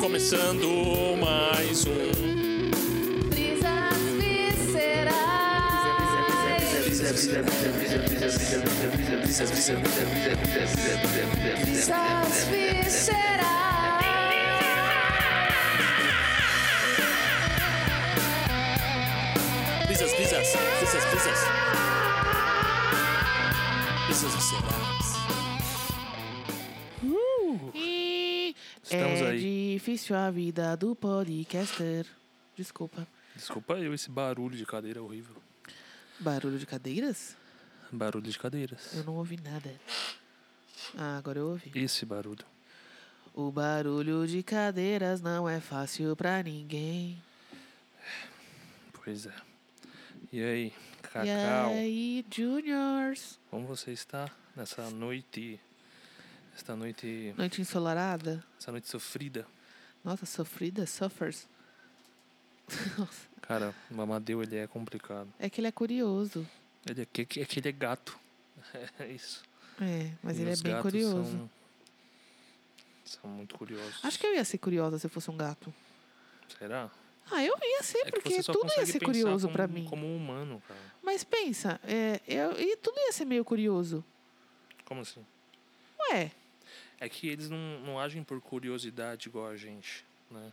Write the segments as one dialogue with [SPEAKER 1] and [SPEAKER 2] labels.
[SPEAKER 1] começando mais um.
[SPEAKER 2] Brisas viscerais. Brisas viscerais.
[SPEAKER 1] Brisas, brisas, brisas, brisas. Brisas viscerais.
[SPEAKER 3] E
[SPEAKER 4] Estamos
[SPEAKER 3] é
[SPEAKER 4] aí.
[SPEAKER 3] difícil a vida do podcaster. Desculpa.
[SPEAKER 4] Desculpa eu, esse barulho de cadeira é horrível.
[SPEAKER 3] Barulho de cadeiras?
[SPEAKER 4] Barulho de cadeiras.
[SPEAKER 3] Eu não ouvi nada. Ah, agora eu ouvi.
[SPEAKER 4] Esse barulho.
[SPEAKER 3] O barulho de cadeiras não é fácil pra ninguém.
[SPEAKER 4] Pois é. E aí, Cacau,
[SPEAKER 3] E aí, Juniors?
[SPEAKER 4] como você está nessa noite? Esta noite.
[SPEAKER 3] Noite ensolarada?
[SPEAKER 4] Essa noite sofrida.
[SPEAKER 3] Nossa, sofrida, suffers. Nossa,
[SPEAKER 4] Cara, o Amadeu ele é complicado.
[SPEAKER 3] é que ele é curioso.
[SPEAKER 4] Ele é que, que- é que ele é gato. É isso.
[SPEAKER 3] É, mas
[SPEAKER 4] E
[SPEAKER 3] ele é
[SPEAKER 4] os
[SPEAKER 3] bem
[SPEAKER 4] gatos
[SPEAKER 3] curioso.
[SPEAKER 4] São, são muito curiosos.
[SPEAKER 3] Acho que é eu ia ser curiosa se eu fosse um gato.
[SPEAKER 4] Será?
[SPEAKER 3] Ah, eu ia ser,
[SPEAKER 4] É que
[SPEAKER 3] porque
[SPEAKER 4] você só
[SPEAKER 3] tudo ia
[SPEAKER 4] consegue
[SPEAKER 3] ser
[SPEAKER 4] pensar
[SPEAKER 3] curioso
[SPEAKER 4] como,
[SPEAKER 3] pra mim.
[SPEAKER 4] Como um humano, cara.
[SPEAKER 3] Mas pensa, é, eu, e tudo ia ser meio curioso.
[SPEAKER 4] Como assim?
[SPEAKER 3] Ué,
[SPEAKER 4] É que eles não, não agem por curiosidade igual a gente, né?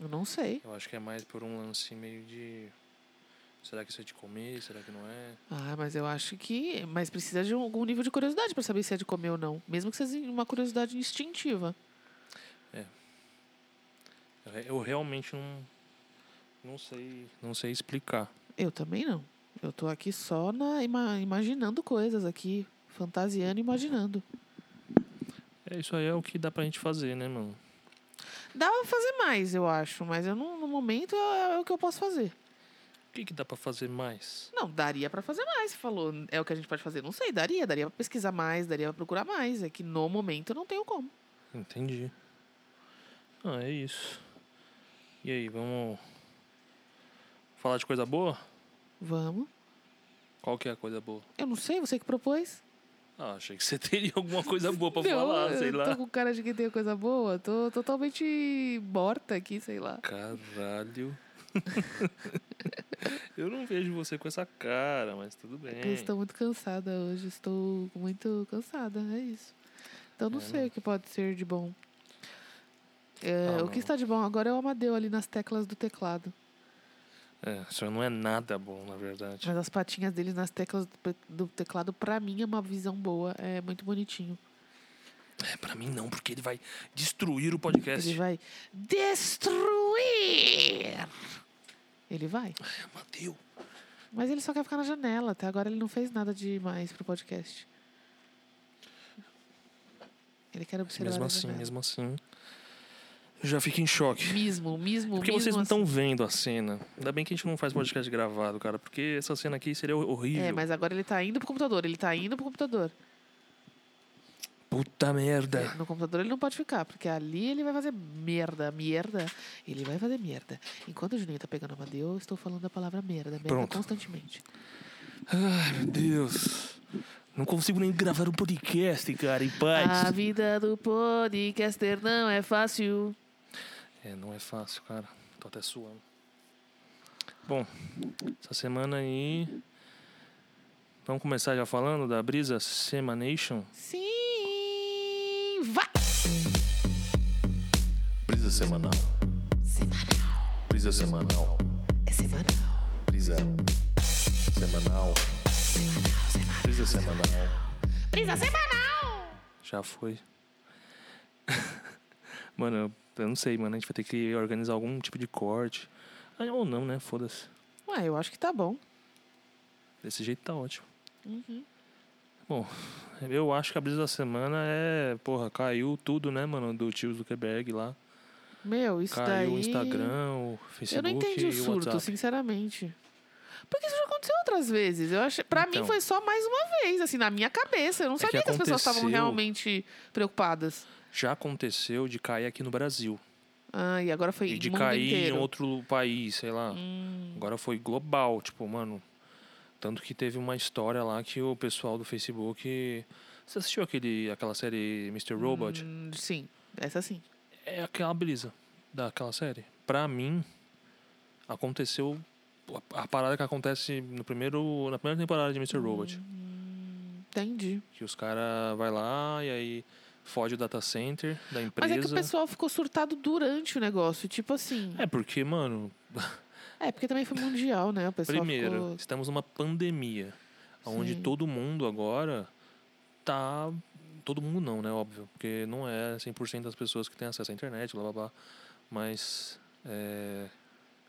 [SPEAKER 3] eu não sei.
[SPEAKER 4] Eu acho que é mais por um lance meio de. Será que isso é de comer? Será que não é?
[SPEAKER 3] Ah, mas eu acho que. Mas precisa de um- algum nível de curiosidade pra saber se é de comer ou não. Mesmo que seja uma curiosidade instintiva.
[SPEAKER 4] Eu re- Eu realmente não. Não sei. Não sei explicar.
[SPEAKER 3] Eu também não. Eu tô aqui só na ima- imaginando coisas aqui, fantasiando e imaginando.
[SPEAKER 4] É, isso aí é o que dá pra gente fazer, né, mano?
[SPEAKER 3] Dá pra fazer mais, eu acho, mas eu não, no momento é, é o que eu posso fazer.
[SPEAKER 4] O que, que dá pra fazer mais?
[SPEAKER 3] Não, daria pra fazer mais, você falou. É o que a gente pode fazer. Não sei, daria. Daria pra pesquisar mais, daria pra procurar mais. É que no momento eu não tenho como.
[SPEAKER 4] Entendi. Ah, é isso. E aí, vamos. Falar de coisa boa?
[SPEAKER 3] Vamos.
[SPEAKER 4] Qual que é a coisa boa?
[SPEAKER 3] Eu não sei, você que propôs.
[SPEAKER 4] Ah, achei que você teria alguma coisa boa pra
[SPEAKER 3] Não,
[SPEAKER 4] falar, sei
[SPEAKER 3] eu
[SPEAKER 4] lá.
[SPEAKER 3] Tô com cara de que tem coisa boa, tô totalmente morta aqui, sei lá.
[SPEAKER 4] Caralho. Eu não vejo você com essa cara, mas tudo bem.
[SPEAKER 3] Eu estou muito cansada hoje, estou muito cansada, é isso. Então não
[SPEAKER 4] É,
[SPEAKER 3] sei
[SPEAKER 4] não.
[SPEAKER 3] o que pode ser de bom. É,
[SPEAKER 4] Ah,
[SPEAKER 3] o que
[SPEAKER 4] não.
[SPEAKER 3] está de bom agora é o Amadeu ali nas teclas do teclado.
[SPEAKER 4] É, isso não é nada bom, na verdade.
[SPEAKER 3] Mas as patinhas dele nas teclas do pe- do teclado, pra mim, é uma visão boa. É muito bonitinho.
[SPEAKER 4] É, pra mim não, porque ele vai destruir o podcast.
[SPEAKER 3] Ele vai destruir! Ele vai.
[SPEAKER 4] É, Mateu.
[SPEAKER 3] Mas ele só quer ficar na janela. Até agora ele não fez nada demais pro podcast. Ele quer observar.
[SPEAKER 4] Mesmo
[SPEAKER 3] a
[SPEAKER 4] assim,
[SPEAKER 3] janela.
[SPEAKER 4] mesmo assim. Eu já fico em choque.
[SPEAKER 3] Mesmo, mesmo,
[SPEAKER 4] É Porque
[SPEAKER 3] mesmo
[SPEAKER 4] vocês não
[SPEAKER 3] assim.
[SPEAKER 4] estão vendo a cena. Ainda bem que a gente não faz podcast gravado, cara. Porque essa cena aqui seria horrível.
[SPEAKER 3] É, mas agora ele tá indo pro computador. Ele tá indo pro computador.
[SPEAKER 4] Puta merda.
[SPEAKER 3] No computador ele não pode ficar, porque ali ele vai fazer merda, merda. Ele vai fazer merda. Enquanto o Juninho tá pegando a Amadeu, eu estou falando a palavra merda, merda
[SPEAKER 4] Pronto.
[SPEAKER 3] constantemente.
[SPEAKER 4] Ai, meu Deus. Não consigo nem gravar um podcast, cara, em paz.
[SPEAKER 3] A vida do podcaster não é fácil.
[SPEAKER 4] É, não é fácil, cara. Tô até suando. Bom, essa semana aí. Vamos começar já falando da brisa Semanation?
[SPEAKER 3] Sim! Vai!
[SPEAKER 1] Brisa semanal.
[SPEAKER 3] Semanal.
[SPEAKER 1] Brisa semanal.
[SPEAKER 3] É semanal.
[SPEAKER 1] Brisa semanal. Brisa semanal.
[SPEAKER 3] Brisa semanal!
[SPEAKER 4] Já foi. mano, eu, eu não sei, mano. A gente vai ter que organizar algum tipo de corte. Ah, ou não, né? Foda-se.
[SPEAKER 3] Ué, eu acho que tá bom.
[SPEAKER 4] Desse jeito tá ótimo. Bom, eu acho que a brisa da semana é. Porra, caiu tudo, né, mano? Do tio Zuckerberg lá.
[SPEAKER 3] Meu, isso daí.
[SPEAKER 4] caiu o Instagram, o Facebook.
[SPEAKER 3] eu não entendi
[SPEAKER 4] e
[SPEAKER 3] o surto, assim.
[SPEAKER 4] WhatsApp.
[SPEAKER 3] sinceramente. Porque isso já aconteceu outras vezes. Eu achei, pra
[SPEAKER 4] Então. É
[SPEAKER 3] mim foi só mais uma vez, assim, na minha cabeça. Eu não
[SPEAKER 4] que
[SPEAKER 3] sabia que, as pessoas estavam
[SPEAKER 4] aconteceu-
[SPEAKER 3] realmente preocupadas.
[SPEAKER 4] já aconteceu de cair aqui no Brasil.
[SPEAKER 3] Ah, e agora foi
[SPEAKER 4] E de
[SPEAKER 3] mundo
[SPEAKER 4] cair
[SPEAKER 3] inteiro. Hum.
[SPEAKER 4] em outro país, sei lá. Agora foi global, tipo, mano. Tanto que teve uma história lá que o pessoal do Facebook. Você assistiu aquele, aquela série Mr. Robot?
[SPEAKER 3] Hum, Sim, essa sim.
[SPEAKER 4] É aquela brisa. daquela série. Pra mim, aconteceu a, a parada que acontece no primeiro, na primeira temporada de
[SPEAKER 3] Hum.
[SPEAKER 4] Mr. Robot.
[SPEAKER 3] Entendi.
[SPEAKER 4] Que os caras vai lá e aí fode o data center da
[SPEAKER 3] Mas
[SPEAKER 4] empresa.
[SPEAKER 3] é que o pessoal ficou surtado durante o negócio. Tipo assim.
[SPEAKER 4] É porque, mano,
[SPEAKER 3] É, porque também foi mundial, né? O pessoal
[SPEAKER 4] Primeiro,
[SPEAKER 3] ficou.
[SPEAKER 4] estamos numa pandemia, onde
[SPEAKER 3] Sim.
[SPEAKER 4] todo mundo agora tá todo mundo não, né, óbvio, porque não é 100% das pessoas que têm acesso à internet, blá blá blá, mas é,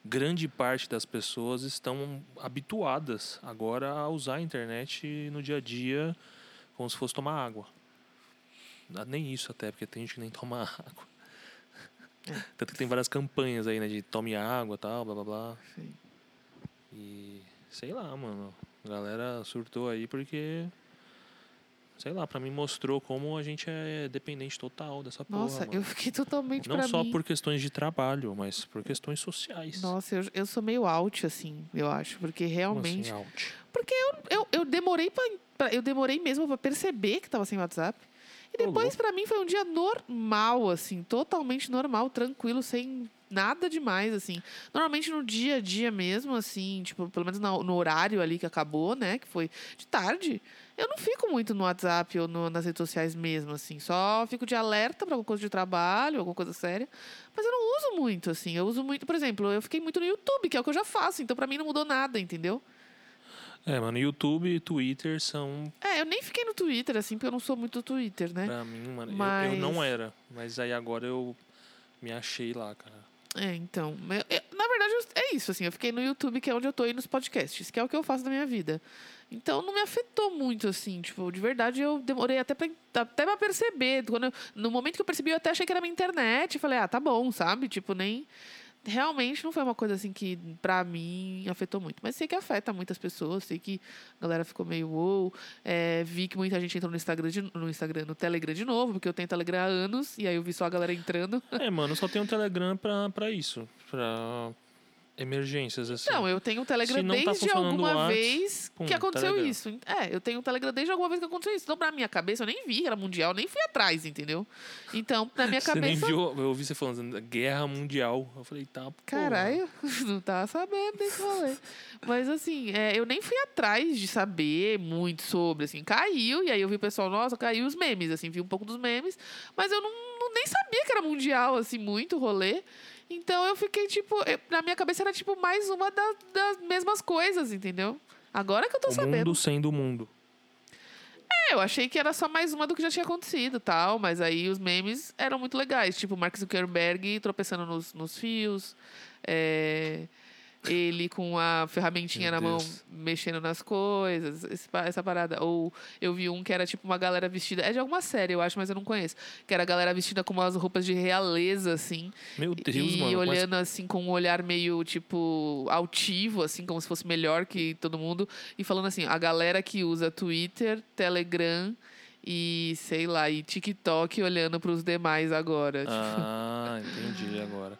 [SPEAKER 4] grande parte das pessoas estão habituadas agora a usar a internet no dia a dia como se fosse tomar água. Ah, Nem isso até, porque tem gente que nem toma água.
[SPEAKER 3] É.
[SPEAKER 4] Tanto que tem várias campanhas aí, né, de tome água, tal, blá blá blá.
[SPEAKER 3] Sim.
[SPEAKER 4] E sei lá, mano. A galera surtou aí porque. Sei lá, pra mim mostrou como a gente é dependente total dessa
[SPEAKER 3] Nossa,
[SPEAKER 4] porra.
[SPEAKER 3] eu
[SPEAKER 4] mano.
[SPEAKER 3] fiquei totalmente
[SPEAKER 4] Não
[SPEAKER 3] pra
[SPEAKER 4] só
[SPEAKER 3] mim.
[SPEAKER 4] por questões de trabalho, mas por questões sociais.
[SPEAKER 3] Nossa, eu, eu sou meio out, assim, eu acho. Porque
[SPEAKER 4] Como
[SPEAKER 3] realmente.
[SPEAKER 4] assim, out?
[SPEAKER 3] eu, eu demorei pra, pra- eu demorei mesmo pra perceber que tava sem WhatsApp. E
[SPEAKER 4] Ô,
[SPEAKER 3] depois, pra mim, foi um dia normal, assim, totalmente normal, tranquilo, sem nada demais, assim. Normalmente no dia a dia mesmo, assim, tipo, pelo menos na- no, horário ali que acabou, né, que foi de tarde, eu não fico muito no WhatsApp ou no- nas redes sociais mesmo, assim. Só fico de alerta pra alguma coisa de trabalho, alguma coisa séria. Mas eu não uso muito, assim. Eu uso muito, por exemplo, eu fiquei muito no YouTube, que é o que eu já faço, então pra mim não mudou nada, entendeu?
[SPEAKER 4] É, mano, YouTube e Twitter são,
[SPEAKER 3] É, eu nem fiquei no Twitter, assim, porque eu não sou muito do Twitter, né?
[SPEAKER 4] pra mim, mano. eu- Eu,
[SPEAKER 3] Mas-
[SPEAKER 4] não era, mas aí agora eu me achei lá, cara.
[SPEAKER 3] É, então. eu- eu- na verdade, eu- é isso, assim. Eu fiquei no YouTube, que é onde eu tô, e nos podcasts, que é o que eu faço da minha vida. Então, não me afetou muito, assim. Tipo, de verdade, eu demorei até pra, até pra perceber. Quando eu- no momento que eu percebi, eu até achei que era minha internet. Falei, ah, tá bom, sabe? Tipo, nem. Realmente não foi uma coisa assim que, pra mim, afetou muito. Mas sei que afeta muitas pessoas, sei que a galera ficou meio wow. É, vi que muita gente entrou no Instagram, de- no Instagram, no Telegram de novo, porque eu tenho Telegram há anos, e aí eu vi só a galera entrando.
[SPEAKER 4] É, mano, eu só tenho um Telegram pra, pra isso. Pra emergências, assim.
[SPEAKER 3] Não, eu tenho um Telegram
[SPEAKER 4] Se não tá
[SPEAKER 3] desde
[SPEAKER 4] funcionando
[SPEAKER 3] alguma
[SPEAKER 4] o Whats,
[SPEAKER 3] vez
[SPEAKER 4] pum,
[SPEAKER 3] que aconteceu
[SPEAKER 4] Telegram.
[SPEAKER 3] isso. É, eu tenho um Telegram desde alguma vez que aconteceu isso. Então, pra minha cabeça, eu nem vi, era mundial, nem fui atrás, entendeu? Então, na minha
[SPEAKER 4] Você nem
[SPEAKER 3] cabeça.
[SPEAKER 4] viu, eu ouvi você falando da guerra mundial. Eu falei, tá, porra.
[SPEAKER 3] Caralho, não tava sabendo desse rolê. Mas assim, é, eu nem fui atrás de saber muito sobre, assim, caiu, e aí eu vi o pessoal, nossa, caiu os memes, assim, vi um pouco dos memes, mas eu não, não- nem sabia que era mundial, assim, muito rolê. Então eu fiquei, tipo, eu- na minha cabeça era tipo mais uma da- das mesmas coisas, entendeu? Agora que eu tô
[SPEAKER 4] o
[SPEAKER 3] sabendo.
[SPEAKER 4] mundo sendo o mundo.
[SPEAKER 3] É, eu achei que era só mais uma do que já tinha acontecido tal, mas aí os memes eram muito legais. Tipo, Mark Zuckerberg tropeçando nos, nos fios, é, ele com a ferramentinha
[SPEAKER 4] Meu
[SPEAKER 3] na mão
[SPEAKER 4] Deus.
[SPEAKER 3] mexendo nas coisas, esse pa- essa parada. Ou eu vi um que era tipo uma galera vestida. É de alguma série, eu acho, mas eu não conheço. Que era a galera vestida com umas roupas de realeza, assim.
[SPEAKER 4] Meu Deus,
[SPEAKER 3] e
[SPEAKER 4] mano.
[SPEAKER 3] olhando assim com um olhar meio tipo altivo, assim, como se fosse melhor que todo mundo. E falando assim, a galera que usa Twitter, Telegram e sei lá, e TikTok olhando pros demais agora.
[SPEAKER 4] Mas... Ah, entendi agora.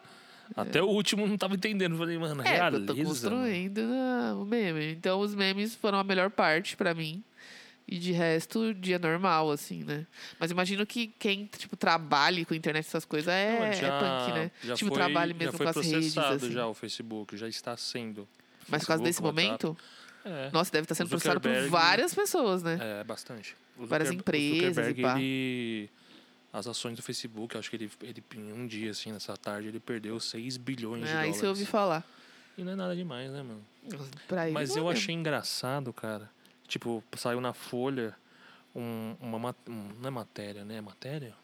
[SPEAKER 4] Até o último não tava entendendo. Eu Falei, mano,
[SPEAKER 3] É, porque
[SPEAKER 4] realeza.
[SPEAKER 3] eu tô
[SPEAKER 4] mano.
[SPEAKER 3] construindo ah, o meme. Então, os memes foram a melhor parte pra mim. E de resto, dia normal, assim, né? Mas imagino que quem, tipo, trabalhe com internet e essas coisas é,
[SPEAKER 4] Não,
[SPEAKER 3] é
[SPEAKER 4] já-
[SPEAKER 3] punk, né?
[SPEAKER 4] já
[SPEAKER 3] tipo,
[SPEAKER 4] foi-
[SPEAKER 3] trabalho
[SPEAKER 4] já
[SPEAKER 3] mesmo
[SPEAKER 4] foi
[SPEAKER 3] com as redes,
[SPEAKER 4] processado
[SPEAKER 3] assim.
[SPEAKER 4] já o Facebook, já está sendo.
[SPEAKER 3] Mas por causa desse
[SPEAKER 4] Facebook,
[SPEAKER 3] momento,
[SPEAKER 4] tá? É,
[SPEAKER 3] nossa, deve estar sendo
[SPEAKER 4] O
[SPEAKER 3] processado por
[SPEAKER 4] Zuckerberg-
[SPEAKER 3] várias pessoas, né?
[SPEAKER 4] é bastante. O
[SPEAKER 3] Várias
[SPEAKER 4] Zucker- o
[SPEAKER 3] empresas e
[SPEAKER 4] Zuckerberg,
[SPEAKER 3] pá.
[SPEAKER 4] ele- As ações do Facebook, eu acho que ele, ele em um dia, assim, nessa tarde, ele perdeu 6 bilhões É, de
[SPEAKER 3] ah,
[SPEAKER 4] dólares.
[SPEAKER 3] isso eu ouvi falar.
[SPEAKER 4] E não é nada demais, né, mano?
[SPEAKER 3] Pra
[SPEAKER 4] Mas
[SPEAKER 3] eles,
[SPEAKER 4] eu
[SPEAKER 3] não é
[SPEAKER 4] achei engraçado, cara. Tipo, saiu na Folha um- uma. ma- um- não é matéria, né? É matéria?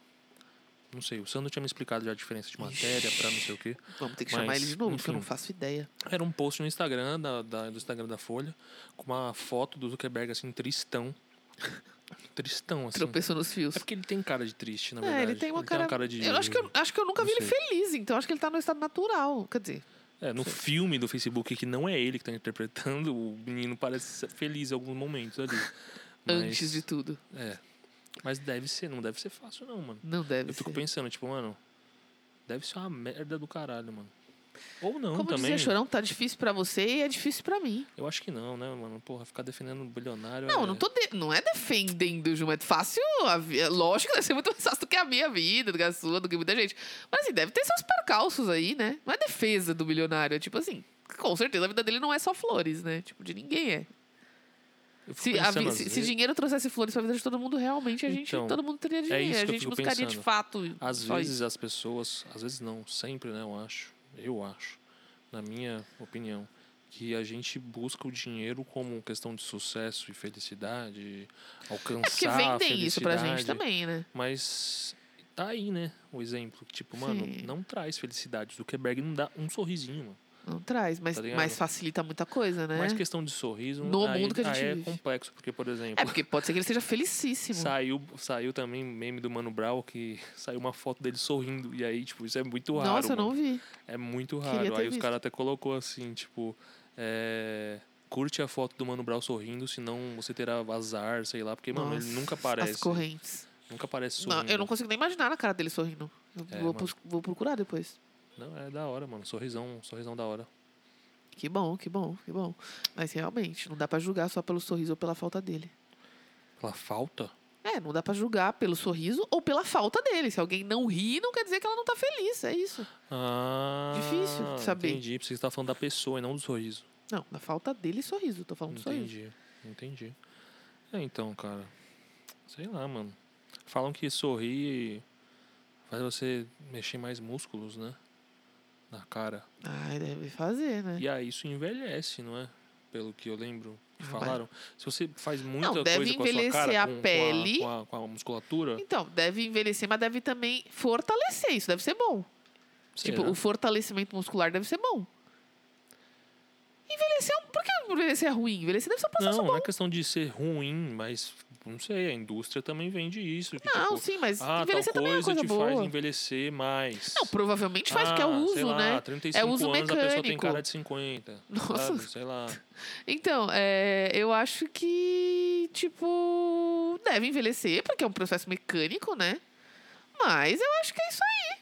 [SPEAKER 4] Não sei. O Sandro tinha me explicado já a diferença de matéria pra não sei o quê.
[SPEAKER 3] mesmo. Vamos ter que chamar
[SPEAKER 4] mas,
[SPEAKER 3] ele de novo, porque eu não
[SPEAKER 4] enfim.
[SPEAKER 3] faço ideia.
[SPEAKER 4] Era um post no Instagram, da, da- do Instagram da Folha, com uma foto do Zuckerberg, assim, tristão. tristão, assim.
[SPEAKER 3] Tropeçou nos fios.
[SPEAKER 4] É porque ele tem cara de triste, na
[SPEAKER 3] É,
[SPEAKER 4] verdade.
[SPEAKER 3] ele tem uma cara.
[SPEAKER 4] de.
[SPEAKER 3] eu, acho que eu, acho que eu nunca
[SPEAKER 4] não
[SPEAKER 3] vi ele
[SPEAKER 4] sei.
[SPEAKER 3] feliz, então acho que ele tá no estado natural. Quer dizer,
[SPEAKER 4] É, no filme do Facebook, que não é ele que tá interpretando, o menino parece ser feliz em alguns momentos ali.
[SPEAKER 3] antes de tudo.
[SPEAKER 4] É. Mas deve ser, não deve ser fácil, não, mano.
[SPEAKER 3] Não deve
[SPEAKER 4] Eu fico
[SPEAKER 3] ser.
[SPEAKER 4] pensando, tipo, mano, deve ser uma merda do caralho, mano. Ou não
[SPEAKER 3] Como
[SPEAKER 4] também.
[SPEAKER 3] dizia Chorão, tá difícil pra você e é difícil pra mim.
[SPEAKER 4] Eu acho que não, né, mano? Porra, ficar defendendo bilionário.
[SPEAKER 3] Não,
[SPEAKER 4] é...
[SPEAKER 3] não, tô de- não é defendendo, Ju, é fácil. A... vi- é Lógico que deve ser muito mais fácil do que a minha vida, do que a sua, do que muita gente. Mas assim, deve ter seus percalços aí, né? Não é defesa do milionário, é tipo assim, com certeza a vida dele não é só flores, né? Tipo, de ninguém é.
[SPEAKER 4] Eu fico
[SPEAKER 3] Se, a vi-
[SPEAKER 4] pensando às
[SPEAKER 3] se- se
[SPEAKER 4] vezes-
[SPEAKER 3] dinheiro trouxesse flores pra vida de todo mundo, realmente a gente,
[SPEAKER 4] Então,
[SPEAKER 3] todo mundo teria dinheiro.
[SPEAKER 4] isso que
[SPEAKER 3] a
[SPEAKER 4] eu
[SPEAKER 3] gente
[SPEAKER 4] fico
[SPEAKER 3] buscaria de
[SPEAKER 4] pensando.
[SPEAKER 3] fato.
[SPEAKER 4] Às
[SPEAKER 3] só
[SPEAKER 4] vezes
[SPEAKER 3] isso.
[SPEAKER 4] as pessoas, às vezes não, sempre, né, eu acho, eu acho, na minha opinião, que a gente busca o dinheiro como questão de sucesso e felicidade,
[SPEAKER 3] É porque
[SPEAKER 4] alcançar a
[SPEAKER 3] vendem isso pra gente
[SPEAKER 4] felicidade,
[SPEAKER 3] também, né?
[SPEAKER 4] Mas tá aí, né, o exemplo, que, tipo, mano,
[SPEAKER 3] Sim.
[SPEAKER 4] não traz felicidade, Zuckerberg não dá um sorrisinho, mano.
[SPEAKER 3] Não traz, mas,
[SPEAKER 4] Tá ligado?
[SPEAKER 3] mas facilita muita coisa, né?
[SPEAKER 4] Mas questão de sorriso,
[SPEAKER 3] No
[SPEAKER 4] aí,
[SPEAKER 3] mundo que a
[SPEAKER 4] aí
[SPEAKER 3] gente
[SPEAKER 4] é
[SPEAKER 3] vive.
[SPEAKER 4] complexo, porque, por exemplo...
[SPEAKER 3] É porque pode ser que ele seja felicíssimo.
[SPEAKER 4] Saiu, saiu também meme do Mano Brown que saiu uma foto dele sorrindo. E aí, tipo, isso é muito raro.
[SPEAKER 3] Nossa, eu
[SPEAKER 4] mano.
[SPEAKER 3] não vi.
[SPEAKER 4] É muito
[SPEAKER 3] Queria
[SPEAKER 4] raro.
[SPEAKER 3] ter
[SPEAKER 4] Aí os
[SPEAKER 3] visto.
[SPEAKER 4] caras até colocou assim, tipo, é, curte a foto do Mano Brown sorrindo, senão você terá azar, sei lá, porque, mano, ele
[SPEAKER 3] Nossa,
[SPEAKER 4] nunca aparece.
[SPEAKER 3] As correntes.
[SPEAKER 4] Nunca aparece
[SPEAKER 3] Não,
[SPEAKER 4] sorrindo.
[SPEAKER 3] eu não consigo nem imaginar a cara dele sorrindo. Eu
[SPEAKER 4] É,
[SPEAKER 3] vou,
[SPEAKER 4] mano.
[SPEAKER 3] pus- vou procurar depois.
[SPEAKER 4] Não, é da hora, mano. Sorrisão, sorrisão da hora.
[SPEAKER 3] Que bom, que bom, que bom. Mas realmente, não dá pra julgar só pelo sorriso ou pela falta dele.
[SPEAKER 4] Pela falta?
[SPEAKER 3] É, não dá pra julgar pelo sorriso ou pela falta dele. Se alguém não ri, não quer dizer que ela não tá feliz. É isso.
[SPEAKER 4] Ah.
[SPEAKER 3] Difícil de saber.
[SPEAKER 4] Entendi. Porque você tá falando da pessoa e não do sorriso.
[SPEAKER 3] Não, da falta dele, sorriso. Tô falando de sorriso.
[SPEAKER 4] Entendi. Entendi. É, então, cara. Sei lá, mano. Falam que sorrir faz você mexer mais músculos, né? Na cara.
[SPEAKER 3] Ai, deve fazer, né?
[SPEAKER 4] E aí isso envelhece, não é? Pelo que eu lembro que
[SPEAKER 3] Ah,
[SPEAKER 4] falaram. Se você faz muita
[SPEAKER 3] deve
[SPEAKER 4] coisa com a sua
[SPEAKER 3] envelhecer
[SPEAKER 4] cara,
[SPEAKER 3] a
[SPEAKER 4] com,
[SPEAKER 3] pele.
[SPEAKER 4] com, a, com, a, com a musculatura,
[SPEAKER 3] Então, deve envelhecer, mas deve também fortalecer. Isso deve ser bom.
[SPEAKER 4] será?
[SPEAKER 3] Tipo, o fortalecimento muscular deve ser bom. Envelhecer é um... Por que envelhecer é ruim? Envelhecer deve ser um processo
[SPEAKER 4] não,
[SPEAKER 3] bom.
[SPEAKER 4] não é questão de ser ruim, mas não sei, a indústria também vende isso. Que,
[SPEAKER 3] Não,
[SPEAKER 4] tipo,
[SPEAKER 3] sim, mas
[SPEAKER 4] ah, tal
[SPEAKER 3] envelhecer também é uma
[SPEAKER 4] coisa,
[SPEAKER 3] coisa
[SPEAKER 4] te
[SPEAKER 3] boa.
[SPEAKER 4] faz envelhecer mais.
[SPEAKER 3] Não, provavelmente faz, porque é o
[SPEAKER 4] Ah,
[SPEAKER 3] uso,
[SPEAKER 4] sei lá,
[SPEAKER 3] né?
[SPEAKER 4] 35
[SPEAKER 3] É uso
[SPEAKER 4] anos, a pessoa tem
[SPEAKER 3] mecânico.
[SPEAKER 4] cara de 50.
[SPEAKER 3] Nossa.
[SPEAKER 4] sabe? Sei lá.
[SPEAKER 3] Então, é, eu acho que, tipo, deve envelhecer, porque é um processo mecânico, né? Mas eu acho que é isso aí.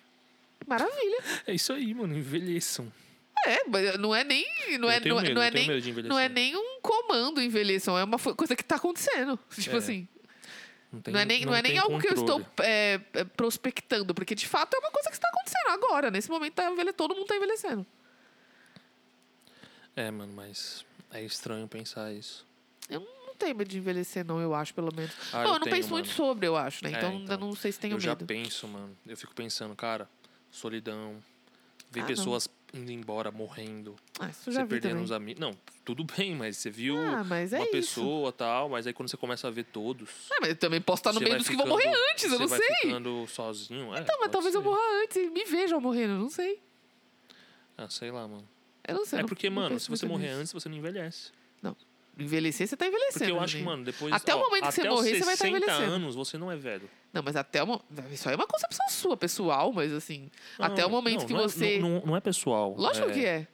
[SPEAKER 3] Maravilha.
[SPEAKER 4] É isso aí, mano. Envelheçam.
[SPEAKER 3] É, mas não é nem. Não é,
[SPEAKER 4] eu tenho
[SPEAKER 3] não, é-
[SPEAKER 4] medo,
[SPEAKER 3] não é
[SPEAKER 4] eu tenho
[SPEAKER 3] nem.
[SPEAKER 4] medo de envelhecer.
[SPEAKER 3] Não é nem um comando envelheçam, é uma fo- coisa que tá acontecendo. Tipo
[SPEAKER 4] É.
[SPEAKER 3] assim,
[SPEAKER 4] tem- um,
[SPEAKER 3] não é nem, não é nem
[SPEAKER 4] tem
[SPEAKER 3] algo que eu estou
[SPEAKER 4] controle.
[SPEAKER 3] é, é, prospectando, porque de fato é uma coisa que está acontecendo agora. Nesse momento, tá envelhe- todo mundo tá envelhecendo.
[SPEAKER 4] É, mano, mas é estranho pensar isso.
[SPEAKER 3] Não tenho medo de envelhecer, não, eu acho, pelo menos. Bom,
[SPEAKER 4] Ah,
[SPEAKER 3] eu,
[SPEAKER 4] eu
[SPEAKER 3] não
[SPEAKER 4] tenho,
[SPEAKER 3] penso muito
[SPEAKER 4] mano.
[SPEAKER 3] sobre, eu acho, né?
[SPEAKER 4] É,
[SPEAKER 3] Então, ainda
[SPEAKER 4] então,
[SPEAKER 3] não sei se tenho
[SPEAKER 4] eu
[SPEAKER 3] medo.
[SPEAKER 4] já penso, mano. Eu fico pensando, cara, solidão. Ver
[SPEAKER 3] Ah, não.
[SPEAKER 4] pessoas indo embora, morrendo.
[SPEAKER 3] Ah, isso eu já
[SPEAKER 4] você
[SPEAKER 3] vi
[SPEAKER 4] perdendo
[SPEAKER 3] também.
[SPEAKER 4] uns amigos. Não, tudo bem, mas você viu
[SPEAKER 3] Ah, mas é
[SPEAKER 4] uma
[SPEAKER 3] isso.
[SPEAKER 4] pessoa tal, mas aí quando você começa a ver todos.
[SPEAKER 3] Ah, mas eu também posso estar no
[SPEAKER 4] você
[SPEAKER 3] meio
[SPEAKER 4] vai
[SPEAKER 3] dos que vão
[SPEAKER 4] ficando-
[SPEAKER 3] morrer antes, eu
[SPEAKER 4] você
[SPEAKER 3] não
[SPEAKER 4] vai
[SPEAKER 3] sei.
[SPEAKER 4] ficando sozinho. é,
[SPEAKER 3] Então, mas
[SPEAKER 4] pode
[SPEAKER 3] talvez eu
[SPEAKER 4] ser.
[SPEAKER 3] morra antes e me vejam morrendo, eu não sei.
[SPEAKER 4] Ah, sei lá, mano.
[SPEAKER 3] Eu não sei.
[SPEAKER 4] é
[SPEAKER 3] eu não-
[SPEAKER 4] porque,
[SPEAKER 3] não
[SPEAKER 4] mano,
[SPEAKER 3] penso
[SPEAKER 4] se você
[SPEAKER 3] muito
[SPEAKER 4] morrer
[SPEAKER 3] nisso.
[SPEAKER 4] antes, você não envelhece.
[SPEAKER 3] Envelhecer, você tá envelhecendo.
[SPEAKER 4] Porque eu acho que,
[SPEAKER 3] menino.
[SPEAKER 4] mano, depois.
[SPEAKER 3] Até o
[SPEAKER 4] ó,
[SPEAKER 3] momento que você
[SPEAKER 4] até os
[SPEAKER 3] morrer, você vai estar
[SPEAKER 4] 60
[SPEAKER 3] envelhecendo.
[SPEAKER 4] anos, você não é velho.
[SPEAKER 3] Não, mas até o momento. Isso aí é uma concepção sua, pessoal, mas assim. até
[SPEAKER 4] Não,
[SPEAKER 3] o momento
[SPEAKER 4] não,
[SPEAKER 3] que
[SPEAKER 4] não é-
[SPEAKER 3] você.
[SPEAKER 4] não, não- não é pessoal.
[SPEAKER 3] Lógico que é.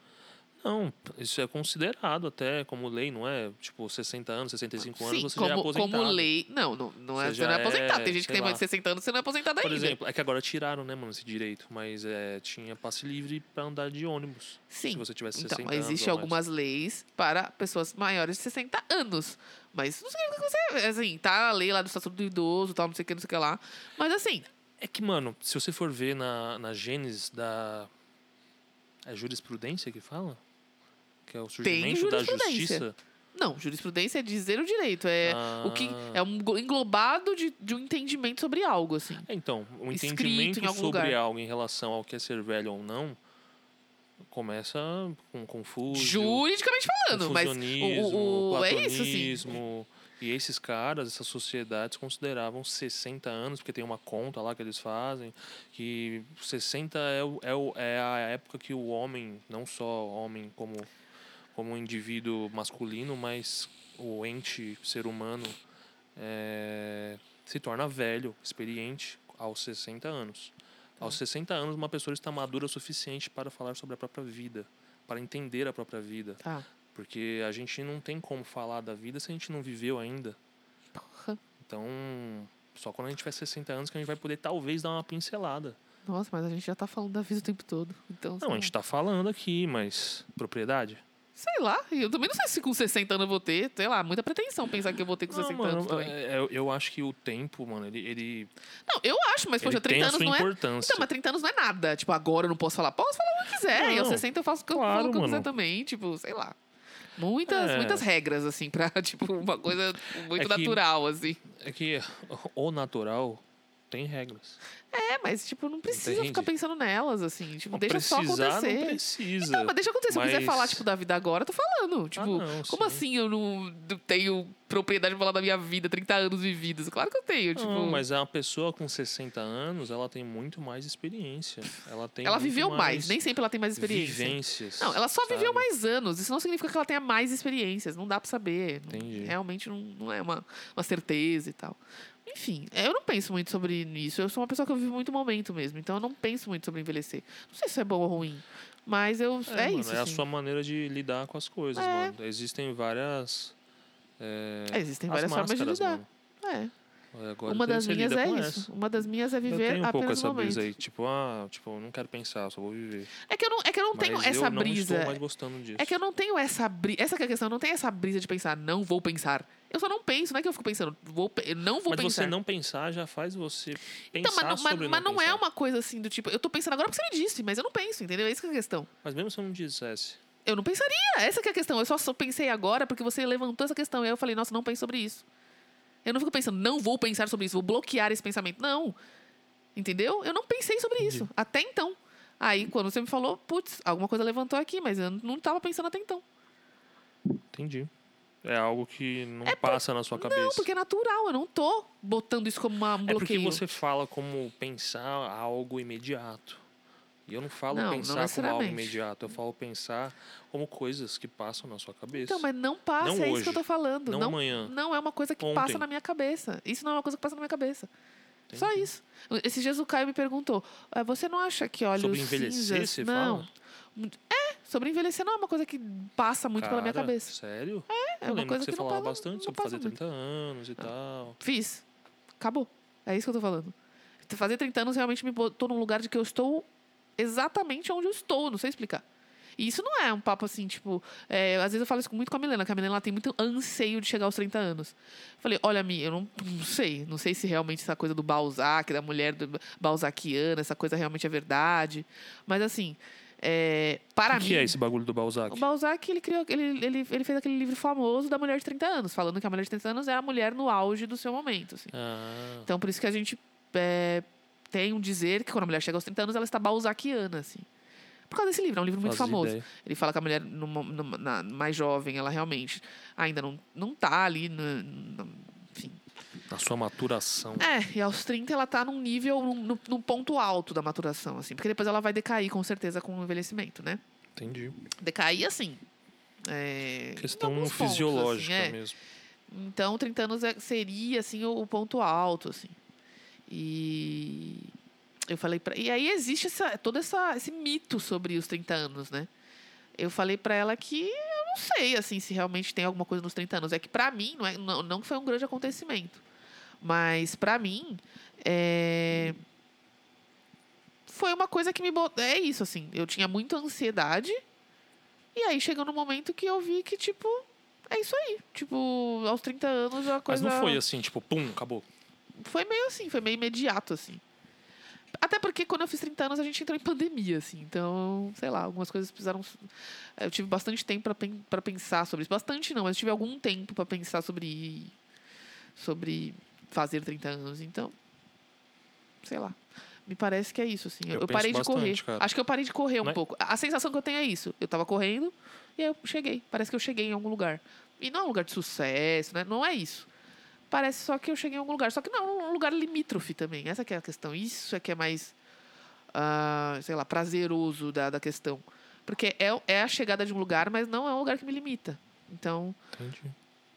[SPEAKER 4] Não, isso é considerado até como lei, não é? Tipo, 60 anos, 65 anos,
[SPEAKER 3] Sim,
[SPEAKER 4] você
[SPEAKER 3] como,
[SPEAKER 4] já é aposentado.
[SPEAKER 3] como lei. Não, não, não é,
[SPEAKER 4] Você
[SPEAKER 3] você não é
[SPEAKER 4] já
[SPEAKER 3] aposentado.
[SPEAKER 4] é,
[SPEAKER 3] Tem gente que
[SPEAKER 4] sei
[SPEAKER 3] tem mais de
[SPEAKER 4] lá.
[SPEAKER 3] 60 anos você não é aposentado
[SPEAKER 4] Por
[SPEAKER 3] ainda.
[SPEAKER 4] exemplo, é que agora tiraram, né, mano, esse direito. Mas é, tinha passe livre pra andar de ônibus.
[SPEAKER 3] Sim.
[SPEAKER 4] Se você tivesse 60
[SPEAKER 3] Então,
[SPEAKER 4] anos
[SPEAKER 3] existem
[SPEAKER 4] ou mais.
[SPEAKER 3] algumas leis para pessoas maiores de 60 anos. Mas não sei o que você. Assim, tá a lei lá do Estatuto do Idoso, tal, não sei o que, não sei o que lá. Mas assim,
[SPEAKER 4] É que, mano, se você for ver na, na gênese da. É jurisprudência que fala? Que é o surgimento da
[SPEAKER 3] jurisprudência.
[SPEAKER 4] justiça?
[SPEAKER 3] não, jurisprudência é dizer o direito. É o que.
[SPEAKER 4] Ah.
[SPEAKER 3] É um go- englobado de, de um entendimento sobre algo, assim.
[SPEAKER 4] É, Então, o
[SPEAKER 3] Escrito
[SPEAKER 4] entendimento
[SPEAKER 3] em algum
[SPEAKER 4] sobre
[SPEAKER 3] lugar.
[SPEAKER 4] algo em relação ao que é ser velho ou não começa com confuso.
[SPEAKER 3] Juridicamente falando, mas. O, o- o- é isso, assim.
[SPEAKER 4] E esses caras, essas sociedades consideravam 60 anos, porque tem uma conta lá que eles fazem, que 60 é, o- é, o- é a época que o homem, não só homem como, como um indivíduo masculino, mas o ente ser humano é, se torna velho, experiente, aos 60 anos. Aos 60 anos, uma pessoa está madura o suficiente para falar sobre a própria vida, para entender a própria vida.
[SPEAKER 3] Tá.
[SPEAKER 4] Porque a gente não tem como falar da vida se a gente não viveu ainda.
[SPEAKER 3] Porra.
[SPEAKER 4] Então, só quando a gente tiver 60 anos que a gente vai poder talvez dar uma pincelada.
[SPEAKER 3] Nossa, mas a gente já tá falando da Visa o tempo todo. Então, sei
[SPEAKER 4] Não, a
[SPEAKER 3] lá.
[SPEAKER 4] gente tá falando aqui, mas propriedade?
[SPEAKER 3] Sei lá, e eu também não sei se com 60 anos eu vou ter, sei lá, muita pretensão pensar que eu vou ter com 60
[SPEAKER 4] não, mano,
[SPEAKER 3] anos também.
[SPEAKER 4] é- eu, eu acho que o tempo, mano, ele, ele,
[SPEAKER 3] Não, eu acho, mas poxa,
[SPEAKER 4] ele tem
[SPEAKER 3] 30
[SPEAKER 4] a
[SPEAKER 3] anos
[SPEAKER 4] sua
[SPEAKER 3] não é.
[SPEAKER 4] importância.
[SPEAKER 3] Então, mas 30 anos não é nada. Tipo, agora eu não posso falar. Posso falar o que eu quiser. e aos
[SPEAKER 4] Não,
[SPEAKER 3] 60 eu faço o que eu-
[SPEAKER 4] claro,
[SPEAKER 3] falo o que eu quiser
[SPEAKER 4] mano.
[SPEAKER 3] também. Tipo, sei lá. Muitas,
[SPEAKER 4] É.
[SPEAKER 3] muitas regras, assim, pra, tipo, uma coisa muito
[SPEAKER 4] É que-
[SPEAKER 3] natural, assim.
[SPEAKER 4] É que o natural tem regras.
[SPEAKER 3] É, mas, tipo, não precisa ficar
[SPEAKER 4] Entende?
[SPEAKER 3] pensando nelas, assim. Tipo,
[SPEAKER 4] Não
[SPEAKER 3] deixa só
[SPEAKER 4] precisar,
[SPEAKER 3] acontecer.
[SPEAKER 4] Não precisa.
[SPEAKER 3] Não, mas deixa acontecer. Se eu quiser
[SPEAKER 4] Mas- Ah,
[SPEAKER 3] falar, tipo, da vida agora, eu tô falando. Tipo,
[SPEAKER 4] não,
[SPEAKER 3] como
[SPEAKER 4] sim.
[SPEAKER 3] assim eu não não tenho propriedade pra falar da minha vida, 30 anos vividos? Claro que eu tenho, tipo...
[SPEAKER 4] Não, mas uma pessoa com 60 anos, ela tem muito mais experiência. Ela tem
[SPEAKER 3] ela
[SPEAKER 4] muito
[SPEAKER 3] viveu mais. nem sempre ela tem mais experiência.
[SPEAKER 4] Vivências.
[SPEAKER 3] Não, ela só viveu
[SPEAKER 4] sabe?
[SPEAKER 3] mais anos. Isso não significa que ela tenha mais experiências. Não dá pra saber. Não-
[SPEAKER 4] Entendi.
[SPEAKER 3] Realmente não, não é uma, uma certeza e tal. Enfim, é, eu não penso muito sobre isso. Eu sou uma pessoa que eu vivo muito momento mesmo. Então eu não penso muito sobre envelhecer. Não sei se é bom ou ruim. Mas eu,
[SPEAKER 4] É,
[SPEAKER 3] é,
[SPEAKER 4] mano,
[SPEAKER 3] isso.
[SPEAKER 4] é a
[SPEAKER 3] assim.
[SPEAKER 4] sua maneira de lidar com as coisas,
[SPEAKER 3] É.
[SPEAKER 4] mano. Existem várias. É,
[SPEAKER 3] É, existem
[SPEAKER 4] as
[SPEAKER 3] várias formas de
[SPEAKER 4] máscaras,
[SPEAKER 3] lidar.
[SPEAKER 4] mano.
[SPEAKER 3] É.
[SPEAKER 4] É, Agora
[SPEAKER 3] Uma
[SPEAKER 4] tem-
[SPEAKER 3] das
[SPEAKER 4] você
[SPEAKER 3] minhas
[SPEAKER 4] lida
[SPEAKER 3] é
[SPEAKER 4] com
[SPEAKER 3] isso.
[SPEAKER 4] essa.
[SPEAKER 3] Uma das minhas é
[SPEAKER 4] Eu
[SPEAKER 3] viver
[SPEAKER 4] tenho um pouco
[SPEAKER 3] apenas o
[SPEAKER 4] essa
[SPEAKER 3] momento.
[SPEAKER 4] brisa aí, tipo, ah, tipo, eu não quero pensar, só vou viver.
[SPEAKER 3] É que eu não, é que eu não tenho
[SPEAKER 4] Mas
[SPEAKER 3] essa
[SPEAKER 4] eu
[SPEAKER 3] brisa.
[SPEAKER 4] não estou mais gostando disso.
[SPEAKER 3] É que eu não tenho essa brisa. Essa que é a questão, eu não tenho essa brisa de pensar, não vou pensar. Eu só não penso, não é que eu fico pensando, vou, pe- eu não vou
[SPEAKER 4] Mas
[SPEAKER 3] pensar.
[SPEAKER 4] você não pensar já faz você pensar
[SPEAKER 3] então, mas, não- mas-
[SPEAKER 4] sobre
[SPEAKER 3] mas
[SPEAKER 4] não,
[SPEAKER 3] não, é
[SPEAKER 4] pensar.
[SPEAKER 3] uma coisa assim do tipo, eu tô pensando agora porque você me disse, mas eu não penso, entendeu? É isso que é a questão.
[SPEAKER 4] Mas mesmo se eu não dissesse,
[SPEAKER 3] Eu não pensaria, essa que é a questão. Eu só, só pensei agora porque você levantou essa questão. E aí eu falei, nossa, não pense sobre isso. Eu não fico pensando, não vou pensar sobre isso, vou bloquear esse pensamento. Não. Entendeu? Eu não pensei sobre isso. Até então. Aí, quando você me falou, putz, alguma coisa levantou aqui, mas eu não tava pensando até então.
[SPEAKER 4] entendi. É algo que não passa na sua cabeça.
[SPEAKER 3] Não, porque é natural, eu não tô botando isso como uma, um
[SPEAKER 4] É porque
[SPEAKER 3] bloqueio.
[SPEAKER 4] você fala como pensar algo imediato. E eu não falo
[SPEAKER 3] Não, não
[SPEAKER 4] pensar como algo
[SPEAKER 3] necessariamente.
[SPEAKER 4] imediato, eu falo pensar como coisas que passam na sua cabeça.
[SPEAKER 3] Então, mas não passa,
[SPEAKER 4] Não
[SPEAKER 3] é isso
[SPEAKER 4] hoje,
[SPEAKER 3] que eu tô falando.
[SPEAKER 4] não
[SPEAKER 3] Não, não,
[SPEAKER 4] amanhã.
[SPEAKER 3] é uma coisa que
[SPEAKER 4] Ontem.
[SPEAKER 3] passa na minha cabeça. Isso não é uma coisa que passa na minha cabeça. Só
[SPEAKER 4] Entendi.
[SPEAKER 3] isso. Esses dias o Caio me perguntou: "Ah, você não acha que olhos
[SPEAKER 4] Sobre envelhecer,
[SPEAKER 3] cinzas...
[SPEAKER 4] você
[SPEAKER 3] não.
[SPEAKER 4] fala?
[SPEAKER 3] É, sobre envelhecer não é uma coisa que passa muito pela minha
[SPEAKER 4] Cara,
[SPEAKER 3] cabeça.
[SPEAKER 4] Sério?
[SPEAKER 3] É
[SPEAKER 4] eu
[SPEAKER 3] uma
[SPEAKER 4] lembro
[SPEAKER 3] coisa
[SPEAKER 4] que você
[SPEAKER 3] não
[SPEAKER 4] falava
[SPEAKER 3] passa-
[SPEAKER 4] bastante
[SPEAKER 3] não
[SPEAKER 4] sobre
[SPEAKER 3] passa
[SPEAKER 4] fazer
[SPEAKER 3] muito.
[SPEAKER 4] 30 anos e tal.
[SPEAKER 3] Fiz. Acabou. É isso que eu tô falando. Fazer 30 anos realmente me botou num lugar de que eu estou exatamente onde eu estou, não sei explicar. E isso não é um papo assim, tipo. é, às vezes eu falo isso muito com a Milena, que a Milena ela tem muito anseio de chegar aos 30 anos. Eu falei, olha, Mi, eu não, não sei. Não sei se realmente essa coisa do Balzac, da mulher do balzaquiana, essa coisa realmente é verdade. Mas assim, é, para
[SPEAKER 4] o
[SPEAKER 3] mim.
[SPEAKER 4] que é esse bagulho do
[SPEAKER 3] O
[SPEAKER 4] Balzac?
[SPEAKER 3] Balzac, ele, criou, ele, ele, ele fez aquele livro famoso da mulher de 30 anos, falando que a mulher de 30 anos é a mulher no auge do seu momento. assim.
[SPEAKER 4] Ah,
[SPEAKER 3] Então, por isso que a gente é, tem um dizer que quando a mulher chega aos 30 anos, ela está balzaquiana, assim. Por causa desse livro, é um livro muito
[SPEAKER 4] fazia
[SPEAKER 3] famoso.
[SPEAKER 4] ideia.
[SPEAKER 3] Ele fala que a mulher numa- numa- na- mais jovem, ela realmente ainda não, não tá ali, na- na- enfim,
[SPEAKER 4] Na sua maturação.
[SPEAKER 3] é, e aos 30 ela tá num nível, num, num- num ponto alto da maturação, assim. Porque depois ela vai decair, com certeza, com o envelhecimento, né?
[SPEAKER 4] Entendi.
[SPEAKER 3] Decair, assim. é, em
[SPEAKER 4] Questão
[SPEAKER 3] alguns pontos, assim,
[SPEAKER 4] fisiológica
[SPEAKER 3] é.
[SPEAKER 4] mesmo.
[SPEAKER 3] Então, 30 anos é- seria, assim, o, o ponto alto, assim. E eu falei para E aí existe essa, todo essa, esse mito sobre os 30 anos, né? Eu falei para ela que eu não sei, assim, se realmente tem alguma coisa nos 30 anos. É que para mim, não, é, não, não foi um grande acontecimento. Mas para mim, é, foi uma coisa que me botou... É isso, assim, eu tinha muita ansiedade. E aí chegou no momento que eu vi que, tipo, é isso aí. Tipo, aos 30 anos a
[SPEAKER 4] Mas
[SPEAKER 3] coisa.
[SPEAKER 4] não foi assim, tipo, pum, acabou.
[SPEAKER 3] Foi meio assim, foi meio imediato, assim. Até porque quando eu fiz 30 anos a gente entrou em pandemia, assim. Então, sei lá, algumas coisas precisaram. Eu tive bastante tempo pra pen- pra pensar sobre isso. Bastante não, mas tive algum tempo pra pensar sobre. sobre fazer 30 anos. Então, sei lá. Me parece que é isso, assim. Eu,
[SPEAKER 4] Eu
[SPEAKER 3] eu parei de
[SPEAKER 4] penso
[SPEAKER 3] correr.
[SPEAKER 4] bastante, cara.
[SPEAKER 3] Acho que eu parei de correr um
[SPEAKER 4] Mas-
[SPEAKER 3] pouco. A a sensação que eu tenho é isso. Eu tava correndo e aí eu cheguei. Parece que eu cheguei em algum lugar. E não é um lugar de sucesso, né? Não é isso. Parece só que eu cheguei em algum lugar. Só que não, é um lugar limítrofe também. Essa que é a questão. Isso é que é mais, ah, sei lá, prazeroso da, da questão. Porque é, é a chegada de um lugar, mas não é um lugar que me limita. Então,
[SPEAKER 4] Entendi.
[SPEAKER 3] não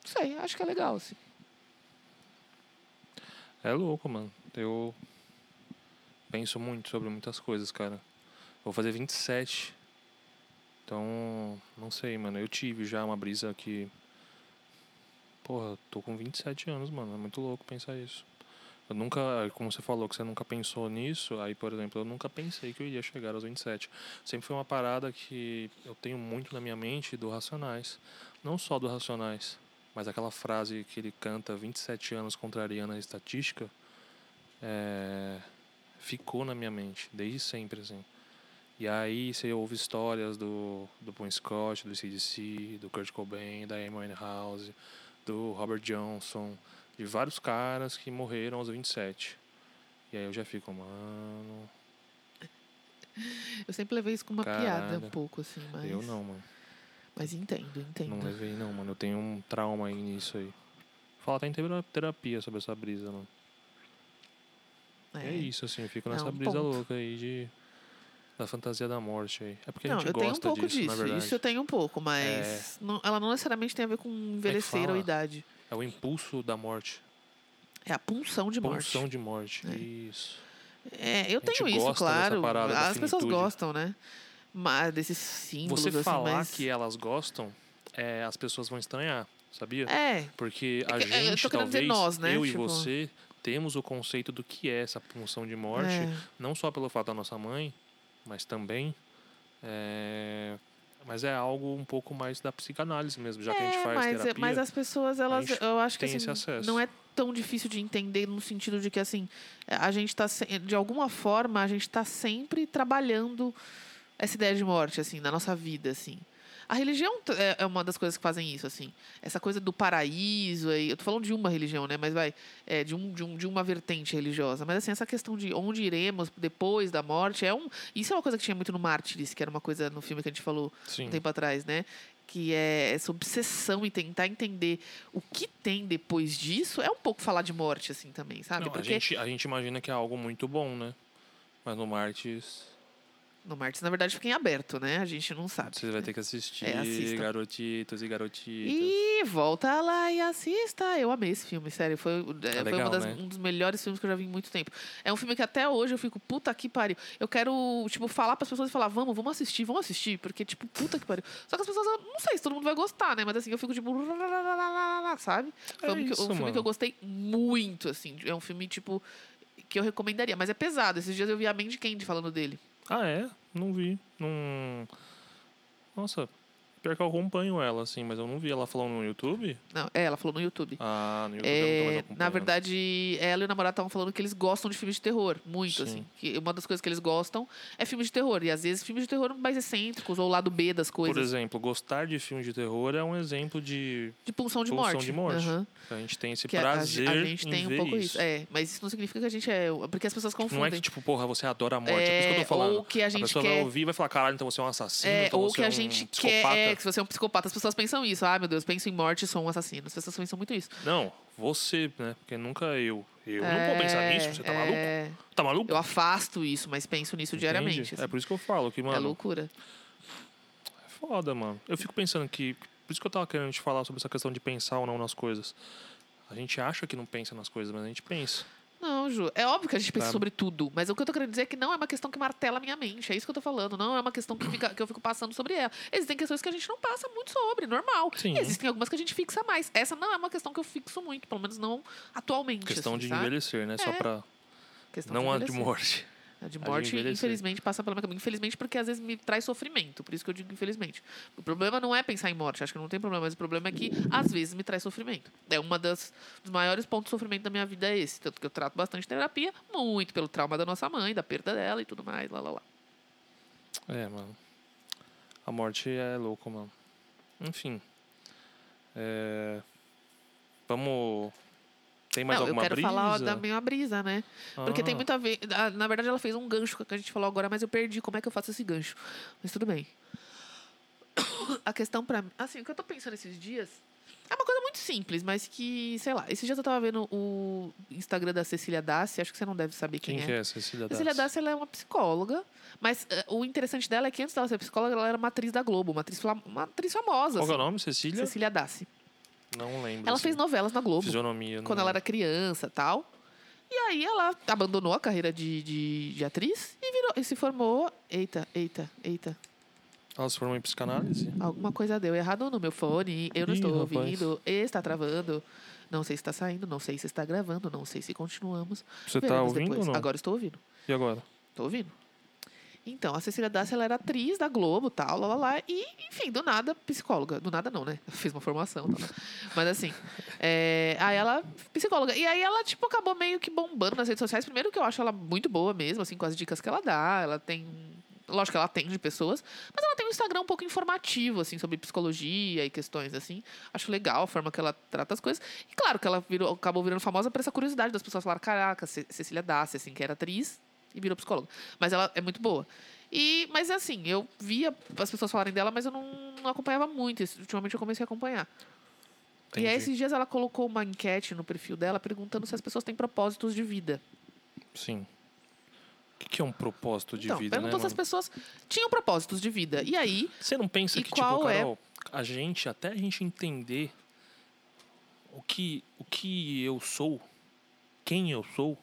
[SPEAKER 3] sei, acho que é legal, assim.
[SPEAKER 4] É louco, mano. Eu penso muito sobre muitas coisas, cara. Vou fazer 27. Então, não sei, mano. Eu tive já uma brisa que. Porra, tô com 27 anos, mano. É muito louco pensar isso. Eu nunca, como você falou, que você nunca pensou nisso, aí, por exemplo, eu nunca pensei que eu iria chegar aos 27. Sempre foi uma parada que eu tenho muito na minha mente do Racionais. Não só do Racionais, mas aquela frase que ele canta 27 anos contrariando a estatística, é, ficou na minha mente, desde sempre, assim. E aí você ouve histórias do, do Bon Scott, do CDC, do Kurt Cobain, da Amy Winehouse, do Robert Johnson, de vários caras que morreram aos 27. E aí eu já fico, mano,
[SPEAKER 3] Eu sempre levei isso como uma piada um
[SPEAKER 4] Caralho.
[SPEAKER 3] pouco, assim, mas.
[SPEAKER 4] eu não, mano.
[SPEAKER 3] Mas entendo, entendo.
[SPEAKER 4] Não levei não, mano. Eu tenho um trauma aí nisso aí. Fala até em tera- terapia sobre essa brisa, né? mano. É,
[SPEAKER 3] É.
[SPEAKER 4] isso, assim, eu fico
[SPEAKER 3] É
[SPEAKER 4] nessa
[SPEAKER 3] um
[SPEAKER 4] brisa
[SPEAKER 3] ponto.
[SPEAKER 4] louca aí de. Da fantasia da morte aí. É porque a
[SPEAKER 3] não,
[SPEAKER 4] gente
[SPEAKER 3] eu tenho um
[SPEAKER 4] gosta
[SPEAKER 3] pouco
[SPEAKER 4] disso, na verdade. É.
[SPEAKER 3] Isso eu tenho um pouco, mas não- ela não necessariamente tem a ver com envelhecer ou
[SPEAKER 4] fala?
[SPEAKER 3] idade.
[SPEAKER 4] É o impulso da morte.
[SPEAKER 3] É a punção de morte.
[SPEAKER 4] Pulsão de morte.
[SPEAKER 3] É.
[SPEAKER 4] Isso.
[SPEAKER 3] É, eu
[SPEAKER 4] gente
[SPEAKER 3] tenho isso,
[SPEAKER 4] gosta dessa
[SPEAKER 3] claro.
[SPEAKER 4] parada da
[SPEAKER 3] As pessoas
[SPEAKER 4] finitude.
[SPEAKER 3] gostam, né? Mas desses símbolos
[SPEAKER 4] Você
[SPEAKER 3] assim,
[SPEAKER 4] falar
[SPEAKER 3] mas...
[SPEAKER 4] que elas gostam, é, as pessoas vão estranhar, sabia?
[SPEAKER 3] É,
[SPEAKER 4] Porque a
[SPEAKER 3] É que- é, eu tô
[SPEAKER 4] gente,
[SPEAKER 3] querendo dizer
[SPEAKER 4] talvez,
[SPEAKER 3] nós, né?
[SPEAKER 4] eu e
[SPEAKER 3] Tipo-
[SPEAKER 4] você, temos o conceito do que é essa punção de morte,
[SPEAKER 3] é.
[SPEAKER 4] não só pelo fato da nossa mãe, mas também. é, Mas é algo um pouco mais da psicanálise mesmo, já que a gente
[SPEAKER 3] É,
[SPEAKER 4] faz
[SPEAKER 3] mas,
[SPEAKER 4] terapia.
[SPEAKER 3] mas as pessoas, elas,
[SPEAKER 4] gente
[SPEAKER 3] eu acho que
[SPEAKER 4] tem esse
[SPEAKER 3] assim,
[SPEAKER 4] acesso.
[SPEAKER 3] não é tão difícil de entender no sentido de que assim, a gente tá se- de alguma forma, a gente tá sempre trabalhando essa ideia de morte assim na nossa vida assim. A religião t- é- é uma das coisas que fazem isso, assim. Essa coisa do paraíso, aí, eu tô falando de uma religião, né? Mas vai, é, de, um, de, um, de uma vertente religiosa. Mas, assim, essa questão de onde iremos depois da morte, é um... Isso é uma coisa que tinha muito no Mártires, que era uma coisa no filme que a gente falou
[SPEAKER 4] Sim.
[SPEAKER 3] um tempo atrás, né? Que é essa obsessão e tentar entender o que tem depois disso é um pouco falar de morte, assim, também, sabe?
[SPEAKER 4] Não, a,
[SPEAKER 3] Porque
[SPEAKER 4] gente, a gente imagina que é algo muito bom, né? Mas no Martes,
[SPEAKER 3] no Martins, na verdade, fica em aberto, né? A gente não sabe.
[SPEAKER 4] você vai ter que assistir
[SPEAKER 3] É, assistam.
[SPEAKER 4] garotitos e garotitas.
[SPEAKER 3] E volta lá e assista. Eu amei esse filme, sério. Foi, é, foi
[SPEAKER 4] legal,
[SPEAKER 3] uma das-
[SPEAKER 4] né?
[SPEAKER 3] um dos melhores filmes que eu já vi em muito tempo. É um filme que até hoje eu fico, puta que pariu. Eu quero, tipo, falar pras pessoas e falar, vamos, vamos assistir, vamos assistir. Porque, tipo, puta que pariu. Só que as pessoas, eu não sei se todo mundo vai gostar, né? Mas assim, eu fico tipo, sabe? Foi
[SPEAKER 4] É
[SPEAKER 3] um, que- um
[SPEAKER 4] isso,
[SPEAKER 3] filme
[SPEAKER 4] mano.
[SPEAKER 3] que eu gostei muito, assim. É um filme, tipo, que eu recomendaria. Mas é pesado. Esses dias eu vi a Mandy Candy falando dele.
[SPEAKER 4] Ah, é? Não vi. Não. Nossa, pior que eu acompanho ela, assim, mas eu não vi ela falando no YouTube.
[SPEAKER 3] Não, é, ela falou no YouTube.
[SPEAKER 4] Ah, no YouTube eu não tô mais
[SPEAKER 3] É,
[SPEAKER 4] acompanhando.
[SPEAKER 3] na verdade, ela e o namorado estavam falando que eles gostam de filmes de terror, muito,
[SPEAKER 4] Sim.
[SPEAKER 3] assim. Que uma das coisas que eles gostam é filme de terror. E às vezes filmes de terror mais excêntricos, ou o lado B das
[SPEAKER 4] Por
[SPEAKER 3] coisas.
[SPEAKER 4] exemplo, gostar de filmes de terror é um exemplo de.
[SPEAKER 3] De punção de
[SPEAKER 4] Pulsão
[SPEAKER 3] morte.
[SPEAKER 4] de morte.
[SPEAKER 3] Aham.
[SPEAKER 4] A gente tem esse
[SPEAKER 3] Que a- a,
[SPEAKER 4] prazer.
[SPEAKER 3] a gente
[SPEAKER 4] em
[SPEAKER 3] tem um
[SPEAKER 4] ver
[SPEAKER 3] pouco
[SPEAKER 4] isso.
[SPEAKER 3] isso. É, mas isso não significa que a gente é. Porque as pessoas confundem.
[SPEAKER 4] Não é que, tipo, porra, você adora a morte. É, por isso que eu tô falando.
[SPEAKER 3] Ou que a gente
[SPEAKER 4] pessoa vai
[SPEAKER 3] quer.
[SPEAKER 4] ouvir e vai falar, caralho, então você é um assassino.
[SPEAKER 3] É,
[SPEAKER 4] então
[SPEAKER 3] ou
[SPEAKER 4] você
[SPEAKER 3] que
[SPEAKER 4] é
[SPEAKER 3] a
[SPEAKER 4] um
[SPEAKER 3] gente quer.
[SPEAKER 4] psicopata.
[SPEAKER 3] É, que se você é um psicopata, as pessoas pensam isso. Ah, meu Deus, penso em morte e sou um assassino. As pessoas pensam muito isso.
[SPEAKER 4] Não, você, né? Porque nunca eu. Eu não vou pensar nisso, você tá maluco?
[SPEAKER 3] é,
[SPEAKER 4] Tá maluco?
[SPEAKER 3] Eu afasto isso, mas penso nisso
[SPEAKER 4] Entende?
[SPEAKER 3] diariamente. assim.
[SPEAKER 4] É por isso que eu falo que,
[SPEAKER 3] é
[SPEAKER 4] mano,
[SPEAKER 3] loucura.
[SPEAKER 4] É foda, mano. Eu fico pensando que. Por isso que eu tava querendo te falar sobre essa questão de pensar ou não nas coisas. A gente acha que não pensa nas coisas, mas a gente pensa.
[SPEAKER 3] Não, Ju. É óbvio que a gente pensa
[SPEAKER 4] Sabe?
[SPEAKER 3] sobre tudo, mas o que eu tô querendo dizer é que não é uma questão que martela a minha mente. É isso que eu tô falando. Não é uma questão que, fica- que eu fico passando sobre ela. Existem questões que a gente não passa muito sobre, normal.
[SPEAKER 4] Sim.
[SPEAKER 3] E existem algumas que a gente fixa mais. Essa não é uma questão que eu fixo muito, pelo menos não atualmente.
[SPEAKER 4] questão
[SPEAKER 3] assim,
[SPEAKER 4] de
[SPEAKER 3] sabe?
[SPEAKER 4] envelhecer, né? Só
[SPEAKER 3] É,
[SPEAKER 4] pra.
[SPEAKER 3] Questão
[SPEAKER 4] não a de
[SPEAKER 3] envelhecer.
[SPEAKER 4] morte.
[SPEAKER 3] A É, de
[SPEAKER 4] A de
[SPEAKER 3] morte,
[SPEAKER 4] envelhecer.
[SPEAKER 3] infelizmente, passa pela minha cabeça. Infelizmente, porque às vezes me traz sofrimento. Por isso que eu digo infelizmente. O problema não é pensar em morte, acho que não tem problema, mas o problema é que às vezes me traz sofrimento. É uma das dos maiores pontos de sofrimento da minha vida é esse. Tanto que eu trato bastante terapia, muito pelo trauma da nossa mãe, da perda dela e tudo mais, lá, lá, lá.
[SPEAKER 4] É, mano. A morte é louco, mano. Enfim. É... Vamos. Tem mais
[SPEAKER 3] não, eu
[SPEAKER 4] alguma
[SPEAKER 3] quero
[SPEAKER 4] brisa?
[SPEAKER 3] falar da minha brisa, né? Porque tem
[SPEAKER 4] Ah,
[SPEAKER 3] muito a ver. ah, Na verdade, ela fez um gancho com o que a gente falou agora, mas eu perdi. Como é que eu faço esse gancho? Mas tudo bem. A questão pra mim. Assim, o que eu tô pensando esses dias. É uma coisa muito simples, mas que, sei lá. Esses dias eu tava vendo o Instagram da Cecília Dassi, acho que você não deve saber quem,
[SPEAKER 4] Quem que é, Cecília Dassi?
[SPEAKER 3] Cecília Dassi, ela é uma psicóloga, mas eh, o interessante dela é que antes dela ser psicóloga, ela era uma atriz da Globo, uma atriz, flam- uma atriz famosa.
[SPEAKER 4] Qual que é o
[SPEAKER 3] assim.
[SPEAKER 4] nome? Cecília?
[SPEAKER 3] Cecília Dassi.
[SPEAKER 4] Não lembro.
[SPEAKER 3] Ela fez
[SPEAKER 4] assim.
[SPEAKER 3] novelas na Globo
[SPEAKER 4] Fisionomia.
[SPEAKER 3] quando
[SPEAKER 4] não-
[SPEAKER 3] ela era criança e tal. E aí ela abandonou a carreira de, de, de atriz e virou e se formou. Eita, eita, eita.
[SPEAKER 4] Ela se formou em psicanálise?
[SPEAKER 3] Alguma coisa deu errado no meu fone. Eu não
[SPEAKER 4] Ih,
[SPEAKER 3] estou
[SPEAKER 4] rapaz.
[SPEAKER 3] ouvindo. Está travando. Não sei se está saindo, não sei se está gravando, não sei se continuamos.
[SPEAKER 4] Você tá
[SPEAKER 3] Veremos
[SPEAKER 4] ouvindo
[SPEAKER 3] depois.
[SPEAKER 4] ou não?
[SPEAKER 3] Agora estou ouvindo.
[SPEAKER 4] E agora?
[SPEAKER 3] Tô ouvindo. Então, a Cecília Dácia, ela era atriz da Globo, tal, lá, lá, lá. E, enfim, do nada, psicóloga. Do nada não, né? Fiz uma formação. Tal. Mas, assim, é, aí ela... Psicóloga. E aí ela, tipo, acabou meio que bombando nas redes sociais. Primeiro que eu acho ela muito boa mesmo, assim, com as dicas que ela dá. Ela tem... Lógico que ela atende pessoas. Mas ela tem um Instagram um pouco informativo, assim, sobre psicologia e questões, assim. Acho legal a forma que ela trata as coisas. E claro que ela virou, acabou virando famosa por essa curiosidade das pessoas falar caraca, Ce- Cecília Dácia, assim, que era atriz e virou psicóloga. Mas ela é muito boa. E, mas assim, eu via as pessoas falarem dela, mas eu não, não acompanhava muito. Esse- Ultimamente eu comecei a acompanhar. E é aí,
[SPEAKER 4] Entendi.
[SPEAKER 3] esses dias ela colocou uma enquete no perfil dela perguntando se as pessoas têm propósitos de vida.
[SPEAKER 4] Sim. O que que é um propósito de
[SPEAKER 3] então,
[SPEAKER 4] vida, né,
[SPEAKER 3] perguntou se as
[SPEAKER 4] mano?
[SPEAKER 3] pessoas tinham propósitos de vida. E aí,
[SPEAKER 4] Você não pensa
[SPEAKER 3] E
[SPEAKER 4] que,
[SPEAKER 3] qual
[SPEAKER 4] tipo,
[SPEAKER 3] é?
[SPEAKER 4] Carol, a gente, até a gente entender o que, o que eu sou, quem eu sou,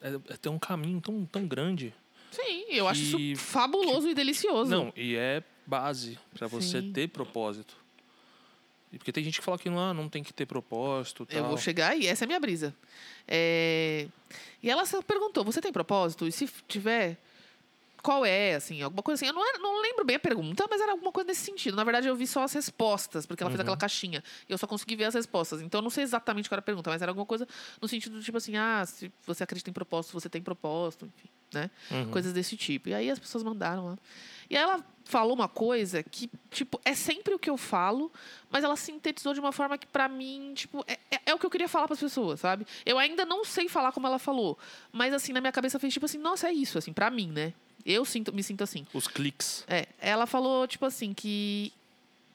[SPEAKER 4] é, é ter um caminho tão, tão grande.
[SPEAKER 3] sim, eu acho
[SPEAKER 4] Que-
[SPEAKER 3] isso fabuloso e delicioso.
[SPEAKER 4] Não, e é base pra você
[SPEAKER 3] Sim.
[SPEAKER 4] ter propósito. E Porque tem gente que fala que não, ah, não tem que ter propósito. Tal.
[SPEAKER 3] Eu vou chegar aí, essa é a minha brisa. É, E ela só perguntou: você tem propósito? E se f- tiver, qual é? Assim, alguma coisa assim. Eu não, era- não lembro bem a pergunta, mas era alguma coisa nesse sentido. Na verdade, eu vi só as respostas, porque
[SPEAKER 4] Uhum.
[SPEAKER 3] ela fez aquela caixinha. E eu só consegui ver as respostas. Então, eu não sei exatamente qual era a pergunta, mas era alguma coisa no sentido do tipo assim: ah, se você acredita em propósito, você tem propósito, enfim, né?
[SPEAKER 4] Uhum.
[SPEAKER 3] Coisas desse tipo. E aí as pessoas mandaram lá. E aí ela falou uma coisa que, tipo, é sempre o que eu falo, mas ela sintetizou de uma forma que, pra mim, tipo, é, é- é o que eu queria falar pras pessoas, sabe? Eu ainda não sei falar como ela falou, mas, assim, na minha cabeça fez tipo assim, nossa, é isso, assim, pra mim, né? Eu sinto, me sinto assim.
[SPEAKER 4] Os cliques.
[SPEAKER 3] É, ela falou, tipo assim, que.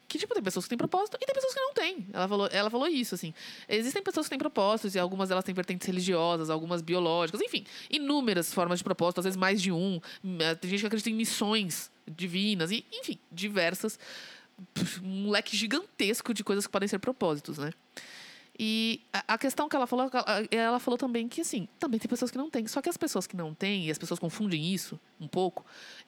[SPEAKER 3] Que, tipo, tem pessoas que têm propósito e tem pessoas que não têm. Ela falou, ela falou isso, assim. Existem pessoas que têm propósitos e algumas delas têm vertentes religiosas, algumas biológicas, enfim. Inúmeras formas de propósito, às vezes mais de um. Hum, eh, Tem gente que acredita em missões divinas, e, enfim, diversas. Pff, Um leque gigantesco de coisas que podem ser propósitos, né? E a- a questão que ela falou, ela- ela falou também que, assim, também tem pessoas que não têm. Só que as pessoas que não têm, e as pessoas confundem isso um pouco,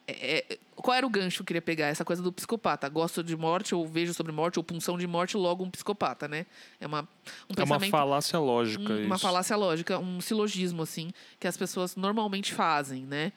[SPEAKER 3] é- é- qual era o gancho que eu queria pegar? Essa coisa do psicopata. Gosto de morte, ou vejo sobre morte, ou punção de morte, logo um psicopata, né? É uma, um
[SPEAKER 4] É uma
[SPEAKER 3] pensamento
[SPEAKER 4] falácia lógica
[SPEAKER 3] um- uma
[SPEAKER 4] é isso.
[SPEAKER 3] falácia lógica, um silogismo, assim, que as pessoas normalmente fazem, né?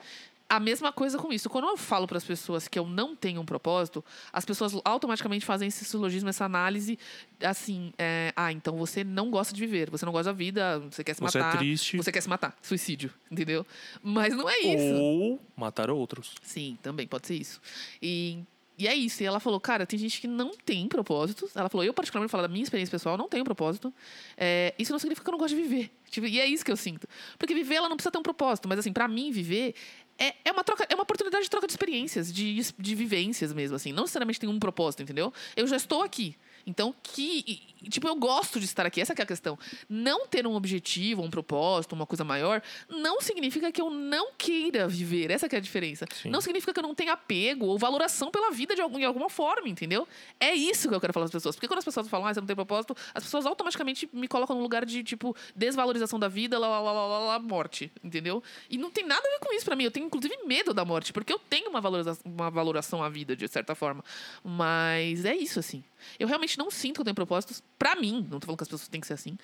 [SPEAKER 3] A mesma coisa com isso. Quando eu falo para as pessoas que eu não tenho um propósito, as pessoas automaticamente fazem esse silogismo, essa análise, assim, é, ah, então você não gosta de viver, você não gosta da vida, você quer se
[SPEAKER 4] Você
[SPEAKER 3] matar.
[SPEAKER 4] é triste
[SPEAKER 3] Você quer se matar, suicídio, entendeu? Mas não é isso.
[SPEAKER 4] ou matar outros.
[SPEAKER 3] Sim, também pode ser isso. E, e é isso. E ela falou, cara, tem gente que não tem propósitos. Ela falou, eu particularmente falo da minha experiência pessoal, não tenho propósito. É, isso não significa que eu não gosto de viver. Tipo, e é isso que eu sinto. Porque viver, ela não precisa ter um propósito. Mas assim, pra mim, viver é, é uma troca, é uma oportunidade de troca de experiências, de, es- de vivências mesmo, assim. Não necessariamente tem um propósito, entendeu? Eu já estou aqui. Então, que. e- e, Tipo, eu gosto de estar aqui, essa que é a questão. Não ter um objetivo, um propósito, uma coisa maior, não significa que eu não queira viver. Essa que é a diferença.
[SPEAKER 4] Sim.
[SPEAKER 3] Não significa que eu não tenha apego ou valoração pela vida de, algum, de alguma forma, entendeu? É isso que eu quero falar às pessoas. Porque quando as pessoas falam, ah, você não tem propósito, as pessoas automaticamente me colocam num lugar de, tipo, desvalorização da vida, lá, lá, lá, lá, lá, lá, morte, entendeu? E não tem nada a ver com isso pra mim. Eu tenho, inclusive, medo da morte, porque eu tenho uma valorização, uma valoração à vida, de certa forma. Mas é isso, assim. Eu realmente não sinto que eu tenho propósitos. Pra mim, não tô falando que as pessoas têm que ser assim.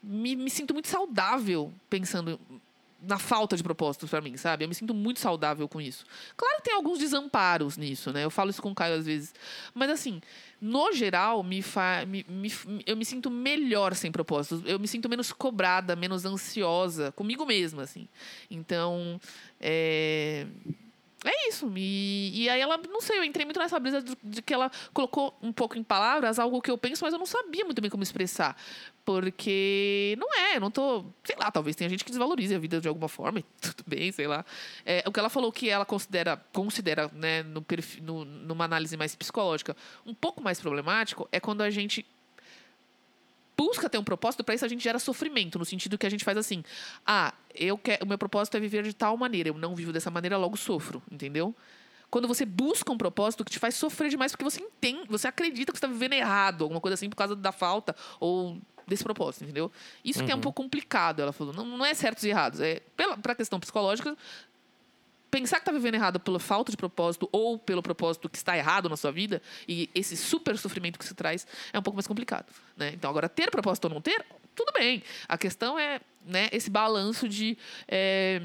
[SPEAKER 3] Me, me sinto muito saudável pensando na falta de propósitos pra mim, sabe? Eu me sinto muito saudável com isso. Claro que tem alguns desamparos nisso, né? Eu falo isso com o Caio às vezes. Mas assim, no geral, me fa... me- me- eu me sinto melhor sem propósitos. Eu me sinto menos cobrada, menos ansiosa comigo mesma, assim. Então, é... É isso. E, e aí ela, não sei, eu entrei muito nessa brisa de, de que ela colocou um pouco em palavras algo que eu penso, mas eu não sabia muito bem como expressar. Porque não é, eu não tô. Sei lá, talvez tenha gente que desvalorize a vida de alguma forma, e tudo bem, sei lá. É, o que ela falou que ela considera, considera né, no perfil, no- numa análise mais psicológica, um pouco mais problemático, é quando a gente busca ter um propósito, pra isso a gente gera sofrimento, no sentido que a gente faz assim: ah, eu quero, o meu propósito é viver de tal maneira, eu não vivo dessa maneira, logo sofro, entendeu? Quando você busca um propósito que te faz sofrer demais porque você entende, você acredita que você está vivendo errado, alguma coisa assim, por causa da falta ou desse propósito, entendeu? Isso que é um pouco complicado, ela falou. Não, não é certos e errados. É, pela, pra questão psicológica, pensar que tá vivendo errado pela falta de propósito ou pelo propósito que está errado na sua vida e esse super sofrimento que se traz é um pouco mais complicado, né? Então agora ter propósito ou não ter, tudo bem. A questão é, né, esse balanço de é,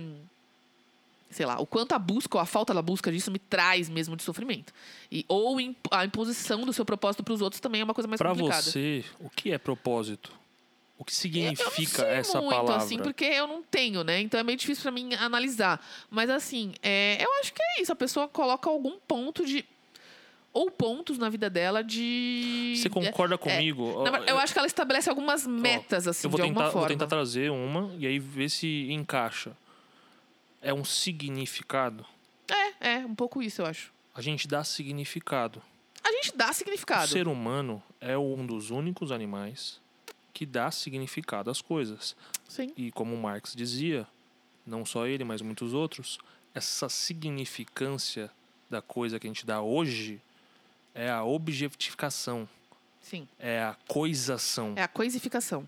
[SPEAKER 3] sei lá, o quanto a busca ou a falta da busca disso me traz mesmo de sofrimento. E, ou imp- a imposição do seu propósito para os outros também é uma coisa mais
[SPEAKER 4] Pra
[SPEAKER 3] complicada.
[SPEAKER 4] você, o que é propósito? O que
[SPEAKER 3] Eu não
[SPEAKER 4] significa
[SPEAKER 3] sei
[SPEAKER 4] essa
[SPEAKER 3] muito,
[SPEAKER 4] palavra?
[SPEAKER 3] assim, porque eu não tenho, né? Então é meio difícil pra mim analisar. Mas assim, é, eu acho que é isso. A pessoa coloca algum ponto de. Ou pontos na vida dela de.
[SPEAKER 4] Você
[SPEAKER 3] é,
[SPEAKER 4] concorda comigo?
[SPEAKER 3] Na verdade, eu
[SPEAKER 4] Ó,
[SPEAKER 3] acho que ela estabelece algumas metas, assim,
[SPEAKER 4] eu vou
[SPEAKER 3] de
[SPEAKER 4] tentar,
[SPEAKER 3] alguma
[SPEAKER 4] vou
[SPEAKER 3] forma.
[SPEAKER 4] tentar trazer uma e aí ver se encaixa. É um significado?
[SPEAKER 3] É, é, um pouco isso, eu acho.
[SPEAKER 4] A gente dá significado.
[SPEAKER 3] A gente dá
[SPEAKER 4] O
[SPEAKER 3] significado.
[SPEAKER 4] ser humano é um dos únicos animais que dá significado às coisas.
[SPEAKER 3] Sim.
[SPEAKER 4] E como Marx dizia, não só ele, mas muitos outros, essa significância da coisa que a gente dá hoje é a objetificação,
[SPEAKER 3] Sim.
[SPEAKER 4] é a coisação.
[SPEAKER 3] É a coisificação.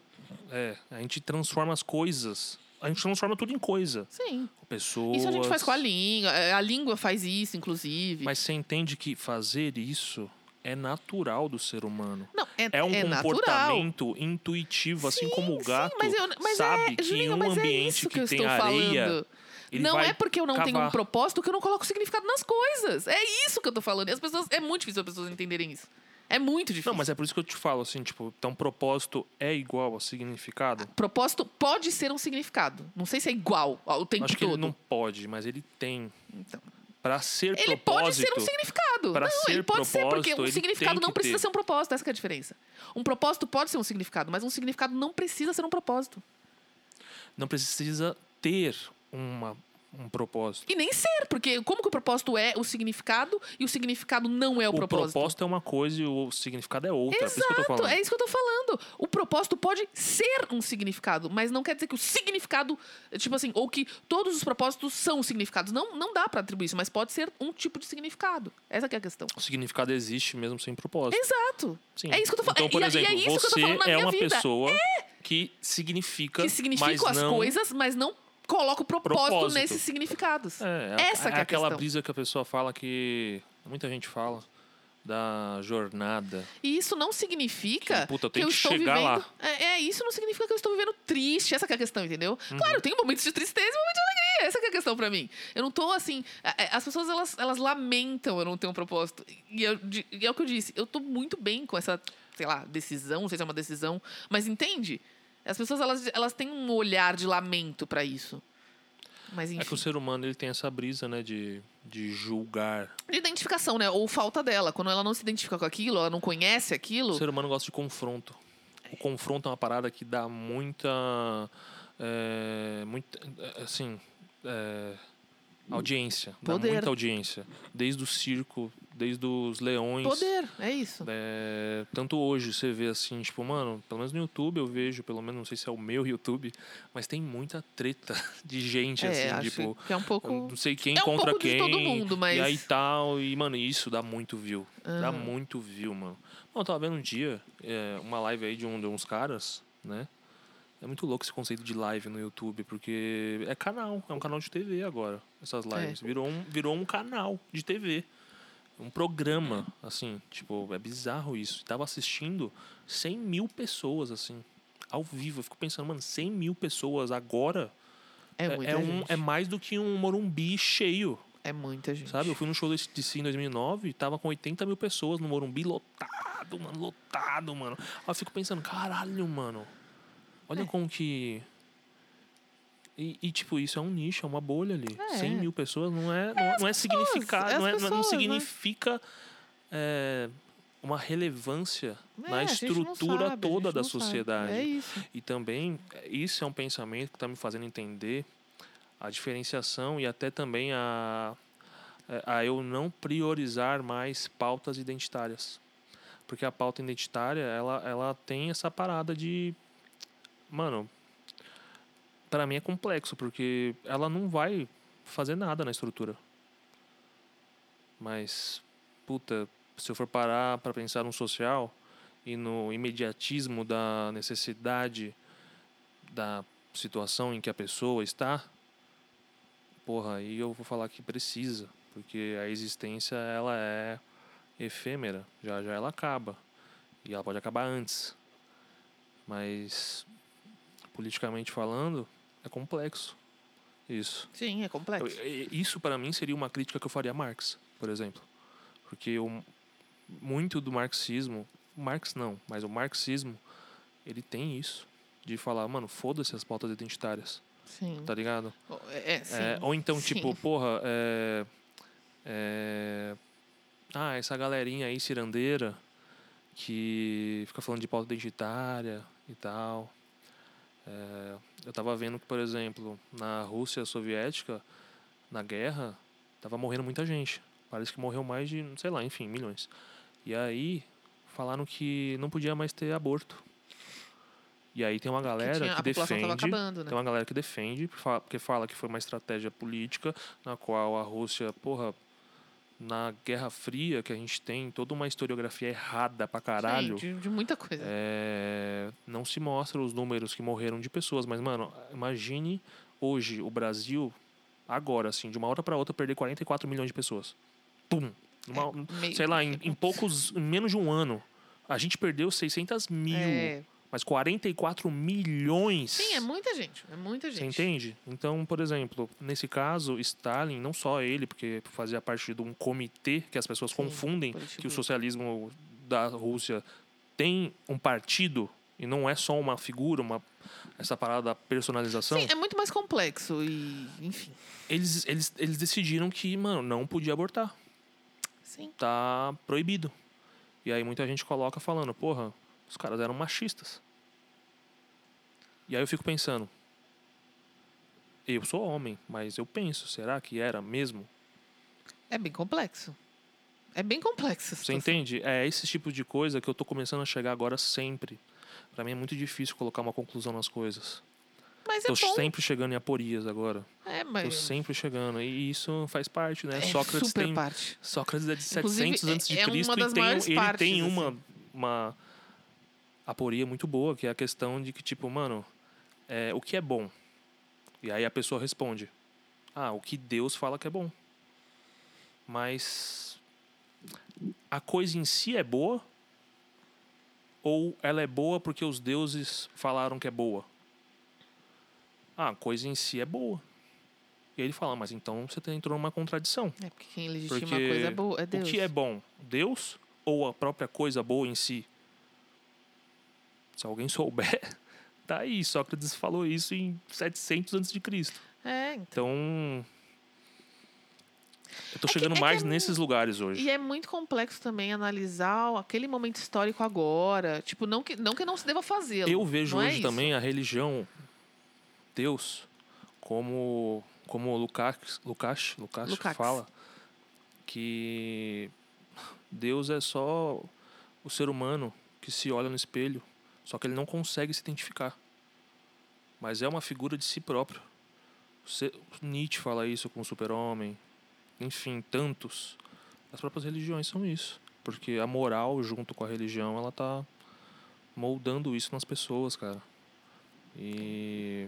[SPEAKER 4] É, a gente transforma as coisas. A gente transforma tudo em coisa.
[SPEAKER 3] Sim.
[SPEAKER 4] Pessoas.
[SPEAKER 3] Isso a gente faz com a língua. É, A língua faz isso, inclusive.
[SPEAKER 4] Mas você entende que fazer isso é natural do ser humano.
[SPEAKER 3] não, é,
[SPEAKER 4] É um
[SPEAKER 3] natural.
[SPEAKER 4] comportamento intuitivo, assim
[SPEAKER 3] Sim,
[SPEAKER 4] como o
[SPEAKER 3] sim,
[SPEAKER 4] gato
[SPEAKER 3] mas eu- mas
[SPEAKER 4] sabe
[SPEAKER 3] é,
[SPEAKER 4] que
[SPEAKER 3] Juninho,
[SPEAKER 4] em um
[SPEAKER 3] mas é
[SPEAKER 4] ambiente
[SPEAKER 3] isso
[SPEAKER 4] que,
[SPEAKER 3] eu
[SPEAKER 4] tem
[SPEAKER 3] estou
[SPEAKER 4] areia,
[SPEAKER 3] falando.
[SPEAKER 4] ele
[SPEAKER 3] não
[SPEAKER 4] vai
[SPEAKER 3] é porque eu não tenho um
[SPEAKER 4] cavar.
[SPEAKER 3] propósito que eu não coloco significado nas coisas. É isso que eu tô falando. E as pessoas. É muito difícil as pessoas entenderem isso. É muito difícil.
[SPEAKER 4] Não, mas é por isso que eu te falo assim, tipo, então propósito é igual ao significado?
[SPEAKER 3] Ah, Propósito pode ser um significado. Não sei se é igual ao tempo
[SPEAKER 4] Acho que
[SPEAKER 3] todo.
[SPEAKER 4] ele não pode, mas ele tem.
[SPEAKER 3] Então.
[SPEAKER 4] Pra ser
[SPEAKER 3] Ele pode
[SPEAKER 4] propósito,
[SPEAKER 3] ser um significado.
[SPEAKER 4] pra
[SPEAKER 3] não, ele
[SPEAKER 4] ser
[SPEAKER 3] pode ser, porque
[SPEAKER 4] propósito,
[SPEAKER 3] um
[SPEAKER 4] ele
[SPEAKER 3] significado
[SPEAKER 4] tem
[SPEAKER 3] não
[SPEAKER 4] que
[SPEAKER 3] precisa
[SPEAKER 4] ter.
[SPEAKER 3] ser um propósito. Essa que é a diferença. Um propósito pode ser um significado, mas um significado não precisa ser um propósito.
[SPEAKER 4] não precisa ter uma, um propósito.
[SPEAKER 3] E nem ser, porque como que o propósito é o significado e o significado não é o,
[SPEAKER 4] o
[SPEAKER 3] propósito?
[SPEAKER 4] propósito é uma coisa e o significado é outra. é por isso que eu tô
[SPEAKER 3] Exato,
[SPEAKER 4] falando.
[SPEAKER 3] é isso que eu tô falando. O propósito pode ser um significado, mas não quer dizer que o significado, tipo assim, ou que todos os propósitos são significados. Não, não dá pra atribuir isso, mas pode ser um tipo de significado. Essa que é a questão.
[SPEAKER 4] O significado existe mesmo sem propósito.
[SPEAKER 3] Exato.
[SPEAKER 4] Sim.
[SPEAKER 3] É isso que eu tô falando.
[SPEAKER 4] Então, por
[SPEAKER 3] E é- e é
[SPEAKER 4] exemplo,
[SPEAKER 3] isso que eu tô
[SPEAKER 4] você
[SPEAKER 3] falando na
[SPEAKER 4] é
[SPEAKER 3] minha
[SPEAKER 4] uma
[SPEAKER 3] vida. É.
[SPEAKER 4] pessoa que significa,
[SPEAKER 3] Que
[SPEAKER 4] mas
[SPEAKER 3] significam as
[SPEAKER 4] não...
[SPEAKER 3] coisas, mas não coloca o propósito,
[SPEAKER 4] Propósito.
[SPEAKER 3] nesses significados.
[SPEAKER 4] É,
[SPEAKER 3] Essa
[SPEAKER 4] é
[SPEAKER 3] que é a
[SPEAKER 4] aquela
[SPEAKER 3] questão.
[SPEAKER 4] brisa que a pessoa fala que muita gente fala da jornada.
[SPEAKER 3] E isso não significa
[SPEAKER 4] Que, Tipo, puta, eu
[SPEAKER 3] que
[SPEAKER 4] tenho
[SPEAKER 3] eu
[SPEAKER 4] que
[SPEAKER 3] estou
[SPEAKER 4] chegar
[SPEAKER 3] vivendo.
[SPEAKER 4] lá.
[SPEAKER 3] É, é, isso não significa que eu estou vivendo triste. Essa que é a questão, entendeu?
[SPEAKER 4] Uhum.
[SPEAKER 3] Claro, eu tenho momentos de tristeza e momentos de alegria. Essa que é a questão pra mim. Eu não tô assim. a- a- As pessoas elas, elas lamentam eu não ter um propósito. E, eu di- e é o que eu disse. Eu tô muito bem com essa, sei lá, decisão, não sei se é uma decisão, mas entende? As pessoas elas, elas têm um olhar de lamento pra isso. Mas enfim.
[SPEAKER 4] É que o ser humano ele tem essa brisa, né, de, de julgar.
[SPEAKER 3] De identificação, né? Ou falta dela. Quando ela não se identifica com aquilo, ela não conhece
[SPEAKER 4] O
[SPEAKER 3] aquilo.
[SPEAKER 4] ser humano gosta de confronto. O confronto é uma parada que dá muita, é, muita é, assim, é, audiência,
[SPEAKER 3] Poder.
[SPEAKER 4] dá muita audiência, desde o circo, desde os leões.
[SPEAKER 3] Poder, é isso.
[SPEAKER 4] É, tanto hoje você vê assim, tipo, mano, pelo menos no YouTube eu vejo, pelo menos não sei se é o meu YouTube, mas tem muita treta de gente,
[SPEAKER 3] é,
[SPEAKER 4] assim,
[SPEAKER 3] acho
[SPEAKER 4] tipo,
[SPEAKER 3] que é um pouco.
[SPEAKER 4] não sei quem
[SPEAKER 3] É um
[SPEAKER 4] contra
[SPEAKER 3] pouco de
[SPEAKER 4] quem.
[SPEAKER 3] todo mundo, mas-
[SPEAKER 4] E aí tal, e, mano, isso dá muito view. Dá muito view, mano. Mano, eu tava vendo um dia é, uma live aí de, um, de uns caras, né? É muito louco esse conceito de live no YouTube, porque é canal, é um canal de TV agora, essas
[SPEAKER 3] É.
[SPEAKER 4] lives. Virou, um, virou um canal de TV. Um programa, assim, tipo, é bizarro isso. Tava assistindo 100 mil pessoas, assim, ao vivo. Eu fico pensando, mano, 100 mil pessoas agora
[SPEAKER 3] É
[SPEAKER 4] é-
[SPEAKER 3] muita
[SPEAKER 4] é, um,
[SPEAKER 3] gente.
[SPEAKER 4] é mais do que um Morumbi cheio.
[SPEAKER 3] É, muita gente.
[SPEAKER 4] Sabe, eu fui num show desse DC em 2009 e tava com 80 mil pessoas no Morumbi, lotado, mano, lotado, mano. Aí eu fico pensando, caralho, mano,
[SPEAKER 3] É.
[SPEAKER 4] olha como que... E, e, tipo, isso é um nicho, é uma bolha ali.
[SPEAKER 3] É.
[SPEAKER 4] 100 mil pessoas não é, não, não é significado,
[SPEAKER 3] as
[SPEAKER 4] não, é, não- não
[SPEAKER 3] pessoas, né?
[SPEAKER 4] significa é, uma relevância
[SPEAKER 3] É,
[SPEAKER 4] na
[SPEAKER 3] a gente não
[SPEAKER 4] estrutura
[SPEAKER 3] sabe, a
[SPEAKER 4] toda
[SPEAKER 3] gente
[SPEAKER 4] da
[SPEAKER 3] não sabe.
[SPEAKER 4] sociedade.
[SPEAKER 3] É isso.
[SPEAKER 4] E também, isso é um pensamento que está me fazendo entender a diferenciação e até também a, é, a eu não priorizar mais pautas identitárias. Porque a pauta identitária, ela, ela tem essa parada de. Mano, para mim é complexo, porque ela não vai fazer nada na estrutura. Mas, puta, se eu for parar para pensar no social e no imediatismo da necessidade da situação em que a pessoa está, Porra, aí eu vou falar que precisa, porque a existência ela é efêmera, já já ela acaba. E ela pode acabar antes. Mas politicamente falando, é complexo. Isso.
[SPEAKER 3] Sim, é
[SPEAKER 4] Eu-
[SPEAKER 3] complexo.
[SPEAKER 4] e- Isso para mim seria uma crítica que eu faria a Marx, por exemplo. Porque o- muito do marxismo, Marx não, mas o marxismo, ele tem isso de falar, mano, foda-se as pautas identitárias,
[SPEAKER 3] Sim.
[SPEAKER 4] tá ligado?
[SPEAKER 3] É, é, sim.
[SPEAKER 4] É, ou então,
[SPEAKER 3] Sim.
[SPEAKER 4] tipo, porra, é, é, ah, essa galerinha aí cirandeira que fica falando de pauta identitária e tal. É, eu tava vendo que, por exemplo, na Rússia soviética, na guerra, tava morrendo muita gente. Parece que morreu mais de, sei lá, enfim, milhões. E aí falaram que não podia mais ter aborto. E aí tem uma galera que,
[SPEAKER 3] tinha- a população
[SPEAKER 4] defende
[SPEAKER 3] tava acabando, né?
[SPEAKER 4] tem uma galera que defende, que fala- que fala que foi uma estratégia política na qual a Rússia, porra, na Guerra Fria que a gente tem toda uma historiografia errada pra caralho.
[SPEAKER 3] Sim, de, de muita coisa.
[SPEAKER 4] É, não se mostra os números que morreram de pessoas, mas, mano, imagine hoje o Brasil, agora, assim, de uma hora pra outra, perder 44 milhões de pessoas. Pum! Numa-
[SPEAKER 3] meio-
[SPEAKER 4] sei lá, em, em poucos, em menos de um ano. A gente perdeu 600 mil,
[SPEAKER 3] É.
[SPEAKER 4] mas 44 milhões.
[SPEAKER 3] Sim, é muita gente. É muita
[SPEAKER 4] Você
[SPEAKER 3] gente.
[SPEAKER 4] entende? Então, por exemplo, nesse caso, Stalin, não só ele, porque fazia parte de um comitê que as pessoas confundem
[SPEAKER 3] politburo.
[SPEAKER 4] que o socialismo da Rússia tem um partido e não é só uma figura, uma essa parada da personalização.
[SPEAKER 3] Sim, é muito mais complexo e, enfim.
[SPEAKER 4] Eles, eles, eles decidiram que, mano, não podia abortar.
[SPEAKER 3] Sim.
[SPEAKER 4] Tá proibido. E aí muita gente coloca falando, porra, os caras eram machistas. E aí eu fico pensando, eu sou homem, mas eu penso, será que era mesmo?
[SPEAKER 3] É bem complexo. É bem complexo. a
[SPEAKER 4] Você
[SPEAKER 3] situação.
[SPEAKER 4] entende? É esse tipo de coisa que eu tô começando a chegar agora sempre. Pra mim é muito difícil colocar uma conclusão nas coisas.
[SPEAKER 3] Mas é
[SPEAKER 4] tô
[SPEAKER 3] bom.
[SPEAKER 4] sempre chegando em aporias agora.
[SPEAKER 3] É,
[SPEAKER 4] Tô
[SPEAKER 3] mas
[SPEAKER 4] sempre chegando. E isso faz parte, né?
[SPEAKER 3] é
[SPEAKER 4] Sócrates
[SPEAKER 3] super
[SPEAKER 4] tem
[SPEAKER 3] parte.
[SPEAKER 4] Sócrates é de
[SPEAKER 3] Inclusive,
[SPEAKER 4] 700 antes de
[SPEAKER 3] é- é uma
[SPEAKER 4] Cristo
[SPEAKER 3] das
[SPEAKER 4] e tem, um-
[SPEAKER 3] maiores
[SPEAKER 4] ele
[SPEAKER 3] partes,
[SPEAKER 4] tem
[SPEAKER 3] assim.
[SPEAKER 4] uma, uma aporia muito boa, que é a questão de que, tipo, mano, é, o que é bom? E aí a pessoa responde, ah, o que Deus fala que é bom. Mas a coisa em si é boa ou ela é boa porque os deuses falaram que é boa? Ah, a coisa em si é boa. E aí ele fala, mas então você entrou numa contradição.
[SPEAKER 3] É porque quem legitima
[SPEAKER 4] Porque
[SPEAKER 3] a coisa é boa, é Deus.
[SPEAKER 4] O que é bom? Deus ou a própria coisa boa em si? Se alguém souber, tá aí. Sócrates falou isso em 700 antes de Cristo.
[SPEAKER 3] É, então.
[SPEAKER 4] Então, eu tô
[SPEAKER 3] que-
[SPEAKER 4] chegando
[SPEAKER 3] é que
[SPEAKER 4] mais
[SPEAKER 3] é mu-
[SPEAKER 4] nesses lugares hoje.
[SPEAKER 3] E é muito complexo também analisar aquele momento histórico agora. Tipo, não que não, que não se deva fazê-lo.
[SPEAKER 4] Eu vejo
[SPEAKER 3] não é
[SPEAKER 4] hoje
[SPEAKER 3] isso.
[SPEAKER 4] também a religião, Deus, como como o Lukács, Lukács, Lukács,
[SPEAKER 3] Lukács.
[SPEAKER 4] fala que Deus é só o ser humano que se olha no espelho, só que ele não consegue se identificar. Mas é uma figura de si próprio. Se- Nietzsche fala isso com o Super-Homem, enfim, tantos. As próprias religiões são isso, porque a moral junto com a religião, ela tá moldando isso nas pessoas, cara. E.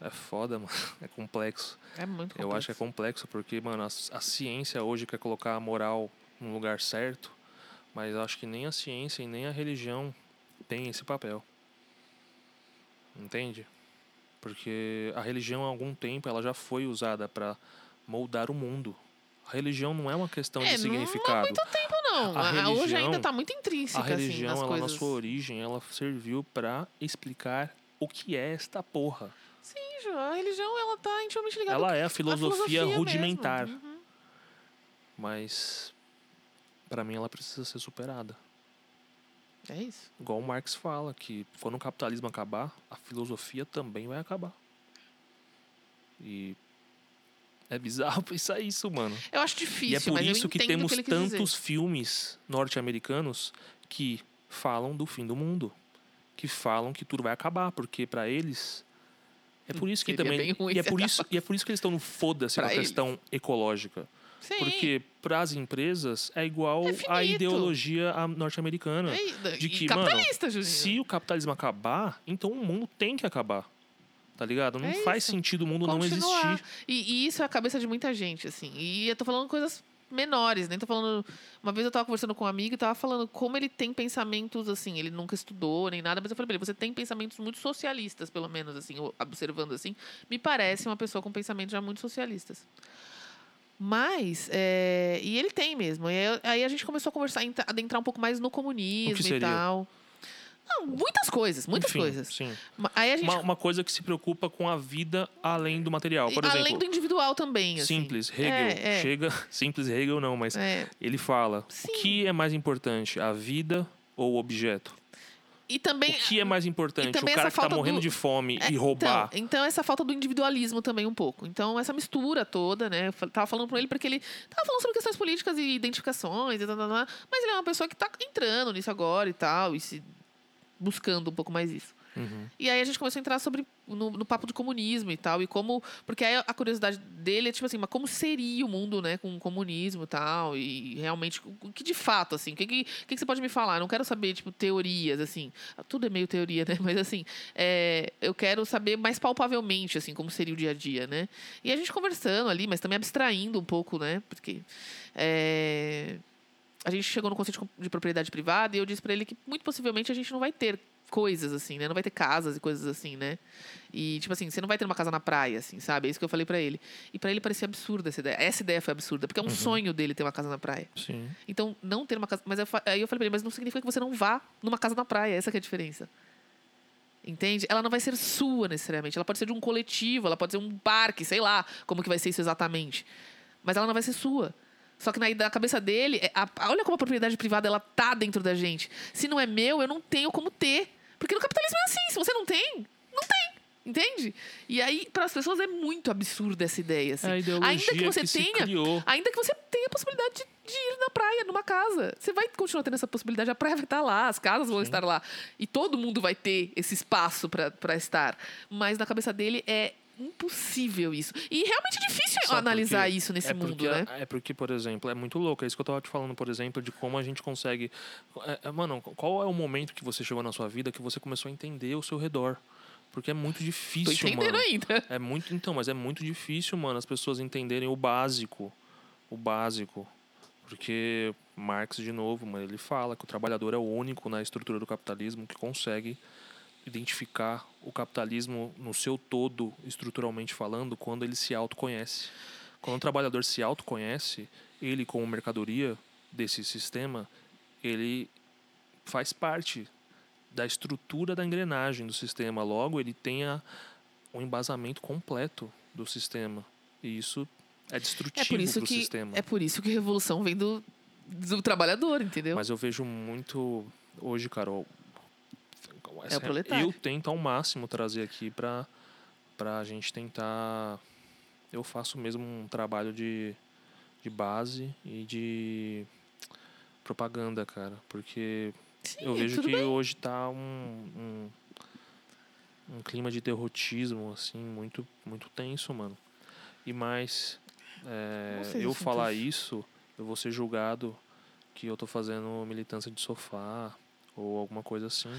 [SPEAKER 4] É foda, mano. É complexo.
[SPEAKER 3] É muito complexo.
[SPEAKER 4] Eu acho que é complexo porque, mano, a, a ciência hoje quer colocar a moral no lugar certo, mas eu acho que nem a ciência e nem a religião tem esse papel. Entende? Porque a religião, há algum tempo, ela já foi usada para moldar o mundo. A religião não é uma questão de
[SPEAKER 3] É, não há
[SPEAKER 4] significado.
[SPEAKER 3] muito tempo, não.
[SPEAKER 4] A
[SPEAKER 3] A- Hoje ainda
[SPEAKER 4] religião-
[SPEAKER 3] tá muito intrínseca,
[SPEAKER 4] A
[SPEAKER 3] assim,
[SPEAKER 4] religião,
[SPEAKER 3] nas
[SPEAKER 4] ela
[SPEAKER 3] coisas.
[SPEAKER 4] na sua origem, ela serviu pra explicar o que é esta porra.
[SPEAKER 3] Sim, Ju, a religião, ela tá intimamente ligada
[SPEAKER 4] Ela é a
[SPEAKER 3] à
[SPEAKER 4] filosofia,
[SPEAKER 3] mesmo.
[SPEAKER 4] rudimentar,
[SPEAKER 3] Uhum.
[SPEAKER 4] mas pra mim ela precisa ser superada.
[SPEAKER 3] É isso.
[SPEAKER 4] Igual o Marx fala que quando o capitalismo acabar, a filosofia também vai acabar. E é bizarro pensar isso, mano.
[SPEAKER 3] Eu acho difícil,
[SPEAKER 4] e é por
[SPEAKER 3] mas
[SPEAKER 4] isso
[SPEAKER 3] eu
[SPEAKER 4] que
[SPEAKER 3] entendo
[SPEAKER 4] temos
[SPEAKER 3] o que ele quis dizer.
[SPEAKER 4] tantos filmes norte-americanos que falam do fim do mundo, que falam que tudo vai acabar, porque pra eles é por isso que
[SPEAKER 3] Seria bem
[SPEAKER 4] também
[SPEAKER 3] ruim
[SPEAKER 4] e é
[SPEAKER 3] se
[SPEAKER 4] por isso e é por isso que eles estão no foda-se com a
[SPEAKER 3] Pra eles.
[SPEAKER 4] questão ecológica,
[SPEAKER 3] Sim.
[SPEAKER 4] porque para as empresas é igual
[SPEAKER 3] É
[SPEAKER 4] à
[SPEAKER 3] finito.
[SPEAKER 4] ideologia ah, norte-americana.
[SPEAKER 3] É, e-
[SPEAKER 4] de
[SPEAKER 3] e
[SPEAKER 4] que, mano,
[SPEAKER 3] capitalista, Juninho.
[SPEAKER 4] Se o capitalismo acabar, então o mundo tem que acabar. Tá ligado? Não
[SPEAKER 3] É
[SPEAKER 4] faz
[SPEAKER 3] isso.
[SPEAKER 4] sentido o mundo Tipo, não
[SPEAKER 3] Continuar.
[SPEAKER 4] existir.
[SPEAKER 3] E, e isso é a cabeça de muita gente, assim. E eu tô falando coisas menores, nem tô falando. Uma vez eu tava conversando com um amigo e tava falando como ele tem pensamentos, assim, ele nunca estudou nem nada, mas eu falei pra ele, você tem pensamentos muito socialistas, pelo menos, assim, o- observando assim. Me parece uma pessoa com pensamentos já muito socialistas. Mas, é, e ele tem mesmo. E aí, aí a gente começou a conversar, entra- adentrar um pouco mais no comunismo e
[SPEAKER 4] seria?
[SPEAKER 3] tal. Não, muitas coisas, muitas
[SPEAKER 4] Enfim,
[SPEAKER 3] coisas.
[SPEAKER 4] Sim.
[SPEAKER 3] Ma- Aí a gente
[SPEAKER 4] Uma, uma coisa que se preocupa com a vida além do material. Então, Por
[SPEAKER 3] Além
[SPEAKER 4] exemplo,
[SPEAKER 3] do individual também. assim.
[SPEAKER 4] simples, Hegel.
[SPEAKER 3] É, é.
[SPEAKER 4] Chega. Simples Hegel não, mas
[SPEAKER 3] É.
[SPEAKER 4] ele fala:
[SPEAKER 3] Sim.
[SPEAKER 4] o que é mais importante, a vida ou o objeto?
[SPEAKER 3] E também.
[SPEAKER 4] O que é mais importante, o
[SPEAKER 3] também
[SPEAKER 4] cara
[SPEAKER 3] essa
[SPEAKER 4] que tá
[SPEAKER 3] falta
[SPEAKER 4] morrendo
[SPEAKER 3] do-
[SPEAKER 4] de fome
[SPEAKER 3] É,
[SPEAKER 4] e roubar?
[SPEAKER 3] Então, então, essa falta do individualismo também um pouco. Então, essa mistura toda, né? Eu fa- tava falando com ele porque ele tava falando sobre questões políticas e identificações e tal, tal, tal, mas ele é uma pessoa que tá entrando nisso agora e tal, e se buscando um pouco mais isso.
[SPEAKER 4] Uhum.
[SPEAKER 3] E aí a gente começou a entrar sobre no, no papo de comunismo e tal, e como. Porque aí a curiosidade dele é tipo assim, mas como seria o mundo, né, com o comunismo e tal? E realmente, o o que de fato, assim, o que, que, o que que você pode me falar? Eu não quero saber, tipo, teorias, assim. Tudo é meio teoria, né? Mas assim, é, eu quero saber mais palpavelmente, assim, como seria o dia a dia, né? E a gente conversando ali, mas também abstraindo um pouco, né? Porque. é, a gente chegou no conceito de com- de propriedade privada e eu disse pra ele que muito possivelmente a gente não vai ter coisas assim, né? Não vai ter casas e coisas assim, né? E tipo assim, você não vai ter uma casa na praia assim, sabe? É isso que eu falei pra ele. E pra ele parecia absurda essa ideia. Essa ideia foi absurda, porque é um sonho dele ter uma casa na praia.
[SPEAKER 4] Sim.
[SPEAKER 3] Então, não ter uma casa, mas eu fa- aí eu falei pra ele, mas não significa que você não vá numa casa na praia, essa que é a diferença. Entende? Ela não vai ser sua necessariamente, ela pode ser de um coletivo, ela pode ser um parque, sei lá, como que vai ser isso exatamente. Mas ela não vai ser sua. Só que na, na cabeça dele, é a- a- olha como a propriedade privada ela tá dentro da gente. Se não é meu, eu não tenho como ter. Porque no capitalismo é assim, se você não tem, não tem. Entende? E aí, para as pessoas é muito absurda essa ideia. Assim.
[SPEAKER 4] É a
[SPEAKER 3] Ainda que
[SPEAKER 4] ideologia
[SPEAKER 3] você
[SPEAKER 4] que se
[SPEAKER 3] tenha,
[SPEAKER 4] criou.
[SPEAKER 3] ainda que você tenha a possibilidade de, de ir na praia, numa casa. Você vai continuar tendo essa possibilidade, a praia vai estar lá, as casas vão estar lá. E todo mundo vai ter esse espaço para estar. Mas na cabeça dele é impossível isso. E realmente é difícil
[SPEAKER 4] Sabe por
[SPEAKER 3] analisar
[SPEAKER 4] quê?
[SPEAKER 3] isso nesse
[SPEAKER 4] É
[SPEAKER 3] mundo,
[SPEAKER 4] porque-
[SPEAKER 3] né?
[SPEAKER 4] É porque, por exemplo, é muito louco. É isso que eu tava te falando, por exemplo, de como a gente consegue. é, é, mano, qual é o momento que você chegou na sua vida que você começou a entender o seu redor? Porque é muito
[SPEAKER 3] Tô
[SPEAKER 4] difícil,
[SPEAKER 3] entendendo
[SPEAKER 4] mano.
[SPEAKER 3] ainda.
[SPEAKER 4] É muito, então, mas é muito difícil, mano, as pessoas entenderem o básico. O básico. Porque Marx, de novo, mano, ele fala que o trabalhador é o único na estrutura do capitalismo que consegue identificar o capitalismo no seu todo, estruturalmente falando, quando ele se autoconhece. Quando o trabalhador se autoconhece, ele, como mercadoria desse sistema, ele faz parte da estrutura da engrenagem do sistema. Logo, ele tem a, um embasamento completo do sistema. E isso é
[SPEAKER 3] É por
[SPEAKER 4] destrutivo
[SPEAKER 3] isso
[SPEAKER 4] para o
[SPEAKER 3] que
[SPEAKER 4] sistema.
[SPEAKER 3] é por isso que revolução vem do, do trabalhador, entendeu?
[SPEAKER 4] Mas eu vejo muito hoje, Carol. essa-
[SPEAKER 3] É proletário.
[SPEAKER 4] Eu tento ao máximo trazer aqui pra, pra gente tentar. Eu faço mesmo um trabalho de, de base e de propaganda, cara. Porque
[SPEAKER 3] Sim,
[SPEAKER 4] eu vejo
[SPEAKER 3] tudo
[SPEAKER 4] que
[SPEAKER 3] bem.
[SPEAKER 4] hoje tá um, um, um clima de derrotismo, assim, muito, muito tenso, mano. E mais, é,
[SPEAKER 3] Não sei se
[SPEAKER 4] eu
[SPEAKER 3] eu sinto
[SPEAKER 4] falar isso, eu vou ser julgado que eu tô fazendo militância de sofá ou alguma coisa assim.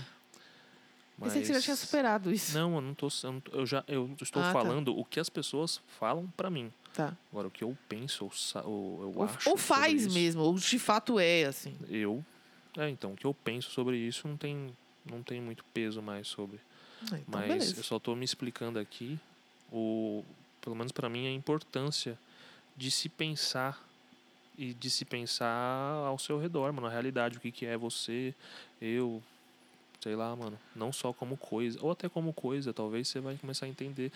[SPEAKER 3] Pensei que você já tinha superado isso.
[SPEAKER 4] Não, eu não tô. Eu, não tô- eu já eu estou
[SPEAKER 3] Ah, tá.
[SPEAKER 4] falando o que as pessoas falam pra mim.
[SPEAKER 3] Tá.
[SPEAKER 4] Agora, o que eu penso, ou, sa- ou eu
[SPEAKER 3] Ou,
[SPEAKER 4] acho.
[SPEAKER 3] ou
[SPEAKER 4] sobre
[SPEAKER 3] faz
[SPEAKER 4] isso,
[SPEAKER 3] mesmo, ou de fato é, assim.
[SPEAKER 4] eu. É, então, o que eu penso sobre isso não tem, não tem muito peso mais sobre.
[SPEAKER 3] Ah, então
[SPEAKER 4] Mas
[SPEAKER 3] beleza.
[SPEAKER 4] eu só tô me explicando aqui, o, pelo menos para mim, a importância de se pensar e de se pensar ao seu redor, mano, a realidade, o que, que é você, eu, sei lá, mano, não só como coisa, ou até como coisa, talvez você vai começar a entender.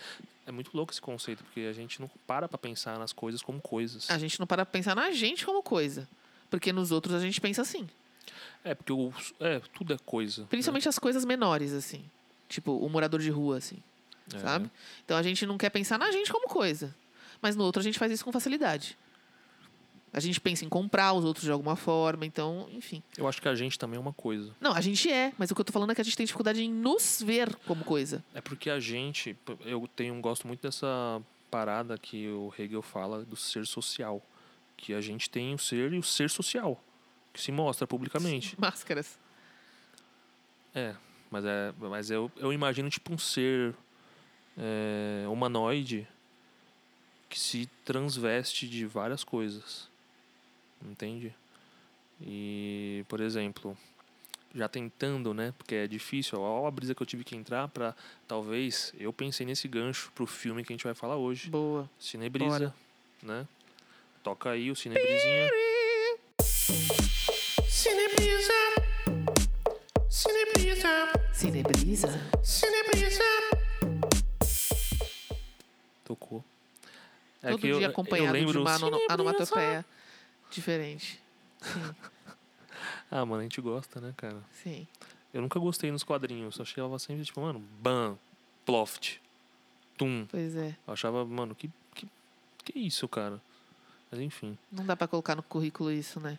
[SPEAKER 4] É muito louco esse conceito, porque a gente não para pra pensar nas coisas como coisas.
[SPEAKER 3] A gente não para pra pensar na gente como coisa. Porque nos outros a gente pensa assim.
[SPEAKER 4] É, porque o, é, tudo é coisa. né?
[SPEAKER 3] Principalmente as coisas menores, assim. Tipo, o morador de rua, assim,
[SPEAKER 4] É.
[SPEAKER 3] sabe? Então a gente não quer pensar na gente como coisa. Mas no outro a gente faz isso com facilidade. A gente pensa em comprar os outros de alguma forma, então, enfim.
[SPEAKER 4] Eu acho que a gente também é uma coisa.
[SPEAKER 3] Não, a gente é, mas o que eu tô falando é que a gente tem dificuldade em nos ver como coisa.
[SPEAKER 4] É porque a gente, p- eu tenho gosto muito dessa parada que o Hegel fala do ser social, que a gente tem o ser e o ser social, que se mostra publicamente.
[SPEAKER 3] Máscaras.
[SPEAKER 4] É, mas é, mas eu, eu imagino tipo um ser é, humanoide que se transveste de várias coisas. Entende? E, por exemplo, já tentando, né? Porque é difícil. Olha a brisa que eu tive que entrar para talvez. Eu pensei nesse gancho pro filme que a gente vai falar hoje.
[SPEAKER 3] Boa.
[SPEAKER 4] Cinebrisa, né? Toca aí o Cinebrisinha.
[SPEAKER 1] Cinebrisa. Cinebrisa.
[SPEAKER 3] Cinebrisa?
[SPEAKER 1] Cinebrisa.
[SPEAKER 4] Tocou. É
[SPEAKER 3] Todo
[SPEAKER 4] que eu-
[SPEAKER 3] dia
[SPEAKER 4] eu
[SPEAKER 3] acompanhado de
[SPEAKER 4] lembro-
[SPEAKER 3] uma ano- onomatopeia diferente.
[SPEAKER 4] Ah, mano, a gente gosta, né, cara?
[SPEAKER 3] Sim.
[SPEAKER 4] Eu nunca gostei nos quadrinhos. Eu achava sempre, tipo, mano, ban, ploft, tum.
[SPEAKER 3] Pois é.
[SPEAKER 4] Eu achava, mano, que, que, que isso, cara? Mas enfim,
[SPEAKER 3] Não dá pra colocar no currículo isso, né?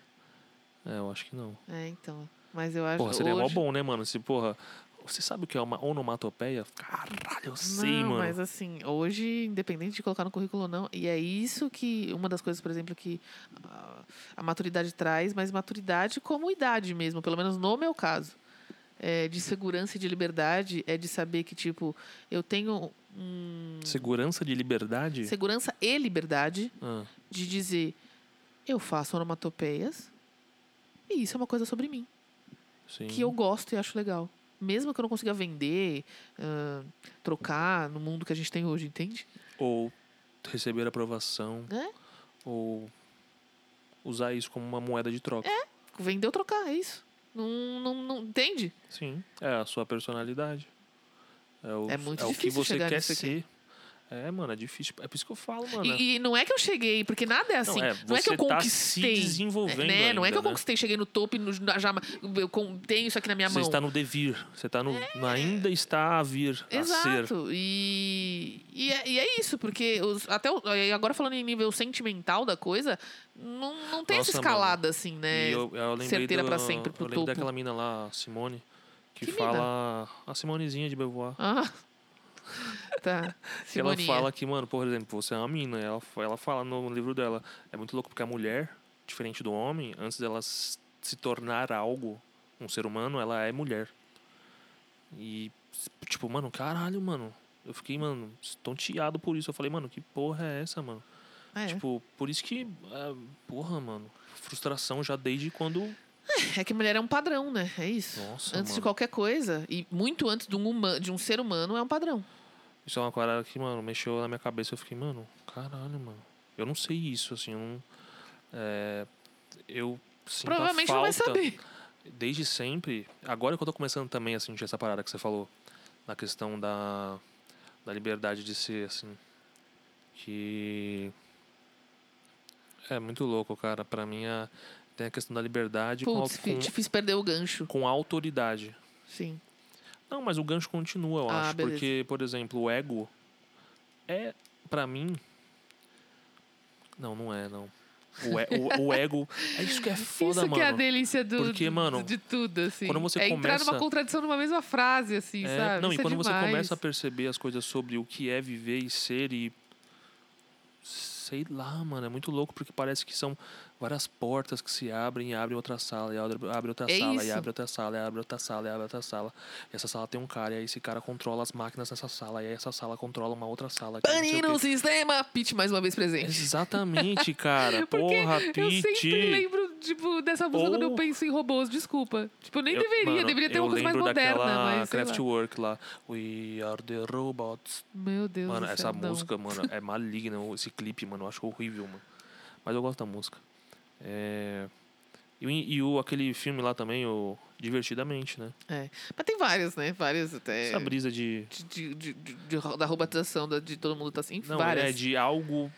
[SPEAKER 4] é, eu acho que não.
[SPEAKER 3] É, então. Mas eu acho
[SPEAKER 4] Porra, seria
[SPEAKER 3] hoje...
[SPEAKER 4] mó bom, né, mano? Se, porra, você sabe o que é uma onomatopeia? Caralho, eu sei,
[SPEAKER 3] não,
[SPEAKER 4] mano.
[SPEAKER 3] mas assim, hoje, independente de colocar no currículo ou não, e é isso que uma das coisas, por exemplo, que ah, a maturidade traz, mas maturidade como idade mesmo, pelo menos no meu caso. É, de segurança e de liberdade é de saber que, tipo, eu tenho hum,
[SPEAKER 4] Segurança de liberdade?
[SPEAKER 3] segurança e liberdade
[SPEAKER 4] Ah,
[SPEAKER 3] de dizer eu faço onomatopeias e isso é uma coisa sobre mim
[SPEAKER 4] sim.
[SPEAKER 3] que eu gosto e acho legal. Mesmo que eu não consiga vender, ah, trocar no mundo que a gente tem hoje, entende?
[SPEAKER 4] Ou receber aprovação.
[SPEAKER 3] É.
[SPEAKER 4] Ou usar isso como uma moeda de troca.
[SPEAKER 3] Vender ou trocar, é isso. Não, não, não entende?
[SPEAKER 4] Sim, é a sua personalidade. É, o,
[SPEAKER 3] É muito
[SPEAKER 4] é o que
[SPEAKER 3] difícil
[SPEAKER 4] você
[SPEAKER 3] chegar
[SPEAKER 4] quer
[SPEAKER 3] nisso aqui.
[SPEAKER 4] ser. É, mano, é difícil. É por isso que eu falo, mano.
[SPEAKER 3] E, e não é que eu cheguei, porque nada é assim. Não é, que
[SPEAKER 4] você
[SPEAKER 3] eu
[SPEAKER 4] tá
[SPEAKER 3] conquistei.
[SPEAKER 4] se desenvolvendo
[SPEAKER 3] né? não é
[SPEAKER 4] ainda,
[SPEAKER 3] que eu
[SPEAKER 4] né?
[SPEAKER 3] conquistei, cheguei no topo e no, na- já eu com- tenho isso aqui na minha
[SPEAKER 4] você
[SPEAKER 3] mão. É.
[SPEAKER 4] está no devir. Você está no, ainda está a vir, a ser.
[SPEAKER 3] Exato. E, e, é, e é isso, porque os- até o- e agora falando em nível sentimental da coisa, não, não tem
[SPEAKER 4] Nossa,
[SPEAKER 3] essa escalada assim, né?
[SPEAKER 4] E eu, eu lembrei
[SPEAKER 3] certeira
[SPEAKER 4] do-
[SPEAKER 3] pra sempre pro
[SPEAKER 4] Eu lembro
[SPEAKER 3] topo.
[SPEAKER 4] daquela mina lá, a Simone, que,
[SPEAKER 3] Que
[SPEAKER 4] fala... A Simonezinha de Beauvoir.
[SPEAKER 3] Ah. Tá.
[SPEAKER 4] Que ela
[SPEAKER 3] Simoninha.
[SPEAKER 4] fala que, mano, por exemplo, você é uma mina. Ela, fa- ela fala no livro dela. É muito louco porque a mulher, diferente do homem, antes dela s- se tornar algo, um ser humano, ela é mulher. E, s- tipo, mano, caralho, mano. Eu fiquei, mano, estonteado por isso. Eu falei, mano, que porra é essa, mano?
[SPEAKER 3] É.
[SPEAKER 4] Tipo, por isso que. é, porra, mano. Frustração já desde quando.
[SPEAKER 3] É que mulher é um padrão, né? É isso.
[SPEAKER 4] Nossa,
[SPEAKER 3] antes de
[SPEAKER 4] mano.
[SPEAKER 3] qualquer coisa, e muito antes de um, huma- de um ser humano, é um padrão.
[SPEAKER 4] Isso é uma parada que, mano, mexeu na minha cabeça. Eu fiquei, mano, caralho, mano. Eu não sei isso, assim. Eu, não, é, eu sinto a
[SPEAKER 3] Provavelmente não vai
[SPEAKER 4] falta-
[SPEAKER 3] saber.
[SPEAKER 4] desde sempre, agora que eu tô começando também a sentir essa parada que você falou, na questão da, da liberdade de ser, assim, que é muito louco, cara. Pra mim, a- tem a questão da liberdade com,
[SPEAKER 3] Putz,
[SPEAKER 4] a,
[SPEAKER 3] fi-
[SPEAKER 4] com,
[SPEAKER 3] te fiz perder o gancho.
[SPEAKER 4] com a autoridade.
[SPEAKER 3] Sim.
[SPEAKER 4] Não, mas o gancho continua, eu
[SPEAKER 3] Ah,
[SPEAKER 4] acho.
[SPEAKER 3] beleza.
[SPEAKER 4] Porque, por exemplo, o ego é, pra mim. Não, não é, não. O, e- o- o ego. É isso que é foda,
[SPEAKER 3] isso
[SPEAKER 4] mano.
[SPEAKER 3] que é a delícia do,
[SPEAKER 4] Porque,
[SPEAKER 3] do-
[SPEAKER 4] mano,
[SPEAKER 3] de tudo, assim.
[SPEAKER 4] quando você
[SPEAKER 3] é entrar
[SPEAKER 4] começa-
[SPEAKER 3] numa contradição numa mesma frase, assim,
[SPEAKER 4] É,
[SPEAKER 3] sabe?
[SPEAKER 4] Não,
[SPEAKER 3] Isso
[SPEAKER 4] e
[SPEAKER 3] é
[SPEAKER 4] quando você
[SPEAKER 3] demais.
[SPEAKER 4] começa a perceber as coisas sobre o que é viver e ser e. Sei lá, mano, é muito louco porque parece que são várias portas que se abrem e abre outra sala, e abre, abre outra
[SPEAKER 3] É
[SPEAKER 4] sala, e
[SPEAKER 3] isso.
[SPEAKER 4] abre outra sala, e abre outra sala, e abre outra sala. E essa sala tem um cara, e aí esse cara controla as máquinas dessa sala, e aí essa sala controla uma outra sala. que não sei o
[SPEAKER 3] Pane no
[SPEAKER 4] quê.
[SPEAKER 3] sistema! Pete mais uma vez presente.
[SPEAKER 4] Exatamente, cara.
[SPEAKER 3] É Porque
[SPEAKER 4] Porra,
[SPEAKER 3] eu sempre
[SPEAKER 4] Pete.
[SPEAKER 3] lembro, tipo, dessa música quando eu
[SPEAKER 4] Ou-
[SPEAKER 3] penso em robôs, desculpa. Tipo, eu nem
[SPEAKER 4] Eu-
[SPEAKER 3] deveria,
[SPEAKER 4] mano,
[SPEAKER 3] deveria ter
[SPEAKER 4] eu
[SPEAKER 3] uma coisa mais
[SPEAKER 4] lembro
[SPEAKER 3] moderna,
[SPEAKER 4] daquela
[SPEAKER 3] mas. sei lá.
[SPEAKER 4] Kraftwerk lá. We are the robots.
[SPEAKER 3] Meu Deus.
[SPEAKER 4] Mano,
[SPEAKER 3] do
[SPEAKER 4] essa
[SPEAKER 3] céu, não.
[SPEAKER 4] música, mano, é maligna. Esse clipe, mano, eu acho horrível, mano. Mas eu gosto da música. É, E, o- e o, aquele filme lá também, o Divertidamente, né?
[SPEAKER 3] É. Mas tem várias, né? Várias até.
[SPEAKER 4] Essa brisa de.
[SPEAKER 3] de- de- de- de- de- da robotização da- de todo mundo tá assim.
[SPEAKER 4] Não, é
[SPEAKER 3] várias.
[SPEAKER 4] de algo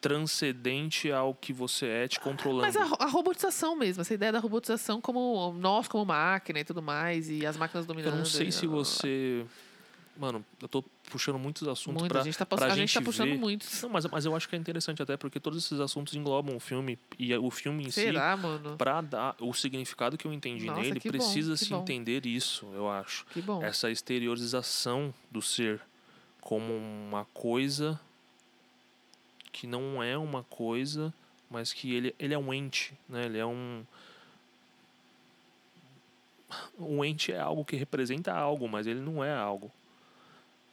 [SPEAKER 4] transcendente ao que você é te controlando.
[SPEAKER 3] Mas a, ro- a robotização mesmo, essa ideia da robotização como nós, como máquina e tudo mais, e as máquinas dominando.
[SPEAKER 4] Eu não sei
[SPEAKER 3] e-
[SPEAKER 4] se você. Mano, eu tô puxando muitos assuntos
[SPEAKER 3] Muito,
[SPEAKER 4] pra.
[SPEAKER 3] a gente tá, pass-
[SPEAKER 4] pra
[SPEAKER 3] a gente tá
[SPEAKER 4] gente
[SPEAKER 3] puxando
[SPEAKER 4] ver.
[SPEAKER 3] muitos.
[SPEAKER 4] Não, mas, mas eu acho que é interessante até porque todos esses assuntos englobam o filme e o filme em si
[SPEAKER 3] Será, mano?
[SPEAKER 4] Pra dar o significado que eu entendi
[SPEAKER 3] Nossa,
[SPEAKER 4] nele,
[SPEAKER 3] que bom,
[SPEAKER 4] precisa
[SPEAKER 3] que
[SPEAKER 4] se
[SPEAKER 3] bom.
[SPEAKER 4] entender isso, eu acho.
[SPEAKER 3] Que bom.
[SPEAKER 4] Essa exteriorização do ser como uma coisa que não é uma coisa, mas que ele, ele é um ente, né? Ele é um um ente é algo que representa algo, mas ele não é algo.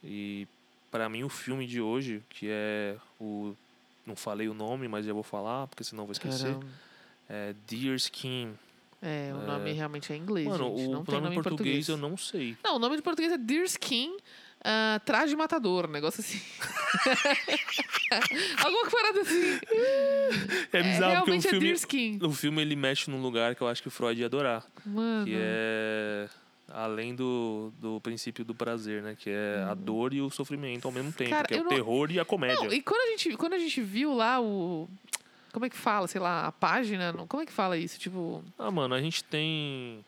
[SPEAKER 4] E Pra mim, o filme de hoje, que é o. Não falei o nome, mas já vou falar, porque senão eu vou esquecer.
[SPEAKER 3] Caramba.
[SPEAKER 4] É Dear Skin.
[SPEAKER 3] É, o
[SPEAKER 4] É.
[SPEAKER 3] nome realmente é inglês,
[SPEAKER 4] Mano,
[SPEAKER 3] gente.
[SPEAKER 4] o
[SPEAKER 3] não tem
[SPEAKER 4] nome
[SPEAKER 3] nome
[SPEAKER 4] em português, eu não sei.
[SPEAKER 3] Não, o nome de português é Deer Skin, ah, traje matador, negócio assim. Alguma parada assim.
[SPEAKER 4] É bizarro porque o
[SPEAKER 3] realmente é
[SPEAKER 4] filme.
[SPEAKER 3] Deer Skin.
[SPEAKER 4] o filme ele mexe num lugar que eu acho que o Freud ia adorar.
[SPEAKER 3] Mano.
[SPEAKER 4] Que é. Além do, do princípio do prazer, né? Que é a dor e o sofrimento ao mesmo tempo.
[SPEAKER 3] Uhum. Cara,
[SPEAKER 4] que é
[SPEAKER 3] eu
[SPEAKER 4] o
[SPEAKER 3] não-
[SPEAKER 4] terror e a comédia.
[SPEAKER 3] Não, e quando a, gente, quando a gente viu lá o. Como é que fala? Sei lá, a página? não- Como é que fala isso? Tipo.
[SPEAKER 4] Ah, mano, a gente tem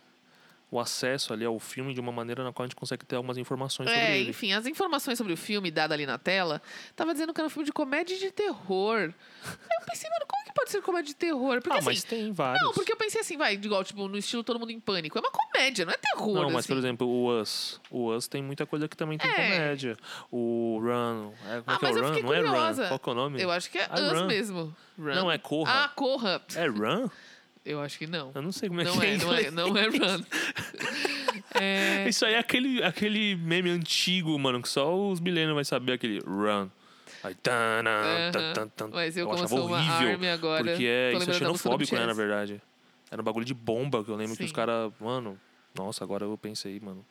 [SPEAKER 4] o acesso ali ao filme de uma maneira na qual a gente consegue ter algumas informações sobre
[SPEAKER 3] É,
[SPEAKER 4] ele. Ah,
[SPEAKER 3] enfim, as informações sobre o filme dada ali na tela, tava dizendo que era um filme de comédia e de terror. Aí eu pensei, mano, como que pode ser comédia de terror? Porque
[SPEAKER 4] ah,
[SPEAKER 3] assim.
[SPEAKER 4] mas tem vários.
[SPEAKER 3] Não, porque eu pensei assim, vai, igual, tipo, no estilo Todo Mundo em Pânico. É uma comédia, não é terror.
[SPEAKER 4] Não, mas,
[SPEAKER 3] assim.
[SPEAKER 4] por exemplo, o Us. O Us tem muita coisa que também tem
[SPEAKER 3] É.
[SPEAKER 4] comédia. O Run. É, como
[SPEAKER 3] Ah,
[SPEAKER 4] é que é
[SPEAKER 3] mas
[SPEAKER 4] o
[SPEAKER 3] eu
[SPEAKER 4] Run?
[SPEAKER 3] fiquei
[SPEAKER 4] Não é
[SPEAKER 3] curiosa.
[SPEAKER 4] Run. Qual que é o nome?
[SPEAKER 3] Eu acho que é
[SPEAKER 4] Ah,
[SPEAKER 3] Us
[SPEAKER 4] Run.
[SPEAKER 3] mesmo. Run.
[SPEAKER 4] Não, é Corra.
[SPEAKER 3] Ah, Corra.
[SPEAKER 4] É Run?
[SPEAKER 3] Eu acho que não.
[SPEAKER 4] Eu não sei como é
[SPEAKER 3] Não
[SPEAKER 4] que é.
[SPEAKER 3] é,
[SPEAKER 4] em
[SPEAKER 3] não é,
[SPEAKER 4] inglês.
[SPEAKER 3] não é Run. É,
[SPEAKER 4] Isso aí é aquele, aquele meme antigo, mano, que só os milênios vai saber aquele Run. Aí, tan, tan, tan, tan, tan.
[SPEAKER 3] mas eu, como
[SPEAKER 4] achava
[SPEAKER 3] sou uma
[SPEAKER 4] horrível.
[SPEAKER 3] army agora.
[SPEAKER 4] Porque é,
[SPEAKER 3] tô
[SPEAKER 4] isso é
[SPEAKER 3] lembrando da música do
[SPEAKER 4] xenofóbico, né, na
[SPEAKER 3] BTS.
[SPEAKER 4] verdade. Era um bagulho de bomba que eu lembro que os
[SPEAKER 3] Sim.
[SPEAKER 4] caras. Mano, nossa, agora eu pensei, mano.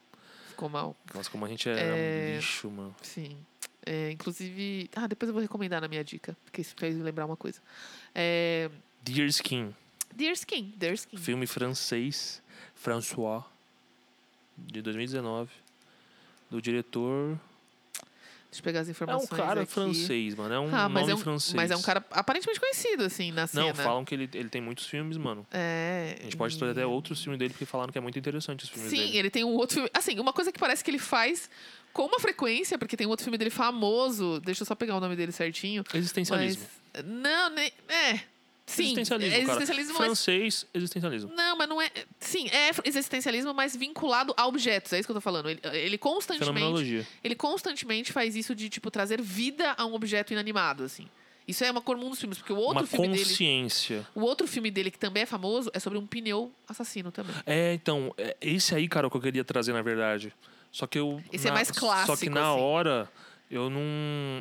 [SPEAKER 3] Ficou mal,
[SPEAKER 4] Nossa, como a gente era
[SPEAKER 3] É.
[SPEAKER 4] um lixo, mano.
[SPEAKER 3] sim. É, inclusive... Ah, depois eu vou recomendar na minha dica, porque isso fez me lembrar uma coisa. É,
[SPEAKER 4] Dear Skin,
[SPEAKER 3] Dear Skin, Dear Skin.
[SPEAKER 4] filme francês, François, de 2019. Do diretor.
[SPEAKER 3] Deixa eu pegar as
[SPEAKER 4] É um
[SPEAKER 3] informações
[SPEAKER 4] cara
[SPEAKER 3] aqui.
[SPEAKER 4] francês, mano. É um
[SPEAKER 3] ah, mas
[SPEAKER 4] nome
[SPEAKER 3] é um,
[SPEAKER 4] francês.
[SPEAKER 3] Mas é um cara aparentemente conhecido, assim, na
[SPEAKER 4] Não,
[SPEAKER 3] cena.
[SPEAKER 4] falam que ele, ele tem muitos filmes, mano.
[SPEAKER 3] É,
[SPEAKER 4] A gente pode trazer até outros filmes dele, porque falaram que é muito interessante os filmes
[SPEAKER 3] Sim,
[SPEAKER 4] dele.
[SPEAKER 3] ele tem um outro filme. Assim, uma coisa que parece que ele faz com uma frequência, porque tem um outro filme dele famoso. Deixa eu só pegar o nome dele certinho.
[SPEAKER 4] Existencialismo.
[SPEAKER 3] Mas. Não, nem. É. Sim.
[SPEAKER 4] existencialismo,
[SPEAKER 3] é
[SPEAKER 4] cara. um
[SPEAKER 3] existencialismo, mas.
[SPEAKER 4] Francês, existencialismo.
[SPEAKER 3] Não, mas não é. Sim, é existencialismo, mas vinculado a objetos. É isso que eu tô falando. Ele, ele constantemente.
[SPEAKER 4] Fenomenologia.
[SPEAKER 3] Ele constantemente faz isso de, tipo, trazer vida a um objeto inanimado, assim. Isso é uma comum dos filmes, porque o outro
[SPEAKER 4] uma
[SPEAKER 3] filme dele.
[SPEAKER 4] consciência.
[SPEAKER 3] O outro filme dele, que também é famoso, é sobre um pneu assassino também.
[SPEAKER 4] É, então, é- esse aí, cara, é o que eu queria trazer, na verdade. Só que eu.
[SPEAKER 3] Esse é mais
[SPEAKER 4] Só que
[SPEAKER 3] clássico,
[SPEAKER 4] na
[SPEAKER 3] assim.
[SPEAKER 4] hora. Eu não,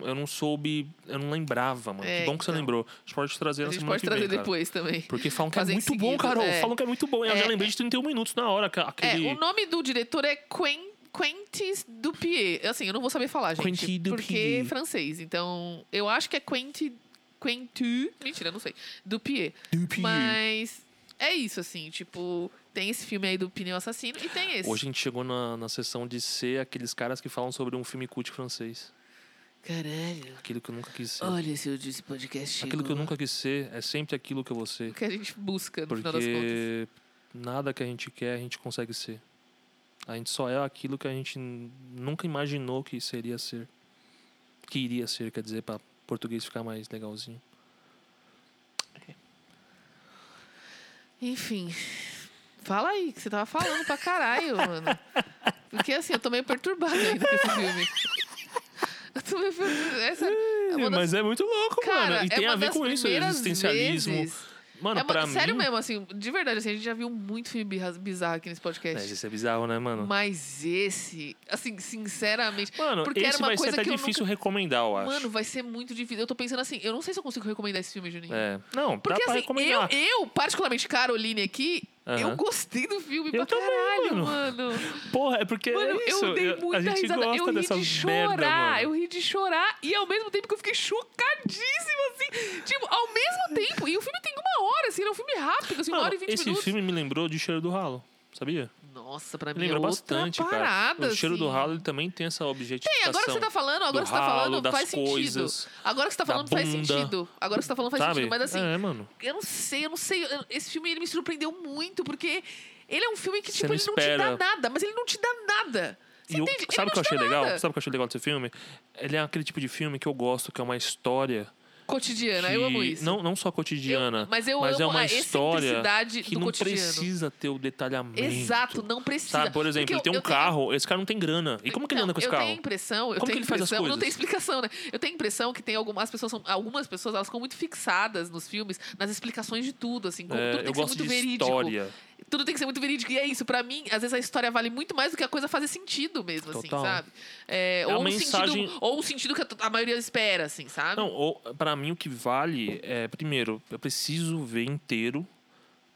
[SPEAKER 4] eu não soube, eu não lembrava, mano.
[SPEAKER 3] É,
[SPEAKER 4] que bom que você
[SPEAKER 3] então.
[SPEAKER 4] lembrou. A gente pode trazer
[SPEAKER 3] A
[SPEAKER 4] na
[SPEAKER 3] gente
[SPEAKER 4] semana
[SPEAKER 3] pode
[SPEAKER 4] que
[SPEAKER 3] trazer
[SPEAKER 4] vem, cara.
[SPEAKER 3] depois também.
[SPEAKER 4] Porque falam que
[SPEAKER 3] Fazer
[SPEAKER 4] é
[SPEAKER 3] em
[SPEAKER 4] muito bom,
[SPEAKER 3] seguida,
[SPEAKER 4] Carol.
[SPEAKER 3] é.
[SPEAKER 4] Falam que é muito bom. Eu já
[SPEAKER 3] É,
[SPEAKER 4] lembrei de 31 minutos na hora. ca- Aquele...
[SPEAKER 3] É, o nome do diretor é Quen- Quentis Dupier. Assim, eu não vou saber falar, gente.
[SPEAKER 4] Quentin Dupier.
[SPEAKER 3] Porque é francês. Então, eu acho que é Quentin... Quentin... Mentira, eu não sei. Dupier.
[SPEAKER 4] Dupier.
[SPEAKER 3] Mas é isso, assim. Tipo, tem esse filme aí do Pneu Assassino e tem esse.
[SPEAKER 4] Hoje a gente chegou na, na sessão de ser aqueles caras que falam sobre um filme cult francês.
[SPEAKER 1] Caralho.
[SPEAKER 4] Aquilo que eu nunca quis ser.
[SPEAKER 1] Olha se eu disse podcast.
[SPEAKER 4] aquilo que eu nunca quis ser é sempre aquilo que eu vou ser.
[SPEAKER 3] O que a gente busca, no final das contas.
[SPEAKER 4] Porque nada que a gente quer, a gente consegue ser. A gente só é aquilo que a gente n- nunca imaginou que seria ser. Que iria ser, quer dizer, para português ficar mais legalzinho.
[SPEAKER 3] Enfim. Fala aí, que você tava falando pra caralho, mano. Porque assim, eu tô meio perturbada ainda com esse filme. Eu tô meio perturbada. Essa é uma das-
[SPEAKER 4] Mas é muito louco, mano.
[SPEAKER 3] Cara,
[SPEAKER 4] E tem
[SPEAKER 3] é uma
[SPEAKER 4] a ver
[SPEAKER 3] das
[SPEAKER 4] com isso,
[SPEAKER 3] primeiras
[SPEAKER 4] existencialismo.
[SPEAKER 3] vezes.
[SPEAKER 4] Mano,
[SPEAKER 3] É uma-
[SPEAKER 4] pra
[SPEAKER 3] sério
[SPEAKER 4] mim.
[SPEAKER 3] mesmo, assim, de verdade, assim, a gente já viu muito filme birra- bizarro aqui nesse
[SPEAKER 4] É,
[SPEAKER 3] podcast.
[SPEAKER 4] isso é bizarro, né, mano?
[SPEAKER 3] Mas esse, assim, sinceramente.
[SPEAKER 4] Mano,
[SPEAKER 3] porque era
[SPEAKER 4] esse
[SPEAKER 3] uma
[SPEAKER 4] vai ser
[SPEAKER 3] coisa
[SPEAKER 4] até
[SPEAKER 3] que eu
[SPEAKER 4] difícil recomendar, eu
[SPEAKER 3] nunca...
[SPEAKER 4] acho.
[SPEAKER 3] Mano, vai ser muito difícil. Eu tô pensando assim, eu não sei se eu consigo recomendar esse filme, Juninho.
[SPEAKER 4] É. Não,
[SPEAKER 3] Porque
[SPEAKER 4] dá pra
[SPEAKER 3] assim, eu,
[SPEAKER 4] recomendar.
[SPEAKER 3] eu, particularmente, Caroline aqui, eu
[SPEAKER 4] Aham.
[SPEAKER 3] gostei do filme pra
[SPEAKER 4] Eu também,
[SPEAKER 3] caralho,
[SPEAKER 4] mano.
[SPEAKER 3] mano.
[SPEAKER 4] Porra, é porque
[SPEAKER 3] Mano,
[SPEAKER 4] é isso.
[SPEAKER 3] eu dei
[SPEAKER 4] eu-
[SPEAKER 3] muita
[SPEAKER 4] a gente
[SPEAKER 3] risada.
[SPEAKER 4] gosta
[SPEAKER 3] eu ri
[SPEAKER 4] dessas
[SPEAKER 3] de
[SPEAKER 4] merda,
[SPEAKER 3] chorar,
[SPEAKER 4] mano.
[SPEAKER 3] eu ri de chorar. E ao mesmo tempo que eu fiquei chocadíssima, assim. Tipo, ao mesmo tempo. E o filme tem uma hora, assim, ele é um filme rápido, assim, uma
[SPEAKER 4] Mano,
[SPEAKER 3] hora e vinte
[SPEAKER 4] esse
[SPEAKER 3] minutos.
[SPEAKER 4] filme me lembrou de Cheiro do Ralo, sabia?
[SPEAKER 3] Nossa, pra mim
[SPEAKER 4] Lembra
[SPEAKER 3] é outra
[SPEAKER 4] bastante,
[SPEAKER 3] parada,
[SPEAKER 4] cara. O cheiro do
[SPEAKER 3] assim.
[SPEAKER 4] ralo ele também tem essa
[SPEAKER 3] Tem,
[SPEAKER 4] objetificação.
[SPEAKER 3] agora que você tá falando, agora
[SPEAKER 4] do
[SPEAKER 3] que você tá
[SPEAKER 4] ralo,
[SPEAKER 3] falando,
[SPEAKER 4] das
[SPEAKER 3] faz sentido.
[SPEAKER 4] coisas,
[SPEAKER 3] Agora que você tá
[SPEAKER 4] da
[SPEAKER 3] falando, faz
[SPEAKER 4] bunda.
[SPEAKER 3] sentido. Agora que você tá falando, faz
[SPEAKER 4] sabe?
[SPEAKER 3] sentido. Mas assim,
[SPEAKER 4] É, mano.
[SPEAKER 3] eu não sei, eu não sei. eu- Esse filme ele me surpreendeu muito, porque ele é um filme que,
[SPEAKER 4] Você
[SPEAKER 3] tipo,
[SPEAKER 4] não
[SPEAKER 3] ele não te
[SPEAKER 4] espera.
[SPEAKER 3] dá nada, mas ele não te dá nada. Você
[SPEAKER 4] E eu-
[SPEAKER 3] entende? Ele
[SPEAKER 4] sabe o
[SPEAKER 3] não
[SPEAKER 4] que eu
[SPEAKER 3] te
[SPEAKER 4] achei
[SPEAKER 3] dá
[SPEAKER 4] legal?
[SPEAKER 3] nada.
[SPEAKER 4] Sabe o que eu achei legal desse filme? Ele é aquele tipo de filme que eu gosto, que é uma história.
[SPEAKER 3] Cotidiana, eu
[SPEAKER 4] que-
[SPEAKER 3] amo isso.
[SPEAKER 4] Não, não só cotidiana,
[SPEAKER 3] Eu- mas eu
[SPEAKER 4] é
[SPEAKER 3] amo
[SPEAKER 4] uma
[SPEAKER 3] a
[SPEAKER 4] história
[SPEAKER 3] excentricidade
[SPEAKER 4] que
[SPEAKER 3] do
[SPEAKER 4] não
[SPEAKER 3] cotidiano.
[SPEAKER 4] precisa ter o detalhamento.
[SPEAKER 3] Exato, não precisa.
[SPEAKER 4] Sabe, por exemplo,
[SPEAKER 3] Porque
[SPEAKER 4] ele tem
[SPEAKER 3] eu-
[SPEAKER 4] um
[SPEAKER 3] eu tenho-
[SPEAKER 4] carro, esse cara não tem grana. E como que ele
[SPEAKER 3] Não,
[SPEAKER 4] anda com esse
[SPEAKER 3] eu
[SPEAKER 4] carro?
[SPEAKER 3] tenho a impressão, eu
[SPEAKER 4] Como que
[SPEAKER 3] tenho
[SPEAKER 4] ele faz as
[SPEAKER 3] impressão, não tem
[SPEAKER 4] coisas?
[SPEAKER 3] explicação, né? Eu tenho a impressão que tem algumas pessoas, são- algumas pessoas, elas ficam muito fixadas nos filmes, nas explicações de tudo, assim, como
[SPEAKER 4] É,
[SPEAKER 3] tudo tem
[SPEAKER 4] eu
[SPEAKER 3] que ser
[SPEAKER 4] gosto
[SPEAKER 3] muito
[SPEAKER 4] de
[SPEAKER 3] verídico.
[SPEAKER 4] história.
[SPEAKER 3] Tudo tem que ser muito verídico. E é isso, pra mim, às vezes a história vale muito mais do que a coisa fazer sentido mesmo, assim,
[SPEAKER 4] Total.
[SPEAKER 3] sabe? É,
[SPEAKER 4] É
[SPEAKER 3] ou,
[SPEAKER 4] uma
[SPEAKER 3] um
[SPEAKER 4] mensagem-
[SPEAKER 3] sentido, ou um sentido que a, a maioria espera, assim, sabe?
[SPEAKER 4] Não, ou, pra mim o que vale é, primeiro, eu preciso ver inteiro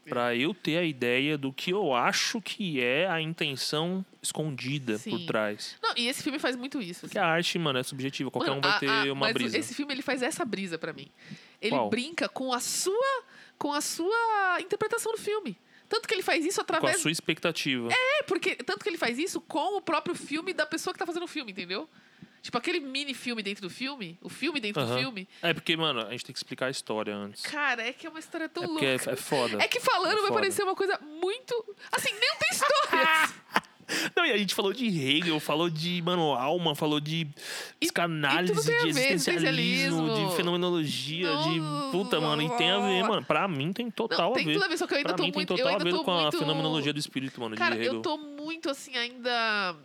[SPEAKER 4] pra eu ter a ideia do que eu acho que é a intenção escondida por
[SPEAKER 3] Sim.
[SPEAKER 4] trás.
[SPEAKER 3] Não, e esse filme faz muito isso. assim.
[SPEAKER 4] Porque a arte, mano, é subjetiva, qualquer
[SPEAKER 3] Mano,
[SPEAKER 4] um vai
[SPEAKER 3] a-
[SPEAKER 4] ter
[SPEAKER 3] a-
[SPEAKER 4] uma
[SPEAKER 3] mas o-
[SPEAKER 4] brisa.
[SPEAKER 3] Esse filme ele faz essa brisa pra mim. Ele
[SPEAKER 4] Qual?
[SPEAKER 3] brinca com a sua com a sua interpretação do filme. Tanto que ele faz isso
[SPEAKER 4] Com a
[SPEAKER 3] através
[SPEAKER 4] sua expectativa.
[SPEAKER 3] É, porque tanto que ele faz isso com o próprio filme da pessoa que tá fazendo o filme, entendeu? Tipo aquele mini filme dentro do filme, o filme dentro do
[SPEAKER 4] Aham.
[SPEAKER 3] filme.
[SPEAKER 4] É porque, mano, a gente tem que explicar a história antes.
[SPEAKER 3] Cara, é que é uma história tão
[SPEAKER 4] É porque
[SPEAKER 3] louca.
[SPEAKER 4] é, é foda.
[SPEAKER 3] É que falando
[SPEAKER 4] É
[SPEAKER 3] vai
[SPEAKER 4] foda.
[SPEAKER 3] parecer uma coisa muito. Assim, nem tem história.
[SPEAKER 4] Não, e a gente falou de Hegel, falou de, mano, alma, falou de psicanálise,
[SPEAKER 3] tudo tem a
[SPEAKER 4] de
[SPEAKER 3] ver,
[SPEAKER 4] existencialismo,
[SPEAKER 3] existencialismo.
[SPEAKER 4] de fenomenologia,
[SPEAKER 3] Não,
[SPEAKER 4] de. Puta, mano, e tem a ver, mano. Pra mim tem
[SPEAKER 3] Não,
[SPEAKER 4] total
[SPEAKER 3] tem
[SPEAKER 4] a ver.
[SPEAKER 3] tudo a ver, só que eu ainda
[SPEAKER 4] Tá pra
[SPEAKER 3] tô
[SPEAKER 4] mim
[SPEAKER 3] muito.
[SPEAKER 4] tem
[SPEAKER 3] eu
[SPEAKER 4] total a
[SPEAKER 3] ainda
[SPEAKER 4] ver
[SPEAKER 3] tô
[SPEAKER 4] com
[SPEAKER 3] muito...
[SPEAKER 4] a fenomenologia do espírito, mano,
[SPEAKER 3] Cara,
[SPEAKER 4] de Hegel.
[SPEAKER 3] eu tô muito assim, ainda.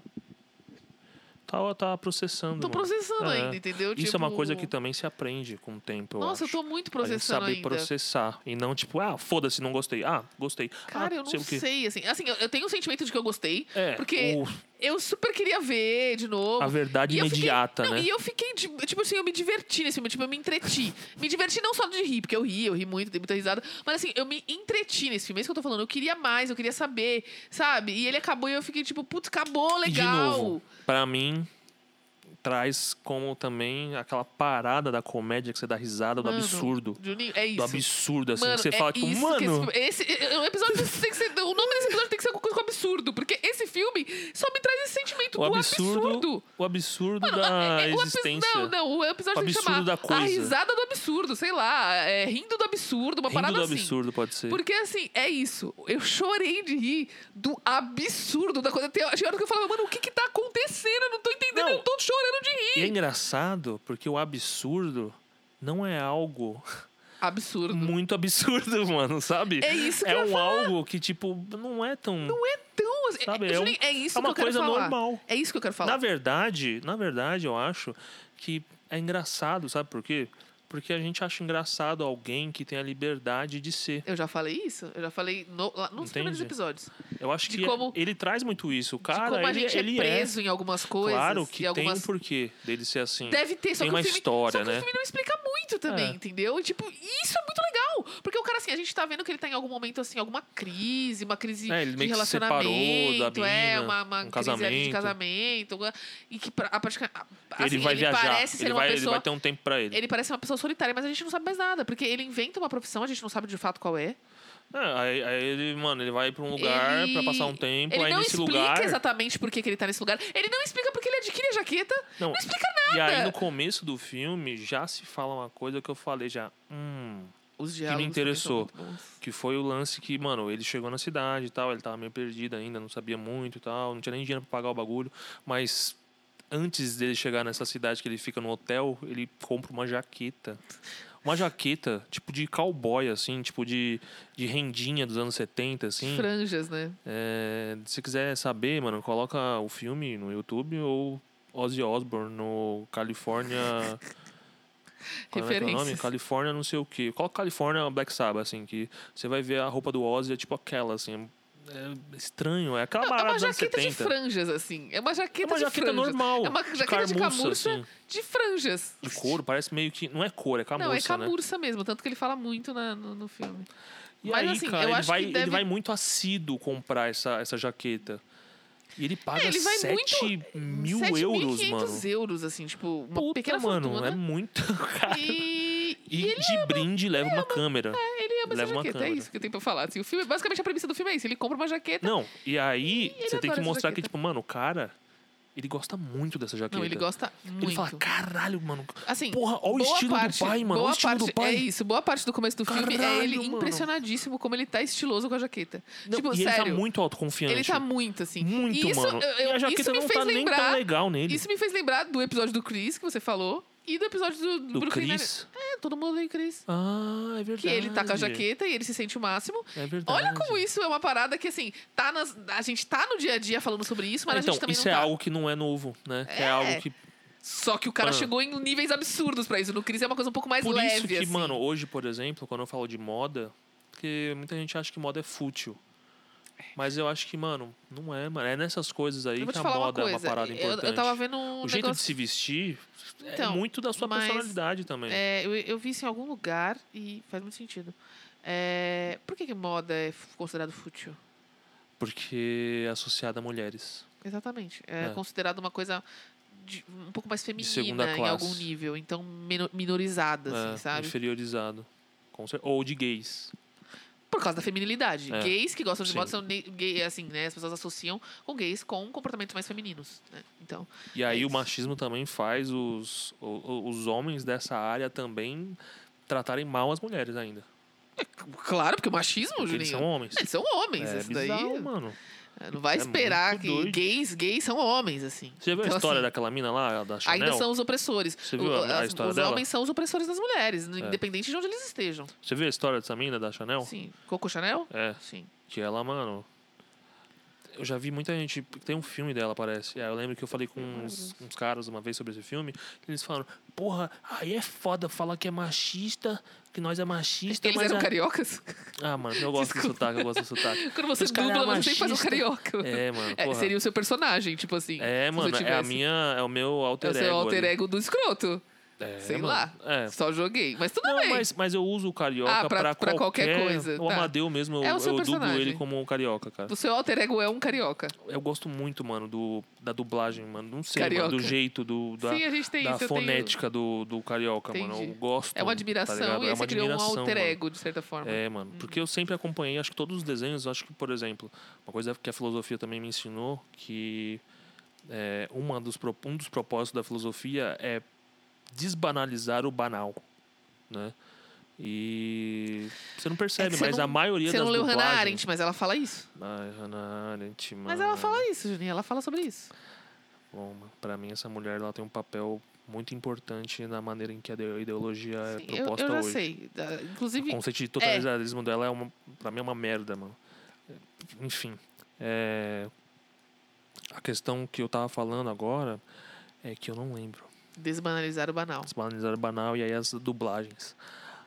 [SPEAKER 4] tá, tá processando.
[SPEAKER 3] Tô
[SPEAKER 4] mano.
[SPEAKER 3] processando
[SPEAKER 4] É.
[SPEAKER 3] ainda, entendeu?
[SPEAKER 4] Isso é uma
[SPEAKER 3] tipo-
[SPEAKER 4] coisa que também se aprende com o tempo. Eu
[SPEAKER 3] Nossa, eu
[SPEAKER 4] tipo, acho.
[SPEAKER 3] tô muito
[SPEAKER 4] A gente
[SPEAKER 3] processando
[SPEAKER 4] saber
[SPEAKER 3] ainda.
[SPEAKER 4] processar. E não, tipo, ah, foda-se, não gostei. Ah, gostei.
[SPEAKER 3] Cara,
[SPEAKER 4] ah,
[SPEAKER 3] eu não
[SPEAKER 4] sei
[SPEAKER 3] sei,
[SPEAKER 4] o quê.
[SPEAKER 3] assim. Assim, eu, eu tenho um sentimento de que eu gostei.
[SPEAKER 4] É,
[SPEAKER 3] porque
[SPEAKER 4] o-
[SPEAKER 3] eu super queria ver de novo.
[SPEAKER 4] a verdade
[SPEAKER 3] E eu fiquei-
[SPEAKER 4] imediata,
[SPEAKER 3] não,
[SPEAKER 4] né?
[SPEAKER 3] E eu fiquei, de- tipo assim, eu me diverti nesse filme, tipo, eu me entreti. Me diverti não só de rir, porque eu ri, eu ri muito, dei muita risada, mas assim, eu me entreti nesse filme, é isso que eu tô falando. Eu queria mais, eu queria saber, sabe? E ele acabou e eu fiquei tipo, putz, acabou,
[SPEAKER 4] E,
[SPEAKER 3] legal.
[SPEAKER 4] de novo, pra mim, traz como também aquela parada da comédia que você dá risada do
[SPEAKER 3] Mano,
[SPEAKER 4] absurdo.
[SPEAKER 3] Juninho, é isso.
[SPEAKER 4] Do absurdo, assim.
[SPEAKER 3] Mano,
[SPEAKER 4] que você
[SPEAKER 3] é
[SPEAKER 4] fala, tipo,
[SPEAKER 3] isso que
[SPEAKER 4] mano.
[SPEAKER 3] Esse, esse- o episódio tem que ser. O nome desse episódio tem que ser alguma coisa com absurdo. Porque esse filme só me traz esse sentimento
[SPEAKER 4] O
[SPEAKER 3] do
[SPEAKER 4] absurdo,
[SPEAKER 3] é absurdo.
[SPEAKER 4] o absurdo
[SPEAKER 3] Mano,
[SPEAKER 4] da
[SPEAKER 3] é- é- o epi-
[SPEAKER 4] existência.
[SPEAKER 3] Não, não, o episódio
[SPEAKER 4] O
[SPEAKER 3] tem que
[SPEAKER 4] absurdo
[SPEAKER 3] chamar
[SPEAKER 4] da coisa.
[SPEAKER 3] A risada do absurdo, sei lá. é, rindo do absurdo, uma
[SPEAKER 4] Rindo
[SPEAKER 3] parada
[SPEAKER 4] do
[SPEAKER 3] assim.
[SPEAKER 4] absurdo, pode ser.
[SPEAKER 3] Porque assim, é isso. Eu chorei de rir do absurdo da coisa. Tem hora que eu falava, mano, o que que tá acontecendo? Eu não tô entendendo,
[SPEAKER 4] Não.
[SPEAKER 3] eu tô chorando de rir.
[SPEAKER 4] E é engraçado porque o absurdo não é algo
[SPEAKER 3] Absurdo.
[SPEAKER 4] muito absurdo, mano, sabe?
[SPEAKER 3] É isso que
[SPEAKER 4] É
[SPEAKER 3] eu ia
[SPEAKER 4] um
[SPEAKER 3] falar.
[SPEAKER 4] algo que, tipo, não é tão.
[SPEAKER 3] Não é tão. assim,
[SPEAKER 4] Sabe,
[SPEAKER 3] é,
[SPEAKER 4] é um-
[SPEAKER 3] Juninho, é isso
[SPEAKER 4] é uma
[SPEAKER 3] que eu quero
[SPEAKER 4] coisa
[SPEAKER 3] falar.
[SPEAKER 4] normal.
[SPEAKER 3] É isso que eu quero falar.
[SPEAKER 4] Na verdade, na verdade, eu acho que é engraçado, sabe por quê? Porque a gente acha engraçado alguém que tem a liberdade de ser.
[SPEAKER 3] Eu já falei isso. Eu já falei no, lá nos primeiros
[SPEAKER 4] Entende?
[SPEAKER 3] episódios.
[SPEAKER 4] Eu acho
[SPEAKER 3] De
[SPEAKER 4] que é-
[SPEAKER 3] como-
[SPEAKER 4] ele traz muito isso. O cara,
[SPEAKER 3] de como a
[SPEAKER 4] ele,
[SPEAKER 3] gente
[SPEAKER 4] ele
[SPEAKER 3] é preso em algumas coisas.
[SPEAKER 4] Claro que
[SPEAKER 3] e algumas...
[SPEAKER 4] tem um porquê dele ser assim.
[SPEAKER 3] Deve ter, só
[SPEAKER 4] tem
[SPEAKER 3] que
[SPEAKER 4] uma
[SPEAKER 3] o filme,
[SPEAKER 4] história,
[SPEAKER 3] só que
[SPEAKER 4] né?
[SPEAKER 3] o filme não explica muito também,
[SPEAKER 4] É.
[SPEAKER 3] entendeu? E, tipo, isso é muito legal. Porque o cara, assim, a gente tá vendo que ele tá em algum momento, assim, alguma crise, uma crise
[SPEAKER 4] É, ele
[SPEAKER 3] de
[SPEAKER 4] meio que se separou da
[SPEAKER 3] relacionamento. é,
[SPEAKER 4] mina,
[SPEAKER 3] uma, uma
[SPEAKER 4] um
[SPEAKER 3] crise ali de
[SPEAKER 4] casamento.
[SPEAKER 3] casamento. alguma- E que, pra- a, prática- a- assim,
[SPEAKER 4] ele vai viajar.
[SPEAKER 3] parece ser
[SPEAKER 4] ele,
[SPEAKER 3] uma
[SPEAKER 4] vai, ele
[SPEAKER 3] pessoa...
[SPEAKER 4] vai ter um tempo pra ele.
[SPEAKER 3] Ele parece uma pessoa solitária, mas a gente não sabe mais nada. Porque ele inventa uma profissão, a gente não sabe de fato qual é.
[SPEAKER 4] É, aí, aí ele, mano, ele vai pra um lugar
[SPEAKER 3] Ele-
[SPEAKER 4] pra passar um tempo.
[SPEAKER 3] Ele
[SPEAKER 4] aí
[SPEAKER 3] não
[SPEAKER 4] nesse
[SPEAKER 3] explica
[SPEAKER 4] lugar.
[SPEAKER 3] exatamente por que, que ele tá nesse lugar. Ele não explica porque ele adquire a jaqueta. Não, explica nada.
[SPEAKER 4] E aí no começo do filme já se fala uma coisa que eu falei já. Hum.
[SPEAKER 3] Os
[SPEAKER 4] que me
[SPEAKER 3] diálogos também são
[SPEAKER 4] interessou.
[SPEAKER 3] muito bons.
[SPEAKER 4] Que foi o lance que, mano, ele chegou na cidade e tal, ele tava meio perdido ainda, não sabia muito e tal, não tinha nem dinheiro pra pagar o bagulho, mas antes dele chegar nessa cidade que ele fica no hotel, ele compra uma jaqueta. Uma jaqueta, tipo de cowboy, assim, tipo de, de rendinha dos anos 70, assim.
[SPEAKER 3] Franjas, né?
[SPEAKER 4] É, se quiser saber, mano, coloca o filme no YouTube ou Ozzy Osbourne no California. Como é que é o nome?
[SPEAKER 3] Referências.
[SPEAKER 4] California não sei o quê. Coloca California Black Sabbath, assim, que você vai ver a roupa do Ozzy é tipo aquela, assim. É estranho, é aquela
[SPEAKER 3] Não, é
[SPEAKER 4] barata
[SPEAKER 3] uma
[SPEAKER 4] dos anos
[SPEAKER 3] jaqueta de
[SPEAKER 4] 70.
[SPEAKER 3] franjas, assim. É uma
[SPEAKER 4] É
[SPEAKER 3] jaqueta
[SPEAKER 4] uma
[SPEAKER 3] de
[SPEAKER 4] jaqueta
[SPEAKER 3] franjas.
[SPEAKER 4] normal.
[SPEAKER 3] É uma jaqueta de camurça
[SPEAKER 4] assim,
[SPEAKER 3] de franjas.
[SPEAKER 4] de couro, parece meio que. Não é couro, é camurça,
[SPEAKER 3] Não, é
[SPEAKER 4] né?
[SPEAKER 3] camurça mesmo. Tanto que ele fala muito na- no, no filme.
[SPEAKER 4] E
[SPEAKER 3] Mas,
[SPEAKER 4] aí,
[SPEAKER 3] assim,
[SPEAKER 4] cara,
[SPEAKER 3] eu
[SPEAKER 4] ele,
[SPEAKER 3] acho
[SPEAKER 4] vai,
[SPEAKER 3] que deve-
[SPEAKER 4] ele vai muito assíduo comprar essa, essa jaqueta. E ele paga
[SPEAKER 3] É, ele vai
[SPEAKER 4] 7 mil euros, mano.
[SPEAKER 3] 7.500 euros, assim. Tipo, uma
[SPEAKER 4] Puta,
[SPEAKER 3] pequena
[SPEAKER 4] mano,
[SPEAKER 3] fortuna.
[SPEAKER 4] é muito caro. E,
[SPEAKER 3] E... e ele
[SPEAKER 4] de brinde leva uma câmera.
[SPEAKER 3] É, ele ama
[SPEAKER 4] Leva
[SPEAKER 3] essa
[SPEAKER 4] uma
[SPEAKER 3] jaqueta, é
[SPEAKER 4] câmera.
[SPEAKER 3] isso que eu tenho pra falar. Assim, o filme, basicamente a premissa do filme é isso. Ele compra uma jaqueta.
[SPEAKER 4] Não, e aí
[SPEAKER 3] ele
[SPEAKER 4] você tem que
[SPEAKER 3] adora essa
[SPEAKER 4] mostrar que,
[SPEAKER 3] jaqueta.
[SPEAKER 4] tipo, mano, o cara, ele gosta muito dessa jaqueta.
[SPEAKER 3] Não, ele gosta muito.
[SPEAKER 4] Ele fala, caralho, mano.
[SPEAKER 3] Assim,
[SPEAKER 4] Porra, olha o
[SPEAKER 3] boa
[SPEAKER 4] estilo
[SPEAKER 3] parte-
[SPEAKER 4] do pai, mano. Olha o
[SPEAKER 3] boa
[SPEAKER 4] estilo
[SPEAKER 3] parte,
[SPEAKER 4] do pai.
[SPEAKER 3] É isso, boa parte do começo do filme é
[SPEAKER 4] Caralho,
[SPEAKER 3] ele
[SPEAKER 4] mano.
[SPEAKER 3] impressionadíssimo como ele tá estiloso com a jaqueta.
[SPEAKER 4] Não,
[SPEAKER 3] tipo,
[SPEAKER 4] e
[SPEAKER 3] sério.
[SPEAKER 4] ele tá muito autoconfiante.
[SPEAKER 3] Ele tá muito, assim.
[SPEAKER 4] Muito,
[SPEAKER 3] E isso,
[SPEAKER 4] mano.
[SPEAKER 3] Eu, eu-
[SPEAKER 4] e a jaqueta
[SPEAKER 3] isso me
[SPEAKER 4] não
[SPEAKER 3] fez
[SPEAKER 4] tá
[SPEAKER 3] lembrar,
[SPEAKER 4] nem tão legal nele.
[SPEAKER 3] Isso me fez lembrar do episódio do Chris, que você falou, e do episódio do,
[SPEAKER 4] do
[SPEAKER 3] Brooklyn
[SPEAKER 4] Chris.
[SPEAKER 3] Nine-Nine. É, todo mundo odeia o Chris.
[SPEAKER 4] Ah, é verdade.
[SPEAKER 3] Que ele tá com a jaqueta e ele se sente o máximo.
[SPEAKER 4] É verdade.
[SPEAKER 3] Olha como isso é uma parada que, assim, tá nas, a gente tá no dia a dia falando sobre isso, mas
[SPEAKER 4] Ah,
[SPEAKER 3] a
[SPEAKER 4] então,
[SPEAKER 3] gente também
[SPEAKER 4] isso
[SPEAKER 3] não
[SPEAKER 4] é
[SPEAKER 3] tá.
[SPEAKER 4] algo que não é novo, né? É,
[SPEAKER 3] É.
[SPEAKER 4] algo que.
[SPEAKER 3] Só que o cara
[SPEAKER 4] Mano.
[SPEAKER 3] chegou em níveis absurdos pra isso. No Chris é uma coisa um pouco mais
[SPEAKER 4] Ah. Por
[SPEAKER 3] leve,
[SPEAKER 4] isso que,
[SPEAKER 3] assim.
[SPEAKER 4] mano, hoje, por exemplo, quando eu falo de moda, porque muita gente acha que moda é fútil. Mas eu acho que, mano, não é, mano. É nessas coisas aí
[SPEAKER 3] Eu vou
[SPEAKER 4] que
[SPEAKER 3] te
[SPEAKER 4] a
[SPEAKER 3] falar
[SPEAKER 4] moda
[SPEAKER 3] uma
[SPEAKER 4] é uma
[SPEAKER 3] coisa.
[SPEAKER 4] parada
[SPEAKER 3] eu,
[SPEAKER 4] importante.
[SPEAKER 3] eu tava vendo um
[SPEAKER 4] o jeito de
[SPEAKER 3] negócio...
[SPEAKER 4] se vestir
[SPEAKER 3] Então,
[SPEAKER 4] é muito da sua
[SPEAKER 3] mas,
[SPEAKER 4] personalidade também.
[SPEAKER 3] É, eu, eu vi isso em algum lugar e faz muito sentido. É, por que, que moda é f- considerado fútil?
[SPEAKER 4] Porque é associada a mulheres.
[SPEAKER 3] Exatamente. É,
[SPEAKER 4] É.
[SPEAKER 3] considerado uma coisa de- um pouco mais
[SPEAKER 4] segunda
[SPEAKER 3] feminina em
[SPEAKER 4] classe.
[SPEAKER 3] algum nível. Então, mino- minorizada,
[SPEAKER 4] é,
[SPEAKER 3] assim, sabe?
[SPEAKER 4] Inferiorizado. Com cer- Ou de gays.
[SPEAKER 3] Por causa da feminilidade.
[SPEAKER 4] É.
[SPEAKER 3] Gays que gostam de
[SPEAKER 4] Sim.
[SPEAKER 3] moda são ne- gay, assim, né? As pessoas associam com gays com comportamentos mais femininos. né? Então,
[SPEAKER 4] E aí o
[SPEAKER 3] isso.
[SPEAKER 4] machismo também faz os, o- o- os homens dessa área também tratarem mal as mulheres ainda.
[SPEAKER 3] claro, porque o machismo,
[SPEAKER 4] Porque
[SPEAKER 3] Juninho.
[SPEAKER 4] eles são homens.
[SPEAKER 3] Eles são homens,
[SPEAKER 4] É
[SPEAKER 3] isso
[SPEAKER 4] bizarro,
[SPEAKER 3] daí.
[SPEAKER 4] mano.
[SPEAKER 3] Não vai
[SPEAKER 4] É
[SPEAKER 3] esperar
[SPEAKER 4] muito
[SPEAKER 3] que
[SPEAKER 4] doido.
[SPEAKER 3] gays, gays são homens, assim.
[SPEAKER 4] Você já viu a
[SPEAKER 3] Então,
[SPEAKER 4] história
[SPEAKER 3] assim,
[SPEAKER 4] daquela mina lá, da Chanel?
[SPEAKER 3] Ainda são os opressores.
[SPEAKER 4] Você viu
[SPEAKER 3] O-
[SPEAKER 4] a- a
[SPEAKER 3] as-
[SPEAKER 4] história
[SPEAKER 3] os
[SPEAKER 4] dela?
[SPEAKER 3] homens são os opressores das mulheres,
[SPEAKER 4] É.
[SPEAKER 3] independente de onde eles estejam.
[SPEAKER 4] Você viu a história dessa mina, da Chanel?
[SPEAKER 3] Sim. Coco Chanel?
[SPEAKER 4] É.
[SPEAKER 3] Sim.
[SPEAKER 4] Que ela, mano. Eu já vi muita gente. Tem um filme dela, parece. Aí Eu lembro que eu falei com uns, uns caras uma vez sobre esse filme. Eles falaram: Porra, aí é foda falar que é machista, que nós é machista.
[SPEAKER 3] Eles
[SPEAKER 4] mas
[SPEAKER 3] eram
[SPEAKER 4] é-
[SPEAKER 3] cariocas?
[SPEAKER 4] Ah, mano, eu gosto do
[SPEAKER 3] Desculpa.
[SPEAKER 4] sotaque, eu gosto do sotaque.
[SPEAKER 3] Quando você
[SPEAKER 4] Os caras
[SPEAKER 3] dubla, você tem que fazer um
[SPEAKER 4] machista.
[SPEAKER 3] carioca.
[SPEAKER 4] É, mano.
[SPEAKER 3] É,
[SPEAKER 4] porra.
[SPEAKER 3] seria o seu personagem, tipo assim.
[SPEAKER 4] É,
[SPEAKER 3] se você
[SPEAKER 4] mano, é a
[SPEAKER 3] tivesse.
[SPEAKER 4] minha. É o meu
[SPEAKER 3] É
[SPEAKER 4] alter
[SPEAKER 3] o
[SPEAKER 4] ego.
[SPEAKER 3] seu alter
[SPEAKER 4] ali.
[SPEAKER 3] ego do escroto.
[SPEAKER 4] É,
[SPEAKER 3] Sei
[SPEAKER 4] mano,
[SPEAKER 3] lá.
[SPEAKER 4] É.
[SPEAKER 3] Só joguei. Mas tudo
[SPEAKER 4] Não,
[SPEAKER 3] bem.
[SPEAKER 4] mas, mas eu uso o carioca
[SPEAKER 3] Ah, pra-
[SPEAKER 4] pra,
[SPEAKER 3] pra qualquer coisa,
[SPEAKER 4] O
[SPEAKER 3] tá.
[SPEAKER 4] Amadeu mesmo, eu,
[SPEAKER 3] É o seu
[SPEAKER 4] eu dublo
[SPEAKER 3] personagem.
[SPEAKER 4] ele como um carioca, cara.
[SPEAKER 3] O seu alter ego é um carioca.
[SPEAKER 4] Eu gosto muito, mano, do, da dublagem, mano. Não sei, mano, do
[SPEAKER 3] Carioca.
[SPEAKER 4] jeito, do, da,
[SPEAKER 3] Sim, a gente tem
[SPEAKER 4] da
[SPEAKER 3] isso. eu tenho-
[SPEAKER 4] fonética do, do carioca, mano. Eu
[SPEAKER 3] Entendi.
[SPEAKER 4] gosto.
[SPEAKER 3] É uma
[SPEAKER 4] tá
[SPEAKER 3] admiração
[SPEAKER 4] ligado?
[SPEAKER 3] e aí
[SPEAKER 4] é uma
[SPEAKER 3] você criou um
[SPEAKER 4] admiração,
[SPEAKER 3] alter
[SPEAKER 4] mano.
[SPEAKER 3] ego, né? Uhum. de certa forma.
[SPEAKER 4] É, mano, porque eu sempre acompanhei, acho que todos os desenhos, acho que, por exemplo, uma coisa que a filosofia também me ensinou, que é, uma dos, pro- um dos propósitos da filosofia é desbanalizar o banal, né? E você não percebe,
[SPEAKER 3] É você
[SPEAKER 4] mas
[SPEAKER 3] não-
[SPEAKER 4] a maioria
[SPEAKER 3] Você
[SPEAKER 4] das
[SPEAKER 3] não leu Hannah
[SPEAKER 4] dublagens...
[SPEAKER 3] Arendt, mas ela fala isso.
[SPEAKER 4] Ai, Hannah Arendt, mano.
[SPEAKER 3] Mas ela fala isso, Juninho. Ela fala sobre isso.
[SPEAKER 4] Bom, pra mim essa mulher ela tem um papel muito importante na maneira em que a ide- ideologia é
[SPEAKER 3] Sim, eu,
[SPEAKER 4] proposta
[SPEAKER 3] eu já
[SPEAKER 4] hoje.
[SPEAKER 3] sei. Da-
[SPEAKER 4] O
[SPEAKER 3] Inclusive,
[SPEAKER 4] conceito de totalitarismo dela é uma, pra mim é uma merda, mano. Enfim, é, a questão que eu tava falando agora é que eu não lembro.
[SPEAKER 3] desbanalizar o banal.
[SPEAKER 4] Desbanalizar o banal e aí as dublagens.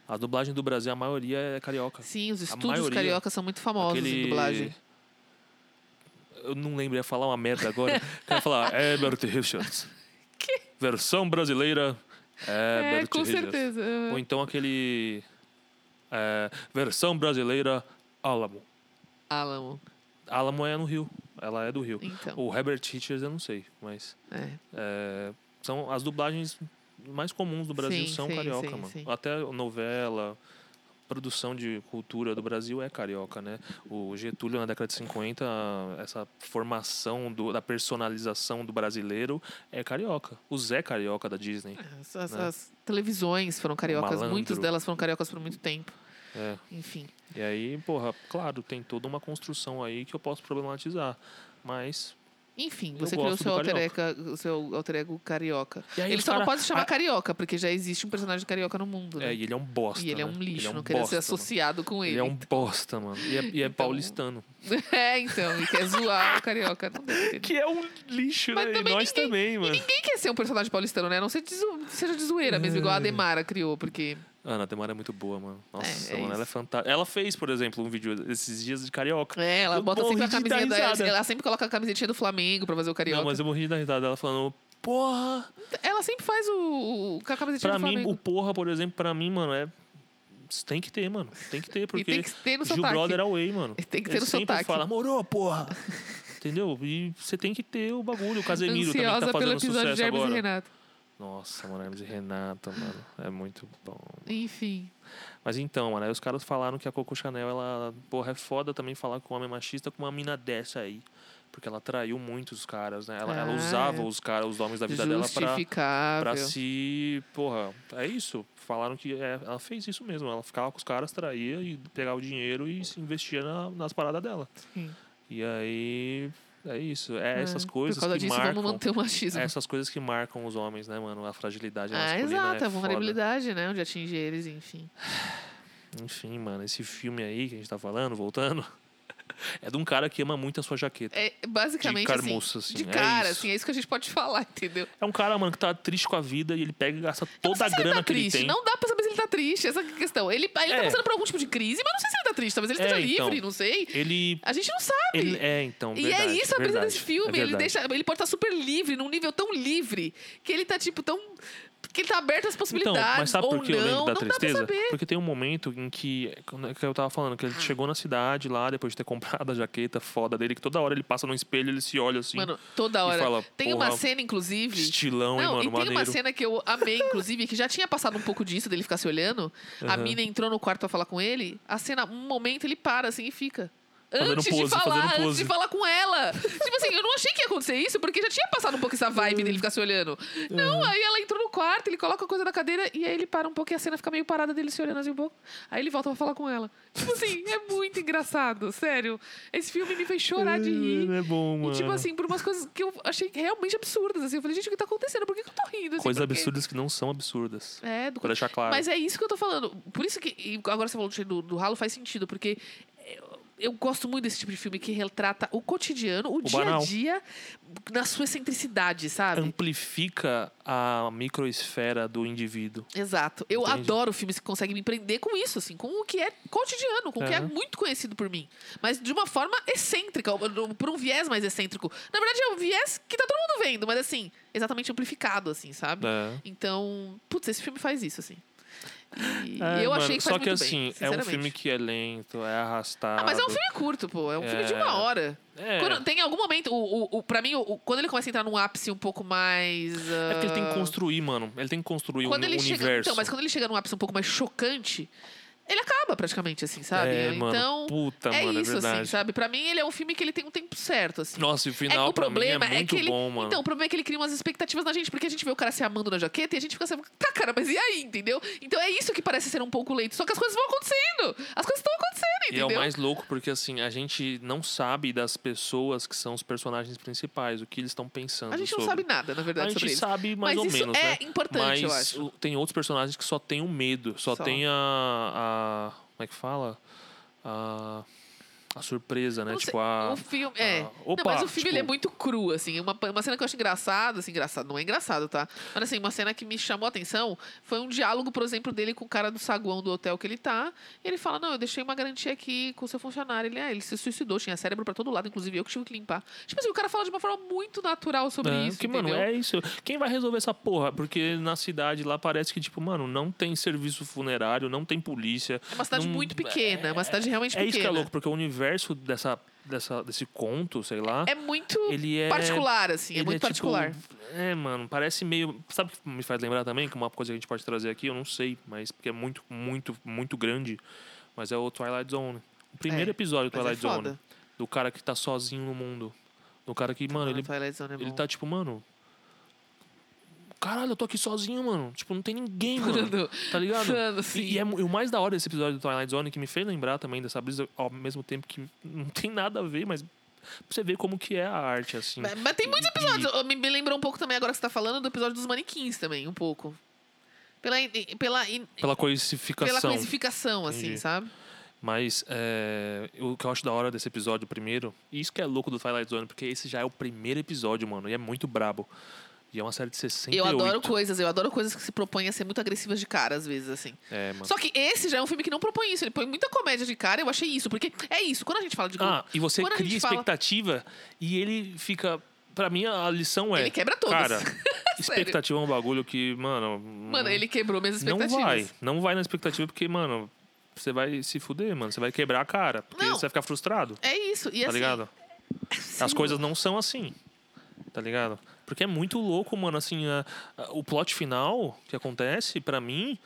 [SPEAKER 4] A dublagem do Brasil, a maioria é carioca.
[SPEAKER 3] Sim, os estúdios
[SPEAKER 4] maioria-
[SPEAKER 3] cariocas são muito famosos em dublagem.
[SPEAKER 4] Eu não lembro, ia falar uma merda agora. eu ia falar "É, Herbert Richards. Versão brasileira, Herbert
[SPEAKER 3] É, com
[SPEAKER 4] Richards.
[SPEAKER 3] certeza.
[SPEAKER 4] Ou então aquele. é, versão brasileira Alamo.
[SPEAKER 3] Alamo.
[SPEAKER 4] Alamo é no Rio. Ela é do Rio.
[SPEAKER 3] Então.
[SPEAKER 4] O Herbert Richards eu não sei, mas.
[SPEAKER 3] É.
[SPEAKER 4] é, são as dublagens mais comuns do Brasil
[SPEAKER 3] Sim,
[SPEAKER 4] são
[SPEAKER 3] sim,
[SPEAKER 4] carioca,
[SPEAKER 3] sim,
[SPEAKER 4] mano.
[SPEAKER 3] sim.
[SPEAKER 4] Até novela, produção de cultura do Brasil é carioca, né? O Getúlio, na década de 50, essa formação do- da personalização do brasileiro é carioca. O Zé Carioca da Disney.
[SPEAKER 3] As, as- as televisões foram cariocas,
[SPEAKER 4] Malandro.
[SPEAKER 3] muitas delas foram cariocas por muito tempo.
[SPEAKER 4] É.
[SPEAKER 3] Enfim.
[SPEAKER 4] E aí, porra, claro, tem toda uma construção aí que eu posso problematizar. Mas.
[SPEAKER 3] Enfim,
[SPEAKER 4] Eu
[SPEAKER 3] você criou
[SPEAKER 4] gosto
[SPEAKER 3] seu
[SPEAKER 4] do
[SPEAKER 3] alter, ego, o seu alter ego carioca.
[SPEAKER 4] E aí
[SPEAKER 3] ele
[SPEAKER 4] os
[SPEAKER 3] só
[SPEAKER 4] cara-
[SPEAKER 3] não pode se chamar
[SPEAKER 4] Ah.
[SPEAKER 3] carioca, porque já existe um personagem carioca no mundo, né?
[SPEAKER 4] É, e ele é um bosta.
[SPEAKER 3] e ele é
[SPEAKER 4] né?
[SPEAKER 3] um lixo,
[SPEAKER 4] Ele é um
[SPEAKER 3] não queria ser
[SPEAKER 4] bosta, mano.
[SPEAKER 3] associado com ele. Então,
[SPEAKER 4] Ele é um bosta, mano. E é, e é paulistano.
[SPEAKER 3] É, então, e quer zoar o carioca. Não deve ter.
[SPEAKER 4] Que é um lixo,
[SPEAKER 3] Mas
[SPEAKER 4] né?
[SPEAKER 3] também
[SPEAKER 4] e nós
[SPEAKER 3] ninguém-
[SPEAKER 4] também, mano.
[SPEAKER 3] Ninguém quer ser um personagem paulistano, né? A não ser de zo- seja de zoeira mesmo,
[SPEAKER 4] É.
[SPEAKER 3] igual a Demara criou, porque.
[SPEAKER 4] Ana, a Demara é muito boa, mano. Nossa,
[SPEAKER 3] É, é
[SPEAKER 4] mano, ela é
[SPEAKER 3] isso.
[SPEAKER 4] fantástica. Ela fez, por exemplo, um vídeo esses dias de carioca.
[SPEAKER 3] É, ela
[SPEAKER 4] Eu
[SPEAKER 3] bota sempre
[SPEAKER 4] morri
[SPEAKER 3] a
[SPEAKER 4] de dar
[SPEAKER 3] camisinha
[SPEAKER 4] risada.
[SPEAKER 3] da. Ela sempre coloca a camisetinha do Flamengo pra fazer o carioca.
[SPEAKER 4] Não, mas eu morri da risada dela falando, porra.
[SPEAKER 3] Ela sempre faz o, o com a camisetinha
[SPEAKER 4] Pra
[SPEAKER 3] do
[SPEAKER 4] mim,
[SPEAKER 3] Flamengo.
[SPEAKER 4] o porra, por exemplo, pra mim, mano, é. Tem que ter, mano. Tem que ter,
[SPEAKER 3] e tem
[SPEAKER 4] porque.
[SPEAKER 3] que ter no
[SPEAKER 4] Gil
[SPEAKER 3] sotaque.
[SPEAKER 4] Brother Away, mano.
[SPEAKER 3] Tem que ter
[SPEAKER 4] Ele
[SPEAKER 3] no
[SPEAKER 4] sempre
[SPEAKER 3] sotaque.
[SPEAKER 4] fala, morou, porra. Entendeu? E você tem que ter o bagulho. O Casemiro também
[SPEAKER 3] Ansiosa pelo
[SPEAKER 4] tá fazendo
[SPEAKER 3] episódio de
[SPEAKER 4] sucesso
[SPEAKER 3] Hermes e
[SPEAKER 4] agora.
[SPEAKER 3] Renato.
[SPEAKER 4] Nossa, mano, Hermes e Renata, mano. É muito bom.
[SPEAKER 3] Enfim.
[SPEAKER 4] Mas então, mano, aí os caras falaram que a Coco Chanel, ela, porra, é foda também falar com um homem machista com uma mina dessa aí. Porque ela traiu muitos caras, né? Ela, ela
[SPEAKER 3] Ah,
[SPEAKER 4] usava
[SPEAKER 3] é.
[SPEAKER 4] os caras, os homens da vida dela pra,
[SPEAKER 3] Justificável.
[SPEAKER 4] pra se. Porra, é isso. Falaram que é, ela fez isso mesmo. Ela ficava com os caras, traía e pegava o dinheiro e se investia na- nas paradas dela.
[SPEAKER 3] Sim.
[SPEAKER 4] E aí. É isso. É, essas
[SPEAKER 3] Ah,
[SPEAKER 4] coisas
[SPEAKER 3] Por causa
[SPEAKER 4] que
[SPEAKER 3] disso,
[SPEAKER 4] marcam.
[SPEAKER 3] vamos manter o machismo.
[SPEAKER 4] Essas coisas que marcam os homens, né, mano? A fragilidade
[SPEAKER 3] ah,
[SPEAKER 4] masculina
[SPEAKER 3] exato,
[SPEAKER 4] é
[SPEAKER 3] a
[SPEAKER 4] foda.
[SPEAKER 3] vulnerabilidade, né? Onde atinge eles, enfim.
[SPEAKER 4] Enfim, mano, esse filme aí que a gente tá falando, voltando, é de um cara que ama muito a sua jaqueta.
[SPEAKER 3] É basicamente.
[SPEAKER 4] de carmoço, assim.
[SPEAKER 3] assim, de
[SPEAKER 4] é
[SPEAKER 3] cara,
[SPEAKER 4] isso.
[SPEAKER 3] assim, é isso que a gente pode falar, entendeu?
[SPEAKER 4] É um cara, mano, que tá triste com a vida e ele pega e gasta toda
[SPEAKER 3] Não
[SPEAKER 4] a
[SPEAKER 3] sei se ele
[SPEAKER 4] grana
[SPEAKER 3] tá
[SPEAKER 4] que ele
[SPEAKER 3] triste.
[SPEAKER 4] tem.
[SPEAKER 3] Não dá pra saber se ele ele tá triste, essa que é a questão. Ele, ele
[SPEAKER 4] É.
[SPEAKER 3] tá passando por algum tipo de crise, mas não sei se ele tá triste, talvez ele
[SPEAKER 4] É,
[SPEAKER 3] esteja
[SPEAKER 4] então.
[SPEAKER 3] livre, não sei.
[SPEAKER 4] Ele.
[SPEAKER 3] A gente não sabe.
[SPEAKER 4] ele é, então.
[SPEAKER 3] E é
[SPEAKER 4] verdade,
[SPEAKER 3] isso a brisa
[SPEAKER 4] verdade,
[SPEAKER 3] desse
[SPEAKER 4] é
[SPEAKER 3] filme. ele,
[SPEAKER 4] verdade.
[SPEAKER 3] deixa, ele pode estar super livre, num nível tão livre, que ele tá, tipo, tão. que ele tá aberto às
[SPEAKER 4] Então,
[SPEAKER 3] possibilidades.
[SPEAKER 4] mas sabe por
[SPEAKER 3] ou
[SPEAKER 4] que
[SPEAKER 3] não,
[SPEAKER 4] eu lembro da
[SPEAKER 3] não
[SPEAKER 4] tristeza?
[SPEAKER 3] dá pra saber. Ah.
[SPEAKER 4] Porque tem um momento em que, quando- é que eu tava falando, que ele chegou na cidade lá, depois de ter comprado a jaqueta foda dele, que toda hora ele passa no espelho, ele se olha assim,
[SPEAKER 3] Mano, toda hora.
[SPEAKER 4] fala,
[SPEAKER 3] tem uma
[SPEAKER 4] "Porra,
[SPEAKER 3] cena, inclusive.
[SPEAKER 4] estilão, hein,
[SPEAKER 3] Não,
[SPEAKER 4] mano,
[SPEAKER 3] e tem
[SPEAKER 4] maneiro.
[SPEAKER 3] uma cena que eu amei, inclusive, que já tinha passado um pouco disso, dele ficar se olhando. A
[SPEAKER 4] Aham.
[SPEAKER 3] mina entrou no quarto pra falar com ele. A cena, um momento, ele para assim e fica.
[SPEAKER 4] Fazendo
[SPEAKER 3] Antes de
[SPEAKER 4] pose, fazendo
[SPEAKER 3] falar, antes
[SPEAKER 4] pose.
[SPEAKER 3] de falar com ela. tipo assim, eu não achei que ia acontecer isso, porque já tinha passado um pouco essa vibe
[SPEAKER 4] Uhum.
[SPEAKER 3] dele ficar se olhando. Não, aí ela entrou no quarto, ele coloca a coisa na cadeira e aí ele para um pouco e a cena fica meio parada dele se olhando assim um pouco. Aí ele volta pra falar com ela. Tipo assim, é muito engraçado, sério. Esse filme me fez chorar de rir.
[SPEAKER 4] É bom, mano.
[SPEAKER 3] E, tipo assim, por umas coisas que eu achei realmente absurdas. Assim, eu falei, gente, o que tá acontecendo? Por que, que eu tô rindo? Assim,
[SPEAKER 4] Coisas
[SPEAKER 3] por quê?
[SPEAKER 4] absurdas que não são absurdas.
[SPEAKER 3] É, do
[SPEAKER 4] Pra deixar claro.
[SPEAKER 3] Mas é isso que eu tô falando. Por isso que. e Agora você falou do, do ralo faz sentido, porque. Eu, eu gosto muito desse tipo de filme que retrata o cotidiano, o, dia
[SPEAKER 4] banal.
[SPEAKER 3] a dia, na sua excentricidade, sabe?
[SPEAKER 4] Amplifica a microesfera do indivíduo.
[SPEAKER 3] Exato. Eu
[SPEAKER 4] Entendi.
[SPEAKER 3] adoro filmes que conseguem me prender com isso, assim, com o que é cotidiano, com o que é
[SPEAKER 4] Aham.
[SPEAKER 3] muito conhecido por mim. Mas de uma forma excêntrica, ou- ou por um viés mais excêntrico. Na verdade, é um viés que tá todo mundo vendo, mas assim, exatamente amplificado, assim, sabe?
[SPEAKER 4] É.
[SPEAKER 3] Então, putz, esse filme faz isso, assim. E
[SPEAKER 4] É,
[SPEAKER 3] eu achei que
[SPEAKER 4] mano,
[SPEAKER 3] faz
[SPEAKER 4] Só que
[SPEAKER 3] muito bem,
[SPEAKER 4] assim, é um
[SPEAKER 3] sinceramente.
[SPEAKER 4] filme que é lento, é arrastado.
[SPEAKER 3] Ah, mas é um filme curto, pô. É um filme de uma
[SPEAKER 4] É.
[SPEAKER 3] hora.
[SPEAKER 4] É.
[SPEAKER 3] Quando- tem algum momento, o, o, o, pra mim, o- o- quando ele começa a entrar num ápice um pouco mais.
[SPEAKER 4] É porque ele tem que
[SPEAKER 3] ah,
[SPEAKER 4] construir, mano. Ele tem que construir
[SPEAKER 3] quando
[SPEAKER 4] um
[SPEAKER 3] ele
[SPEAKER 4] universo.
[SPEAKER 3] chega, então, mas quando ele chega num ápice um pouco mais chocante, ele acaba praticamente assim, sabe?
[SPEAKER 4] É, mano,
[SPEAKER 3] então,
[SPEAKER 4] puta,
[SPEAKER 3] é
[SPEAKER 4] mano, é
[SPEAKER 3] isso
[SPEAKER 4] verdade.
[SPEAKER 3] assim, sabe? Pra mim ele é um filme que ele tem um tempo certo assim.
[SPEAKER 4] Nossa, e o
[SPEAKER 3] É,
[SPEAKER 4] final
[SPEAKER 3] o
[SPEAKER 4] pra mim é
[SPEAKER 3] problema
[SPEAKER 4] muito
[SPEAKER 3] que ele,
[SPEAKER 4] bom, mano.
[SPEAKER 3] Então, o problema é que ele cria umas expectativas na gente, porque a gente vê o cara se amando na jaqueta e a gente fica assim, tá, cara, mas e aí, entendeu? Então é isso que parece ser um pouco leito. Só que as coisas vão acontecendo. As coisas estão acontecendo,
[SPEAKER 4] e é
[SPEAKER 3] entendeu?
[SPEAKER 4] o mais louco porque, assim, a gente não sabe das pessoas que são os personagens principais, o que eles estão pensando.
[SPEAKER 3] A gente não
[SPEAKER 4] sobre.
[SPEAKER 3] sabe nada, na verdade,
[SPEAKER 4] A gente
[SPEAKER 3] sobre isso.
[SPEAKER 4] sabe mais
[SPEAKER 3] mas
[SPEAKER 4] ou
[SPEAKER 3] isso
[SPEAKER 4] menos,
[SPEAKER 3] é
[SPEAKER 4] né?
[SPEAKER 3] importante, eu
[SPEAKER 4] Mas
[SPEAKER 3] acho.
[SPEAKER 4] o- tem outros personagens que só tem o medo, só,
[SPEAKER 3] Só.
[SPEAKER 4] tem a, a- Como é que fala? A, a surpresa, né?
[SPEAKER 3] Não sei,
[SPEAKER 4] tipo, a.
[SPEAKER 3] O filme, é.
[SPEAKER 4] ah, opa,
[SPEAKER 3] não, mas o filme ele é
[SPEAKER 4] tipo-
[SPEAKER 3] muito cru, assim. Uma, uma cena que eu acho engraçada, assim, engraçado, não é engraçado, tá? Mas assim, uma cena que me chamou a atenção foi um diálogo, por exemplo, dele com o cara do saguão do hotel que ele tá. E ele fala: Não, eu deixei uma garantia aqui com o seu funcionário. Ele, ah, ele se suicidou, tinha cérebro pra todo lado, inclusive eu que tive que limpar. Tipo assim, o cara fala de uma forma muito natural sobre
[SPEAKER 4] É,
[SPEAKER 3] isso.
[SPEAKER 4] porque,
[SPEAKER 3] entendeu?
[SPEAKER 4] mano, é isso. Quem vai resolver essa porra? Porque na cidade lá parece que, tipo, mano, não tem serviço funerário, não tem polícia.
[SPEAKER 3] É uma cidade
[SPEAKER 4] não-
[SPEAKER 3] muito pequena, é uma cidade realmente
[SPEAKER 4] É
[SPEAKER 3] pequena.
[SPEAKER 4] isso que é louco, porque o universo dessa, dessa, desse conto, sei lá.
[SPEAKER 3] É muito
[SPEAKER 4] Ele é-
[SPEAKER 3] particular, assim,
[SPEAKER 4] ele
[SPEAKER 3] é muito
[SPEAKER 4] tipo,
[SPEAKER 3] particular.
[SPEAKER 4] é, mano, parece meio. Sabe o que me faz lembrar também? Que uma coisa que a gente pode trazer aqui, eu não sei, mas porque é muito, muito, muito grande. Mas é o Twilight Zone. O
[SPEAKER 3] É,
[SPEAKER 4] primeiro episódio do
[SPEAKER 3] Mas é
[SPEAKER 4] Twilight Zone.
[SPEAKER 3] foda.
[SPEAKER 4] Do cara que tá sozinho no mundo. Do cara que, mano, ele
[SPEAKER 3] Twilight Zone é
[SPEAKER 4] ele
[SPEAKER 3] bom.
[SPEAKER 4] tá tipo, mano. Caralho, eu tô aqui sozinho, mano. Tipo, não tem ninguém, mano.
[SPEAKER 3] Mano,
[SPEAKER 4] Tá ligado?
[SPEAKER 3] mano,
[SPEAKER 4] E,
[SPEAKER 3] sim.
[SPEAKER 4] e é mu- e o mais da hora desse episódio do Twilight Zone que me fez lembrar também dessa brisa, ao mesmo tempo que não tem nada a ver, mas pra você ver como que é a arte, assim.
[SPEAKER 3] Mas, mas tem muitos
[SPEAKER 4] E-
[SPEAKER 3] episódios. Eu- Me, me lembrou um pouco também, agora que você tá falando, do episódio dos manequins também, um pouco. Pela, in- pela, in-
[SPEAKER 4] Pela
[SPEAKER 3] pela
[SPEAKER 4] coisificação.
[SPEAKER 3] coisificação, assim,
[SPEAKER 4] Entendi.
[SPEAKER 3] sabe?
[SPEAKER 4] Mas é, o que eu acho da hora desse episódio primeiro, e isso que é louco do Twilight Zone, porque esse já é o primeiro episódio, mano, e é muito brabo. E é uma série de 68.
[SPEAKER 3] Eu adoro coisas, eu adoro coisas que se propõem a ser muito agressivas de cara, às vezes, assim.
[SPEAKER 4] É, mano.
[SPEAKER 3] Só que esse já é um filme que não propõe isso, ele põe muita comédia de cara, eu achei isso, porque é isso, quando a gente fala de.
[SPEAKER 4] Ah, e você
[SPEAKER 3] quando a
[SPEAKER 4] cria
[SPEAKER 3] gente fala-
[SPEAKER 4] expectativa e ele fica. Pra mim, a lição é.
[SPEAKER 3] Ele quebra todas.
[SPEAKER 4] Cara,
[SPEAKER 3] Sério.
[SPEAKER 4] expectativa é um bagulho que, mano.
[SPEAKER 3] Mano, ele quebrou minhas
[SPEAKER 4] Não
[SPEAKER 3] expectativas.
[SPEAKER 4] vai. Não vai na expectativa porque, mano, você vai se fuder, mano. Você vai quebrar a cara. Porque
[SPEAKER 3] Não.
[SPEAKER 4] você vai ficar frustrado.
[SPEAKER 3] É isso, e
[SPEAKER 4] tá
[SPEAKER 3] assim.
[SPEAKER 4] ligado? As coisas não são assim. Tá ligado? Porque é muito louco, mano. Assim, a- a- o plot final que acontece, pra mim.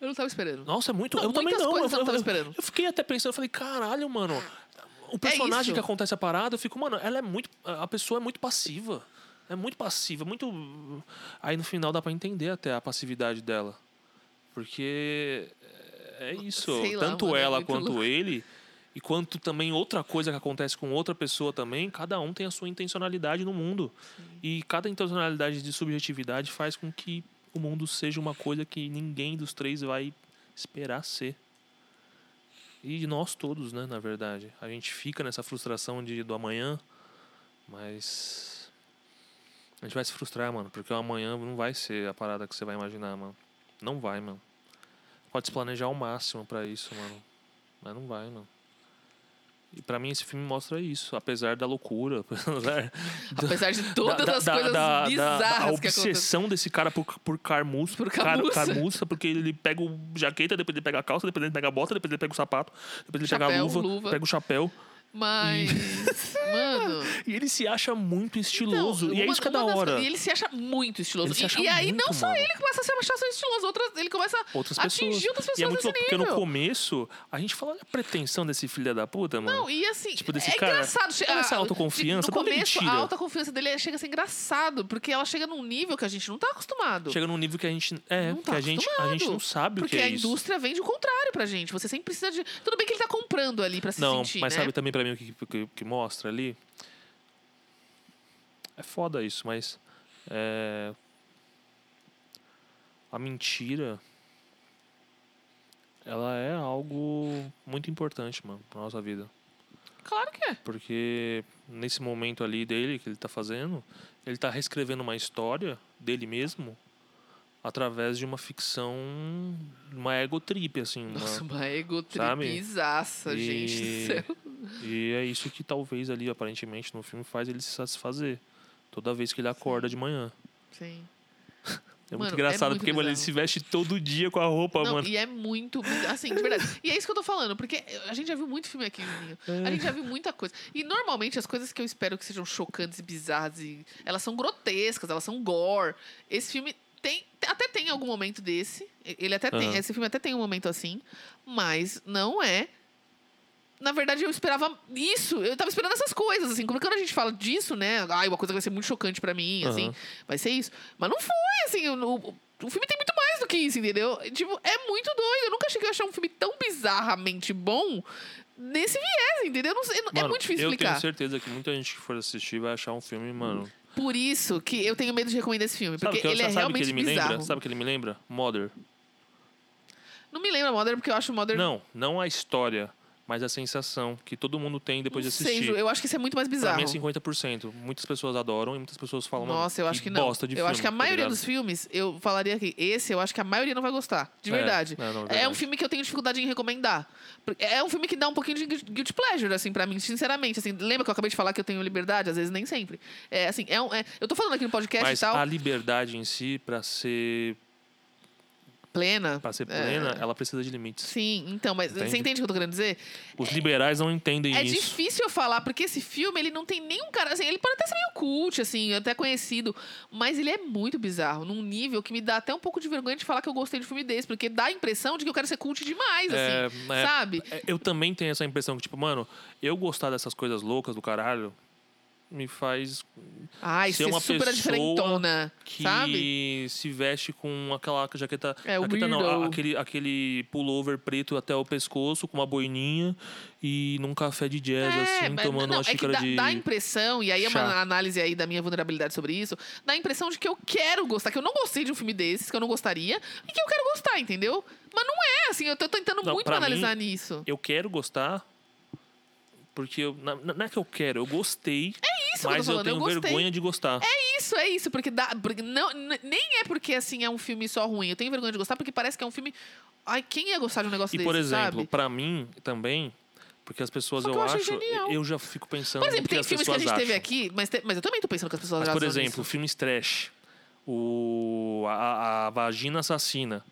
[SPEAKER 3] Eu não tava esperando.
[SPEAKER 4] Nossa, é muito.
[SPEAKER 3] Não,
[SPEAKER 4] eu também
[SPEAKER 3] muitas
[SPEAKER 4] não.
[SPEAKER 3] coisas eu não tava esperando. É
[SPEAKER 4] eu fiquei até pensando, eu falei, caralho, mano. O personagem
[SPEAKER 3] isso.
[SPEAKER 4] que acontece a parada, eu fico, mano, ela é muito. A pessoa é muito passiva. É muito passiva, muito. Aí no final dá pra entender até a passividade dela. Porque. É isso.
[SPEAKER 3] Sei lá,
[SPEAKER 4] Tanto
[SPEAKER 3] mano, é
[SPEAKER 4] ela
[SPEAKER 3] muito
[SPEAKER 4] quanto
[SPEAKER 3] louco.
[SPEAKER 4] ele. E quanto também outra coisa que acontece com outra pessoa também, cada um tem a sua intencionalidade no mundo. E cada intencionalidade de subjetividade faz com que o mundo seja uma coisa que ninguém dos três vai esperar ser. E nós todos, né, na verdade. A gente fica nessa frustração de, do amanhã, mas. A gente vai se frustrar, mano, porque o amanhã não vai ser a parada que você vai imaginar, mano. Não vai, mano. pode se planejar ao máximo pra isso, mano. Mas não vai, não. E pra mim esse filme mostra isso, apesar da loucura, apesar
[SPEAKER 3] Apesar de todas
[SPEAKER 4] da-
[SPEAKER 3] as
[SPEAKER 4] da-
[SPEAKER 3] coisas
[SPEAKER 4] da- da-
[SPEAKER 3] bizarras
[SPEAKER 4] da
[SPEAKER 3] que acontecem.
[SPEAKER 4] obsessão desse cara por, por carmuça,
[SPEAKER 3] Por
[SPEAKER 4] cara-
[SPEAKER 3] carmuça.
[SPEAKER 4] carmuça, porque ele pega o jaqueta, depois ele pega a calça, depois ele pega a bota, depois ele pega o sapato, depois ele pega a
[SPEAKER 3] Chapéu,
[SPEAKER 4] luva,
[SPEAKER 3] luva.
[SPEAKER 4] pega o chapéu.
[SPEAKER 3] Mas. mano.
[SPEAKER 4] E ele se acha muito
[SPEAKER 3] Então,
[SPEAKER 4] estiloso. e é
[SPEAKER 3] uma-
[SPEAKER 4] isso que é
[SPEAKER 3] uma
[SPEAKER 4] da
[SPEAKER 3] das
[SPEAKER 4] hora.
[SPEAKER 3] coisas- E ele se acha muito estiloso.
[SPEAKER 4] Ele se
[SPEAKER 3] E-
[SPEAKER 4] acha
[SPEAKER 3] e, aí, não
[SPEAKER 4] muito,
[SPEAKER 3] só
[SPEAKER 4] mano.
[SPEAKER 3] ele começa a se achar estiloso, outras, ele começa a
[SPEAKER 4] Outras pessoas.
[SPEAKER 3] atingir outras pessoas
[SPEAKER 4] e é muito
[SPEAKER 3] nesse
[SPEAKER 4] louco, porque no
[SPEAKER 3] nível.
[SPEAKER 4] começo a gente fala da pretensão desse filho da puta, mano.
[SPEAKER 3] Não, e assim,
[SPEAKER 4] Tipo, desse
[SPEAKER 3] é
[SPEAKER 4] cara,
[SPEAKER 3] engraçado. che-
[SPEAKER 4] olha essa
[SPEAKER 3] a-
[SPEAKER 4] autoconfiança,
[SPEAKER 3] de-
[SPEAKER 4] de
[SPEAKER 3] No
[SPEAKER 4] onde ele
[SPEAKER 3] começo,
[SPEAKER 4] tira?
[SPEAKER 3] a autoconfiança dele é, chega a ser engraçado, porque ela chega num nível que a gente não tá acostumado.
[SPEAKER 4] Chega num nível que a gente. É,
[SPEAKER 3] Não tá
[SPEAKER 4] que a gente, a gente não
[SPEAKER 3] acostumado.
[SPEAKER 4] sabe
[SPEAKER 3] porque
[SPEAKER 4] o que é
[SPEAKER 3] a
[SPEAKER 4] isso.
[SPEAKER 3] indústria vende o contrário pra gente. Você sempre precisa de. Tudo bem que ele tá comprando ali pra se
[SPEAKER 4] Não,
[SPEAKER 3] sentir,
[SPEAKER 4] mas
[SPEAKER 3] né?
[SPEAKER 4] sabe também pra mim o que, que, que mostra ali? É foda isso, mas. é, A mentira. Ela é algo muito importante, mano, pra nossa vida.
[SPEAKER 3] Claro que é.
[SPEAKER 4] Porque nesse momento ali dele que ele tá fazendo, ele tá reescrevendo uma história dele mesmo através de uma ficção, uma ego trip assim, uma-
[SPEAKER 3] Nossa, uma
[SPEAKER 4] Sabe?
[SPEAKER 3] egotripizaça, gente do
[SPEAKER 4] E-
[SPEAKER 3] céu.
[SPEAKER 4] E é isso que talvez ali aparentemente no filme faz ele se satisfazer toda vez que ele acorda de manhã.
[SPEAKER 3] Sim.
[SPEAKER 4] É
[SPEAKER 3] Mano,
[SPEAKER 4] muito
[SPEAKER 3] é
[SPEAKER 4] engraçado
[SPEAKER 3] muito
[SPEAKER 4] porque mano, ele
[SPEAKER 3] bizarro.
[SPEAKER 4] se veste todo dia com a roupa,
[SPEAKER 3] Não,
[SPEAKER 4] mano.
[SPEAKER 3] e é muito. Assim, de verdade. E é isso que eu tô falando, porque a gente já viu muito filme aqui, Juninho. A gente já viu muita coisa. E normalmente as coisas que eu espero que sejam chocantes e bizarras, e elas são grotescas, elas são gore. Esse filme tem. Até tem algum momento desse. Ele até tem.
[SPEAKER 4] Aham.
[SPEAKER 3] Esse filme até tem um momento assim. Mas não é. Na verdade, eu esperava isso. Eu tava esperando essas coisas, assim. Como quando a gente fala disso, né? Ai, uma coisa que vai ser muito chocante pra mim, assim.
[SPEAKER 4] Aham.
[SPEAKER 3] Vai ser isso. Mas não foi, assim. O, o- o filme tem muito mais do que isso, entendeu? Tipo, é muito doido. Eu nunca achei que eu ia achar um filme tão bizarramente bom nesse viés, entendeu? Não sei, é
[SPEAKER 4] Mano,
[SPEAKER 3] muito difícil
[SPEAKER 4] eu
[SPEAKER 3] explicar.
[SPEAKER 4] tenho certeza que muita gente que for assistir vai achar um filme, mano.
[SPEAKER 3] Por isso que eu tenho medo de recomendar esse filme.
[SPEAKER 4] Sabe
[SPEAKER 3] Porque
[SPEAKER 4] o que eu-
[SPEAKER 3] ele é
[SPEAKER 4] sabe o que
[SPEAKER 3] realmente
[SPEAKER 4] ele me
[SPEAKER 3] bizarro.
[SPEAKER 4] lembra? Sabe o que ele me lembra? Mother.
[SPEAKER 3] Não me lembra Modern, porque eu acho Modern...
[SPEAKER 4] Não, não a história, mas a sensação que todo mundo tem depois
[SPEAKER 3] não
[SPEAKER 4] de
[SPEAKER 3] sei,
[SPEAKER 4] assistir.
[SPEAKER 3] Ju, eu acho que isso é muito mais
[SPEAKER 4] Pra
[SPEAKER 3] bizarro.
[SPEAKER 4] mim é 50%. Muitas pessoas adoram e muitas pessoas falam "Mano,
[SPEAKER 3] Nossa, eu acho que não.
[SPEAKER 4] bosta de
[SPEAKER 3] eu
[SPEAKER 4] filme",
[SPEAKER 3] acho que a
[SPEAKER 4] tá
[SPEAKER 3] maioria
[SPEAKER 4] ligado?
[SPEAKER 3] dos filmes, eu falaria aqui, esse eu acho que a maioria não vai gostar, de
[SPEAKER 4] É,
[SPEAKER 3] verdade.
[SPEAKER 4] é, não, é
[SPEAKER 3] É
[SPEAKER 4] verdade.
[SPEAKER 3] um filme que eu tenho dificuldade em recomendar. Por- É um filme que dá um pouquinho de gu- guilty pleasure, assim, pra mim, sinceramente. Assim, lembra que eu acabei de falar que eu tenho liberdade? Às vezes nem sempre. É, assim, é um, é- eu tô falando aqui no podcast
[SPEAKER 4] Mas
[SPEAKER 3] e tal,
[SPEAKER 4] a liberdade em si, pra ser,
[SPEAKER 3] plena.
[SPEAKER 4] pra ser
[SPEAKER 3] É,
[SPEAKER 4] plena, ela precisa de limites.
[SPEAKER 3] Sim, então, mas
[SPEAKER 4] Entende?
[SPEAKER 3] você entende o que eu tô querendo dizer?
[SPEAKER 4] Os liberais não entendem
[SPEAKER 3] É
[SPEAKER 4] isso.
[SPEAKER 3] difícil eu falar, porque esse filme, ele não tem nenhum cara. Assim, ele pode até ser meio cult, assim, até conhecido. Mas ele é muito bizarro, num nível que me dá até um pouco de vergonha de falar que eu gostei de filme desse, porque dá a impressão de que eu quero ser cult demais,
[SPEAKER 4] É,
[SPEAKER 3] assim.
[SPEAKER 4] é,
[SPEAKER 3] sabe?
[SPEAKER 4] é, Eu também tenho essa impressão que, tipo, mano, eu gostar dessas coisas loucas do caralho me faz
[SPEAKER 3] Ai,
[SPEAKER 4] ser
[SPEAKER 3] ser
[SPEAKER 4] uma
[SPEAKER 3] super
[SPEAKER 4] pessoa
[SPEAKER 3] diferentona,
[SPEAKER 4] que
[SPEAKER 3] sabe?
[SPEAKER 4] se veste com aquela jaqueta.
[SPEAKER 3] É, o
[SPEAKER 4] jaqueta não,
[SPEAKER 3] weirdo.
[SPEAKER 4] a- aquele, aquele pullover preto até o pescoço, com uma boininha e num café de jazz, assim,
[SPEAKER 3] mas
[SPEAKER 4] tomando
[SPEAKER 3] não,
[SPEAKER 4] uma
[SPEAKER 3] é que
[SPEAKER 4] xícara
[SPEAKER 3] dá,
[SPEAKER 4] de.
[SPEAKER 3] dá a impressão, e aí é
[SPEAKER 4] chá.
[SPEAKER 3] uma análise aí da minha vulnerabilidade sobre isso, dá a impressão de que eu quero gostar, que eu não gostei de um filme desses, que eu não gostaria, e que eu quero gostar, entendeu? Mas não é, assim, eu tô tentando
[SPEAKER 4] Não,
[SPEAKER 3] muito
[SPEAKER 4] pra mim,
[SPEAKER 3] analisar nisso.
[SPEAKER 4] Eu quero gostar. Porque eu, na- na- não é que eu quero, eu gostei. É
[SPEAKER 3] isso que eu tô
[SPEAKER 4] Mas
[SPEAKER 3] falando, eu
[SPEAKER 4] tenho
[SPEAKER 3] gostei.
[SPEAKER 4] vergonha de gostar.
[SPEAKER 3] Isso, é isso, porque dá. porque não, n- nem é porque assim é um filme só ruim. Eu tenho vergonha de gostar, porque parece que é um filme. Ai, quem ia gostar de um negócio
[SPEAKER 4] e,
[SPEAKER 3] desse?
[SPEAKER 4] por exemplo,
[SPEAKER 3] sabe?
[SPEAKER 4] pra mim também, porque as pessoas
[SPEAKER 3] Só
[SPEAKER 4] eu,
[SPEAKER 3] que eu achei
[SPEAKER 4] acho.
[SPEAKER 3] genial.
[SPEAKER 4] Eu já fico pensando
[SPEAKER 3] Por
[SPEAKER 4] no
[SPEAKER 3] exemplo,
[SPEAKER 4] que
[SPEAKER 3] tem
[SPEAKER 4] as
[SPEAKER 3] filmes que a
[SPEAKER 4] pessoas
[SPEAKER 3] gente teve
[SPEAKER 4] acham.
[SPEAKER 3] aqui, mas, te- mas eu também tô pensando que as pessoas
[SPEAKER 4] Mas,
[SPEAKER 3] já
[SPEAKER 4] por
[SPEAKER 3] razão
[SPEAKER 4] exemplo,
[SPEAKER 3] nisso.
[SPEAKER 4] filmes trash. O, a, a- a Vagina Assassina,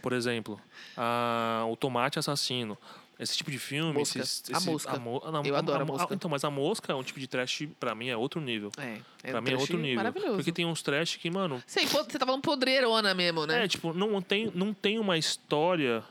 [SPEAKER 4] por exemplo. A- o Tomate Assassino. Esse tipo de filme.
[SPEAKER 3] Mosca.
[SPEAKER 4] esses-
[SPEAKER 3] A
[SPEAKER 4] esse-
[SPEAKER 3] mosca.
[SPEAKER 4] mo- não,
[SPEAKER 3] Eu adoro a
[SPEAKER 4] mo-
[SPEAKER 3] mosca.
[SPEAKER 4] Então, mas a mosca é um tipo de trash, pra mim, é outro nível.
[SPEAKER 3] É, é
[SPEAKER 4] pra
[SPEAKER 3] um
[SPEAKER 4] mim é
[SPEAKER 3] trash
[SPEAKER 4] outro nível.
[SPEAKER 3] Maravilhoso.
[SPEAKER 4] Porque tem uns trash que, mano,
[SPEAKER 3] Sei, pô, você tá falando podreirona mesmo, né?
[SPEAKER 4] É, tipo, não tem, não tem uma história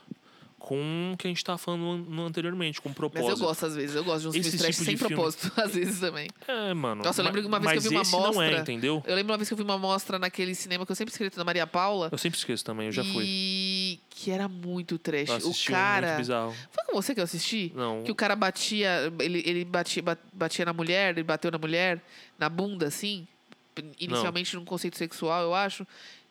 [SPEAKER 4] com o que a gente tá falando an- no- anteriormente, com um
[SPEAKER 3] mas
[SPEAKER 4] propósito.
[SPEAKER 3] eu gosto às vezes, eu gosto de uns
[SPEAKER 4] tipo, Esse
[SPEAKER 3] filmes trash
[SPEAKER 4] tipo de
[SPEAKER 3] sem
[SPEAKER 4] filme-
[SPEAKER 3] propósito, às vezes também.
[SPEAKER 4] É, mano.
[SPEAKER 3] Nossa, eu
[SPEAKER 4] ma-
[SPEAKER 3] lembro que uma vez que eu
[SPEAKER 4] mas
[SPEAKER 3] vi uma
[SPEAKER 4] esse não é,
[SPEAKER 3] amostra-
[SPEAKER 4] entendeu?
[SPEAKER 3] Eu lembro uma vez que eu vi uma amostra naquele cinema que eu sempre escrevi da Maria Paula.
[SPEAKER 4] Eu sempre esqueço também, eu já fui.
[SPEAKER 3] E que era muito trash.
[SPEAKER 4] Eu
[SPEAKER 3] o
[SPEAKER 4] assisti um muito
[SPEAKER 3] cara.
[SPEAKER 4] bizarro.
[SPEAKER 3] Foi com você que eu assisti?
[SPEAKER 4] Não.
[SPEAKER 3] Que o cara batia, ele, ele batia, ba- batia na mulher, ele bateu na mulher, na bunda, assim. Inicialmente num conceito sexual, eu acho.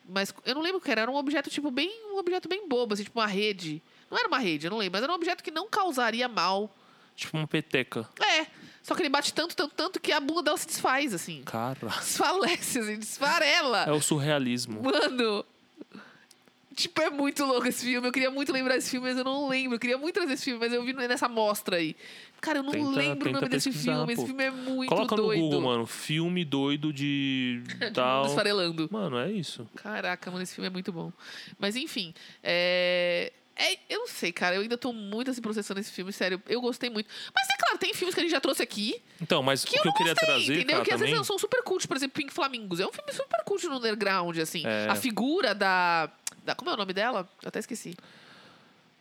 [SPEAKER 3] Mas eu não lembro o que era. Era um objeto, tipo, bem. Um objeto bem bobo, assim, tipo uma rede. Não era uma rede, eu não lembro, mas era um objeto que não causaria mal.
[SPEAKER 4] Tipo uma peteca.
[SPEAKER 3] É. Só que ele bate tanto, tanto, tanto que a bunda dela se desfaz, assim.
[SPEAKER 4] Cara.
[SPEAKER 3] Desfalece, assim, desfarela.
[SPEAKER 4] É o surrealismo.
[SPEAKER 3] Mano. Tipo, é muito louco esse filme. Eu queria muito lembrar esse filme, mas eu não lembro. Eu queria muito trazer esse filme, mas eu vi nessa mostra aí. Cara, eu não
[SPEAKER 4] Tenta-
[SPEAKER 3] lembro o
[SPEAKER 4] tenta
[SPEAKER 3] nome desse
[SPEAKER 4] pesquisar,
[SPEAKER 3] filme. Esse
[SPEAKER 4] pô.
[SPEAKER 3] filme é muito
[SPEAKER 4] Coloca
[SPEAKER 3] doido.
[SPEAKER 4] no Google, mano. Filme doido de tal.
[SPEAKER 3] Desfarelando.
[SPEAKER 4] Mano, é isso.
[SPEAKER 3] Caraca, mano, esse filme é muito bom. Mas enfim, é... é- eu não sei, cara. Eu ainda tô muito assim processando esse filme, sério. Eu gostei muito. Mas é claro, tem filmes que a gente já trouxe aqui
[SPEAKER 4] Então, mas
[SPEAKER 3] que
[SPEAKER 4] o
[SPEAKER 3] eu
[SPEAKER 4] que eu
[SPEAKER 3] não
[SPEAKER 4] queria
[SPEAKER 3] gostei,
[SPEAKER 4] trazer,
[SPEAKER 3] entendeu?
[SPEAKER 4] cara,
[SPEAKER 3] que às
[SPEAKER 4] também.
[SPEAKER 3] vezes elas são super cult, por exemplo, Pink Flamingos. É um filme super cult no underground, assim.
[SPEAKER 4] É.
[SPEAKER 3] A figura da, da- Como é o nome dela? Eu até esqueci.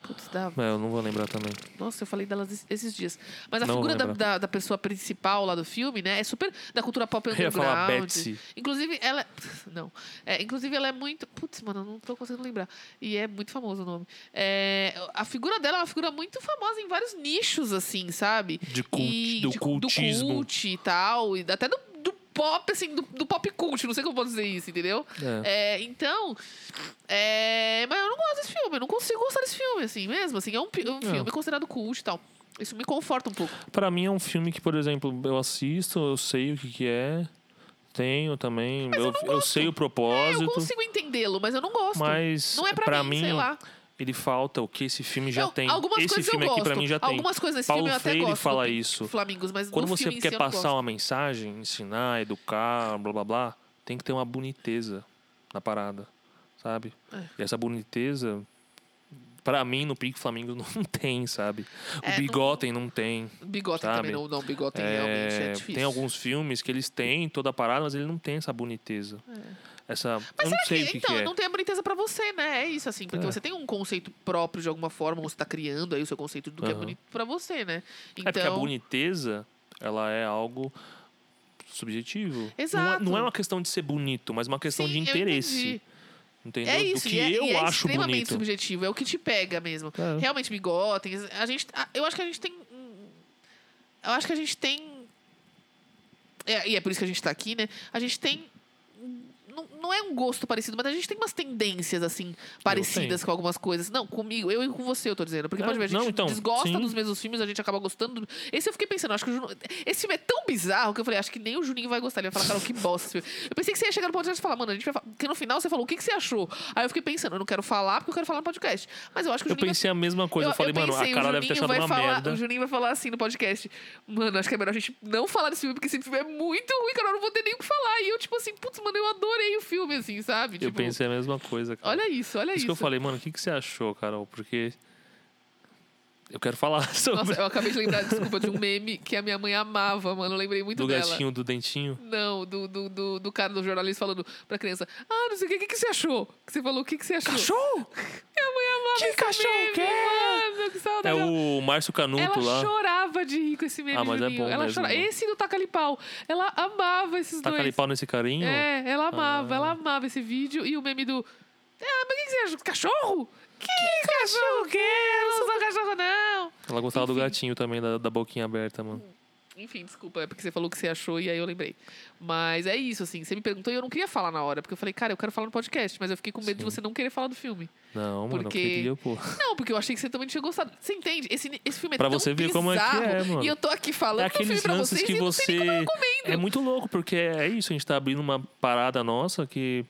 [SPEAKER 3] Putz, da...
[SPEAKER 4] É, eu não vou lembrar também.
[SPEAKER 3] Nossa, eu falei dela es- esses dias. Mas a
[SPEAKER 4] Não vou
[SPEAKER 3] figura da,
[SPEAKER 4] lembrar.
[SPEAKER 3] da, da pessoa principal lá do filme, né? É super da cultura pop
[SPEAKER 4] Eu ia
[SPEAKER 3] underground.
[SPEAKER 4] falar Betsy.
[SPEAKER 3] Inclusive, ela. Não. É, inclusive, ela é muito. Putz, mano, eu não tô conseguindo lembrar. E é muito famoso o nome. É, a figura dela é uma figura muito famosa em vários nichos, assim, sabe?
[SPEAKER 4] De cult- do cultismo.
[SPEAKER 3] Do cult e tal. E até do, do pop, assim, do, do pop cult. Não sei como eu posso dizer isso, entendeu?
[SPEAKER 4] É.
[SPEAKER 3] É, então. é, mas eu não gosto desse filme. Eu não consigo gostar desse filme, assim, mesmo. Assim, é um, pi- um filme considerado cult e tal. Isso me conforta um pouco.
[SPEAKER 4] Pra mim é um filme que, por exemplo, eu assisto, eu sei o que, que é. Tenho também. eu, eu sei o
[SPEAKER 3] É, Eu
[SPEAKER 4] propósito.
[SPEAKER 3] consigo entendê-lo, mas eu não gosto.
[SPEAKER 4] mas
[SPEAKER 3] não é pra, mim, sei lá.
[SPEAKER 4] ele falta o que esse filme já
[SPEAKER 3] Eu-
[SPEAKER 4] tem.
[SPEAKER 3] Algumas
[SPEAKER 4] esse
[SPEAKER 3] coisas
[SPEAKER 4] filme
[SPEAKER 3] eu
[SPEAKER 4] aqui
[SPEAKER 3] gosto.
[SPEAKER 4] pra mim já tem.
[SPEAKER 3] Algumas coisas desse
[SPEAKER 4] Paulo
[SPEAKER 3] filme eu até
[SPEAKER 4] Freire
[SPEAKER 3] gosto.
[SPEAKER 4] fala
[SPEAKER 3] do Pink
[SPEAKER 4] isso.
[SPEAKER 3] Flamingos, mas
[SPEAKER 4] Quando
[SPEAKER 3] do
[SPEAKER 4] você
[SPEAKER 3] Um filme em si
[SPEAKER 4] quer
[SPEAKER 3] eu não
[SPEAKER 4] passar
[SPEAKER 3] gosto.
[SPEAKER 4] uma mensagem, ensinar, educar, blá blá blá, tem que ter uma boniteza na parada, sabe?
[SPEAKER 3] É.
[SPEAKER 4] E essa boniteza, pra mim, no Pique Flamengo não tem, sabe? O
[SPEAKER 3] É, não-
[SPEAKER 4] Bigotem não tem.
[SPEAKER 3] Bigotem também,
[SPEAKER 4] sabe?
[SPEAKER 3] não, não bigotem
[SPEAKER 4] É,
[SPEAKER 3] realmente é difícil.
[SPEAKER 4] tem alguns filmes que eles têm toda a parada, mas ele não tem essa boniteza. Essa.
[SPEAKER 3] É. Mas
[SPEAKER 4] eu não
[SPEAKER 3] será que,
[SPEAKER 4] sei o que,
[SPEAKER 3] então,
[SPEAKER 4] que é.
[SPEAKER 3] não tem a boniteza pra você, né? É isso, assim. Porque
[SPEAKER 4] É.
[SPEAKER 3] você tem um conceito próprio de alguma forma, ou você tá criando aí o seu conceito do que é
[SPEAKER 4] Aham.
[SPEAKER 3] bonito pra você, né? Então,
[SPEAKER 4] É porque a boniteza, ela é algo subjetivo. Não é,
[SPEAKER 3] Exato.
[SPEAKER 4] não é uma questão de ser bonito, mas uma questão
[SPEAKER 3] sim,
[SPEAKER 4] de
[SPEAKER 3] eu
[SPEAKER 4] interesse.
[SPEAKER 3] entendi.
[SPEAKER 4] Entendeu?
[SPEAKER 3] É isso,
[SPEAKER 4] Do que
[SPEAKER 3] e é,
[SPEAKER 4] eu
[SPEAKER 3] e é
[SPEAKER 4] acho
[SPEAKER 3] extremamente
[SPEAKER 4] bonito.
[SPEAKER 3] subjetivo. É o que te pega mesmo.
[SPEAKER 4] É.
[SPEAKER 3] Realmente, bigotem. A gente, a- eu acho que a gente tem. um- Eu acho que a gente tem. é, e é por isso que a gente tá aqui, né? A gente tem. um- Não, não é um gosto parecido, mas a gente tem umas tendências, assim, parecidas
[SPEAKER 4] tenho.
[SPEAKER 3] com algumas coisas. Não, comigo, eu e com você, eu tô dizendo. Porque
[SPEAKER 4] É,
[SPEAKER 3] pode ver, a gente
[SPEAKER 4] não, então,
[SPEAKER 3] desgosta
[SPEAKER 4] sim.
[SPEAKER 3] dos mesmos filmes, a gente acaba gostando. do- Esse eu fiquei pensando, acho que o Juno... Esse filme é tão bizarro que eu falei, acho que nem o Juninho vai gostar. Ele vai falar, cara, que bosta esse filme. Eu pensei que você ia chegar no podcast e falar, mano, a gente vai falar. Porque no final você falou, o que, que você achou? Aí eu fiquei pensando, eu não quero falar porque eu quero falar no podcast. Mas eu acho que o
[SPEAKER 4] Eu
[SPEAKER 3] Juninho vai
[SPEAKER 4] pensei a mesma coisa. Eu, falei, mano,
[SPEAKER 3] pensei,
[SPEAKER 4] a
[SPEAKER 3] o
[SPEAKER 4] cara deve ter
[SPEAKER 3] Juninho
[SPEAKER 4] achado
[SPEAKER 3] vai
[SPEAKER 4] uma
[SPEAKER 3] falar-
[SPEAKER 4] merda.
[SPEAKER 3] O Juninho vai falar assim no podcast. Mano, acho que é melhor a gente não falar desse filme, porque esse filme é muito ruim, cara. Eu não vou ter nem o que falar. E eu, tipo assim, putz, mano, eu adorei o filme, assim, sabe?
[SPEAKER 4] Eu
[SPEAKER 3] Tipo,
[SPEAKER 4] pensei a mesma coisa, cara.
[SPEAKER 3] Olha isso, olha
[SPEAKER 4] isso,
[SPEAKER 3] isso.
[SPEAKER 4] que eu falei, mano, o que, que você achou, Carol? Porque. Eu quero falar sobre
[SPEAKER 3] Nossa, eu acabei de lembrar, desculpa, de um meme que a minha mãe amava, mano. Eu lembrei muito
[SPEAKER 4] do
[SPEAKER 3] dela.
[SPEAKER 4] gatinho, do dentinho.
[SPEAKER 3] Não, do, do, do, do cara do jornalista falando pra criança: Ah, não sei o que, o que, que você achou? Que você falou, o que, que você achou?
[SPEAKER 4] Cachorro?
[SPEAKER 3] Minha mãe amava
[SPEAKER 4] Que
[SPEAKER 3] esse
[SPEAKER 4] cachorro
[SPEAKER 3] meme,
[SPEAKER 4] que é?
[SPEAKER 3] Mano, que saudade.
[SPEAKER 4] É
[SPEAKER 3] dela.
[SPEAKER 4] o Márcio Canuto
[SPEAKER 3] Ela
[SPEAKER 4] lá.
[SPEAKER 3] chorava de rir com esse meme,
[SPEAKER 4] Ah, mas é
[SPEAKER 3] Juninho.
[SPEAKER 4] bom
[SPEAKER 3] ela
[SPEAKER 4] mesmo,
[SPEAKER 3] chorava.
[SPEAKER 4] né?
[SPEAKER 3] Esse do Taca Pau. Ela amava esses
[SPEAKER 4] Taca ali
[SPEAKER 3] dois.
[SPEAKER 4] Tá pau Ah. nesse carinho.
[SPEAKER 3] É, ela amava, ela amava esse vídeo e o meme do. Ah, mas o que, que você acha? Cachorro? Que, cachorro?
[SPEAKER 4] é?
[SPEAKER 3] Que? é? Eu não sou cachorro, não.
[SPEAKER 4] Ela gostava do
[SPEAKER 3] Enfim.
[SPEAKER 4] gatinho também, da, da boquinha aberta, mano.
[SPEAKER 3] Enfim, desculpa, é porque você falou o que você achou e aí eu lembrei. Mas é isso, assim. Você me perguntou e eu não queria falar na hora, porque eu falei, cara, eu quero falar no podcast, mas eu fiquei com medo de
[SPEAKER 4] Sim.
[SPEAKER 3] você não querer falar do filme.
[SPEAKER 4] Não, mano, eu
[SPEAKER 3] Porque-
[SPEAKER 4] queria, pô. É
[SPEAKER 3] Não, porque eu achei que você também tinha gostado. Você entende? Esse, esse filme é
[SPEAKER 4] Pra
[SPEAKER 3] tão
[SPEAKER 4] você ver como é que
[SPEAKER 3] bizarro.
[SPEAKER 4] é, mano.
[SPEAKER 3] E eu tô aqui falando
[SPEAKER 4] É
[SPEAKER 3] do filme
[SPEAKER 4] aqueles
[SPEAKER 3] pra
[SPEAKER 4] lances
[SPEAKER 3] vocês
[SPEAKER 4] que
[SPEAKER 3] e eu não sei
[SPEAKER 4] você.
[SPEAKER 3] nem como eu recomendo.
[SPEAKER 4] É muito louco, porque é isso, a gente tá abrindo uma parada nossa que.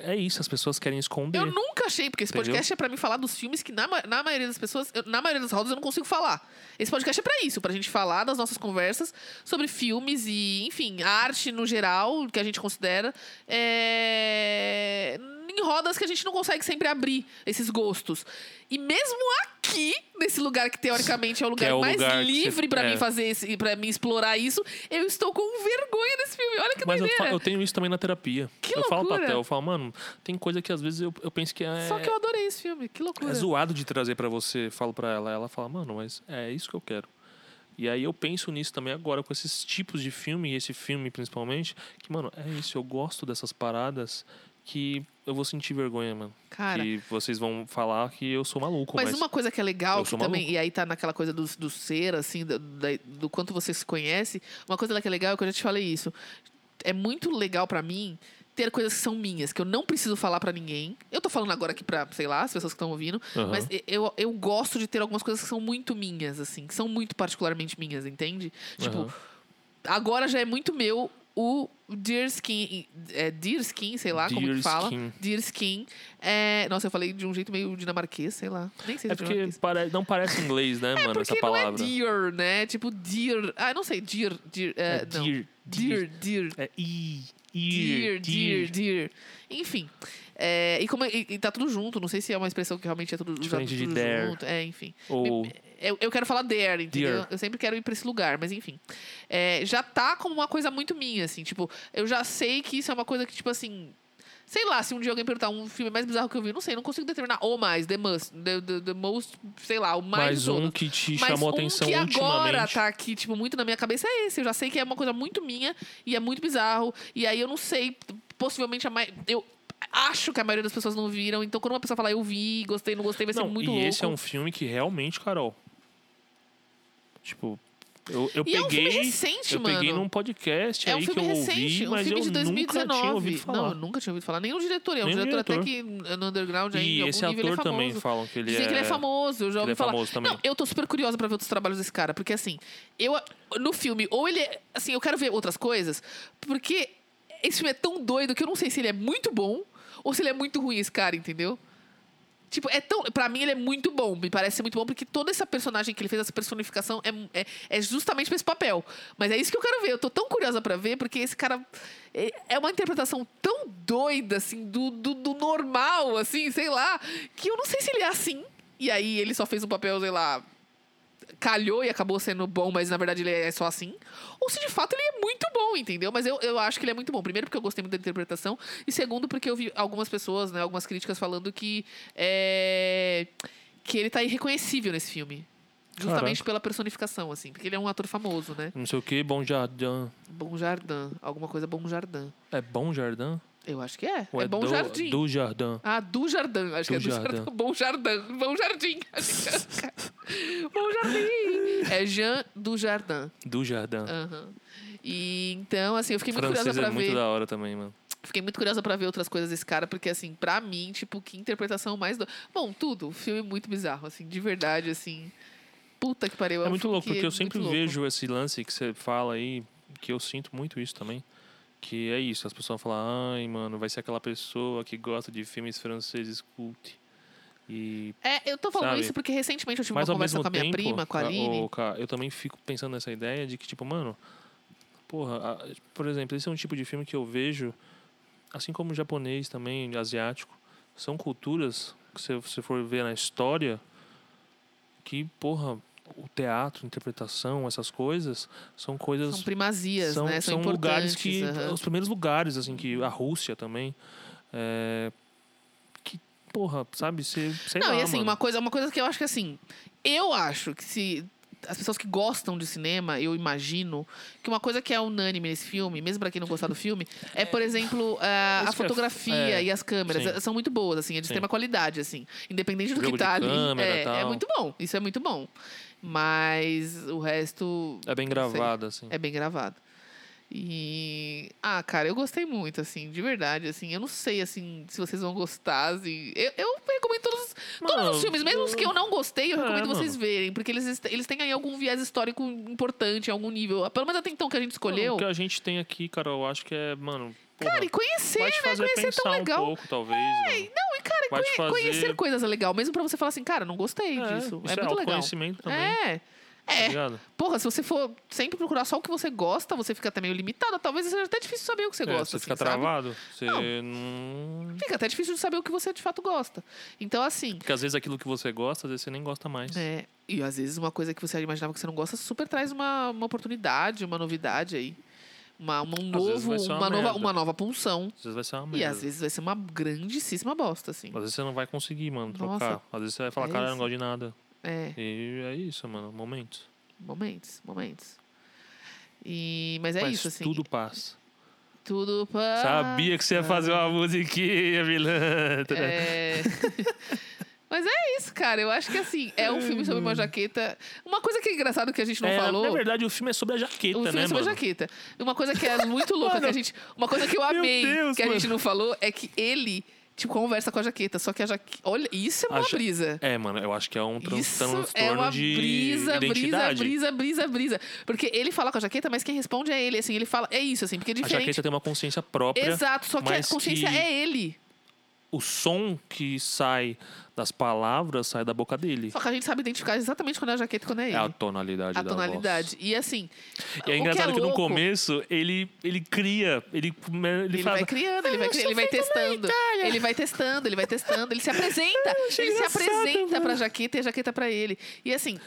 [SPEAKER 4] É isso, as pessoas querem esconder.
[SPEAKER 3] Eu nunca achei, porque esse
[SPEAKER 4] Entendeu?
[SPEAKER 3] podcast é pra mim falar dos filmes que, na, ma- na maioria das pessoas, eu- na maioria das rodas, eu não consigo falar. Esse podcast é pra isso, pra gente falar das nossas conversas sobre filmes e, enfim, arte no geral, que a gente considera. é, Em rodas que a gente não consegue sempre abrir esses gostos. E mesmo aqui, nesse lugar que teoricamente é o
[SPEAKER 4] Que
[SPEAKER 3] lugar
[SPEAKER 4] é o
[SPEAKER 3] mais
[SPEAKER 4] lugar que você-
[SPEAKER 3] livre pra
[SPEAKER 4] é.
[SPEAKER 3] mim fazer esse, para mim explorar isso, eu estou com vergonha desse filme. Olha que
[SPEAKER 4] Mas eu,
[SPEAKER 3] doideira.
[SPEAKER 4] fa- eu tenho isso também na terapia.
[SPEAKER 3] Que
[SPEAKER 4] eu falo pra
[SPEAKER 3] loucura.
[SPEAKER 4] Theo, eu falo, mano, tem coisa que às vezes eu, eu penso que é.
[SPEAKER 3] Só que eu adorei esse filme. Que loucura.
[SPEAKER 4] É zoado de trazer pra você, falo pra ela. Ela fala, mano, mas é isso que eu quero. E aí eu penso nisso também agora, com esses tipos de filme, e esse filme principalmente, que, mano, é isso, eu gosto dessas paradas que eu vou sentir vergonha, mano.
[SPEAKER 3] Cara,
[SPEAKER 4] Que vocês vão falar que eu sou maluco, mas,
[SPEAKER 3] Mas uma coisa que é legal,
[SPEAKER 4] eu
[SPEAKER 3] que
[SPEAKER 4] sou
[SPEAKER 3] também,
[SPEAKER 4] maluco.
[SPEAKER 3] e aí tá naquela coisa do, do ser, assim, do, da- do quanto você se conhece, uma coisa que é legal é que eu já te falei isso. É muito legal pra mim ter coisas que são minhas, que eu não preciso falar pra ninguém. Eu tô falando agora aqui pra, sei lá, as pessoas que estão ouvindo,
[SPEAKER 4] Aham.
[SPEAKER 3] mas e- eu, eu gosto de ter algumas coisas que são muito minhas, assim, que são muito particularmente minhas, entende? Tipo,
[SPEAKER 4] Aham.
[SPEAKER 3] agora já é muito meu o Deerskin, é, Deerskin, sei lá como que
[SPEAKER 4] Deerskin.
[SPEAKER 3] fala. Deerskin. É, nossa, eu falei de um jeito meio dinamarquês, sei lá. Nem sei
[SPEAKER 4] É
[SPEAKER 3] se
[SPEAKER 4] porque
[SPEAKER 3] dinamarquês.
[SPEAKER 4] pare- não parece inglês, né, mano, essa
[SPEAKER 3] porque não é
[SPEAKER 4] palavra.
[SPEAKER 3] deer, né? Tipo deer. Ah, eu não sei. Deer. Deer. É,
[SPEAKER 4] É
[SPEAKER 3] não.
[SPEAKER 4] deer,
[SPEAKER 3] Deer.
[SPEAKER 4] deer.
[SPEAKER 3] Deer.
[SPEAKER 4] É i,
[SPEAKER 3] Deer.
[SPEAKER 4] ir,
[SPEAKER 3] Deer.
[SPEAKER 4] dir.
[SPEAKER 3] Deer. Enfim. É, e, como, é- e, e tá tudo junto. Não sei se é uma expressão que realmente é tudo, usado
[SPEAKER 4] Diferente de
[SPEAKER 3] tudo
[SPEAKER 4] dare.
[SPEAKER 3] junto. É, enfim.
[SPEAKER 4] Ou
[SPEAKER 3] Eu, eu quero falar there, entendeu?
[SPEAKER 4] There.
[SPEAKER 3] Eu sempre quero ir pra esse lugar, mas enfim. É, já tá como uma coisa muito minha, assim. Tipo, eu já sei que isso é uma coisa que, tipo assim. Sei lá, se um dia alguém perguntar um filme mais bizarro que eu vi, não sei, não consigo determinar. Ou mais, The Must, The, the, the Most, sei lá, o mais.
[SPEAKER 4] mais
[SPEAKER 3] de
[SPEAKER 4] um
[SPEAKER 3] todos.
[SPEAKER 4] que te
[SPEAKER 3] Mas
[SPEAKER 4] chamou
[SPEAKER 3] um
[SPEAKER 4] atenção
[SPEAKER 3] que agora
[SPEAKER 4] ultimamente.
[SPEAKER 3] tá aqui, tipo, muito na minha cabeça é esse. Eu já sei que é uma coisa muito minha e é muito bizarro. E aí eu não sei, possivelmente a mais. Eu acho que a maioria das pessoas não viram. Então quando uma pessoa falar eu vi, gostei, não gostei, vai
[SPEAKER 4] não,
[SPEAKER 3] ser muito
[SPEAKER 4] e
[SPEAKER 3] louco.
[SPEAKER 4] esse é um filme que realmente, Carol. Tipo, eu, eu
[SPEAKER 3] E é um filme
[SPEAKER 4] peguei.
[SPEAKER 3] recente,
[SPEAKER 4] eu peguei
[SPEAKER 3] mano.
[SPEAKER 4] num podcast
[SPEAKER 3] É um
[SPEAKER 4] aí que
[SPEAKER 3] filme
[SPEAKER 4] eu
[SPEAKER 3] recente,
[SPEAKER 4] ouvi,
[SPEAKER 3] um
[SPEAKER 4] mas
[SPEAKER 3] filme
[SPEAKER 4] eu
[SPEAKER 3] de
[SPEAKER 4] nunca
[SPEAKER 3] 2019.
[SPEAKER 4] tinha ouvido
[SPEAKER 3] Não, eu
[SPEAKER 4] falar.
[SPEAKER 3] nunca tinha ouvido falar. Nem o diretor, é um
[SPEAKER 4] Nem o
[SPEAKER 3] diretor, até
[SPEAKER 4] diretor.
[SPEAKER 3] que no underground aí,
[SPEAKER 4] e
[SPEAKER 3] em algum
[SPEAKER 4] esse
[SPEAKER 3] nível ele é
[SPEAKER 4] ator também
[SPEAKER 3] famoso.
[SPEAKER 4] falam que ele
[SPEAKER 3] Dizem
[SPEAKER 4] é.
[SPEAKER 3] que ele é famoso, eu já
[SPEAKER 4] ele
[SPEAKER 3] ouvi
[SPEAKER 4] é
[SPEAKER 3] falar.
[SPEAKER 4] famoso também.
[SPEAKER 3] Não, eu tô super curiosa pra ver outros trabalhos desse cara, porque assim, eu no filme, ou ele é, assim, eu quero ver outras coisas, porque esse filme é tão doido que eu não sei se ele é muito bom ou se ele é muito ruim esse cara, entendeu? Tipo, é tão. Pra mim, ele é muito bom. Me parece ser muito bom, porque toda essa personagem que ele fez, essa personificação, é, é, é justamente pra esse papel. Mas é isso que eu quero ver. Eu tô tão curiosa pra ver, porque esse cara. É é uma interpretação tão doida, assim, do, do, do normal, assim, sei lá, que eu não sei se ele é assim. E aí ele só fez um papel, sei lá. Calhou e acabou sendo bom, mas na verdade ele é só assim. Ou se de fato ele é muito bom, entendeu? Mas eu, eu acho que ele é muito bom. Primeiro, porque eu gostei muito da interpretação. E segundo, porque eu vi algumas pessoas, né, algumas críticas falando que. é, que ele tá irreconhecível nesse filme. Justamente
[SPEAKER 4] Caraca.
[SPEAKER 3] pela personificação, assim. Porque ele é um ator famoso, né?
[SPEAKER 4] Não sei o que, Bom Jardim.
[SPEAKER 3] Bom Jardim. Alguma coisa Bom Jardim.
[SPEAKER 4] É Bom Jardim?
[SPEAKER 3] Eu acho que é.
[SPEAKER 4] Ou
[SPEAKER 3] é, Bom
[SPEAKER 4] do,
[SPEAKER 3] Jardim.
[SPEAKER 4] Do Jardim.
[SPEAKER 3] Ah, do Jardim. Acho que é
[SPEAKER 4] Do
[SPEAKER 3] do
[SPEAKER 4] Jardim.
[SPEAKER 3] Jardim. Bom Jardim. Bom Jardim. Bom Jardim. É Jean do Jardim.
[SPEAKER 4] Do Jardim.
[SPEAKER 3] Aham. E então, assim, eu fiquei muito
[SPEAKER 4] Francês
[SPEAKER 3] É, curiosa pra
[SPEAKER 4] é muito
[SPEAKER 3] ver.
[SPEAKER 4] da hora também, mano.
[SPEAKER 3] Fiquei muito curiosa pra ver outras coisas desse cara, porque, assim, pra mim, tipo, que interpretação mais. Do... Bom, tudo. O filme é muito bizarro, assim, de verdade, assim. Puta que pariu.
[SPEAKER 4] É
[SPEAKER 3] um
[SPEAKER 4] muito
[SPEAKER 3] filme
[SPEAKER 4] louco,
[SPEAKER 3] que
[SPEAKER 4] porque eu
[SPEAKER 3] é
[SPEAKER 4] sempre
[SPEAKER 3] muito louco.
[SPEAKER 4] vejo esse lance que você fala aí, que eu sinto muito isso também. Que é isso, as pessoas falam, ai, mano, vai ser aquela pessoa que gosta de filmes franceses cult. E.
[SPEAKER 3] É, eu tô falando
[SPEAKER 4] sabe?
[SPEAKER 3] isso porque recentemente eu tive
[SPEAKER 4] Mas
[SPEAKER 3] uma
[SPEAKER 4] ao
[SPEAKER 3] conversa
[SPEAKER 4] mesmo
[SPEAKER 3] Tipo, com a minha
[SPEAKER 4] tempo,
[SPEAKER 3] prima, com a
[SPEAKER 4] ca-
[SPEAKER 3] Aline.
[SPEAKER 4] ô, ca- eu também fico pensando nessa ideia de que, tipo, mano, porra, a- por exemplo, esse é um tipo de filme que eu vejo, assim como o japonês também, asiático, são culturas que se você for ver na história, que, porra, o teatro, interpretação, essas coisas, são coisas
[SPEAKER 3] São primazias,
[SPEAKER 4] são,
[SPEAKER 3] né? São,
[SPEAKER 4] são lugares que
[SPEAKER 3] importantes, aham. Uhum.
[SPEAKER 4] os primeiros lugares assim que a Rússia também é, que porra sabe você sei
[SPEAKER 3] Não,
[SPEAKER 4] lá
[SPEAKER 3] e assim,
[SPEAKER 4] mano.
[SPEAKER 3] uma coisa, uma coisa que eu acho que assim, eu acho que se as pessoas que gostam de cinema, eu imagino que uma coisa que é unânime nesse filme, mesmo pra quem não gostar do filme, é, por exemplo, a- a
[SPEAKER 4] isso que eu-
[SPEAKER 3] fotografia
[SPEAKER 4] é,
[SPEAKER 3] e as câmeras
[SPEAKER 4] sim.
[SPEAKER 3] são muito boas, assim, é de
[SPEAKER 4] Sim.
[SPEAKER 3] extrema qualidade, assim, independente do
[SPEAKER 4] Jogo
[SPEAKER 3] que
[SPEAKER 4] de
[SPEAKER 3] tá ali,
[SPEAKER 4] câmera e
[SPEAKER 3] é, é
[SPEAKER 4] tal.
[SPEAKER 3] muito bom, isso é muito bom. Mas o resto
[SPEAKER 4] é bem gravada assim
[SPEAKER 3] é bem gravado. E. Ah, cara, eu gostei muito, assim, de verdade. Assim, eu não sei, assim, se vocês vão gostar, assim. Eu, eu recomendo todos, os- todos
[SPEAKER 4] Mano,
[SPEAKER 3] os filmes, mesmo os que eu não gostei, eu
[SPEAKER 4] é,
[SPEAKER 3] recomendo vocês
[SPEAKER 4] mano.
[SPEAKER 3] verem, porque eles, est- eles têm aí algum viés histórico importante, em algum nível. Pelo menos até então que a gente
[SPEAKER 4] Mano,
[SPEAKER 3] escolheu.
[SPEAKER 4] o que a gente tem aqui cara eu acho que é mano porra,
[SPEAKER 3] Cara, e conhecer,
[SPEAKER 4] vai
[SPEAKER 3] né?
[SPEAKER 4] te fazer
[SPEAKER 3] Conhecer é
[SPEAKER 4] pensar
[SPEAKER 3] tão legal.
[SPEAKER 4] um pouco talvez mano.
[SPEAKER 3] Não, e cara,
[SPEAKER 4] Vai
[SPEAKER 3] conhe-
[SPEAKER 4] te fazer-
[SPEAKER 3] conhecer coisas é legal, mesmo pra você falar assim, cara, não gostei
[SPEAKER 4] é,
[SPEAKER 3] disso.
[SPEAKER 4] isso
[SPEAKER 3] é muito legal.
[SPEAKER 4] autoconhecimento também
[SPEAKER 3] É.
[SPEAKER 4] tá
[SPEAKER 3] É,
[SPEAKER 4] ligado?
[SPEAKER 3] Porra, se você for sempre procurar só o que você gosta, você fica até meio limitada. Talvez seja até difícil saber o que você
[SPEAKER 4] É,
[SPEAKER 3] gosta.
[SPEAKER 4] você
[SPEAKER 3] assim,
[SPEAKER 4] fica
[SPEAKER 3] sabe?
[SPEAKER 4] travado você não
[SPEAKER 3] Fica até difícil de saber o que você de fato gosta. Então, assim.
[SPEAKER 4] porque às vezes aquilo que você gosta às vezes você nem gosta mais
[SPEAKER 3] É, e às vezes uma coisa que você imaginava que você não gosta super traz uma, uma oportunidade, uma novidade aí. Uma, uma- um
[SPEAKER 4] Às vezes
[SPEAKER 3] novo,
[SPEAKER 4] vai ser
[SPEAKER 3] uma,
[SPEAKER 4] uma
[SPEAKER 3] nova,
[SPEAKER 4] merda.
[SPEAKER 3] uma nova punção.
[SPEAKER 4] às vezes vai ser uma
[SPEAKER 3] E
[SPEAKER 4] merda
[SPEAKER 3] às vezes vai ser uma grandíssima bosta, assim.
[SPEAKER 4] Às vezes você não vai conseguir, mano,
[SPEAKER 3] Nossa.
[SPEAKER 4] trocar. Às vezes você vai falar,
[SPEAKER 3] É
[SPEAKER 4] cara, eu
[SPEAKER 3] isso.
[SPEAKER 4] não gosto de nada.
[SPEAKER 3] É,
[SPEAKER 4] E é isso, mano. Momentos.
[SPEAKER 3] momentos, momentos. E, mas é
[SPEAKER 4] Mas
[SPEAKER 3] isso, assim. Ah,
[SPEAKER 4] tudo passa.
[SPEAKER 3] tudo pra...
[SPEAKER 4] Sabia que você ia fazer uma musiquinha, Milantra.
[SPEAKER 3] É. Mas é isso, cara. Eu acho que assim, é um filme sobre uma jaqueta. Uma coisa que é engraçado que a gente não
[SPEAKER 4] Uhum. É,
[SPEAKER 3] falou.
[SPEAKER 4] Na verdade, o filme é sobre a jaqueta,
[SPEAKER 3] O filme
[SPEAKER 4] né,
[SPEAKER 3] é sobre
[SPEAKER 4] mano?
[SPEAKER 3] a jaqueta. Uma coisa que é muito louca que a gente. Uma coisa que eu amei
[SPEAKER 4] Deus,
[SPEAKER 3] que a gente
[SPEAKER 4] mano.
[SPEAKER 3] não falou é que ele Tipo, conversa com a jaqueta. Só que a jaqueta. Olha, isso é uma
[SPEAKER 4] A ja-
[SPEAKER 3] brisa.
[SPEAKER 4] É, mano, eu acho que é um tran-
[SPEAKER 3] Isso
[SPEAKER 4] transtorno
[SPEAKER 3] é uma
[SPEAKER 4] de
[SPEAKER 3] brisa, brisa,
[SPEAKER 4] identidade.
[SPEAKER 3] brisa, brisa, brisa. Porque ele fala com a jaqueta, mas quem responde é ele. Assim, ele fala, é isso, assim, porque é
[SPEAKER 4] A
[SPEAKER 3] diferente.
[SPEAKER 4] jaqueta tem uma consciência própria.
[SPEAKER 3] Exato, só que a
[SPEAKER 4] mas
[SPEAKER 3] consciência
[SPEAKER 4] que-
[SPEAKER 3] é ele.
[SPEAKER 4] O som que sai das palavras sai da boca dele.
[SPEAKER 3] Só que a gente sabe identificar exatamente quando é a jaqueta e quando é
[SPEAKER 4] É
[SPEAKER 3] ele.
[SPEAKER 4] a tonalidade
[SPEAKER 3] a
[SPEAKER 4] da voz.
[SPEAKER 3] tonalidade. E assim.
[SPEAKER 4] E
[SPEAKER 3] o
[SPEAKER 4] é engraçado que, no
[SPEAKER 3] louco,
[SPEAKER 4] começo ele, ele cria, ele, come- ele,
[SPEAKER 3] Ele
[SPEAKER 4] fala.
[SPEAKER 3] vai criando, ele vai,
[SPEAKER 4] "Ah,
[SPEAKER 3] cri-
[SPEAKER 4] eu
[SPEAKER 3] ele
[SPEAKER 4] sou
[SPEAKER 3] vai
[SPEAKER 4] feito na
[SPEAKER 3] testando.
[SPEAKER 4] Itália."
[SPEAKER 3] Ele vai testando, ele vai testando, ele se apresenta.
[SPEAKER 4] achei
[SPEAKER 3] Ele se
[SPEAKER 4] engraçado,
[SPEAKER 3] apresenta
[SPEAKER 4] mano.
[SPEAKER 3] pra jaqueta e a jaqueta pra ele. E assim.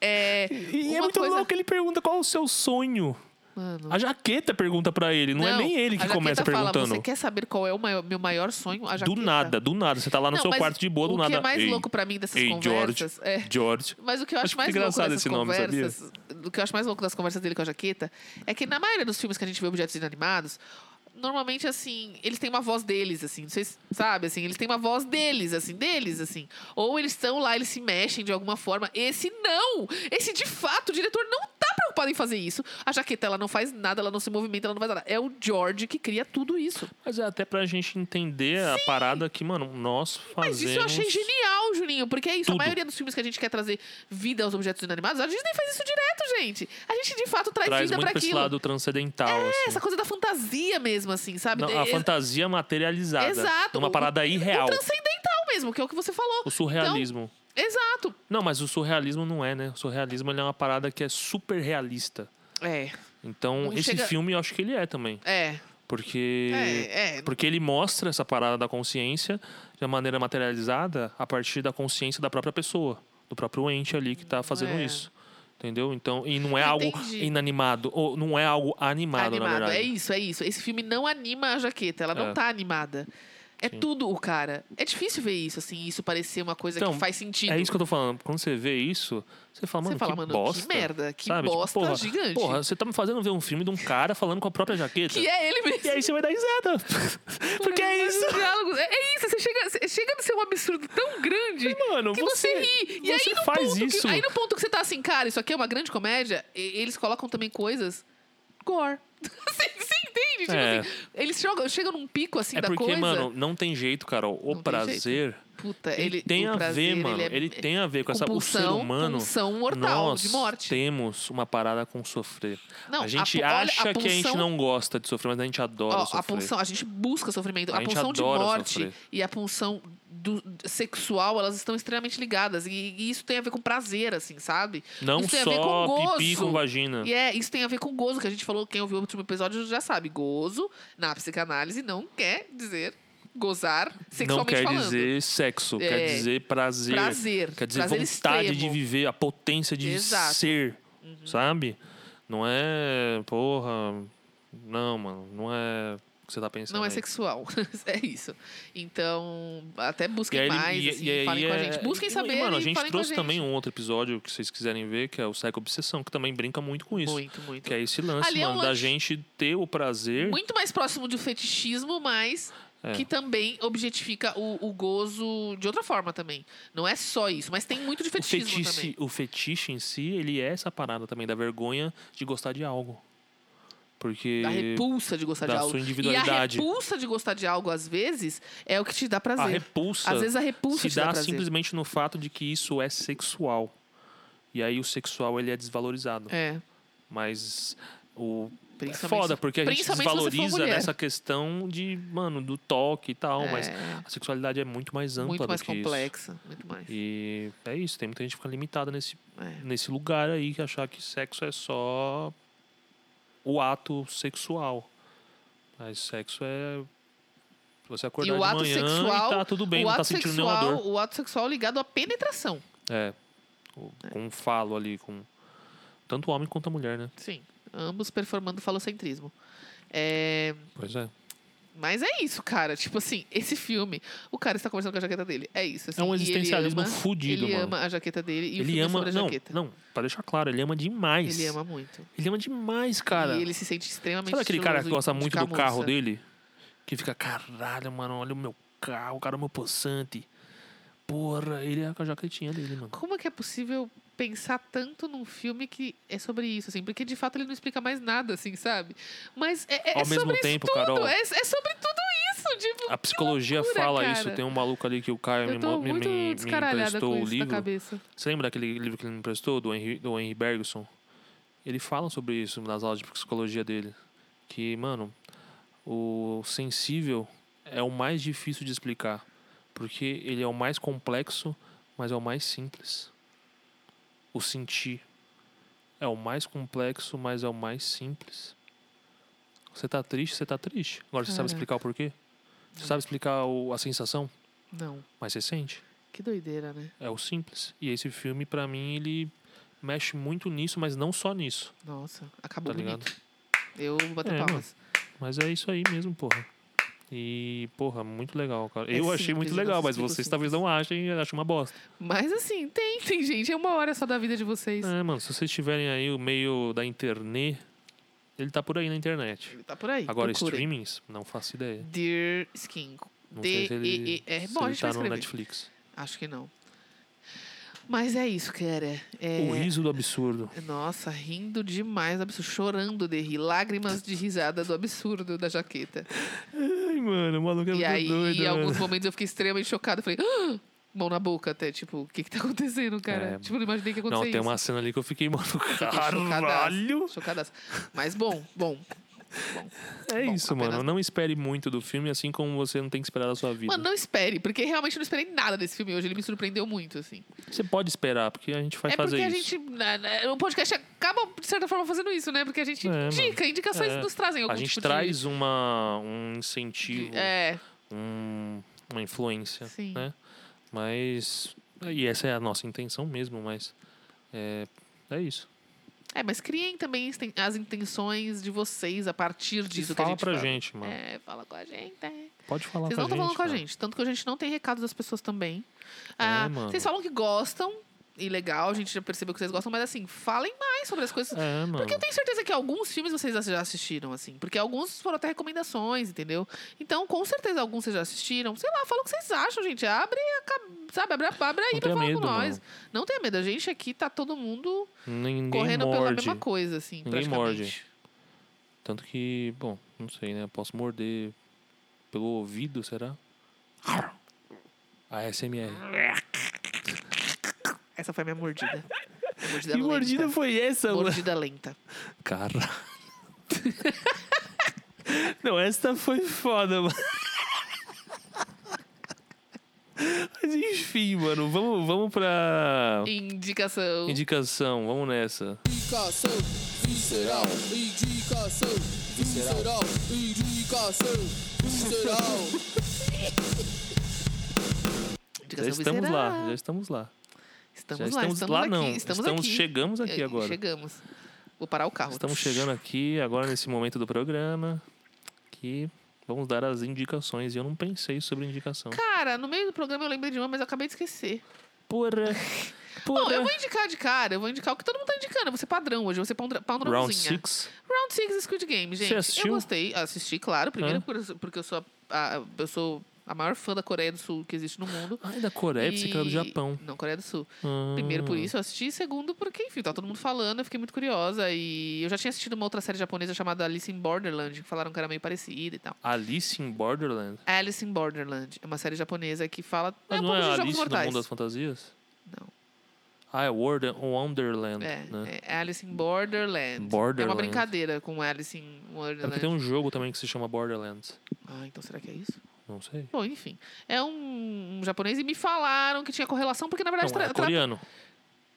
[SPEAKER 3] É.
[SPEAKER 4] E
[SPEAKER 3] uma
[SPEAKER 4] é muito
[SPEAKER 3] coisa...
[SPEAKER 4] louco, ele pergunta qual o seu sonho.
[SPEAKER 3] Mano.
[SPEAKER 4] A jaqueta pergunta pra ele, não, é nem
[SPEAKER 3] a
[SPEAKER 4] ele que
[SPEAKER 3] jaqueta
[SPEAKER 4] começa
[SPEAKER 3] fala,
[SPEAKER 4] perguntando.
[SPEAKER 3] Você quer saber qual é o maior- meu maior sonho? A
[SPEAKER 4] Do
[SPEAKER 3] jaqueta.
[SPEAKER 4] nada, do nada. Você tá lá no
[SPEAKER 3] Não,
[SPEAKER 4] seu
[SPEAKER 3] mas
[SPEAKER 4] quarto de boa, do
[SPEAKER 3] o
[SPEAKER 4] nada.
[SPEAKER 3] que é mais
[SPEAKER 4] Ei,
[SPEAKER 3] louco pra mim dessas
[SPEAKER 4] ei, George,
[SPEAKER 3] conversas é.
[SPEAKER 4] George.
[SPEAKER 3] Mas o que eu acho,
[SPEAKER 4] Acho que
[SPEAKER 3] mais louco
[SPEAKER 4] fica engraçado
[SPEAKER 3] dessas
[SPEAKER 4] esse nome, sabia?
[SPEAKER 3] conversas, o que eu acho mais louco das conversas dele com a jaqueta, é que na maioria dos filmes que a gente vê objetos inanimados, normalmente assim, eles têm uma voz deles assim, não sei se sabe assim, eles têm uma voz deles assim, deles assim. Ou eles estão lá, eles se mexem de alguma forma. Esse não, esse de fato, o diretor não tá preocupado em fazer isso. A jaqueta ela não faz nada, ela não se movimenta, ela não faz nada. É o George que cria tudo isso.
[SPEAKER 4] Mas é até pra gente entender a parada que, mano, nós fazemos.
[SPEAKER 3] Mas isso eu achei genial, Juninho, porque é isso.
[SPEAKER 4] Tudo.
[SPEAKER 3] A maioria dos filmes que a gente quer trazer vida aos objetos inanimados, a Disney faz isso direto, gente. A gente de fato traz,
[SPEAKER 4] Traz
[SPEAKER 3] é vida
[SPEAKER 4] muito
[SPEAKER 3] pra
[SPEAKER 4] pra esse
[SPEAKER 3] aquilo.
[SPEAKER 4] lado transcendental,
[SPEAKER 3] É,
[SPEAKER 4] assim.
[SPEAKER 3] essa coisa da fantasia mesmo, assim, sabe?
[SPEAKER 4] Não, a
[SPEAKER 3] É-
[SPEAKER 4] fantasia materializada.
[SPEAKER 3] Exato.
[SPEAKER 4] Uma parada irreal.
[SPEAKER 3] O transcendental mesmo, que é o que você falou.
[SPEAKER 4] O surrealismo.
[SPEAKER 3] Então Exato.
[SPEAKER 4] Não, mas o surrealismo não é, né? O surrealismo ele é uma parada que é super realista.
[SPEAKER 3] É,
[SPEAKER 4] Então,
[SPEAKER 3] Não
[SPEAKER 4] esse
[SPEAKER 3] chega-
[SPEAKER 4] filme eu acho que ele é também.
[SPEAKER 3] é,
[SPEAKER 4] Porque.
[SPEAKER 3] é, é.
[SPEAKER 4] Porque ele mostra essa parada da consciência de uma maneira materializada a partir da consciência da própria pessoa, do próprio ente ali que tá fazendo
[SPEAKER 3] É.
[SPEAKER 4] isso. Entendeu? Então, e não é algo
[SPEAKER 3] Entendi.
[SPEAKER 4] inanimado, ou não é algo animado, na
[SPEAKER 3] Animado.
[SPEAKER 4] verdade.
[SPEAKER 3] É isso, é isso. Esse filme não anima a jaqueta, ela não
[SPEAKER 4] É.
[SPEAKER 3] tá animada. É tudo o cara. É difícil ver isso, assim, isso parecer uma coisa que
[SPEAKER 4] Então,
[SPEAKER 3] faz sentido.
[SPEAKER 4] É isso que eu tô falando. Quando você vê isso, você fala, mano,
[SPEAKER 3] você fala,
[SPEAKER 4] que
[SPEAKER 3] mano,
[SPEAKER 4] bosta.
[SPEAKER 3] que merda, que
[SPEAKER 4] sabe? Tipo,
[SPEAKER 3] bosta
[SPEAKER 4] porra,
[SPEAKER 3] gigante.
[SPEAKER 4] Porra, você tá me fazendo ver um filme de um cara falando com a própria jaqueta.
[SPEAKER 3] que é ele mesmo.
[SPEAKER 4] E aí você vai dar risada. Porque é isso.
[SPEAKER 3] Esses diálogos- É, é isso, você chega, você chega a ser um absurdo tão grande
[SPEAKER 4] Mano,
[SPEAKER 3] que você, ri. E
[SPEAKER 4] você
[SPEAKER 3] aí, no
[SPEAKER 4] faz
[SPEAKER 3] ponto que-
[SPEAKER 4] isso.
[SPEAKER 3] aí no ponto que você tá assim, cara, isso aqui é uma grande comédia, e- eles colocam também coisas gore. você, você entende? Tipo
[SPEAKER 4] É.
[SPEAKER 3] assim, eles jogam- chegam num pico assim
[SPEAKER 4] É
[SPEAKER 3] da
[SPEAKER 4] porque,
[SPEAKER 3] coisa.
[SPEAKER 4] mano, não tem jeito, Carol. O
[SPEAKER 3] Não tem
[SPEAKER 4] prazer,
[SPEAKER 3] Puta,
[SPEAKER 4] ele,
[SPEAKER 3] ele
[SPEAKER 4] tem
[SPEAKER 3] o
[SPEAKER 4] a
[SPEAKER 3] prazer,
[SPEAKER 4] ver, mano. Ele,
[SPEAKER 3] é-
[SPEAKER 4] tem a ver com essa
[SPEAKER 3] compulsão,
[SPEAKER 4] o ser humano.
[SPEAKER 3] Compulsão mortal,
[SPEAKER 4] nós
[SPEAKER 3] de morte.
[SPEAKER 4] temos uma parada com sofrer.
[SPEAKER 3] Não,
[SPEAKER 4] a gente
[SPEAKER 3] pu- olha,
[SPEAKER 4] acha
[SPEAKER 3] a
[SPEAKER 4] que a gente
[SPEAKER 3] pulsão-
[SPEAKER 4] não gosta de sofrer, mas a gente adora
[SPEAKER 3] Ó,
[SPEAKER 4] sofrer.
[SPEAKER 3] a punção, a gente busca sofrimento.
[SPEAKER 4] A
[SPEAKER 3] A,
[SPEAKER 4] gente
[SPEAKER 3] punção de
[SPEAKER 4] adora
[SPEAKER 3] morte
[SPEAKER 4] sofrer.
[SPEAKER 3] e a punção do- sexual, elas estão extremamente ligadas. E, e isso tem a ver com prazer, assim, sabe?
[SPEAKER 4] Não
[SPEAKER 3] isso tem a ver com
[SPEAKER 4] só
[SPEAKER 3] gozo.
[SPEAKER 4] pipi com vagina.
[SPEAKER 3] E é, isso tem a ver com gozo, que a gente falou, quem ouviu o último episódio já sabe. Gozo, na psicanálise, não quer dizer gozar
[SPEAKER 4] Não
[SPEAKER 3] é sexualmente
[SPEAKER 4] quer
[SPEAKER 3] falando.
[SPEAKER 4] dizer sexo, quer
[SPEAKER 3] É.
[SPEAKER 4] dizer prazer.
[SPEAKER 3] prazer.
[SPEAKER 4] Quer dizer
[SPEAKER 3] prazer
[SPEAKER 4] vontade de
[SPEAKER 3] extremo.
[SPEAKER 4] viver, a potência de
[SPEAKER 3] Exato. Uhum.
[SPEAKER 4] ser, sabe? Não é, porra, não, mano, não é o que você tá pensando.
[SPEAKER 3] Não é
[SPEAKER 4] aí.
[SPEAKER 3] sexual. é isso. Então, até
[SPEAKER 4] E
[SPEAKER 3] busquem
[SPEAKER 4] aí ele-
[SPEAKER 3] mais,
[SPEAKER 4] e-
[SPEAKER 3] assim,
[SPEAKER 4] e aí
[SPEAKER 3] falem com a
[SPEAKER 4] é-
[SPEAKER 3] gente. Busquem
[SPEAKER 4] e,
[SPEAKER 3] saber
[SPEAKER 4] E, mano, a
[SPEAKER 3] e
[SPEAKER 4] gente
[SPEAKER 3] falem com
[SPEAKER 4] trouxe
[SPEAKER 3] gente.
[SPEAKER 4] também um outro episódio que vocês quiserem ver, que é o Psycho Obsessão, que também brinca muito com isso.
[SPEAKER 3] Muito, muito.
[SPEAKER 4] Que é esse lance,
[SPEAKER 3] Ali é um
[SPEAKER 4] mano, da
[SPEAKER 3] lance-
[SPEAKER 4] gente ter o prazer.
[SPEAKER 3] muito mais próximo do fetichismo, mas
[SPEAKER 4] É.
[SPEAKER 3] que também objetifica o, o gozo de outra forma também. Não é só isso, mas tem muito de
[SPEAKER 4] O
[SPEAKER 3] fetichismo
[SPEAKER 4] fetiche,
[SPEAKER 3] também.
[SPEAKER 4] o fetiche em si, ele é essa parada também, da vergonha de gostar de algo. Porque.
[SPEAKER 3] A repulsa de gostar de
[SPEAKER 4] da
[SPEAKER 3] algo.
[SPEAKER 4] sua
[SPEAKER 3] E
[SPEAKER 4] individualidade.
[SPEAKER 3] a repulsa de gostar de algo, às vezes, é o que te dá
[SPEAKER 4] A
[SPEAKER 3] prazer.
[SPEAKER 4] repulsa
[SPEAKER 3] Às vezes a repulsa
[SPEAKER 4] se
[SPEAKER 3] te dá,
[SPEAKER 4] dá
[SPEAKER 3] prazer.
[SPEAKER 4] simplesmente no fato de que isso é sexual. E aí o sexual ele é desvalorizado.
[SPEAKER 3] É,
[SPEAKER 4] Mas o é
[SPEAKER 3] principalmente.
[SPEAKER 4] foda porque a gente
[SPEAKER 3] principalmente se você for
[SPEAKER 4] desvaloriza
[SPEAKER 3] mulher.
[SPEAKER 4] nessa questão de, mano, do toque e tal, mas
[SPEAKER 3] É,
[SPEAKER 4] a sexualidade é muito mais ampla
[SPEAKER 3] muito
[SPEAKER 4] do
[SPEAKER 3] mais
[SPEAKER 4] que isso.
[SPEAKER 3] complexa, muito mais.
[SPEAKER 4] E é isso, tem muita gente que fica limitada nesse
[SPEAKER 3] É.
[SPEAKER 4] nesse lugar aí que achar que sexo é só o ato sexual. Mas sexo é você acordar
[SPEAKER 3] o
[SPEAKER 4] de
[SPEAKER 3] ato
[SPEAKER 4] manhã
[SPEAKER 3] sexual-
[SPEAKER 4] e tá tudo bem,
[SPEAKER 3] o,
[SPEAKER 4] não tá
[SPEAKER 3] ato
[SPEAKER 4] sentindo nenhuma
[SPEAKER 3] sexual,
[SPEAKER 4] dor.
[SPEAKER 3] o ato sexual ligado à penetração.
[SPEAKER 4] É. O- Com um falo ali, com. Tanto o homem quanto a mulher, né?
[SPEAKER 3] Sim. Ambos performando falocentrismo. É,
[SPEAKER 4] Pois é.
[SPEAKER 3] Mas é isso, cara. Tipo assim, esse filme, o cara está conversando com a jaqueta dele. É isso. assim,
[SPEAKER 4] É um
[SPEAKER 3] e ele
[SPEAKER 4] existencialismo
[SPEAKER 3] ama-
[SPEAKER 4] fudido,
[SPEAKER 3] Ele
[SPEAKER 4] mano.
[SPEAKER 3] ama a jaqueta dele e o
[SPEAKER 4] ele
[SPEAKER 3] filme é
[SPEAKER 4] ama.
[SPEAKER 3] sobre a
[SPEAKER 4] Não,
[SPEAKER 3] jaqueta.
[SPEAKER 4] não, é pra deixar claro, ele ama demais.
[SPEAKER 3] Ele ama muito.
[SPEAKER 4] Ele ama demais, cara.
[SPEAKER 3] e ele é se sente extremamente
[SPEAKER 4] Sabe aquele cara que
[SPEAKER 3] estiloso
[SPEAKER 4] gosta
[SPEAKER 3] de
[SPEAKER 4] muito do
[SPEAKER 3] camurça?
[SPEAKER 4] carro dele? Que fica, caralho, mano, olha o meu carro, cara, é o meu possante. Porra, ele é com a jaquetinha dele, mano.
[SPEAKER 3] Como é que é possível pensar tanto num filme que é sobre isso, assim? Porque de fato ele não explica mais nada, assim, sabe? Mas é, é,
[SPEAKER 4] Ao
[SPEAKER 3] é
[SPEAKER 4] mesmo
[SPEAKER 3] sobre isso
[SPEAKER 4] tempo,
[SPEAKER 3] tudo.
[SPEAKER 4] Carol.
[SPEAKER 3] É, é sobre tudo isso, tipo,
[SPEAKER 4] A psicologia
[SPEAKER 3] loucura,
[SPEAKER 4] fala
[SPEAKER 3] cara.
[SPEAKER 4] isso. Tem um maluco ali que o Caio me,
[SPEAKER 3] eu tô
[SPEAKER 4] mo- me,
[SPEAKER 3] muito
[SPEAKER 4] me, me
[SPEAKER 3] descaralhada com
[SPEAKER 4] emprestou o
[SPEAKER 3] isso na
[SPEAKER 4] livro.
[SPEAKER 3] cabeça.
[SPEAKER 4] Você lembra daquele livro que ele me emprestou, do Henry, do Henry Bergson? Ele fala sobre isso nas aulas de psicologia dele. Que, mano, o sensível é o mais difícil de explicar. Porque ele é o mais complexo, mas é o mais simples. O sentir é o mais complexo, mas é o mais simples. Você tá triste, você tá triste. Agora você sabe
[SPEAKER 3] Caraca.
[SPEAKER 4] explicar o porquê? Você sabe explicar o- a sensação,
[SPEAKER 3] Não.
[SPEAKER 4] mas você sente.
[SPEAKER 3] Que doideira, né?
[SPEAKER 4] É o simples. E esse filme, pra mim, ele mexe muito nisso, mas não só nisso,
[SPEAKER 3] Nossa,
[SPEAKER 4] tá
[SPEAKER 3] acabou
[SPEAKER 4] ligado?
[SPEAKER 3] bonito. Eu vou bater
[SPEAKER 4] É,
[SPEAKER 3] palmas.
[SPEAKER 4] Mas é isso aí mesmo, porra. E, porra, muito legal, cara.
[SPEAKER 3] É
[SPEAKER 4] eu achei muito
[SPEAKER 3] simples, eu
[SPEAKER 4] legal,
[SPEAKER 3] gosto
[SPEAKER 4] mas
[SPEAKER 3] de coisa
[SPEAKER 4] vocês talvez não achem, eu acho uma bosta.
[SPEAKER 3] Mas assim, tem, tem gente. É uma hora só da vida de vocês.
[SPEAKER 4] É, mano, se vocês tiverem aí o meio da internet, ele tá por aí na internet.
[SPEAKER 3] Ele tá por aí.
[SPEAKER 4] Agora,
[SPEAKER 3] procurem.
[SPEAKER 4] streamings, não faço ideia.
[SPEAKER 3] Dear Skin.
[SPEAKER 4] Não sei se ele,
[SPEAKER 3] D-E-E-R.
[SPEAKER 4] se
[SPEAKER 3] é Bom, a
[SPEAKER 4] ele
[SPEAKER 3] gente vai
[SPEAKER 4] tá no
[SPEAKER 3] escrever.
[SPEAKER 4] Netflix.
[SPEAKER 3] Acho que não. Mas é isso, cara. É...
[SPEAKER 4] O riso do absurdo.
[SPEAKER 3] Nossa, rindo demais, absurdo. Chorando de rir. Lágrimas de risada do absurdo da jaqueta.
[SPEAKER 4] Ai, mano, o maluco é
[SPEAKER 3] e
[SPEAKER 4] muito
[SPEAKER 3] aí,
[SPEAKER 4] doido,
[SPEAKER 3] em alguns
[SPEAKER 4] mano.
[SPEAKER 3] momentos, eu fiquei extremamente chocada. Falei, "Ah!" mão na boca até. Tipo, o que que tá acontecendo, cara?
[SPEAKER 4] É.
[SPEAKER 3] Tipo, não imaginei que ia acontecer
[SPEAKER 4] Não, tem
[SPEAKER 3] isso.
[SPEAKER 4] uma cena ali que eu fiquei, mano,
[SPEAKER 3] Fiquei
[SPEAKER 4] caralho.
[SPEAKER 3] Chocadaça, chocadaça. Mas bom, bom.
[SPEAKER 4] É
[SPEAKER 3] Bom,
[SPEAKER 4] isso,
[SPEAKER 3] apenas-
[SPEAKER 4] mano. Não espere muito do filme, assim como você não tem que esperar da sua vida.
[SPEAKER 3] Mano, não espere, porque realmente eu não esperei nada desse filme hoje. Ele me surpreendeu muito, assim.
[SPEAKER 4] Você pode esperar, porque a gente vai
[SPEAKER 3] é
[SPEAKER 4] fazer
[SPEAKER 3] porque
[SPEAKER 4] isso.
[SPEAKER 3] a gente. na- na- O podcast acaba, de certa forma, fazendo isso, né? Porque a gente
[SPEAKER 4] É, mano.
[SPEAKER 3] indica, indicações
[SPEAKER 4] É.
[SPEAKER 3] nos trazem algum
[SPEAKER 4] A gente
[SPEAKER 3] tipo de-
[SPEAKER 4] traz uma, um
[SPEAKER 3] de.
[SPEAKER 4] incentivo,
[SPEAKER 3] É,
[SPEAKER 4] um- uma influência,
[SPEAKER 3] Sim.
[SPEAKER 4] né? Mas. E essa é a nossa intenção mesmo, mas. É, é isso.
[SPEAKER 3] é, mas criem também as ten- as intenções de vocês a partir
[SPEAKER 4] E
[SPEAKER 3] disso que a
[SPEAKER 4] fala
[SPEAKER 3] gente
[SPEAKER 4] pra
[SPEAKER 3] fala.
[SPEAKER 4] gente, mano.
[SPEAKER 3] É, fala com a gente. é.
[SPEAKER 4] Pode falar
[SPEAKER 3] Vocês
[SPEAKER 4] com
[SPEAKER 3] não estão
[SPEAKER 4] a gente.
[SPEAKER 3] falando com a
[SPEAKER 4] mano. É,
[SPEAKER 3] gente, tanto que a gente não tem recado das pessoas também. Ah,
[SPEAKER 4] mano.
[SPEAKER 3] Vocês falam que gostam, e legal, a gente já percebeu que vocês gostam, mas assim, falem mais sobre as coisas
[SPEAKER 4] É, mano.
[SPEAKER 3] Porque eu tenho certeza que alguns filmes vocês já assistiram, assim. Porque alguns foram até recomendações, entendeu? Então, com certeza, alguns vocês já assistiram. Sei lá, fala o que vocês acham, gente. Abre, a cab- sabe? Abre, a- abre aí pra
[SPEAKER 4] Não tenha
[SPEAKER 3] falar
[SPEAKER 4] medo,
[SPEAKER 3] com nós. Não tenha medo. A gente aqui tá todo mundo
[SPEAKER 4] Ninguém
[SPEAKER 3] correndo pela
[SPEAKER 4] morde.
[SPEAKER 3] mesma coisa, assim,
[SPEAKER 4] Ninguém
[SPEAKER 3] praticamente.
[SPEAKER 4] morde. Tanto que, bom, não sei, né? Posso morder pelo ouvido, será? A SMR.
[SPEAKER 3] Essa foi a minha mordida. A mordida
[SPEAKER 4] Que mordida foi essa,
[SPEAKER 3] lenta.
[SPEAKER 4] mano?
[SPEAKER 3] Mordida lenta.
[SPEAKER 4] Cara. Não, essa foi foda, mano. Mas enfim, mano, vamos, vamos pra
[SPEAKER 3] Indicação.
[SPEAKER 4] indicação, vamos nessa.
[SPEAKER 5] Indicação visceral, indicação visceral, indicação visceral.
[SPEAKER 4] Já
[SPEAKER 3] Indicação
[SPEAKER 4] estamos
[SPEAKER 3] visceral.
[SPEAKER 4] lá, já estamos lá.
[SPEAKER 3] Estamos
[SPEAKER 4] já
[SPEAKER 3] lá,
[SPEAKER 4] estamos lá,
[SPEAKER 3] aqui.
[SPEAKER 4] não.
[SPEAKER 3] Estamos,
[SPEAKER 4] Estamos-
[SPEAKER 3] aqui.
[SPEAKER 4] chegamos aqui
[SPEAKER 3] Eh,
[SPEAKER 4] agora.
[SPEAKER 3] Chegamos. Vou parar o carro.
[SPEAKER 4] Estamos chegando aqui agora nesse momento do programa que vamos dar as indicações e eu não pensei sobre indicação.
[SPEAKER 3] Cara, no meio do programa eu lembrei de uma, mas eu acabei de esquecer.
[SPEAKER 4] Porra.
[SPEAKER 3] Bom, eu
[SPEAKER 4] Porra.
[SPEAKER 3] vou indicar de cara, eu vou indicar o que todo mundo tá indicando. Você padrão hoje, você é padrão
[SPEAKER 4] Round 6.
[SPEAKER 3] Round 6 Squid Game, gente.
[SPEAKER 4] assistiu?
[SPEAKER 3] Eu gostei, assisti, claro. Primeiro
[SPEAKER 4] É?
[SPEAKER 3] por- porque eu sou a, a- eu sou a maior fã da Coreia do Sul que existe no mundo.
[SPEAKER 4] Ai, da Coreia, pensei que era É, do
[SPEAKER 3] E-
[SPEAKER 4] Japão.
[SPEAKER 3] Não, Coreia do Sul.
[SPEAKER 4] Ah.
[SPEAKER 3] Primeiro por isso eu assisti, e segundo porque, enfim, tá todo mundo falando, eu fiquei muito curiosa. E eu já tinha assistido uma outra série japonesa chamada Alice in Borderland, que falaram que era meio parecida e tal.
[SPEAKER 4] Alice in Borderland.
[SPEAKER 3] Alice in Borderland é uma série japonesa que fala.
[SPEAKER 4] Mas
[SPEAKER 3] é um
[SPEAKER 4] não
[SPEAKER 3] pouco
[SPEAKER 4] é
[SPEAKER 3] de Jogos
[SPEAKER 4] Alice no
[SPEAKER 3] Mortais.
[SPEAKER 4] Mundo das Fantasias?
[SPEAKER 3] Não.
[SPEAKER 4] Ah, é Word- Wonderland,
[SPEAKER 3] É,
[SPEAKER 4] né?
[SPEAKER 3] é Alice in Borderland. É uma
[SPEAKER 4] Borderland.
[SPEAKER 3] brincadeira com Alice in
[SPEAKER 4] É porque tem
[SPEAKER 3] Borderland.
[SPEAKER 4] um jogo também que se chama Borderlands.
[SPEAKER 3] Ah, então será que é isso?
[SPEAKER 4] Não sei.
[SPEAKER 3] Bom, enfim. É um, um japonês e me falaram que tinha correlação, porque na verdade...
[SPEAKER 4] Não,
[SPEAKER 3] tra- um
[SPEAKER 4] é
[SPEAKER 3] tra-
[SPEAKER 4] coreano.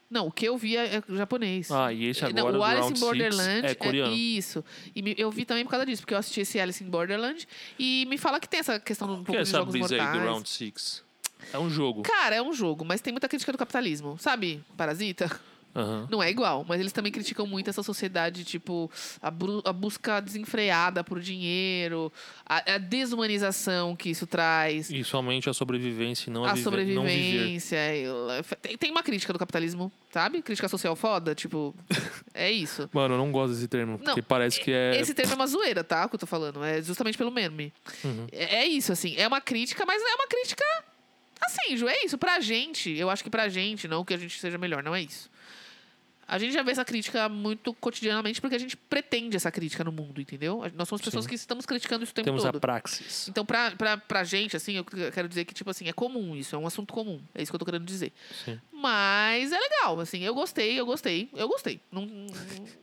[SPEAKER 3] Não, o que eu vi é é japonês. É,
[SPEAKER 4] Ah, e esse
[SPEAKER 3] Não,
[SPEAKER 4] agora,
[SPEAKER 3] o
[SPEAKER 4] do
[SPEAKER 3] Alice
[SPEAKER 4] Round
[SPEAKER 3] in
[SPEAKER 4] Six,
[SPEAKER 3] Borderland
[SPEAKER 4] é coreano.
[SPEAKER 3] isso. E me- eu vi também por causa disso, porque eu assisti esse Alice in Borderland e me fala que tem essa questão um
[SPEAKER 4] o que
[SPEAKER 3] pouco
[SPEAKER 4] é
[SPEAKER 3] de
[SPEAKER 4] essa
[SPEAKER 3] jogos
[SPEAKER 4] brisa aí do
[SPEAKER 3] mortais.
[SPEAKER 4] Round 6? É um jogo.
[SPEAKER 3] Cara, é um jogo, mas tem muita crítica do capitalismo. Sabe, Parasita?
[SPEAKER 4] Aham.
[SPEAKER 3] Não é igual, mas eles também criticam muito essa sociedade, tipo, a, bru- a busca desenfreada por dinheiro, a, a desumanização que isso traz,
[SPEAKER 4] E somente a sobrevivência e não a,
[SPEAKER 3] a
[SPEAKER 4] vive- não viver.
[SPEAKER 3] sobrevivência. e- é, Tem, tem uma crítica do capitalismo, sabe? Crítica social foda, tipo, é isso.
[SPEAKER 4] Mano, eu não gosto desse termo, porque
[SPEAKER 3] Não,
[SPEAKER 4] parece que é...
[SPEAKER 3] Esse termo é uma zoeira, tá? O que eu tô falando. É justamente pelo meme.
[SPEAKER 4] Uhum.
[SPEAKER 3] É, é isso, assim. É uma crítica, mas é uma crítica. Assim, Ju, é isso. Pra gente, eu acho que pra gente, não que a gente seja melhor, não é isso. A gente já vê essa crítica muito cotidianamente porque a gente pretende essa crítica no mundo, entendeu? A- Nós somos pessoas
[SPEAKER 4] Sim.
[SPEAKER 3] que estamos criticando isso o tempo
[SPEAKER 4] Temos
[SPEAKER 3] todo.
[SPEAKER 4] a praxis.
[SPEAKER 3] Então, pra, pra, pra gente, assim, eu quero dizer que, tipo assim, é comum isso, é um assunto comum. É isso que eu tô querendo dizer.
[SPEAKER 4] Sim.
[SPEAKER 3] Mas é legal, assim, eu gostei, eu gostei, eu gostei. Não, não-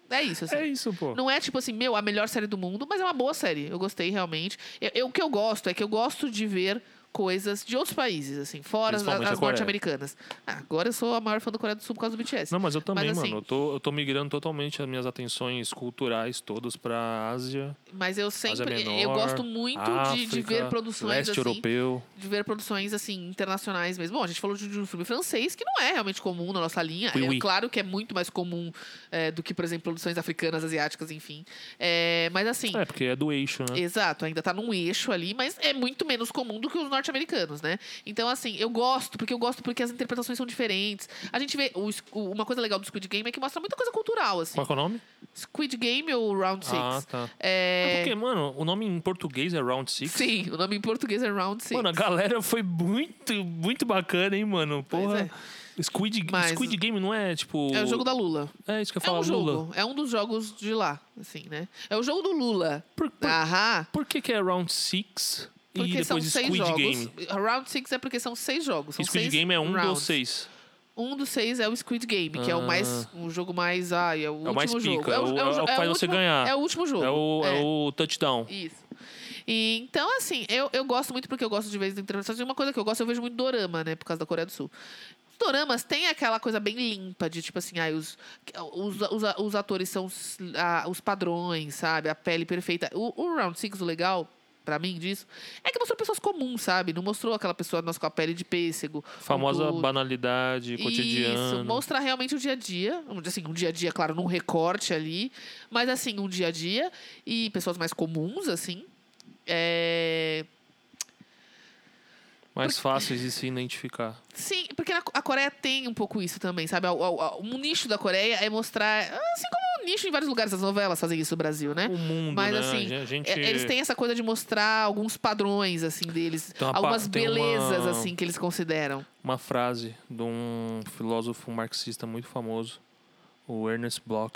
[SPEAKER 3] é isso, assim.
[SPEAKER 4] É isso, pô.
[SPEAKER 3] Não é tipo assim, meu, a melhor série do mundo, mas é uma boa série. Eu gostei realmente. Eu, eu- o que eu gosto é que eu gosto de ver coisas de outros países, assim, fora as,
[SPEAKER 4] Principalmente
[SPEAKER 3] as
[SPEAKER 4] a Coreia.
[SPEAKER 3] norte-americanas. Ah, agora eu sou a maior fã da Coreia do Sul por causa do BTS.
[SPEAKER 4] Não, mas eu também,
[SPEAKER 3] assim-
[SPEAKER 4] mano. Eu tô, eu tô migrando totalmente as minhas atenções culturais todas pra Ásia.
[SPEAKER 3] Mas eu
[SPEAKER 4] Ásia
[SPEAKER 3] sempre.
[SPEAKER 4] Menor,
[SPEAKER 3] eu gosto muito de, de ver
[SPEAKER 4] África,
[SPEAKER 3] produções
[SPEAKER 4] leste
[SPEAKER 3] assim.
[SPEAKER 4] europeu.
[SPEAKER 3] De ver produções assim, internacionais mesmo. Bom, a gente falou de, de um filme francês, que não é realmente comum na nossa linha.
[SPEAKER 4] Oui,
[SPEAKER 3] é
[SPEAKER 4] oui.
[SPEAKER 3] claro que é muito mais comum é, do que, por exemplo, produções africanas, asiáticas, enfim. É, mas assim.
[SPEAKER 4] É, porque é do eixo, né?
[SPEAKER 3] Exato, ainda tá num eixo ali, mas é muito menos comum do que os norte-americanos, né? Então, assim, eu gosto, porque eu gosto porque as interpretações são diferentes. A gente vê. o Squ- o- uma coisa legal do Squid Game é que mostra muita coisa cultural, assim.
[SPEAKER 4] Qual que é o nome?
[SPEAKER 3] Squid Game ou Round Six?
[SPEAKER 4] Ah, tá. É
[SPEAKER 3] É.
[SPEAKER 4] porque, mano, o nome em português é Round Six.
[SPEAKER 3] Sim, o nome em português é Round Six.
[SPEAKER 4] Mano, a galera foi muito, muito bacana, hein, mano?
[SPEAKER 3] Pois é.
[SPEAKER 4] Porra. Squid,
[SPEAKER 3] Mas-
[SPEAKER 4] Squid Game não é tipo.
[SPEAKER 3] É o jogo da Lula.
[SPEAKER 4] É isso que eu
[SPEAKER 3] É
[SPEAKER 4] falo,
[SPEAKER 3] um jogo.
[SPEAKER 4] Lula.
[SPEAKER 3] É um dos jogos de lá, assim, né? É o jogo do Lula.
[SPEAKER 4] Por, por,
[SPEAKER 3] Aham.
[SPEAKER 4] por que, que é Round Six e
[SPEAKER 3] Ah. Porque
[SPEAKER 4] depois
[SPEAKER 3] são seis
[SPEAKER 4] Squid
[SPEAKER 3] jogos.
[SPEAKER 4] Game?
[SPEAKER 3] Round Six é porque são seis jogos. São
[SPEAKER 4] Squid
[SPEAKER 3] seis
[SPEAKER 4] Game é um
[SPEAKER 3] rounds.
[SPEAKER 4] dos seis.
[SPEAKER 3] Um dos seis é o Squid Game, que é o mais. O jogo mais. Ai, é o último
[SPEAKER 4] mais pica,
[SPEAKER 3] jogo.
[SPEAKER 4] Ah. é o- é o que faz você
[SPEAKER 3] último-
[SPEAKER 4] ganhar.
[SPEAKER 3] É o último jogo.
[SPEAKER 4] É o, é o touchdown.
[SPEAKER 3] Isso. E, então, assim, eu, eu gosto muito porque eu gosto de vezes interpretações. E uma coisa que eu gosto, eu vejo muito dorama, né? Por causa da Coreia do Sul. Os doramas têm aquela coisa bem limpa de, tipo assim, ai, os, os, os, os atores são os, a- os padrões, sabe? A pele perfeita. O, o Round Six, o legal... Pra mim, disso, é que mostrou pessoas comuns, sabe? Não mostrou aquela pessoa nossa com a pele de pêssego.
[SPEAKER 4] Famosa
[SPEAKER 3] com tudo.
[SPEAKER 4] banalidade cotidiana.
[SPEAKER 3] Isso, mostra realmente o dia a dia. Vamos dizer Assim, um dia a dia, claro, num recorte ali. Mas assim, um dia a dia. E pessoas mais comuns, assim. É,
[SPEAKER 4] Mais fáceis de se identificar.
[SPEAKER 3] Sim, porque na- a Coreia tem um pouco isso também, sabe? O, o- o um nicho da Coreia é mostrar. Assim como o nicho em vários lugares, as novelas fazem isso no Brasil, né?
[SPEAKER 4] O mundo,
[SPEAKER 3] Mas,
[SPEAKER 4] né?
[SPEAKER 3] assim,
[SPEAKER 4] a gente...
[SPEAKER 3] É, Eles têm essa coisa de mostrar alguns padrões, assim, deles.
[SPEAKER 4] Tem uma pa-
[SPEAKER 3] algumas
[SPEAKER 4] tem uma-
[SPEAKER 3] belezas, assim, que eles consideram.
[SPEAKER 4] uma frase de um filósofo marxista muito famoso, o Ernest Bloch,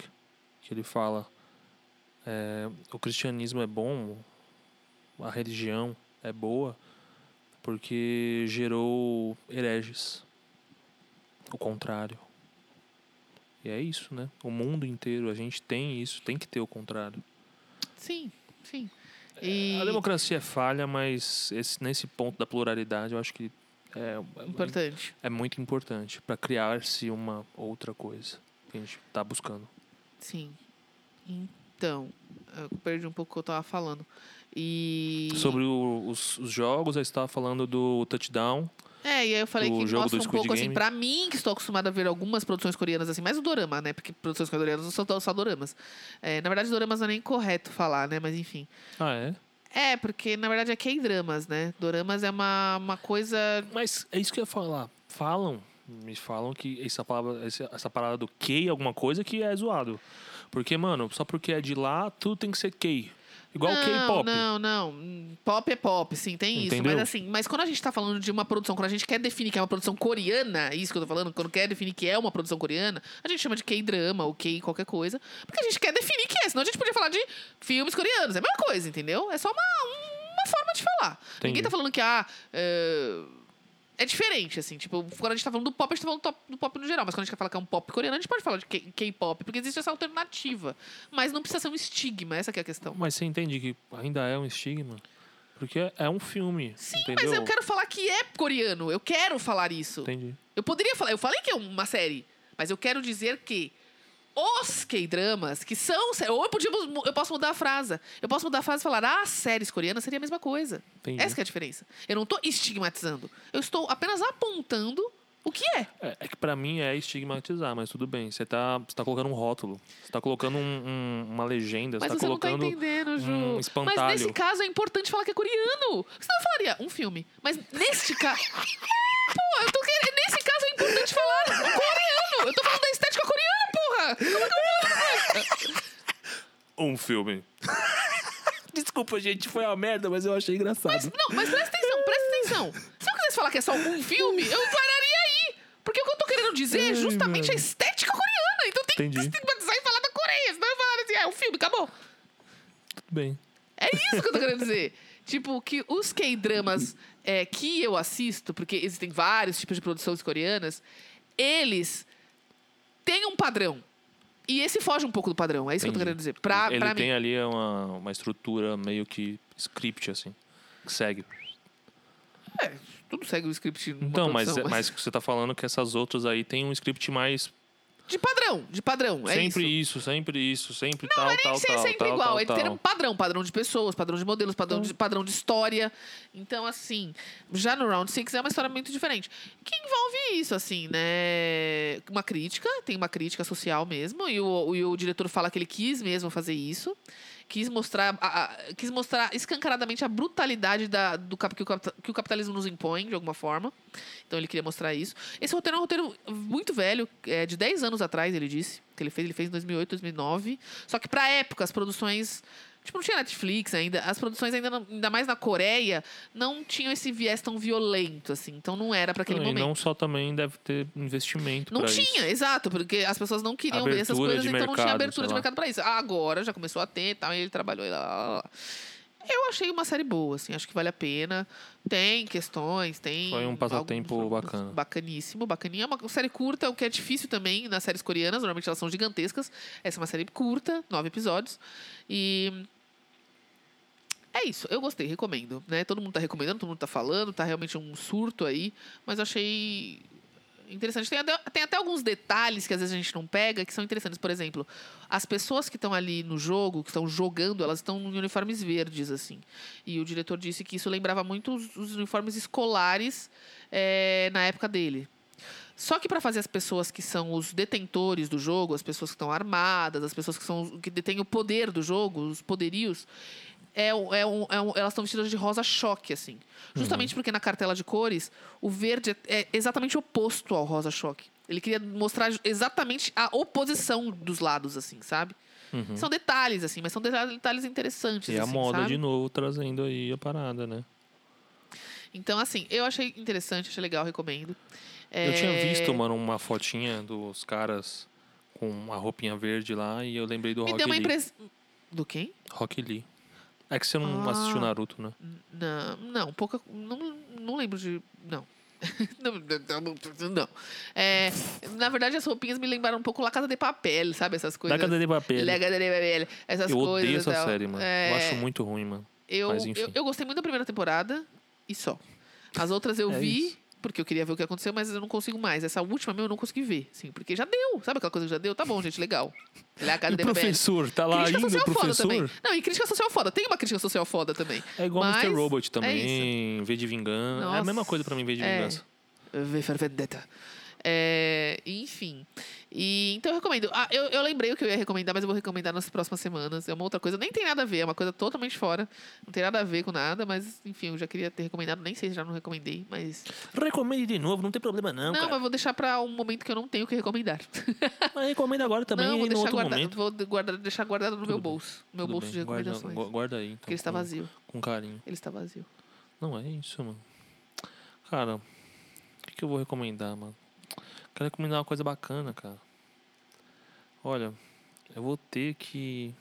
[SPEAKER 4] que ele fala: é, o cristianismo é bom, a religião é boa, porque gerou hereges. O contrário. E é isso, né? O mundo inteiro, a gente tem isso, tem que ter o contrário.
[SPEAKER 3] Sim, sim. E...
[SPEAKER 4] A democracia é falha, mas esse- nesse ponto da pluralidade, eu acho que é, é,
[SPEAKER 3] Importante.
[SPEAKER 4] é muito importante para criar-se uma outra coisa que a gente tá buscando.
[SPEAKER 3] Sim. Então, eu perdi um pouco o que eu tava falando. E.
[SPEAKER 4] Sobre o- os, os jogos, eu estava falando do touchdown.
[SPEAKER 3] É, e aí eu falei
[SPEAKER 4] o
[SPEAKER 3] que
[SPEAKER 4] jogo do
[SPEAKER 3] mostra um
[SPEAKER 4] Squid
[SPEAKER 3] pouco, assim,
[SPEAKER 4] Game.
[SPEAKER 3] pra mim, que estou acostumada a ver algumas produções coreanas, assim, mais o dorama, né? Porque produções coreanas não são tão só doramas. É, na verdade, doramas não é nem correto falar, né? Mas enfim.
[SPEAKER 4] Ah, é?
[SPEAKER 3] É, porque na verdade é K-dramas, né? Doramas é uma, uma coisa.
[SPEAKER 4] Mas é isso que eu ia falar. Falam, me falam que essa, palavra, esse- essa parada do K alguma coisa que é zoado. Porque, mano, só porque é de lá, tudo tem que ser K. Igual
[SPEAKER 3] não,
[SPEAKER 4] K-pop.
[SPEAKER 3] Não, não. Hum, Pop é pop, sim, tem isso.
[SPEAKER 4] Entendeu?
[SPEAKER 3] Mas assim, mas quando a gente tá falando de uma produção, quando a gente quer definir que é uma produção coreana, isso que eu tô falando, quando quer definir que é uma produção coreana, a gente chama de K-drama ou K qualquer coisa. Porque a gente quer definir que é, senão a gente podia falar de filmes coreanos. É a mesma coisa, entendeu? É só uma, uma forma de falar. Ninguém
[SPEAKER 4] Entendi.
[SPEAKER 3] tá falando que, ah. é, é diferente, assim, tipo, quando a gente tá falando do pop, a gente tá falando do top- do pop no geral, mas quando a gente quer falar que é um pop coreano, a gente pode falar de K- K-pop, porque existe essa alternativa. Mas não precisa ser um estigma, essa que é a questão.
[SPEAKER 4] Mas você entende que ainda é um estigma? Porque é- é um filme.
[SPEAKER 3] Sim,
[SPEAKER 4] entendeu?
[SPEAKER 3] mas eu quero falar que é coreano. Eu quero falar isso.
[SPEAKER 4] Entendi.
[SPEAKER 3] Eu poderia falar, eu falei que é uma série, mas eu quero dizer que os K-dramas, que são. sé- Ou eu, podia, mu- eu posso mudar a frase. Eu posso mudar a frase e falar, ah, séries coreanas seria a mesma coisa.
[SPEAKER 4] Entendi.
[SPEAKER 3] Essa que é a diferença. Eu não tô estigmatizando. Eu estou apenas apontando o que é.
[SPEAKER 4] É, é que pra mim é estigmatizar, mas tudo bem. Você tá, você tá colocando um rótulo. Você tá colocando um- um- uma legenda.
[SPEAKER 3] Mas
[SPEAKER 4] você tá
[SPEAKER 3] você
[SPEAKER 4] colocando.
[SPEAKER 3] não tá entendendo, Ju.
[SPEAKER 4] um
[SPEAKER 3] Mas
[SPEAKER 4] espantalho.
[SPEAKER 3] nesse caso é importante falar que é coreano. Senão eu falaria um filme. Mas neste caso. Pô, eu tô querendo. Nesse caso é importante falar coreano. Eu tô falando da estética coreana, porra. é
[SPEAKER 4] Um filme. Desculpa, gente, foi uma merda, mas eu achei engraçado.
[SPEAKER 3] Mas, não, mas presta atenção, presta atenção. Se eu quisesse falar que é só um filme, eu pararia aí. Porque o que eu tô querendo dizer é
[SPEAKER 4] Ai,
[SPEAKER 3] justamente a
[SPEAKER 4] mano.
[SPEAKER 3] estética coreana. Então tem
[SPEAKER 4] Entendi.
[SPEAKER 3] estigmatizar e falar da Coreia. Senão eu falar assim, ah, é um filme, acabou.
[SPEAKER 4] Tudo bem.
[SPEAKER 3] É isso que eu tô querendo dizer. Tipo, que os K-dramas é, que eu assisto, porque existem vários tipos de produções coreanas, eles têm um padrão. E esse foge um pouco do padrão, é isso que eu tô
[SPEAKER 4] Entendi.
[SPEAKER 3] querendo dizer. Pra,
[SPEAKER 4] Ele
[SPEAKER 3] pra
[SPEAKER 4] tem
[SPEAKER 3] mim.
[SPEAKER 4] ali uma, uma estrutura meio que script, assim. Que segue.
[SPEAKER 3] É, tudo segue o script. numa
[SPEAKER 4] Então, mas,
[SPEAKER 3] produção,
[SPEAKER 4] mas você tá falando que essas outras aí tem um script mais.
[SPEAKER 3] De padrão, de padrão. é isso.
[SPEAKER 4] sempre isso. sempre isso, sempre tal,
[SPEAKER 3] Mas nem
[SPEAKER 4] tal,
[SPEAKER 3] ser
[SPEAKER 4] tal.
[SPEAKER 3] sempre
[SPEAKER 4] tal,
[SPEAKER 3] igual.
[SPEAKER 4] tal,
[SPEAKER 3] é
[SPEAKER 4] tal.
[SPEAKER 3] ter um padrão, padrão de pessoas, padrão de modelos, padrão, de, padrão de história. Então, assim, já no Round Six é uma história muito diferente. Que envolve isso, assim, né? Uma crítica, tem uma crítica social mesmo, e o, e o diretor fala que ele quis mesmo fazer isso. Quis mostrar, a- a- quis mostrar escancaradamente a brutalidade da, do, cap- que, o, capta- que o capitalismo nos impõe, de alguma forma. Então ele queria mostrar isso. Esse roteiro é um roteiro muito velho, é de 10 anos atrás, ele disse. Que ele fez, ele fez em 2008, 2009. Só que pra época, as produções... Tipo, não tinha Netflix ainda. As produções, ainda, não- ainda mais na Coreia, não tinham esse viés tão violento, assim. Então não era pra aquele
[SPEAKER 4] Não,
[SPEAKER 3] momento.
[SPEAKER 4] E não só também deve ter investimento.
[SPEAKER 3] Não
[SPEAKER 4] pra
[SPEAKER 3] tinha,
[SPEAKER 4] Isso.
[SPEAKER 3] exato, porque as pessoas não queriam ver essas
[SPEAKER 4] Abertura
[SPEAKER 3] coisas,
[SPEAKER 4] de
[SPEAKER 3] então não tinha
[SPEAKER 4] mercado,
[SPEAKER 3] abertura
[SPEAKER 4] sei
[SPEAKER 3] de
[SPEAKER 4] lá.
[SPEAKER 3] mercado pra isso. Ah, Agora já começou a ter e tal, e ele trabalhou e lá, lá, lá, lá. Eu achei uma série boa, assim, acho que vale a pena. Tem questões, tem.
[SPEAKER 4] Foi um passatempo
[SPEAKER 3] algo-
[SPEAKER 4] bacana.
[SPEAKER 3] Bacaníssimo, bacaninha. É uma série curta, o que é difícil também nas séries coreanas, normalmente elas são gigantescas. Essa é uma série curta, nove episódios. E. É isso, eu gostei, recomendo. Né? Todo mundo tá recomendando, todo mundo tá falando, tá realmente um surto aí, mas eu achei interessante. Tem até, tem até alguns detalhes que às vezes a gente não pega que são interessantes. Por exemplo, as pessoas que estão ali no jogo, que estão jogando, elas estão em uniformes verdes, assim. E o diretor disse que isso lembrava muito os, os uniformes escolares eh, na época dele. Só que para fazer as pessoas que são os detentores do jogo, as pessoas que estão armadas, as pessoas que são os- que detêm o poder do jogo, os poderios, é, um- é um- é um- elas estão vestidas de rosa choque assim.
[SPEAKER 4] Uhum.
[SPEAKER 3] Justamente porque na cartela de cores o verde é, é exatamente oposto ao rosa choque. Ele queria mostrar exatamente a oposição dos lados assim, sabe? São detalhes assim, mas são deta- detalhes interessantes.
[SPEAKER 4] Uhum. E É a
[SPEAKER 3] assim,
[SPEAKER 4] moda
[SPEAKER 3] sabe?
[SPEAKER 4] de novo trazendo aí a parada, né?
[SPEAKER 3] Então assim, eu achei interessante, achei legal, recomendo.
[SPEAKER 4] Eu tinha
[SPEAKER 3] É,
[SPEAKER 4] visto, mano, uma fotinha dos caras com a roupinha verde lá e eu lembrei do
[SPEAKER 3] Me
[SPEAKER 4] Rock
[SPEAKER 3] deu uma
[SPEAKER 4] Lee.
[SPEAKER 3] impressão. Do quem?
[SPEAKER 4] Rock Lee. É que você não
[SPEAKER 3] Ah.
[SPEAKER 4] assistiu Naruto, né?
[SPEAKER 3] Não, não, pouca. Não, não lembro de. Não. não, não, não, não. É, na verdade, as roupinhas me lembraram um pouco La Casa de Papel, sabe? Essas coisas.
[SPEAKER 4] Da cadeira de papel.
[SPEAKER 3] La Casa de Papel. Essas
[SPEAKER 4] Eu
[SPEAKER 3] é. coisas.
[SPEAKER 4] odeio essa
[SPEAKER 3] e tal.
[SPEAKER 4] série, mano.
[SPEAKER 3] É,
[SPEAKER 4] Eu acho muito ruim, mano.
[SPEAKER 3] eu,
[SPEAKER 4] mas enfim.
[SPEAKER 3] eu, eu gostei muito da primeira temporada e só. As outras eu
[SPEAKER 4] É
[SPEAKER 3] vi.
[SPEAKER 4] isso.
[SPEAKER 3] Porque eu queria ver o que aconteceu, mas eu não consigo mais. Essa última meu eu não consegui ver, sim, porque já deu. Sabe aquela coisa que já deu? Tá bom, gente, legal. é La Casa
[SPEAKER 4] E
[SPEAKER 3] de Papel.
[SPEAKER 4] professor, tá lá
[SPEAKER 3] crítica
[SPEAKER 4] indo,
[SPEAKER 3] social foda também.
[SPEAKER 4] professor.
[SPEAKER 3] Não, e crítica social foda. Tem uma crítica social foda também.
[SPEAKER 4] É igual
[SPEAKER 3] Mas
[SPEAKER 4] Mr. Robot
[SPEAKER 3] isso.
[SPEAKER 4] também, V de Vingança. É a mesma
[SPEAKER 3] Nossa.
[SPEAKER 4] coisa pra mim, V de
[SPEAKER 3] É.
[SPEAKER 4] Vingança.
[SPEAKER 3] V for Vendetta. É, enfim. E, então eu recomendo. Ah, eu, eu lembrei o que eu ia recomendar, mas eu vou recomendar nas próximas semanas. É uma outra coisa, nem tem nada a ver, é uma coisa totalmente fora. Não tem nada a ver com nada, mas enfim, eu já queria ter recomendado, nem sei se já não recomendei, mas.
[SPEAKER 4] Recomende de novo, não tem problema não,
[SPEAKER 3] Não,
[SPEAKER 4] cara.
[SPEAKER 3] mas eu vou deixar pra um momento que eu não tenho o que recomendar.
[SPEAKER 4] Mas recomenda agora também,
[SPEAKER 3] não, vou
[SPEAKER 4] no
[SPEAKER 3] deixar
[SPEAKER 4] outro
[SPEAKER 3] guardado.
[SPEAKER 4] momento.
[SPEAKER 3] Vou de- guardar, deixar guardado no meu bolso. Meu
[SPEAKER 4] Tudo
[SPEAKER 3] bolso
[SPEAKER 4] bem,
[SPEAKER 3] de
[SPEAKER 4] guarda,
[SPEAKER 3] recomendações.
[SPEAKER 4] gu- guarda aí, então.
[SPEAKER 3] porque ele está
[SPEAKER 4] com-
[SPEAKER 3] vazio.
[SPEAKER 4] Com carinho.
[SPEAKER 3] Ele está vazio.
[SPEAKER 4] Não, é isso, mano. Cara, o que, que eu vou recomendar, mano? Quero recomendar uma coisa bacana, cara. Olha, eu vou ter que.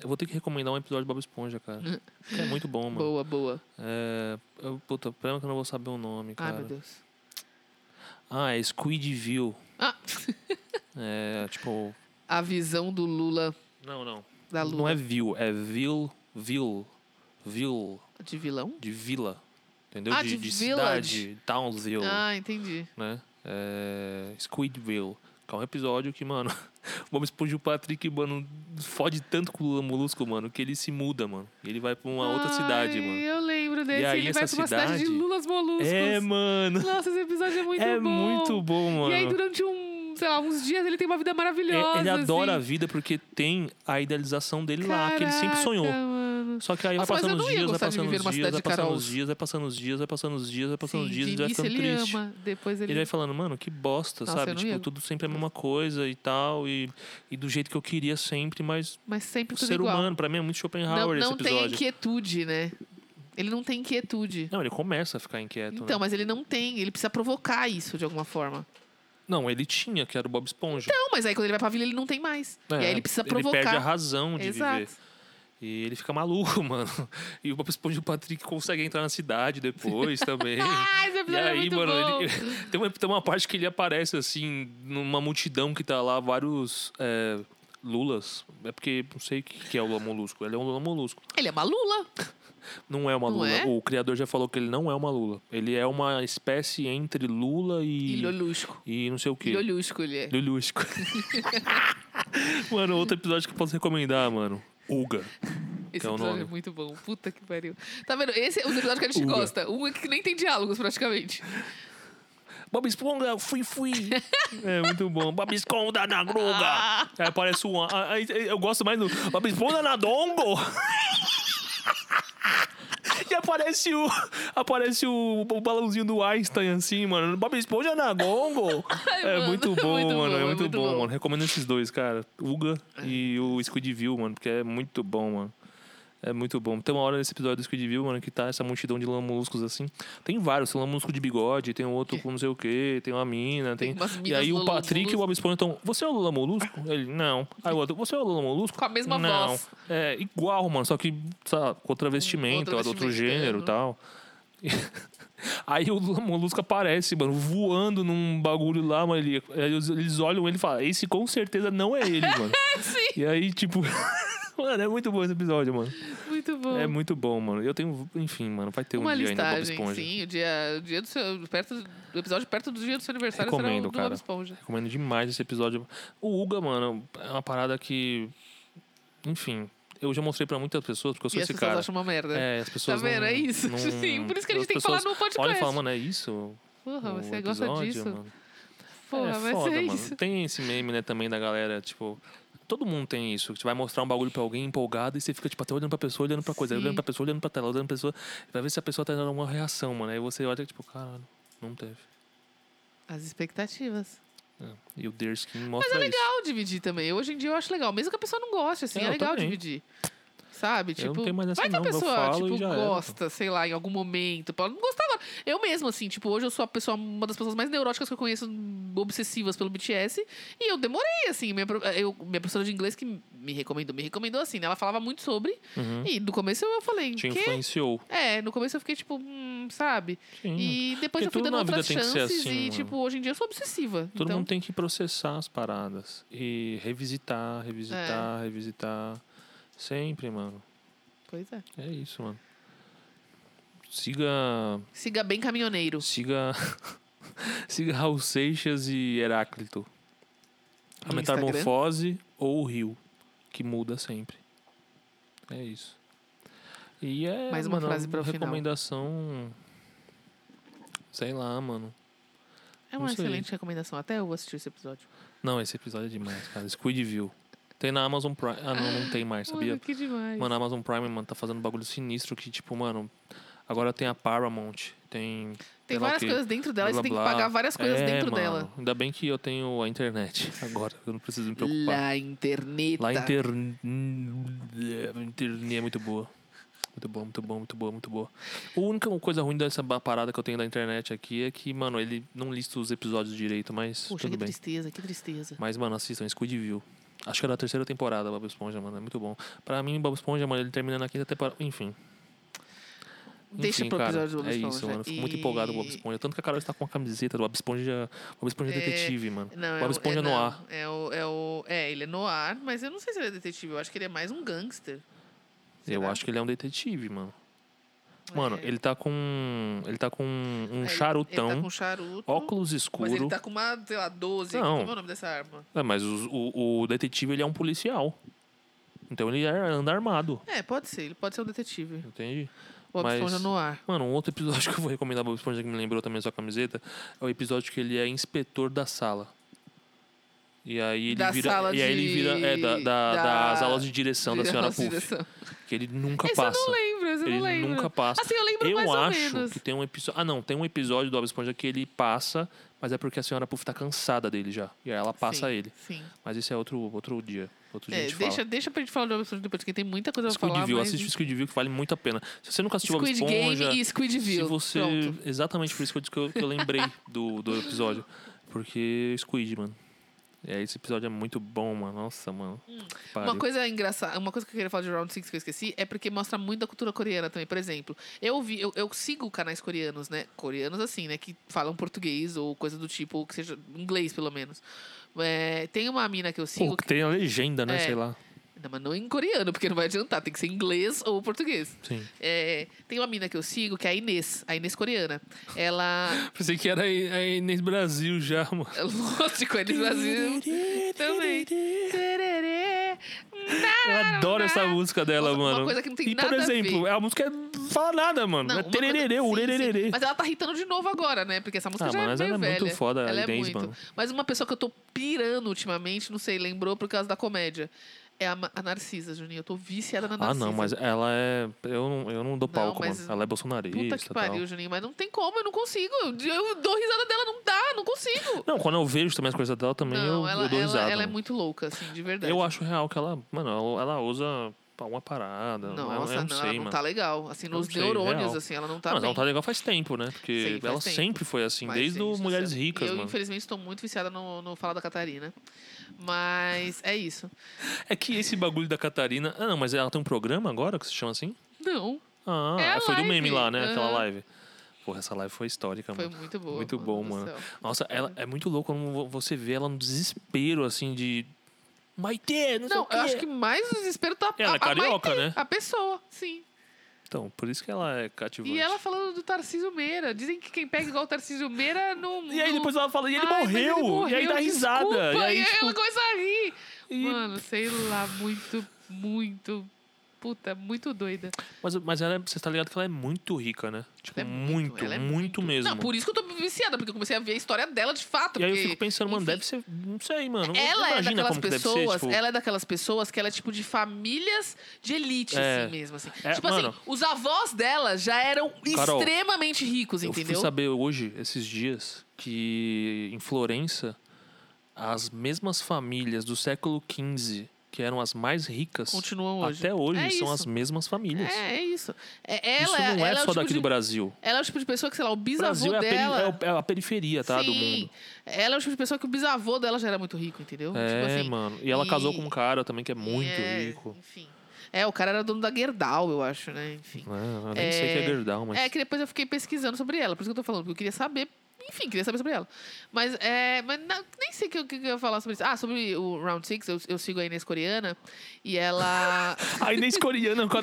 [SPEAKER 4] Eu vou ter que recomendar um episódio de Bob Esponja, cara. Que é muito bom, mano.
[SPEAKER 3] Boa, boa.
[SPEAKER 4] É. Eu, puta, pena que eu não vou saber o nome,
[SPEAKER 3] Ai, meu
[SPEAKER 4] cara.
[SPEAKER 3] Deus.
[SPEAKER 4] ah, é Squidville.
[SPEAKER 3] Ah,
[SPEAKER 4] É, tipo.
[SPEAKER 3] a visão do Lula,
[SPEAKER 4] Não, não.
[SPEAKER 3] da Lula.
[SPEAKER 4] Não é Ville, é Ville. Ville. Ville.
[SPEAKER 3] De vilão?
[SPEAKER 4] De vila. Entendeu?
[SPEAKER 3] Ah,
[SPEAKER 4] de,
[SPEAKER 3] de
[SPEAKER 4] cidade. Townsville.
[SPEAKER 3] Ah, entendi.
[SPEAKER 4] né? É, Squidville. Que é um episódio que, mano, vamos expor o Patrick, mano, fode tanto com o Lula Molusco, mano, que ele se muda, mano. Ele vai pra uma outra cidade,
[SPEAKER 3] Ai,
[SPEAKER 4] mano.
[SPEAKER 3] Eu lembro desse.
[SPEAKER 4] aí,
[SPEAKER 3] ele vai pra
[SPEAKER 4] essa
[SPEAKER 3] uma cidade, de
[SPEAKER 4] cidade-
[SPEAKER 3] Lulas Moluscos.
[SPEAKER 4] É, mano.
[SPEAKER 3] Nossa, esse episódio é muito
[SPEAKER 4] é
[SPEAKER 3] bom.
[SPEAKER 4] muito bom, mano.
[SPEAKER 3] E aí, durante um, sei lá, uns dias, ele tem uma vida maravilhosa.
[SPEAKER 4] É, ele adora a
[SPEAKER 3] assim.
[SPEAKER 4] vida porque tem a idealização dele lá, que ele sempre
[SPEAKER 3] Caraca,
[SPEAKER 4] sonhou.
[SPEAKER 3] mano.
[SPEAKER 4] Só que aí
[SPEAKER 3] Nossa,
[SPEAKER 4] vai
[SPEAKER 3] mas eu
[SPEAKER 4] passando os
[SPEAKER 3] não ia
[SPEAKER 4] dias, vai
[SPEAKER 3] gostar de
[SPEAKER 4] passando
[SPEAKER 3] viver
[SPEAKER 4] os
[SPEAKER 3] numa
[SPEAKER 4] dias,
[SPEAKER 3] cidade
[SPEAKER 4] vai
[SPEAKER 3] de
[SPEAKER 4] passando os
[SPEAKER 3] Carols.
[SPEAKER 4] dias, vai passando os dias, vai passando os dias, vai passando os
[SPEAKER 3] Sim,
[SPEAKER 4] dias,
[SPEAKER 3] de
[SPEAKER 4] ele vai
[SPEAKER 3] início
[SPEAKER 4] ficando
[SPEAKER 3] ele
[SPEAKER 4] triste.
[SPEAKER 3] ama, depois ele...
[SPEAKER 4] Ele vai falando, mano, que bosta,
[SPEAKER 3] Nossa, eu
[SPEAKER 4] sabe?
[SPEAKER 3] não
[SPEAKER 4] Tipo,
[SPEAKER 3] ia.
[SPEAKER 4] tudo sempre a mesma coisa e tal, e, e do jeito que eu queria sempre, mas
[SPEAKER 3] Mas sempre
[SPEAKER 4] o
[SPEAKER 3] É tudo
[SPEAKER 4] ser
[SPEAKER 3] igual.
[SPEAKER 4] humano, pra mim, é muito Schopenhauer
[SPEAKER 3] não
[SPEAKER 4] esse
[SPEAKER 3] não tem
[SPEAKER 4] episódio.
[SPEAKER 3] inquietude, né? Ele não tem inquietude.
[SPEAKER 4] Não, ele começa a ficar inquieto.
[SPEAKER 3] Então,
[SPEAKER 4] né?
[SPEAKER 3] mas ele não tem. Ele precisa provocar isso de alguma forma.
[SPEAKER 4] Não, ele tinha, que era o Bob Esponja.
[SPEAKER 3] Não, mas aí quando ele vai pra vila, ele não tem mais.
[SPEAKER 4] É,
[SPEAKER 3] e aí ele precisa provocar.
[SPEAKER 4] Ele perde a razão de
[SPEAKER 3] Exato.
[SPEAKER 4] viver. E ele fica maluco, mano. E o Bob Esponja e o Patrick conseguem entrar na cidade depois também.
[SPEAKER 3] Ah, esse
[SPEAKER 4] E
[SPEAKER 3] episódio é
[SPEAKER 4] aí,
[SPEAKER 3] muito
[SPEAKER 4] mano,
[SPEAKER 3] bom.
[SPEAKER 4] ele- tem, uma, tem uma parte que ele aparece assim, numa multidão que tá lá, vários é, Lulas. É porque não sei o que que é o Lula Molusco. Ele é um Lula Molusco.
[SPEAKER 3] Ele é uma lula.
[SPEAKER 4] Não é uma
[SPEAKER 3] Não
[SPEAKER 4] Lula.
[SPEAKER 3] é?
[SPEAKER 4] O criador já falou que ele não é uma Lula. Ele é uma espécie entre Lula e.
[SPEAKER 3] Ilholusco.
[SPEAKER 4] E não sei o quê.
[SPEAKER 3] Ilholusco é ele é.
[SPEAKER 4] Lulusco. mano, outro episódio que eu posso recomendar, mano. Uga.
[SPEAKER 3] Esse
[SPEAKER 4] é o
[SPEAKER 3] episódio é
[SPEAKER 4] nome.
[SPEAKER 3] muito bom. Puta que pariu. Tá vendo? Esse é o episódio que a gente
[SPEAKER 4] Uga.
[SPEAKER 3] gosta. Um que nem tem diálogos, praticamente.
[SPEAKER 4] Bob Esponja, fui, fui. é muito bom. Bob Esponja na gruga. Aí aparece um. Aí, aí eu gosto mais do. Bob Esponja na dongo. E aparece o, aparece o, o balãozinho do Einstein, assim, mano. Bob Esponja na Gongo. é
[SPEAKER 3] mano,
[SPEAKER 4] muito bom,
[SPEAKER 3] muito
[SPEAKER 4] mano.
[SPEAKER 3] bom,
[SPEAKER 4] é muito, bom,
[SPEAKER 3] bom.
[SPEAKER 4] mano. Recomendo esses dois, cara. Uga e o Squidville, mano. Porque é muito bom, mano. É muito bom. Tem uma hora nesse episódio do Squidville, mano, que tá essa multidão de lamuscos, assim. Tem vários. Tem um lamusco de bigode, tem um outro com não sei o quê, tem uma mina, tem...
[SPEAKER 3] Tem umas
[SPEAKER 4] e
[SPEAKER 3] minas
[SPEAKER 4] aí o
[SPEAKER 3] lula-
[SPEAKER 4] Patrick e o Bob Esponja estão... Você é o Lula Molusco? Ele, não. Aí o outro, você é o Lula Molusco?
[SPEAKER 3] Com a mesma
[SPEAKER 4] não.
[SPEAKER 3] voz.
[SPEAKER 4] É igual, mano. Só que, sei lá, com outra vestimenta,
[SPEAKER 3] Outra
[SPEAKER 4] de outro
[SPEAKER 3] vestimenta, é,
[SPEAKER 4] gênero e
[SPEAKER 3] não-
[SPEAKER 4] tal. Aí o Lula Molusco aparece, mano, voando num bagulho lá, mano. Ele, eles, eles olham ele e falam, esse com certeza não é ele, mano.
[SPEAKER 3] Sim,
[SPEAKER 4] e aí, tipo. Mano, é muito bom esse episódio, mano.
[SPEAKER 3] muito bom.
[SPEAKER 4] É muito bom, mano. Eu tenho. Enfim, mano, vai ter um
[SPEAKER 3] Uma
[SPEAKER 4] dia ainda Bob
[SPEAKER 3] listagem,
[SPEAKER 4] Esponja.
[SPEAKER 3] sim. O dia, o dia do seu. Perto, do- o episódio perto do dia do seu aniversário será
[SPEAKER 4] Recomendo,
[SPEAKER 3] o do Bob
[SPEAKER 4] cara.
[SPEAKER 3] Esponja.
[SPEAKER 4] Recomendo demais esse episódio. O Uga, mano, é uma parada que. Enfim, eu já mostrei pra muitas pessoas, porque eu sou
[SPEAKER 3] e as
[SPEAKER 4] esse
[SPEAKER 3] pessoas
[SPEAKER 4] cara.
[SPEAKER 3] acham uma merda.
[SPEAKER 4] É, as pessoas.
[SPEAKER 3] vendo?
[SPEAKER 4] não-
[SPEAKER 3] É isso.
[SPEAKER 4] não-
[SPEAKER 3] Sim, por isso que a gente
[SPEAKER 4] as
[SPEAKER 3] tem que falar
[SPEAKER 4] pessoas
[SPEAKER 3] no podcast.
[SPEAKER 4] Olha e fala, mano, é isso?
[SPEAKER 3] Porra,
[SPEAKER 4] O
[SPEAKER 3] você gosta
[SPEAKER 4] episódio,
[SPEAKER 3] disso?
[SPEAKER 4] Mano.
[SPEAKER 3] Porra,
[SPEAKER 4] é
[SPEAKER 3] vai
[SPEAKER 4] foda,
[SPEAKER 3] ser
[SPEAKER 4] mano.
[SPEAKER 3] isso.
[SPEAKER 4] Tem esse meme, né, também da galera, tipo. Todo mundo tem isso. que Você vai mostrar um bagulho pra alguém empolgado e você fica, tipo, até olhando pra pessoa, olhando pra coisa,
[SPEAKER 3] Sim.
[SPEAKER 4] olhando pra pessoa, olhando pra tela, olhando pra pessoa. Vai ver se a pessoa tá dando alguma reação, mano. Aí você olha, tipo, caralho, não teve.
[SPEAKER 3] As expectativas.
[SPEAKER 4] É. E o Derskin mostra
[SPEAKER 3] Mas é
[SPEAKER 4] isso.
[SPEAKER 3] legal dividir também. Hoje em dia eu acho legal. Mesmo que a pessoa não goste, assim,
[SPEAKER 4] É,
[SPEAKER 3] é
[SPEAKER 4] eu
[SPEAKER 3] legal
[SPEAKER 4] também.
[SPEAKER 3] dividir. Sabe?
[SPEAKER 4] Eu não
[SPEAKER 3] Tipo,
[SPEAKER 4] tenho mais essa
[SPEAKER 3] vai que a
[SPEAKER 4] não, eu
[SPEAKER 3] pessoa,
[SPEAKER 4] falo e
[SPEAKER 3] tipo,
[SPEAKER 4] já era,
[SPEAKER 3] gosta, sei lá, em algum momento. Pode não gostar agora. Eu mesma, assim, tipo, hoje eu sou a pessoa, uma das pessoas mais neuróticas que eu conheço, obsessivas pelo BTS. E eu demorei, assim. Minha, pro- eu, minha professora de inglês que me recomendou, me recomendou assim, né? Ela falava muito sobre.
[SPEAKER 4] Uhum.
[SPEAKER 3] E no começo eu falei,
[SPEAKER 4] Te
[SPEAKER 3] que?
[SPEAKER 4] influenciou.
[SPEAKER 3] É, no começo eu fiquei, tipo, hum, sabe?
[SPEAKER 4] Sim.
[SPEAKER 3] E depois
[SPEAKER 4] Porque
[SPEAKER 3] eu fui
[SPEAKER 4] tudo
[SPEAKER 3] dando
[SPEAKER 4] na vida
[SPEAKER 3] outras
[SPEAKER 4] tem que ser
[SPEAKER 3] chances.
[SPEAKER 4] assim,
[SPEAKER 3] e,
[SPEAKER 4] mano.
[SPEAKER 3] tipo, hoje em dia eu sou obsessiva.
[SPEAKER 4] Todo
[SPEAKER 3] então,
[SPEAKER 4] mundo tem que processar as paradas. E revisitar,
[SPEAKER 3] É.
[SPEAKER 4] revisitar, revisitar. Sempre, mano.
[SPEAKER 3] Pois é.
[SPEAKER 4] É isso, mano. Siga.
[SPEAKER 3] Siga bem caminhoneiro.
[SPEAKER 4] Siga. siga Raul Seixas e Heráclito. A
[SPEAKER 3] No
[SPEAKER 4] metamorfose ou o rio, que muda sempre. É isso. E é
[SPEAKER 3] Mais uma
[SPEAKER 4] mano,
[SPEAKER 3] frase pra o final.
[SPEAKER 4] recomendação. Sei lá, mano.
[SPEAKER 3] É uma
[SPEAKER 4] Isso aí.
[SPEAKER 3] excelente recomendação. Até eu vou assistir esse episódio.
[SPEAKER 4] Não, esse episódio é demais, cara. Squidville. Tem na Amazon Prime. Ah, não, não tem mais, sabia?
[SPEAKER 3] Mano, que demais.
[SPEAKER 4] Mano, a Amazon Prime, mano, tá fazendo um bagulho sinistro que, tipo, mano. Agora tem a Paramount. Tem. sei
[SPEAKER 3] tem
[SPEAKER 4] lá o
[SPEAKER 3] várias
[SPEAKER 4] quê.
[SPEAKER 3] coisas dentro dela
[SPEAKER 4] blá,
[SPEAKER 3] e você tem que
[SPEAKER 4] blá.
[SPEAKER 3] pagar várias coisas
[SPEAKER 4] É,
[SPEAKER 3] dentro
[SPEAKER 4] mano.
[SPEAKER 3] dela.
[SPEAKER 4] Ainda bem que eu tenho a internet agora. Eu não preciso me preocupar.
[SPEAKER 3] La internet.
[SPEAKER 4] Lá a inter... internet é muito boa. Muito boa, muito boa, muito boa, muito boa. A única coisa ruim dessa ba- parada que eu tenho da internet aqui é que, mano, ele não lista os episódios direito, mas
[SPEAKER 3] Poxa,
[SPEAKER 4] tudo
[SPEAKER 3] que
[SPEAKER 4] bem.
[SPEAKER 3] tristeza, que tristeza.
[SPEAKER 4] Mas, mano, assistam, Squidville. Acho que era a terceira temporada, Bob Esponja, mano. É muito bom. Pra mim, Bob Esponja, mano, ele termina na quinta temporada. Enfim.
[SPEAKER 3] Deixa
[SPEAKER 4] Enfim,
[SPEAKER 3] pro
[SPEAKER 4] cara,
[SPEAKER 3] episódio do Bob
[SPEAKER 4] É isso,
[SPEAKER 3] Esponja.
[SPEAKER 4] mano. Eu Fico muito
[SPEAKER 3] E-
[SPEAKER 4] empolgado com o Bob Esponja. Tanto que a Carol está com a camiseta do Bob Esponja, Bob Esponja
[SPEAKER 3] É,
[SPEAKER 4] Detetive, mano.
[SPEAKER 3] Não,
[SPEAKER 4] Bob
[SPEAKER 3] é o-
[SPEAKER 4] Esponja
[SPEAKER 3] é,
[SPEAKER 4] no
[SPEAKER 3] não,
[SPEAKER 4] ar.
[SPEAKER 3] É, o, é, o, é, ele é no ar, mas eu não sei se ele é detetive. Eu acho que ele é mais um gangster.
[SPEAKER 4] Eu
[SPEAKER 3] Será?
[SPEAKER 4] acho que ele é um detetive, mano. Mano,
[SPEAKER 3] É.
[SPEAKER 4] ele tá com. Ele tá com
[SPEAKER 3] É,
[SPEAKER 4] um
[SPEAKER 3] ele-
[SPEAKER 4] charutão,
[SPEAKER 3] Ele tá com charuto.
[SPEAKER 4] óculos
[SPEAKER 3] Mas
[SPEAKER 4] escuro.
[SPEAKER 3] ele tá com uma, sei lá, 12.
[SPEAKER 4] Não.
[SPEAKER 3] Como é o nome dessa arma?
[SPEAKER 4] É, mas os- o, o detetive, ele é um policial. Então ele é- anda armado,
[SPEAKER 3] É, pode ser. Ele pode ser um detetive.
[SPEAKER 4] entende?
[SPEAKER 3] Bob
[SPEAKER 4] Mas-
[SPEAKER 3] Esponja no ar.
[SPEAKER 4] Mano, um outro episódio que eu vou recomendar Bob Esponja é que me lembrou também sua camiseta é o episódio que ele é inspetor da sala. E aí ele
[SPEAKER 3] Da
[SPEAKER 4] vira.
[SPEAKER 3] sala
[SPEAKER 4] e aí ele
[SPEAKER 3] de-
[SPEAKER 4] vira. É, da, da-
[SPEAKER 3] da-
[SPEAKER 4] das aulas de direção
[SPEAKER 3] Vira
[SPEAKER 4] da senhora
[SPEAKER 3] nossa
[SPEAKER 4] Puff.
[SPEAKER 3] direção.
[SPEAKER 4] Que ele nunca
[SPEAKER 3] Esse
[SPEAKER 4] passa.
[SPEAKER 3] eu não lembro, esse eu
[SPEAKER 4] ele
[SPEAKER 3] não lembro.
[SPEAKER 4] nunca passa.
[SPEAKER 3] Assim, eu lembro mais
[SPEAKER 4] eu
[SPEAKER 3] ou
[SPEAKER 4] acho
[SPEAKER 3] menos.
[SPEAKER 4] que tem um episódio. Ah, não, tem um episódio do Bob Esponja que ele passa, mas é porque a senhora Puff tá cansada dele já. E aí ela passa
[SPEAKER 3] Sim,
[SPEAKER 4] ele.
[SPEAKER 3] Sim.
[SPEAKER 4] Mas esse é outro, outro dia. Outro dia a
[SPEAKER 3] É,
[SPEAKER 4] gente
[SPEAKER 3] deixa,
[SPEAKER 4] fala.
[SPEAKER 3] deixa pra gente falar de Bob Esponja depois, porque tem muita coisa pra falar.
[SPEAKER 4] Squidville,
[SPEAKER 3] mas-
[SPEAKER 4] assiste o Squidville que vale muito a pena. Se você nunca assistiu Bob
[SPEAKER 3] Squid
[SPEAKER 4] Esponja,
[SPEAKER 3] Game e Squidville.
[SPEAKER 4] se você.
[SPEAKER 3] Pronto.
[SPEAKER 4] Exatamente por isso que eu, que eu lembrei do, do episódio. Porque Squid, mano. É, esse episódio é muito bom, mano. Nossa, mano. Pariu.
[SPEAKER 3] Hum. Uma coisa engraçada, uma coisa que eu queria falar de Round Six que eu esqueci é porque mostra muito da cultura coreana também. Por exemplo, eu vi, eu, eu sigo canais coreanos, né? Coreanos assim, né? Que falam português ou coisa do tipo, ou que seja inglês pelo menos. É, tem uma mina que eu sigo.
[SPEAKER 4] Pô, que tem a legenda, né?
[SPEAKER 3] É.
[SPEAKER 4] Sei lá.
[SPEAKER 3] Não, mas não em coreano, porque não vai adiantar, tem que ser em inglês ou português.
[SPEAKER 4] Sim.
[SPEAKER 3] É, tem uma mina que eu sigo, que é a Inês, a Inês coreana. Ela.
[SPEAKER 4] Pensei que era a a Inês Brasil já, mano.
[SPEAKER 3] Lógico, a Inês Brasil também. Tererê.
[SPEAKER 4] Eu adoro essa música dela,
[SPEAKER 3] Uma- uma
[SPEAKER 4] mano.
[SPEAKER 3] coisa que não tem
[SPEAKER 4] e, por
[SPEAKER 3] nada a
[SPEAKER 4] exemplo,
[SPEAKER 3] ver.
[SPEAKER 4] a música não fala nada, mano.
[SPEAKER 3] Não,
[SPEAKER 4] é
[SPEAKER 3] uma coisa- assim,
[SPEAKER 4] tererê,
[SPEAKER 3] sim, sim.
[SPEAKER 4] urererê.
[SPEAKER 3] Mas ela tá irritando de novo agora, né? Porque essa música
[SPEAKER 4] Ah,
[SPEAKER 3] já
[SPEAKER 4] mas
[SPEAKER 3] é
[SPEAKER 4] ela
[SPEAKER 3] meio
[SPEAKER 4] é muito
[SPEAKER 3] velha.
[SPEAKER 4] foda, a
[SPEAKER 3] ela é
[SPEAKER 4] Inês,
[SPEAKER 3] muito.
[SPEAKER 4] mano.
[SPEAKER 3] Mas uma pessoa que eu tô pirando ultimamente, não sei, lembrou por causa da comédia. É a, Ma- a Narcisa, Juninho. Eu tô viciada na
[SPEAKER 4] Ah,
[SPEAKER 3] Narcisa.
[SPEAKER 4] não, mas ela é. Eu não, eu não dou
[SPEAKER 3] assim, Não,
[SPEAKER 4] palco,
[SPEAKER 3] mas-
[SPEAKER 4] mano. Ela é bolsonarista
[SPEAKER 3] Puta
[SPEAKER 4] e
[SPEAKER 3] que
[SPEAKER 4] tal.
[SPEAKER 3] pariu, Juninho. Mas não tem como, eu não consigo. Eu, eu dou risada dela, não dá, não consigo.
[SPEAKER 4] Não, quando eu vejo também as coisas dela, também
[SPEAKER 3] não,
[SPEAKER 4] eu,
[SPEAKER 3] ela,
[SPEAKER 4] eu dou
[SPEAKER 3] ela-
[SPEAKER 4] risada.
[SPEAKER 3] ela é
[SPEAKER 4] mano.
[SPEAKER 3] muito louca, assim, de verdade.
[SPEAKER 4] Eu acho real que ela. Mano, ela, ela usa alguma parada. eu-
[SPEAKER 3] Nossa,
[SPEAKER 4] eu não,
[SPEAKER 3] não,
[SPEAKER 4] sei,
[SPEAKER 3] ela não
[SPEAKER 4] mano.
[SPEAKER 3] tá legal. Assim, nos
[SPEAKER 4] não sei,
[SPEAKER 3] neurônios,
[SPEAKER 4] real.
[SPEAKER 3] assim, ela não tá
[SPEAKER 4] Não, mas
[SPEAKER 3] bem.
[SPEAKER 4] ela tá legal faz tempo, né? Porque
[SPEAKER 3] Sim, faz
[SPEAKER 4] ela
[SPEAKER 3] tempo.
[SPEAKER 4] sempre foi assim,
[SPEAKER 3] Mas,
[SPEAKER 4] desde
[SPEAKER 3] gente
[SPEAKER 4] o
[SPEAKER 3] do
[SPEAKER 4] Mulheres
[SPEAKER 3] céu.
[SPEAKER 4] Ricas,
[SPEAKER 3] eu,
[SPEAKER 4] mano.
[SPEAKER 3] infelizmente, estou muito viciada no, no Fala da Catarina. Mas é isso.
[SPEAKER 4] É que esse bagulho da Catarina. Ah, não, mas ela tem um programa agora que se chama assim?
[SPEAKER 3] Não,
[SPEAKER 4] Ah,
[SPEAKER 3] É a
[SPEAKER 4] foi do
[SPEAKER 3] live.
[SPEAKER 4] meme lá, né? Aquela
[SPEAKER 3] Aham.
[SPEAKER 4] live. Porra, essa live foi histórica,
[SPEAKER 3] foi
[SPEAKER 4] mano.
[SPEAKER 3] muito boa.
[SPEAKER 4] Muito
[SPEAKER 3] meu
[SPEAKER 4] bom,
[SPEAKER 3] Deus do
[SPEAKER 4] mano.
[SPEAKER 3] céu.
[SPEAKER 4] Nossa, ela é muito louco como vo- você vê ela no desespero, assim, de. Maitê, não, sei
[SPEAKER 3] Não,
[SPEAKER 4] o quê.
[SPEAKER 3] eu acho que mais o desespero tá
[SPEAKER 4] Ela
[SPEAKER 3] a,
[SPEAKER 4] é carioca, né?
[SPEAKER 3] a pessoa, sim.
[SPEAKER 4] Então, por isso que ela é cativante.
[SPEAKER 3] E ela falando do Tarcísio Meira. Dizem que quem pega igual o Tarcísio Meira não.
[SPEAKER 4] E aí
[SPEAKER 3] não-
[SPEAKER 4] depois ela fala, e ele,
[SPEAKER 3] Ai, mas
[SPEAKER 4] morreu, E aí
[SPEAKER 3] morreu,
[SPEAKER 4] dá risada.
[SPEAKER 3] desculpa.
[SPEAKER 4] E aí, tipo,
[SPEAKER 3] ela começa a rir.
[SPEAKER 4] e-
[SPEAKER 3] Mano, sei lá, muito, muito. Puta, muito doida.
[SPEAKER 4] Mas, mas ela é, você tá ligado que ela é muito rica, né? Tipo,
[SPEAKER 3] Ela é
[SPEAKER 4] muito, muito,
[SPEAKER 3] ela é
[SPEAKER 4] mesmo.
[SPEAKER 3] Não, por isso que eu tô viciada, porque eu comecei a ver a história dela de fato.
[SPEAKER 4] E aí eu
[SPEAKER 3] porque,
[SPEAKER 4] fico pensando, mano,
[SPEAKER 3] enfim.
[SPEAKER 4] deve ser. Não sei, mano.
[SPEAKER 3] Ela é
[SPEAKER 4] Imagina
[SPEAKER 3] daquelas
[SPEAKER 4] como que deve
[SPEAKER 3] pessoas,
[SPEAKER 4] ser. Tipo,
[SPEAKER 3] ela é daquelas pessoas que ela é tipo de famílias de elite,
[SPEAKER 4] É.
[SPEAKER 3] assim mesmo. Assim.
[SPEAKER 4] É,
[SPEAKER 3] tipo
[SPEAKER 4] mano.
[SPEAKER 3] assim, os avós dela já eram
[SPEAKER 4] Carol,
[SPEAKER 3] extremamente ricos,
[SPEAKER 4] eu
[SPEAKER 3] entendeu?
[SPEAKER 4] fui saber hoje, esses dias, que em Florença, as mesmas famílias do século XV, que eram as mais ricas,
[SPEAKER 3] Continuam hoje.
[SPEAKER 4] até hoje
[SPEAKER 3] É
[SPEAKER 4] são
[SPEAKER 3] isso.
[SPEAKER 4] as mesmas famílias.
[SPEAKER 3] É, é isso. É,
[SPEAKER 4] Isso
[SPEAKER 3] ela,
[SPEAKER 4] não é
[SPEAKER 3] ela
[SPEAKER 4] só
[SPEAKER 3] o tipo
[SPEAKER 4] daqui
[SPEAKER 3] de,
[SPEAKER 4] do Brasil.
[SPEAKER 3] Ela é o tipo de pessoa que, sei lá, o
[SPEAKER 4] O
[SPEAKER 3] bisavô
[SPEAKER 4] Brasil é a, peri-
[SPEAKER 3] dela.
[SPEAKER 4] é o- é a periferia, tá? Do mundo.
[SPEAKER 3] Sim. Ela é o tipo de pessoa que o bisavô dela já era muito rico, entendeu?
[SPEAKER 4] É,
[SPEAKER 3] tipo assim,
[SPEAKER 4] mano. E ela
[SPEAKER 3] e-
[SPEAKER 4] casou com um cara também que é muito
[SPEAKER 3] é,
[SPEAKER 4] rico.
[SPEAKER 3] Enfim. É, o cara era dono da Gerdau, eu acho, né? Enfim.
[SPEAKER 4] Ah, eu nem sei que é
[SPEAKER 3] É,
[SPEAKER 4] Gerdau, mas.
[SPEAKER 3] É que depois eu fiquei pesquisando sobre ela, por isso que eu tô falando, porque eu queria saber. Enfim, queria saber sobre ela. Mas, é, mas não- nem sei o que, o que eu ia falar sobre isso. Ah, sobre o Round Six, eu, eu sigo a Inês Coreana. E ela.
[SPEAKER 4] A Inês Coreana com a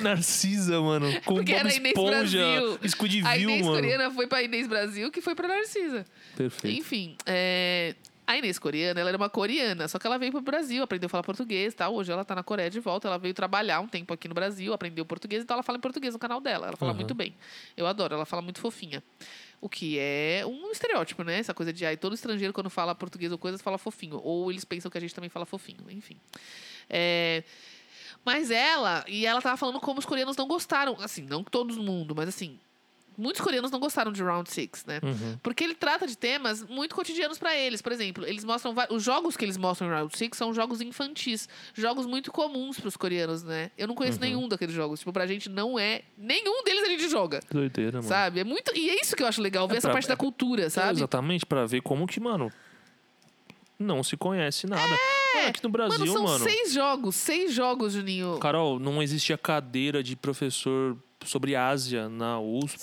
[SPEAKER 4] Narcisa, mano. Com
[SPEAKER 3] Porque
[SPEAKER 4] Bob
[SPEAKER 3] era Inês
[SPEAKER 4] Esponja,
[SPEAKER 3] Brasil. a
[SPEAKER 4] Scudiville,
[SPEAKER 3] Inês
[SPEAKER 4] mano.
[SPEAKER 3] Coreana foi pra Inês Brasil, que foi pra Narcisa.
[SPEAKER 4] Perfeito.
[SPEAKER 3] Enfim, é, a Inês coreana, ela era uma coreana, só que ela veio pro Brasil, aprendeu a falar português e tal. Hoje ela tá na Coreia de volta, ela veio trabalhar um tempo aqui no Brasil, aprendeu português, então ela fala em português no canal dela. Ela fala
[SPEAKER 4] Aham.
[SPEAKER 3] muito bem. Eu adoro, ela fala muito fofinha. O que é um estereótipo, né? Essa coisa de ai, todo estrangeiro quando fala português ou coisa fala fofinho. Ou eles pensam que a gente também fala fofinho, enfim. É, Mas ela, e ela tava falando como os coreanos não gostaram, assim, não todo mundo, mas assim, muitos coreanos não gostaram de Round Six, né?
[SPEAKER 4] Uhum.
[SPEAKER 3] Porque ele trata de temas muito cotidianos pra eles. Por exemplo, eles mostram va- os jogos que eles mostram em Round Six são jogos infantis, jogos muito comuns pros coreanos, né? Eu não
[SPEAKER 4] Uhum.
[SPEAKER 3] conheço nenhum daqueles jogos. Tipo, pra gente não é. Nenhum deles a gente joga.
[SPEAKER 4] Que Doideira, mano.
[SPEAKER 3] Sabe? É muito. E é isso que eu acho legal, ver
[SPEAKER 4] Tá É
[SPEAKER 3] essa
[SPEAKER 4] pra-
[SPEAKER 3] parte da cultura, sabe?
[SPEAKER 4] Exatamente, pra ver como que, mano, não se conhece nada. Ah, aqui no Brasil,
[SPEAKER 3] É! mano,
[SPEAKER 4] mano.
[SPEAKER 3] são seis jogos, seis jogos, Juninho.
[SPEAKER 4] Carol, não existia cadeira de professor sobre Ásia na USP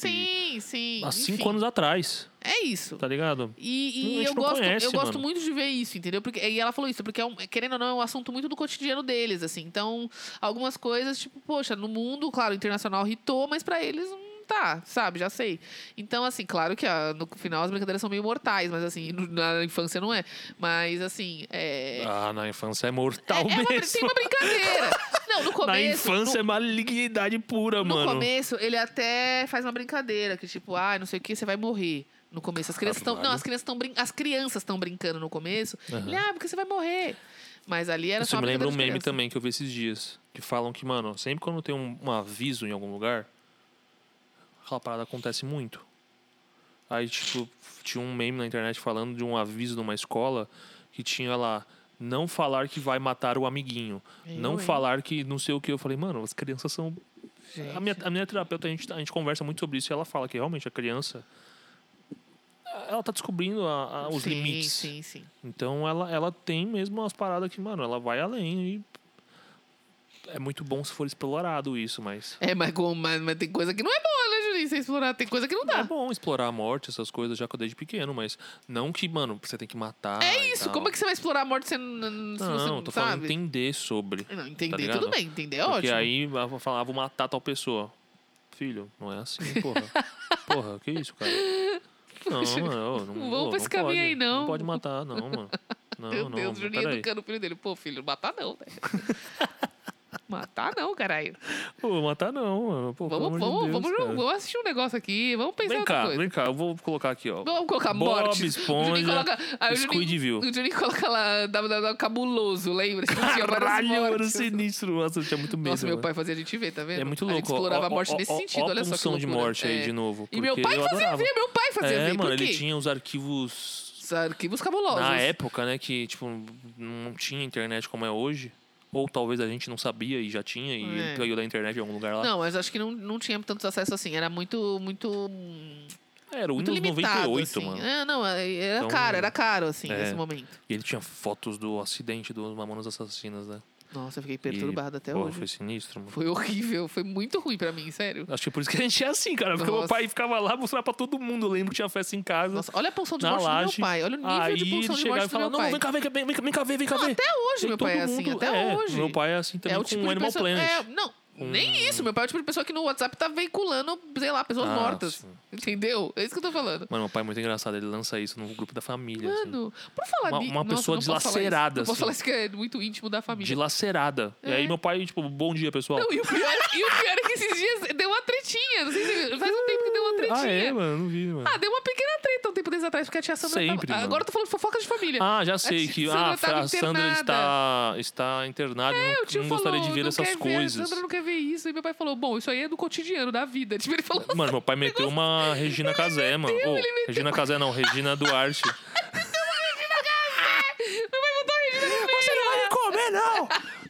[SPEAKER 3] Sim, sim.
[SPEAKER 4] há cinco
[SPEAKER 3] enfim.
[SPEAKER 4] anos atrás,
[SPEAKER 3] É isso.
[SPEAKER 4] tá ligado?
[SPEAKER 3] E, e
[SPEAKER 4] A gente
[SPEAKER 3] eu,
[SPEAKER 4] não
[SPEAKER 3] gosto,
[SPEAKER 4] conhece,
[SPEAKER 3] eu gosto
[SPEAKER 4] mano.
[SPEAKER 3] muito de ver isso, entendeu? Porque, e ela falou isso, porque, é um- querendo ou não, é um assunto muito do cotidiano deles, assim. Então, algumas coisas, tipo, poxa, no mundo, claro, internacional irritou, mas pra eles não tá, sabe? Já sei. Então, assim, claro que ah, no final as brincadeiras são meio mortais, mas assim, no- na infância não é. Mas, assim, é.
[SPEAKER 4] Ah, na infância é mortal
[SPEAKER 3] é, é uma, brin-
[SPEAKER 4] mesmo.
[SPEAKER 3] tem uma brincadeira. Não, no começo.
[SPEAKER 4] na
[SPEAKER 3] no-
[SPEAKER 4] infância é malignidade pura,
[SPEAKER 3] no
[SPEAKER 4] mano.
[SPEAKER 3] começo, ele até faz uma brincadeira, que tipo, ah, não sei o que, você vai morrer. No começo, as crianças estão.
[SPEAKER 4] Caralho.
[SPEAKER 3] Não, as crianças estão brin... As crianças estão brincando no começo.
[SPEAKER 4] Aham.
[SPEAKER 3] Ele, ah, porque você vai morrer. Mas ali era
[SPEAKER 4] Isso
[SPEAKER 3] só
[SPEAKER 4] me
[SPEAKER 3] uma
[SPEAKER 4] lembra um
[SPEAKER 3] brincadeira
[SPEAKER 4] meme
[SPEAKER 3] de criança.
[SPEAKER 4] também que eu vi esses dias. Que falam que, mano, sempre quando tem um, um aviso em algum lugar, aquela parada acontece muito. Aí, tipo, tinha um meme na internet falando de um aviso numa escola que tinha lá. Não falar que vai matar o amiguinho.
[SPEAKER 3] Eu,
[SPEAKER 4] não
[SPEAKER 3] hein?
[SPEAKER 4] falar que não sei o que. Eu falei, mano, as crianças são. A minha, a minha terapeuta, a gente, a gente conversa muito sobre isso e ela fala que realmente a criança. ela tá descobrindo a- a- os
[SPEAKER 3] sim,
[SPEAKER 4] limites.
[SPEAKER 3] Sim, sim.
[SPEAKER 4] Então ela, ela tem mesmo umas paradas que, mano, ela vai além e. É muito bom se for explorado isso, mas.
[SPEAKER 3] É, mas, com- mas, mas tem coisa que não é boa, né, Julinho? Você explorar, tem coisa que não
[SPEAKER 4] É
[SPEAKER 3] dá.
[SPEAKER 4] bom explorar a morte, essas coisas já desde pequeno, mas não que, mano, você tem que matar.
[SPEAKER 3] É,
[SPEAKER 4] e
[SPEAKER 3] isso,
[SPEAKER 4] tal.
[SPEAKER 3] como é que você vai explorar a morte se, n- n- se
[SPEAKER 4] então. Não,
[SPEAKER 3] você assim,
[SPEAKER 4] tô
[SPEAKER 3] sabe?
[SPEAKER 4] falando entender sobre.
[SPEAKER 3] Não,
[SPEAKER 4] tá
[SPEAKER 3] entender,
[SPEAKER 4] ligado?
[SPEAKER 3] tudo bem, entender é
[SPEAKER 4] Porque
[SPEAKER 3] ótimo.
[SPEAKER 4] aí ela vai falar, ah, vou matar tal pessoa. Filho, não é assim, porra. porra, que isso, cara? Não, mano, ô, não,
[SPEAKER 3] Não
[SPEAKER 4] ô,
[SPEAKER 3] vamos pra esse caminho
[SPEAKER 4] pode,
[SPEAKER 3] aí, não.
[SPEAKER 4] Não pode matar, não, mano. Não,
[SPEAKER 3] Meu
[SPEAKER 4] não,
[SPEAKER 3] Deus, Julinho
[SPEAKER 4] peraí.
[SPEAKER 3] educando o filho dele. Pô, filho, matar não, velho. matar não, caralho.
[SPEAKER 4] Pô, matar não, mano. Pô, pelo
[SPEAKER 3] Vamos,
[SPEAKER 4] amor de
[SPEAKER 3] vamos,
[SPEAKER 4] Deus,
[SPEAKER 3] vamos,
[SPEAKER 4] cara.
[SPEAKER 3] vamos assistir um negócio aqui, vamos pensar em
[SPEAKER 4] Vem
[SPEAKER 3] outra
[SPEAKER 4] cá,
[SPEAKER 3] coisa.
[SPEAKER 4] vem cá, eu vou colocar aqui, ó.
[SPEAKER 3] Vamos colocar
[SPEAKER 4] Bob
[SPEAKER 3] morte.
[SPEAKER 4] Esponja,
[SPEAKER 3] O Juninho coloca, aí o Juninho-
[SPEAKER 4] Squidville.
[SPEAKER 3] O Juninho coloca lá, dá, dá, dá, cabuloso, lembra? Tinha várias
[SPEAKER 4] Caralho, era
[SPEAKER 3] mortes.
[SPEAKER 4] sinistro. Nossa, eu tinha muito medo.
[SPEAKER 3] é Nossa, meu
[SPEAKER 4] mano.
[SPEAKER 3] pai fazia a gente ver, tá vendo?
[SPEAKER 4] É muito
[SPEAKER 3] A
[SPEAKER 4] louco.
[SPEAKER 3] gente explorava
[SPEAKER 4] ó,
[SPEAKER 3] a morte
[SPEAKER 4] ó,
[SPEAKER 3] nesse
[SPEAKER 4] ó,
[SPEAKER 3] sentido,
[SPEAKER 4] ó a
[SPEAKER 3] olha só que
[SPEAKER 4] punção de
[SPEAKER 3] loucura.
[SPEAKER 4] morte aí
[SPEAKER 3] É.
[SPEAKER 4] de novo.
[SPEAKER 3] E meu
[SPEAKER 4] porque
[SPEAKER 3] pai
[SPEAKER 4] eu
[SPEAKER 3] fazia
[SPEAKER 4] adorava.
[SPEAKER 3] ver, meu pai fazia
[SPEAKER 4] É,
[SPEAKER 3] ver.
[SPEAKER 4] mano,
[SPEAKER 3] por quê?
[SPEAKER 4] ele tinha os arquivos
[SPEAKER 3] Os arquivos cabulosos.
[SPEAKER 4] na época, né, que tipo não tinha internet como é hoje, ou talvez a gente não sabia e já tinha e
[SPEAKER 3] É.
[SPEAKER 4] ele pegou da internet em algum lugar lá.
[SPEAKER 3] Não, mas acho que não, não tinha tanto acesso assim. Era muito, muito, hum,
[SPEAKER 4] Ah, Era o
[SPEAKER 3] muito
[SPEAKER 4] Windows
[SPEAKER 3] limitado,
[SPEAKER 4] 98,
[SPEAKER 3] assim.
[SPEAKER 4] mano.
[SPEAKER 3] É, não, era
[SPEAKER 4] Então,
[SPEAKER 3] caro, era caro, assim,
[SPEAKER 4] é.
[SPEAKER 3] nesse momento.
[SPEAKER 4] E ele tinha fotos do acidente dos Mamonas Assassinas, né?
[SPEAKER 3] Nossa, eu fiquei
[SPEAKER 4] E,
[SPEAKER 3] perturbado até
[SPEAKER 4] porra,
[SPEAKER 3] hoje.
[SPEAKER 4] Foi sinistro, mano.
[SPEAKER 3] Foi horrível, foi muito ruim pra mim, sério.
[SPEAKER 4] Acho que por isso que a gente é assim, cara. Porque meu
[SPEAKER 3] Nossa.
[SPEAKER 4] pai ficava lá mostrar pra todo mundo. Eu lembro que tinha festa em casa.
[SPEAKER 3] Nossa, olha a pulsão de
[SPEAKER 4] na
[SPEAKER 3] morte do meu
[SPEAKER 4] laje.
[SPEAKER 3] pai. Olha o nível
[SPEAKER 4] Aí
[SPEAKER 3] de pulsão
[SPEAKER 4] ele
[SPEAKER 3] de morte
[SPEAKER 4] chegava e
[SPEAKER 3] do meu
[SPEAKER 4] falava: Não,
[SPEAKER 3] pai.
[SPEAKER 4] vem cá, vem cá, vem cá, vem cá, vem cá.
[SPEAKER 3] Não,
[SPEAKER 4] vem.
[SPEAKER 3] até hoje
[SPEAKER 4] E
[SPEAKER 3] meu pai é
[SPEAKER 4] todo
[SPEAKER 3] assim,
[SPEAKER 4] mundo-
[SPEAKER 3] até
[SPEAKER 4] é,
[SPEAKER 3] hoje.
[SPEAKER 4] Meu pai é assim também
[SPEAKER 3] é o
[SPEAKER 4] com
[SPEAKER 3] tipo
[SPEAKER 4] o
[SPEAKER 3] de
[SPEAKER 4] Animal
[SPEAKER 3] pessoa,
[SPEAKER 4] Planet.
[SPEAKER 3] É, não, nem isso. Meu pai é o tipo de pessoa que no WhatsApp tá veiculando, sei lá, pessoas
[SPEAKER 4] Ah,
[SPEAKER 3] mortas.
[SPEAKER 4] sim.
[SPEAKER 3] Entendeu? É isso que eu tô falando.
[SPEAKER 4] Mano, meu pai é muito engraçado. Ele lança isso no grupo da família. assim.
[SPEAKER 3] Mano, por falar
[SPEAKER 4] Uma-
[SPEAKER 3] nisso.
[SPEAKER 4] uma pessoa
[SPEAKER 3] Não
[SPEAKER 4] dilacerada,
[SPEAKER 3] posso
[SPEAKER 4] assim.
[SPEAKER 3] falar isso que é muito íntimo da família.
[SPEAKER 4] Dilacerada. E aí
[SPEAKER 3] É.
[SPEAKER 4] meu pai, tipo, bom dia, pessoal.
[SPEAKER 3] Não, e o, pior, e o pior é que esses dias deu uma tretinha. Não sei se faz um tempo que deu uma
[SPEAKER 4] ah,
[SPEAKER 3] tretinha.
[SPEAKER 4] é, mano, não vi, mano.
[SPEAKER 3] Ah, deu uma pequena treta um tempo desde atrás, porque a tia Sandra
[SPEAKER 4] Sempre,
[SPEAKER 3] tava...
[SPEAKER 4] mano.
[SPEAKER 3] Agora eu tô falando fofoca de família.
[SPEAKER 4] Ah, já sei
[SPEAKER 3] tia
[SPEAKER 4] que
[SPEAKER 3] Sandra
[SPEAKER 4] ah,
[SPEAKER 3] tava
[SPEAKER 4] a Sandra
[SPEAKER 3] internada.
[SPEAKER 4] está, está internada. e
[SPEAKER 3] É,
[SPEAKER 4] não
[SPEAKER 3] o tio
[SPEAKER 4] não
[SPEAKER 3] falou,
[SPEAKER 4] gostaria de ver
[SPEAKER 3] não
[SPEAKER 4] essas
[SPEAKER 3] quer Ver, a
[SPEAKER 4] coisas.
[SPEAKER 3] Sandra não quer ver isso. E meu pai falou, bom, isso aí é do cotidiano, da vida. Tipo, ele falou,
[SPEAKER 4] Mano, meu pai meteu uma Regina Casé, mano. Ô,
[SPEAKER 3] ele meteu-
[SPEAKER 4] Regina Casé não, Regina Duarte.
[SPEAKER 3] meu pai botou a Regina Casé.
[SPEAKER 4] Você não vai me comer, não!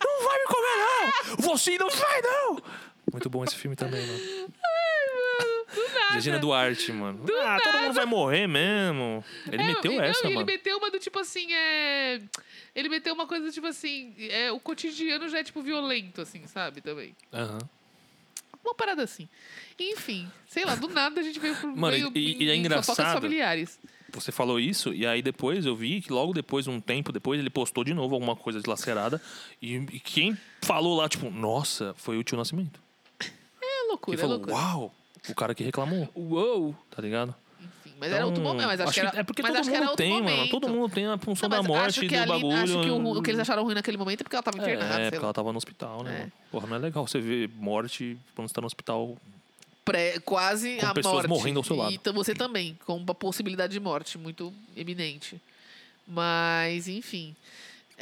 [SPEAKER 4] Não vai me comer, não! Você não vai, não! Muito bom esse filme também, mano.
[SPEAKER 3] Ai, mano, do nada.
[SPEAKER 4] Regina Duarte, mano. ah, todo mundo vai morrer mesmo. Ele
[SPEAKER 3] É,
[SPEAKER 4] meteu
[SPEAKER 3] e não,
[SPEAKER 4] essa,
[SPEAKER 3] e
[SPEAKER 4] mano.
[SPEAKER 3] Ele meteu uma do tipo assim, é... Ele meteu uma coisa tipo assim, é, o cotidiano já é tipo violento, assim, sabe, também.
[SPEAKER 4] Aham.
[SPEAKER 3] Uma parada assim. Enfim, sei lá, do nada a gente veio pro
[SPEAKER 4] Mano,
[SPEAKER 3] meio
[SPEAKER 4] e- e é
[SPEAKER 3] em fofocas
[SPEAKER 4] engraçado.
[SPEAKER 3] familiares. É
[SPEAKER 4] Você falou isso, e aí depois eu vi que logo depois, um tempo depois, ele postou de novo alguma coisa dilacerada. E, e quem falou lá, tipo, nossa, foi o tio Nascimento.
[SPEAKER 3] É
[SPEAKER 4] Ele
[SPEAKER 3] loucura, é
[SPEAKER 4] falou,
[SPEAKER 3] loucura.
[SPEAKER 4] uau, o cara que reclamou,
[SPEAKER 3] Uou!
[SPEAKER 4] tá ligado?
[SPEAKER 3] Enfim, mas era outro
[SPEAKER 4] Então,
[SPEAKER 3] momento. Mas acho, que era,
[SPEAKER 4] é porque
[SPEAKER 3] mas
[SPEAKER 4] todo
[SPEAKER 3] acho que era
[SPEAKER 4] mundo
[SPEAKER 3] outro
[SPEAKER 4] tem, mano.
[SPEAKER 3] momento.
[SPEAKER 4] Todo mundo tem a função
[SPEAKER 3] Não, mas
[SPEAKER 4] da morte
[SPEAKER 3] acho
[SPEAKER 4] e
[SPEAKER 3] que
[SPEAKER 4] do
[SPEAKER 3] ali-
[SPEAKER 4] bagulho. hum.
[SPEAKER 3] Acho que o, o que eles acharam ruim naquele momento é porque ela tava internada.
[SPEAKER 4] É,
[SPEAKER 3] sei
[SPEAKER 4] porque
[SPEAKER 3] lá.
[SPEAKER 4] ela tava no hospital, né?
[SPEAKER 3] É.
[SPEAKER 4] mano? Porra, não é legal você ver morte quando você tá no hospital.
[SPEAKER 3] Pré- quase
[SPEAKER 4] Com
[SPEAKER 3] a
[SPEAKER 4] pessoas
[SPEAKER 3] morte.
[SPEAKER 4] morrendo ao seu lado.
[SPEAKER 3] E tam- você também, com uma possibilidade de morte muito eminente. Mas, enfim.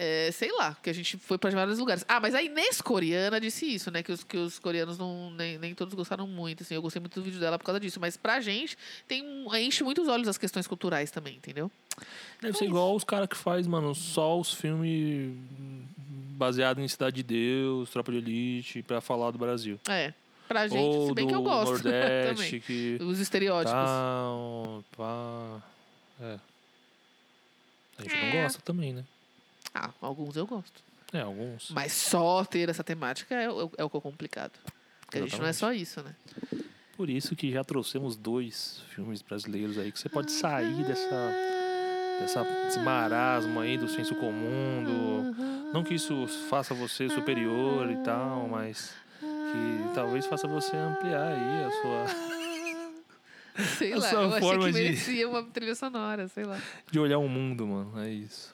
[SPEAKER 3] É, sei lá, que a gente foi pra vários lugares. Ah, mas a Inês coreana disse isso, né? Que os, que os coreanos não, nem, nem todos gostaram muito. Assim, eu gostei muito do vídeo dela por causa disso. Mas pra gente, tem, um- enche muitos olhos as questões culturais também, entendeu?
[SPEAKER 4] Deve ser igual os caras que faz, mano, só os filmes baseados em Cidade de Deus, Tropa de Elite, pra falar do Brasil.
[SPEAKER 3] É. Pra gente,
[SPEAKER 4] Ou
[SPEAKER 3] se bem
[SPEAKER 4] do
[SPEAKER 3] que eu gosto também.
[SPEAKER 4] Nordeste, Tá. que...
[SPEAKER 3] Os estereótipos.
[SPEAKER 4] Tal, pá... É. A gente
[SPEAKER 3] É.
[SPEAKER 4] não gosta também, né?
[SPEAKER 3] Ah, alguns eu gosto.
[SPEAKER 4] É, alguns.
[SPEAKER 3] Mas só ter essa temática é, o- é o que é complicado. Porque a gente não é
[SPEAKER 4] Exatamente.
[SPEAKER 3] só isso, né?
[SPEAKER 4] Por isso que já trouxemos dois filmes brasileiros aí, que você pode sair dessa... Dessa, desse marasmo aí do senso comum, do... Não que isso faça você superior e tal, mas que talvez faça você ampliar aí a sua.
[SPEAKER 3] Sei
[SPEAKER 4] a
[SPEAKER 3] lá,
[SPEAKER 4] sua
[SPEAKER 3] eu achei
[SPEAKER 4] forma
[SPEAKER 3] que
[SPEAKER 4] de-
[SPEAKER 3] merecia uma trilha sonora, sei lá.
[SPEAKER 4] de olhar o mundo, mano. É isso.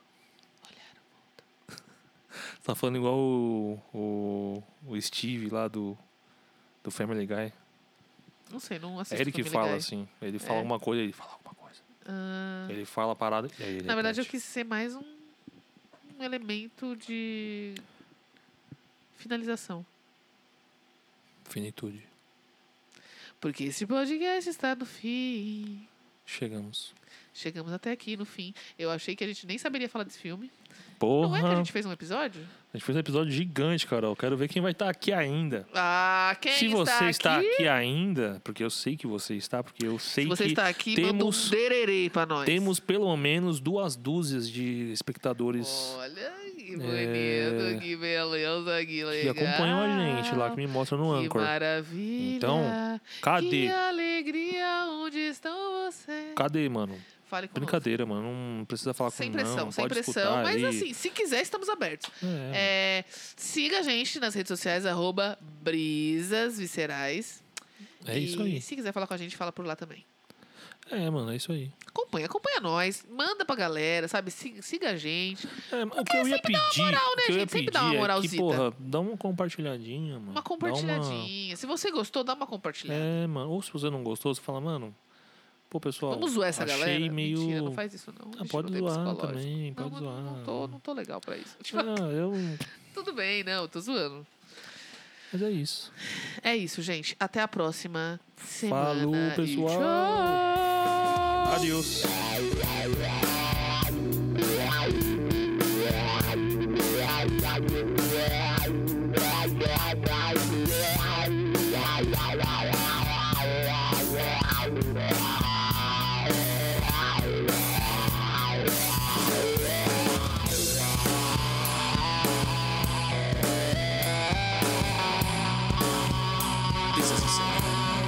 [SPEAKER 4] Tá falando igual o, o, o Steve lá do, do Family Guy.
[SPEAKER 3] Não sei, não assisto
[SPEAKER 4] É ele que
[SPEAKER 3] Family
[SPEAKER 4] fala
[SPEAKER 3] Guy.
[SPEAKER 4] assim. Ele fala
[SPEAKER 3] É.
[SPEAKER 4] alguma coisa, ele fala alguma coisa.
[SPEAKER 3] Ah,
[SPEAKER 4] Ele fala a parada e aí ele
[SPEAKER 3] na verdade, eu
[SPEAKER 4] repete.
[SPEAKER 3] quis ser mais um, um elemento de finalização.
[SPEAKER 4] é Finitude.
[SPEAKER 3] Porque esse podcast está no fim.
[SPEAKER 4] Chegamos.
[SPEAKER 3] Chegamos até aqui no fim. Eu achei que a gente nem saberia falar desse filme.
[SPEAKER 4] Porra.
[SPEAKER 3] Não é que a gente fez um episódio?
[SPEAKER 4] A gente fez um episódio gigante, Carol. Quero ver quem vai estar aqui ainda.
[SPEAKER 3] Ah, quem
[SPEAKER 4] Se
[SPEAKER 3] está
[SPEAKER 4] você
[SPEAKER 3] aqui?
[SPEAKER 4] está aqui ainda, porque eu sei que você está, porque eu sei
[SPEAKER 3] Se você
[SPEAKER 4] que
[SPEAKER 3] está aqui, manda um
[SPEAKER 4] temos,
[SPEAKER 3] dererê pra nós.
[SPEAKER 4] temos pelo menos duas dúzias de espectadores
[SPEAKER 3] Olha que
[SPEAKER 4] É.
[SPEAKER 3] bonito, que beleza, que
[SPEAKER 4] que
[SPEAKER 3] legal.
[SPEAKER 4] acompanham a gente lá, que me mostram no
[SPEAKER 3] Que é?
[SPEAKER 4] Anchor.
[SPEAKER 3] maravilha.
[SPEAKER 4] Então,
[SPEAKER 3] Que
[SPEAKER 4] Cadê?
[SPEAKER 3] alegria, onde estão vocês?
[SPEAKER 4] Cadê, mano?
[SPEAKER 3] Fale com
[SPEAKER 4] Brincadeira, mano. Não precisa falar
[SPEAKER 3] Sem
[SPEAKER 4] comigo,
[SPEAKER 3] pressão,
[SPEAKER 4] não.
[SPEAKER 3] sem
[SPEAKER 4] Pode
[SPEAKER 3] pressão.
[SPEAKER 4] escutar
[SPEAKER 3] Mas
[SPEAKER 4] aí.
[SPEAKER 3] assim, se quiser, estamos abertos.
[SPEAKER 4] É,
[SPEAKER 3] É, siga a gente nas redes sociais, arroba Brisas Viscerais.
[SPEAKER 4] é isso
[SPEAKER 3] E
[SPEAKER 4] aí.
[SPEAKER 3] se quiser falar com a gente, fala por lá também.
[SPEAKER 4] É, mano, é isso aí.
[SPEAKER 3] Acompanha, acompanha nós, manda pra galera, sabe? Siga, siga a gente.
[SPEAKER 4] É, o que eu ia
[SPEAKER 3] sempre dá uma
[SPEAKER 4] pedir.
[SPEAKER 3] moral,
[SPEAKER 4] o
[SPEAKER 3] né,
[SPEAKER 4] que eu ia
[SPEAKER 3] gente? Sempre
[SPEAKER 4] pedir
[SPEAKER 3] dá uma
[SPEAKER 4] é que,
[SPEAKER 3] moralzita.
[SPEAKER 4] porra, dá uma compartilhadinha, mano. Dá
[SPEAKER 3] Uma compartilhadinha. Se você gostou, dá uma compartilhada.
[SPEAKER 4] É, mano. Ou se você não gostou, você fala, mano. Pô, pessoal.
[SPEAKER 3] Vamos zoar essa
[SPEAKER 4] achei
[SPEAKER 3] galera.
[SPEAKER 4] meio.
[SPEAKER 3] Mentira, não faz isso não.
[SPEAKER 4] Ah,
[SPEAKER 3] Gente,
[SPEAKER 4] pode
[SPEAKER 3] não tem
[SPEAKER 4] zoar
[SPEAKER 3] psicológico.
[SPEAKER 4] também,
[SPEAKER 3] Não,
[SPEAKER 4] pode
[SPEAKER 3] mas
[SPEAKER 4] zoar.
[SPEAKER 3] não tô, não tô legal pra isso. Tipo,
[SPEAKER 4] Ah, eu.
[SPEAKER 3] tudo bem, não, tô zoando.
[SPEAKER 4] Mas é isso.
[SPEAKER 3] É isso, gente. Até a próxima semana.
[SPEAKER 4] Falou,
[SPEAKER 3] e
[SPEAKER 4] pessoal.
[SPEAKER 3] tchau.
[SPEAKER 4] Adeus.
[SPEAKER 5] Brisas viscerais.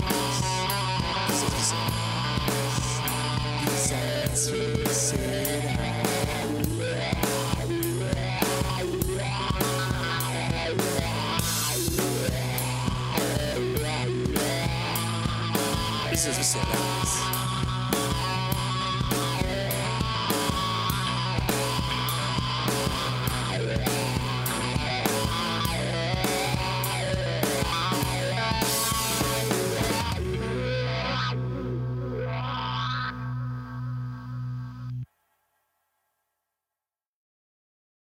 [SPEAKER 5] Brisas viscerais. Brisas viscerais. Brisas viscerais.